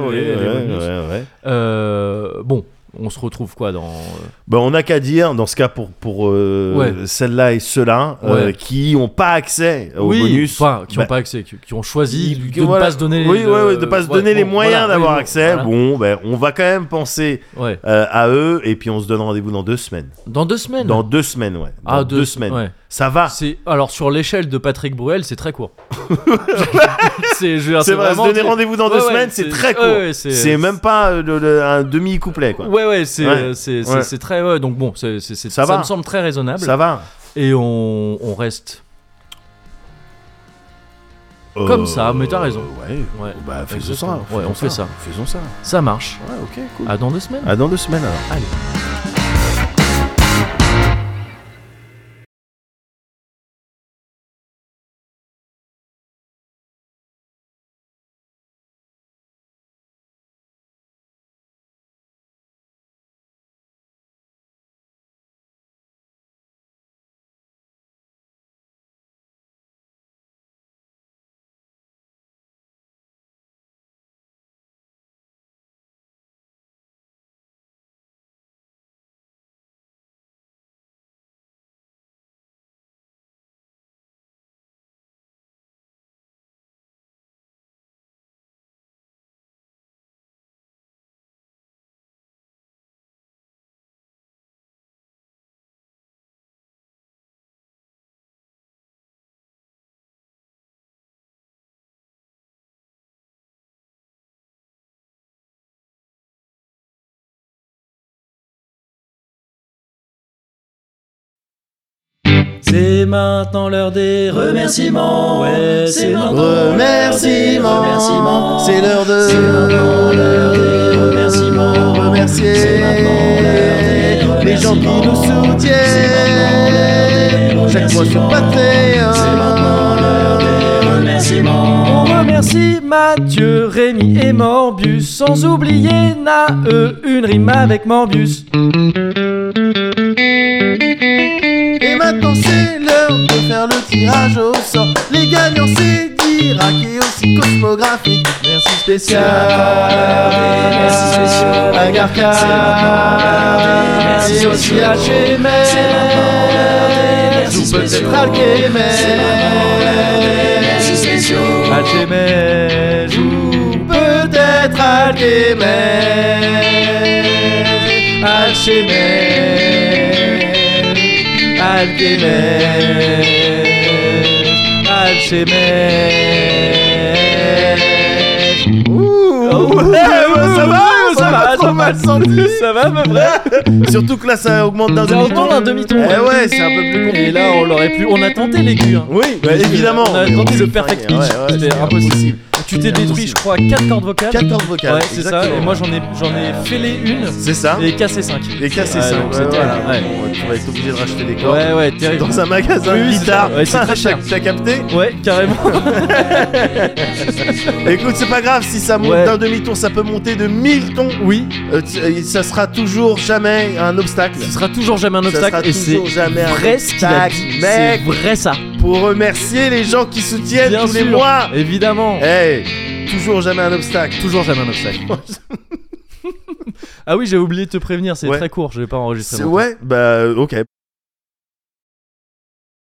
Ouais, les- les ouais, bonus. ouais, ouais. Euh, bon, on se retrouve quoi dans. euh, Bah, on n'a qu'à dire, dans ce cas, pour, pour euh, Ouais. celle-là et ceux-là, euh, Ouais. qui n'ont pas accès aux oui, bonus. enfin, qui n'ont bah, pas accès, qui, qui ont choisi ils- de ne voilà. pas se donner. oui, de- ouais, ouais, de pas se ouais, donner les bon, moyens voilà, d'avoir oui, bon, accès. voilà. Bon, ben, on va quand même penser Ouais. euh, à eux et puis on se donne rendez-vous dans deux semaines. Dans deux semaines. Dans deux semaines, ouais. Dans ah, deux, semaines. ouais. Ça va. C'est alors sur l'échelle de Patrick Bruel, c'est très court. c'est je veux dire, C'est vrai, se vraiment- donner rendez-vous dans deux Ouais, ouais, semaines, c'est très court. ouais, ouais, C'est même pas euh, le- le- un demi-couplet, quoi. Ouais, ouais, c'est Ouais. euh, c'est c'est- Ouais. c'est très. ouais, donc bon, c'est c'est- c'est- Ça ça, va. me semble très raisonnable. Ça va. Et on, on reste. Comme ça, mais t'as raison. Euh, Ouais. Ouais. Bah, faisons ça. Exactement. Ouais, on faisons fait ça. Faisons ça. Ça marche. Ouais, ok, cool. À dans deux semaines. À dans deux semaines, alors. C'est maintenant l'heure des remerciements. Ouais, c'est maintenant. Remerciements. Remerciements. C'est l'heure de. C'est maintenant l'heure des remerciements. Remercier. C'est maintenant l'heure des Les gens qui nous remerciements. C'est maintenant soutiennent. l'heure des Chaque mois sur remerciements. Patreon. C'est maintenant l'heure des remerciements. On remercie Mathieu, Rémi et Morbius. Sans oublier Nae, une rime avec Morbius. Et maintenant c'est l'heure de faire le tirage au sort. Les gagnants c'est Dirac et aussi Cosmographique. Merci C'est spécial. merci spécial. Agarca. C'est maintenant l'heure des merci Et aussi spécial. C'est Alchemel. maintenant l'heure des merci Ou peut-être spéciaux. Alchemel. C'est maintenant l'heure des merci Alchemel. Ou peut-être Alchemel. Alchemel. Alchemel. Alchemel. Oh, Ouh, ouais, ça va, ça va, ça trop mal senti. Ça va, ma vraie Surtout que là, ça augmente d'un Ça demi-ton. reprend un demi-ton. Eh ouais, c'est un peu plus compliqué. Et là, on l'aurait pu. On a tenté l'aigu. Hein. Oui, bah, Parce que évidemment. On a tenté le perfect pitch. C'était impossible. Tu t'es détruit, je crois, 4 cordes vocales. 14 vocales. Ouais, c'est ça. exactement. Et moi, j'en ai, j'en ai fêlé une C'est ça. et cassé 5. Et cassé ça. donc c'était- ouais. Bon, Tu vas être obligé de racheter des cordes. Ouais, ouais, terrible. Dans un magasin Oui, oui, de c'est guitare. ça. Ouais, c'est très cher. T'as capté Ouais, carrément. Écoute, c'est pas grave, si ça monte Ouais. d'un demi-ton, ça peut monter de 1000 tons. Oui, Euh, t- euh, ça sera toujours jamais un obstacle. ce sera toujours jamais un Ça sera obstacle. Et c'est toujours jamais un vrai ce qu'il a obstacle, dit. C'est mec. vrai ça. Pour remercier les gens qui soutiennent Bien tous les sûr. mois. Évidemment. Hey, toujours jamais un obstacle. Toujours jamais un obstacle. ah oui, j'ai oublié de te prévenir, c'est Ouais. très court, je vais pas enregistrer. C'est- longtemps. Ouais, bah ok.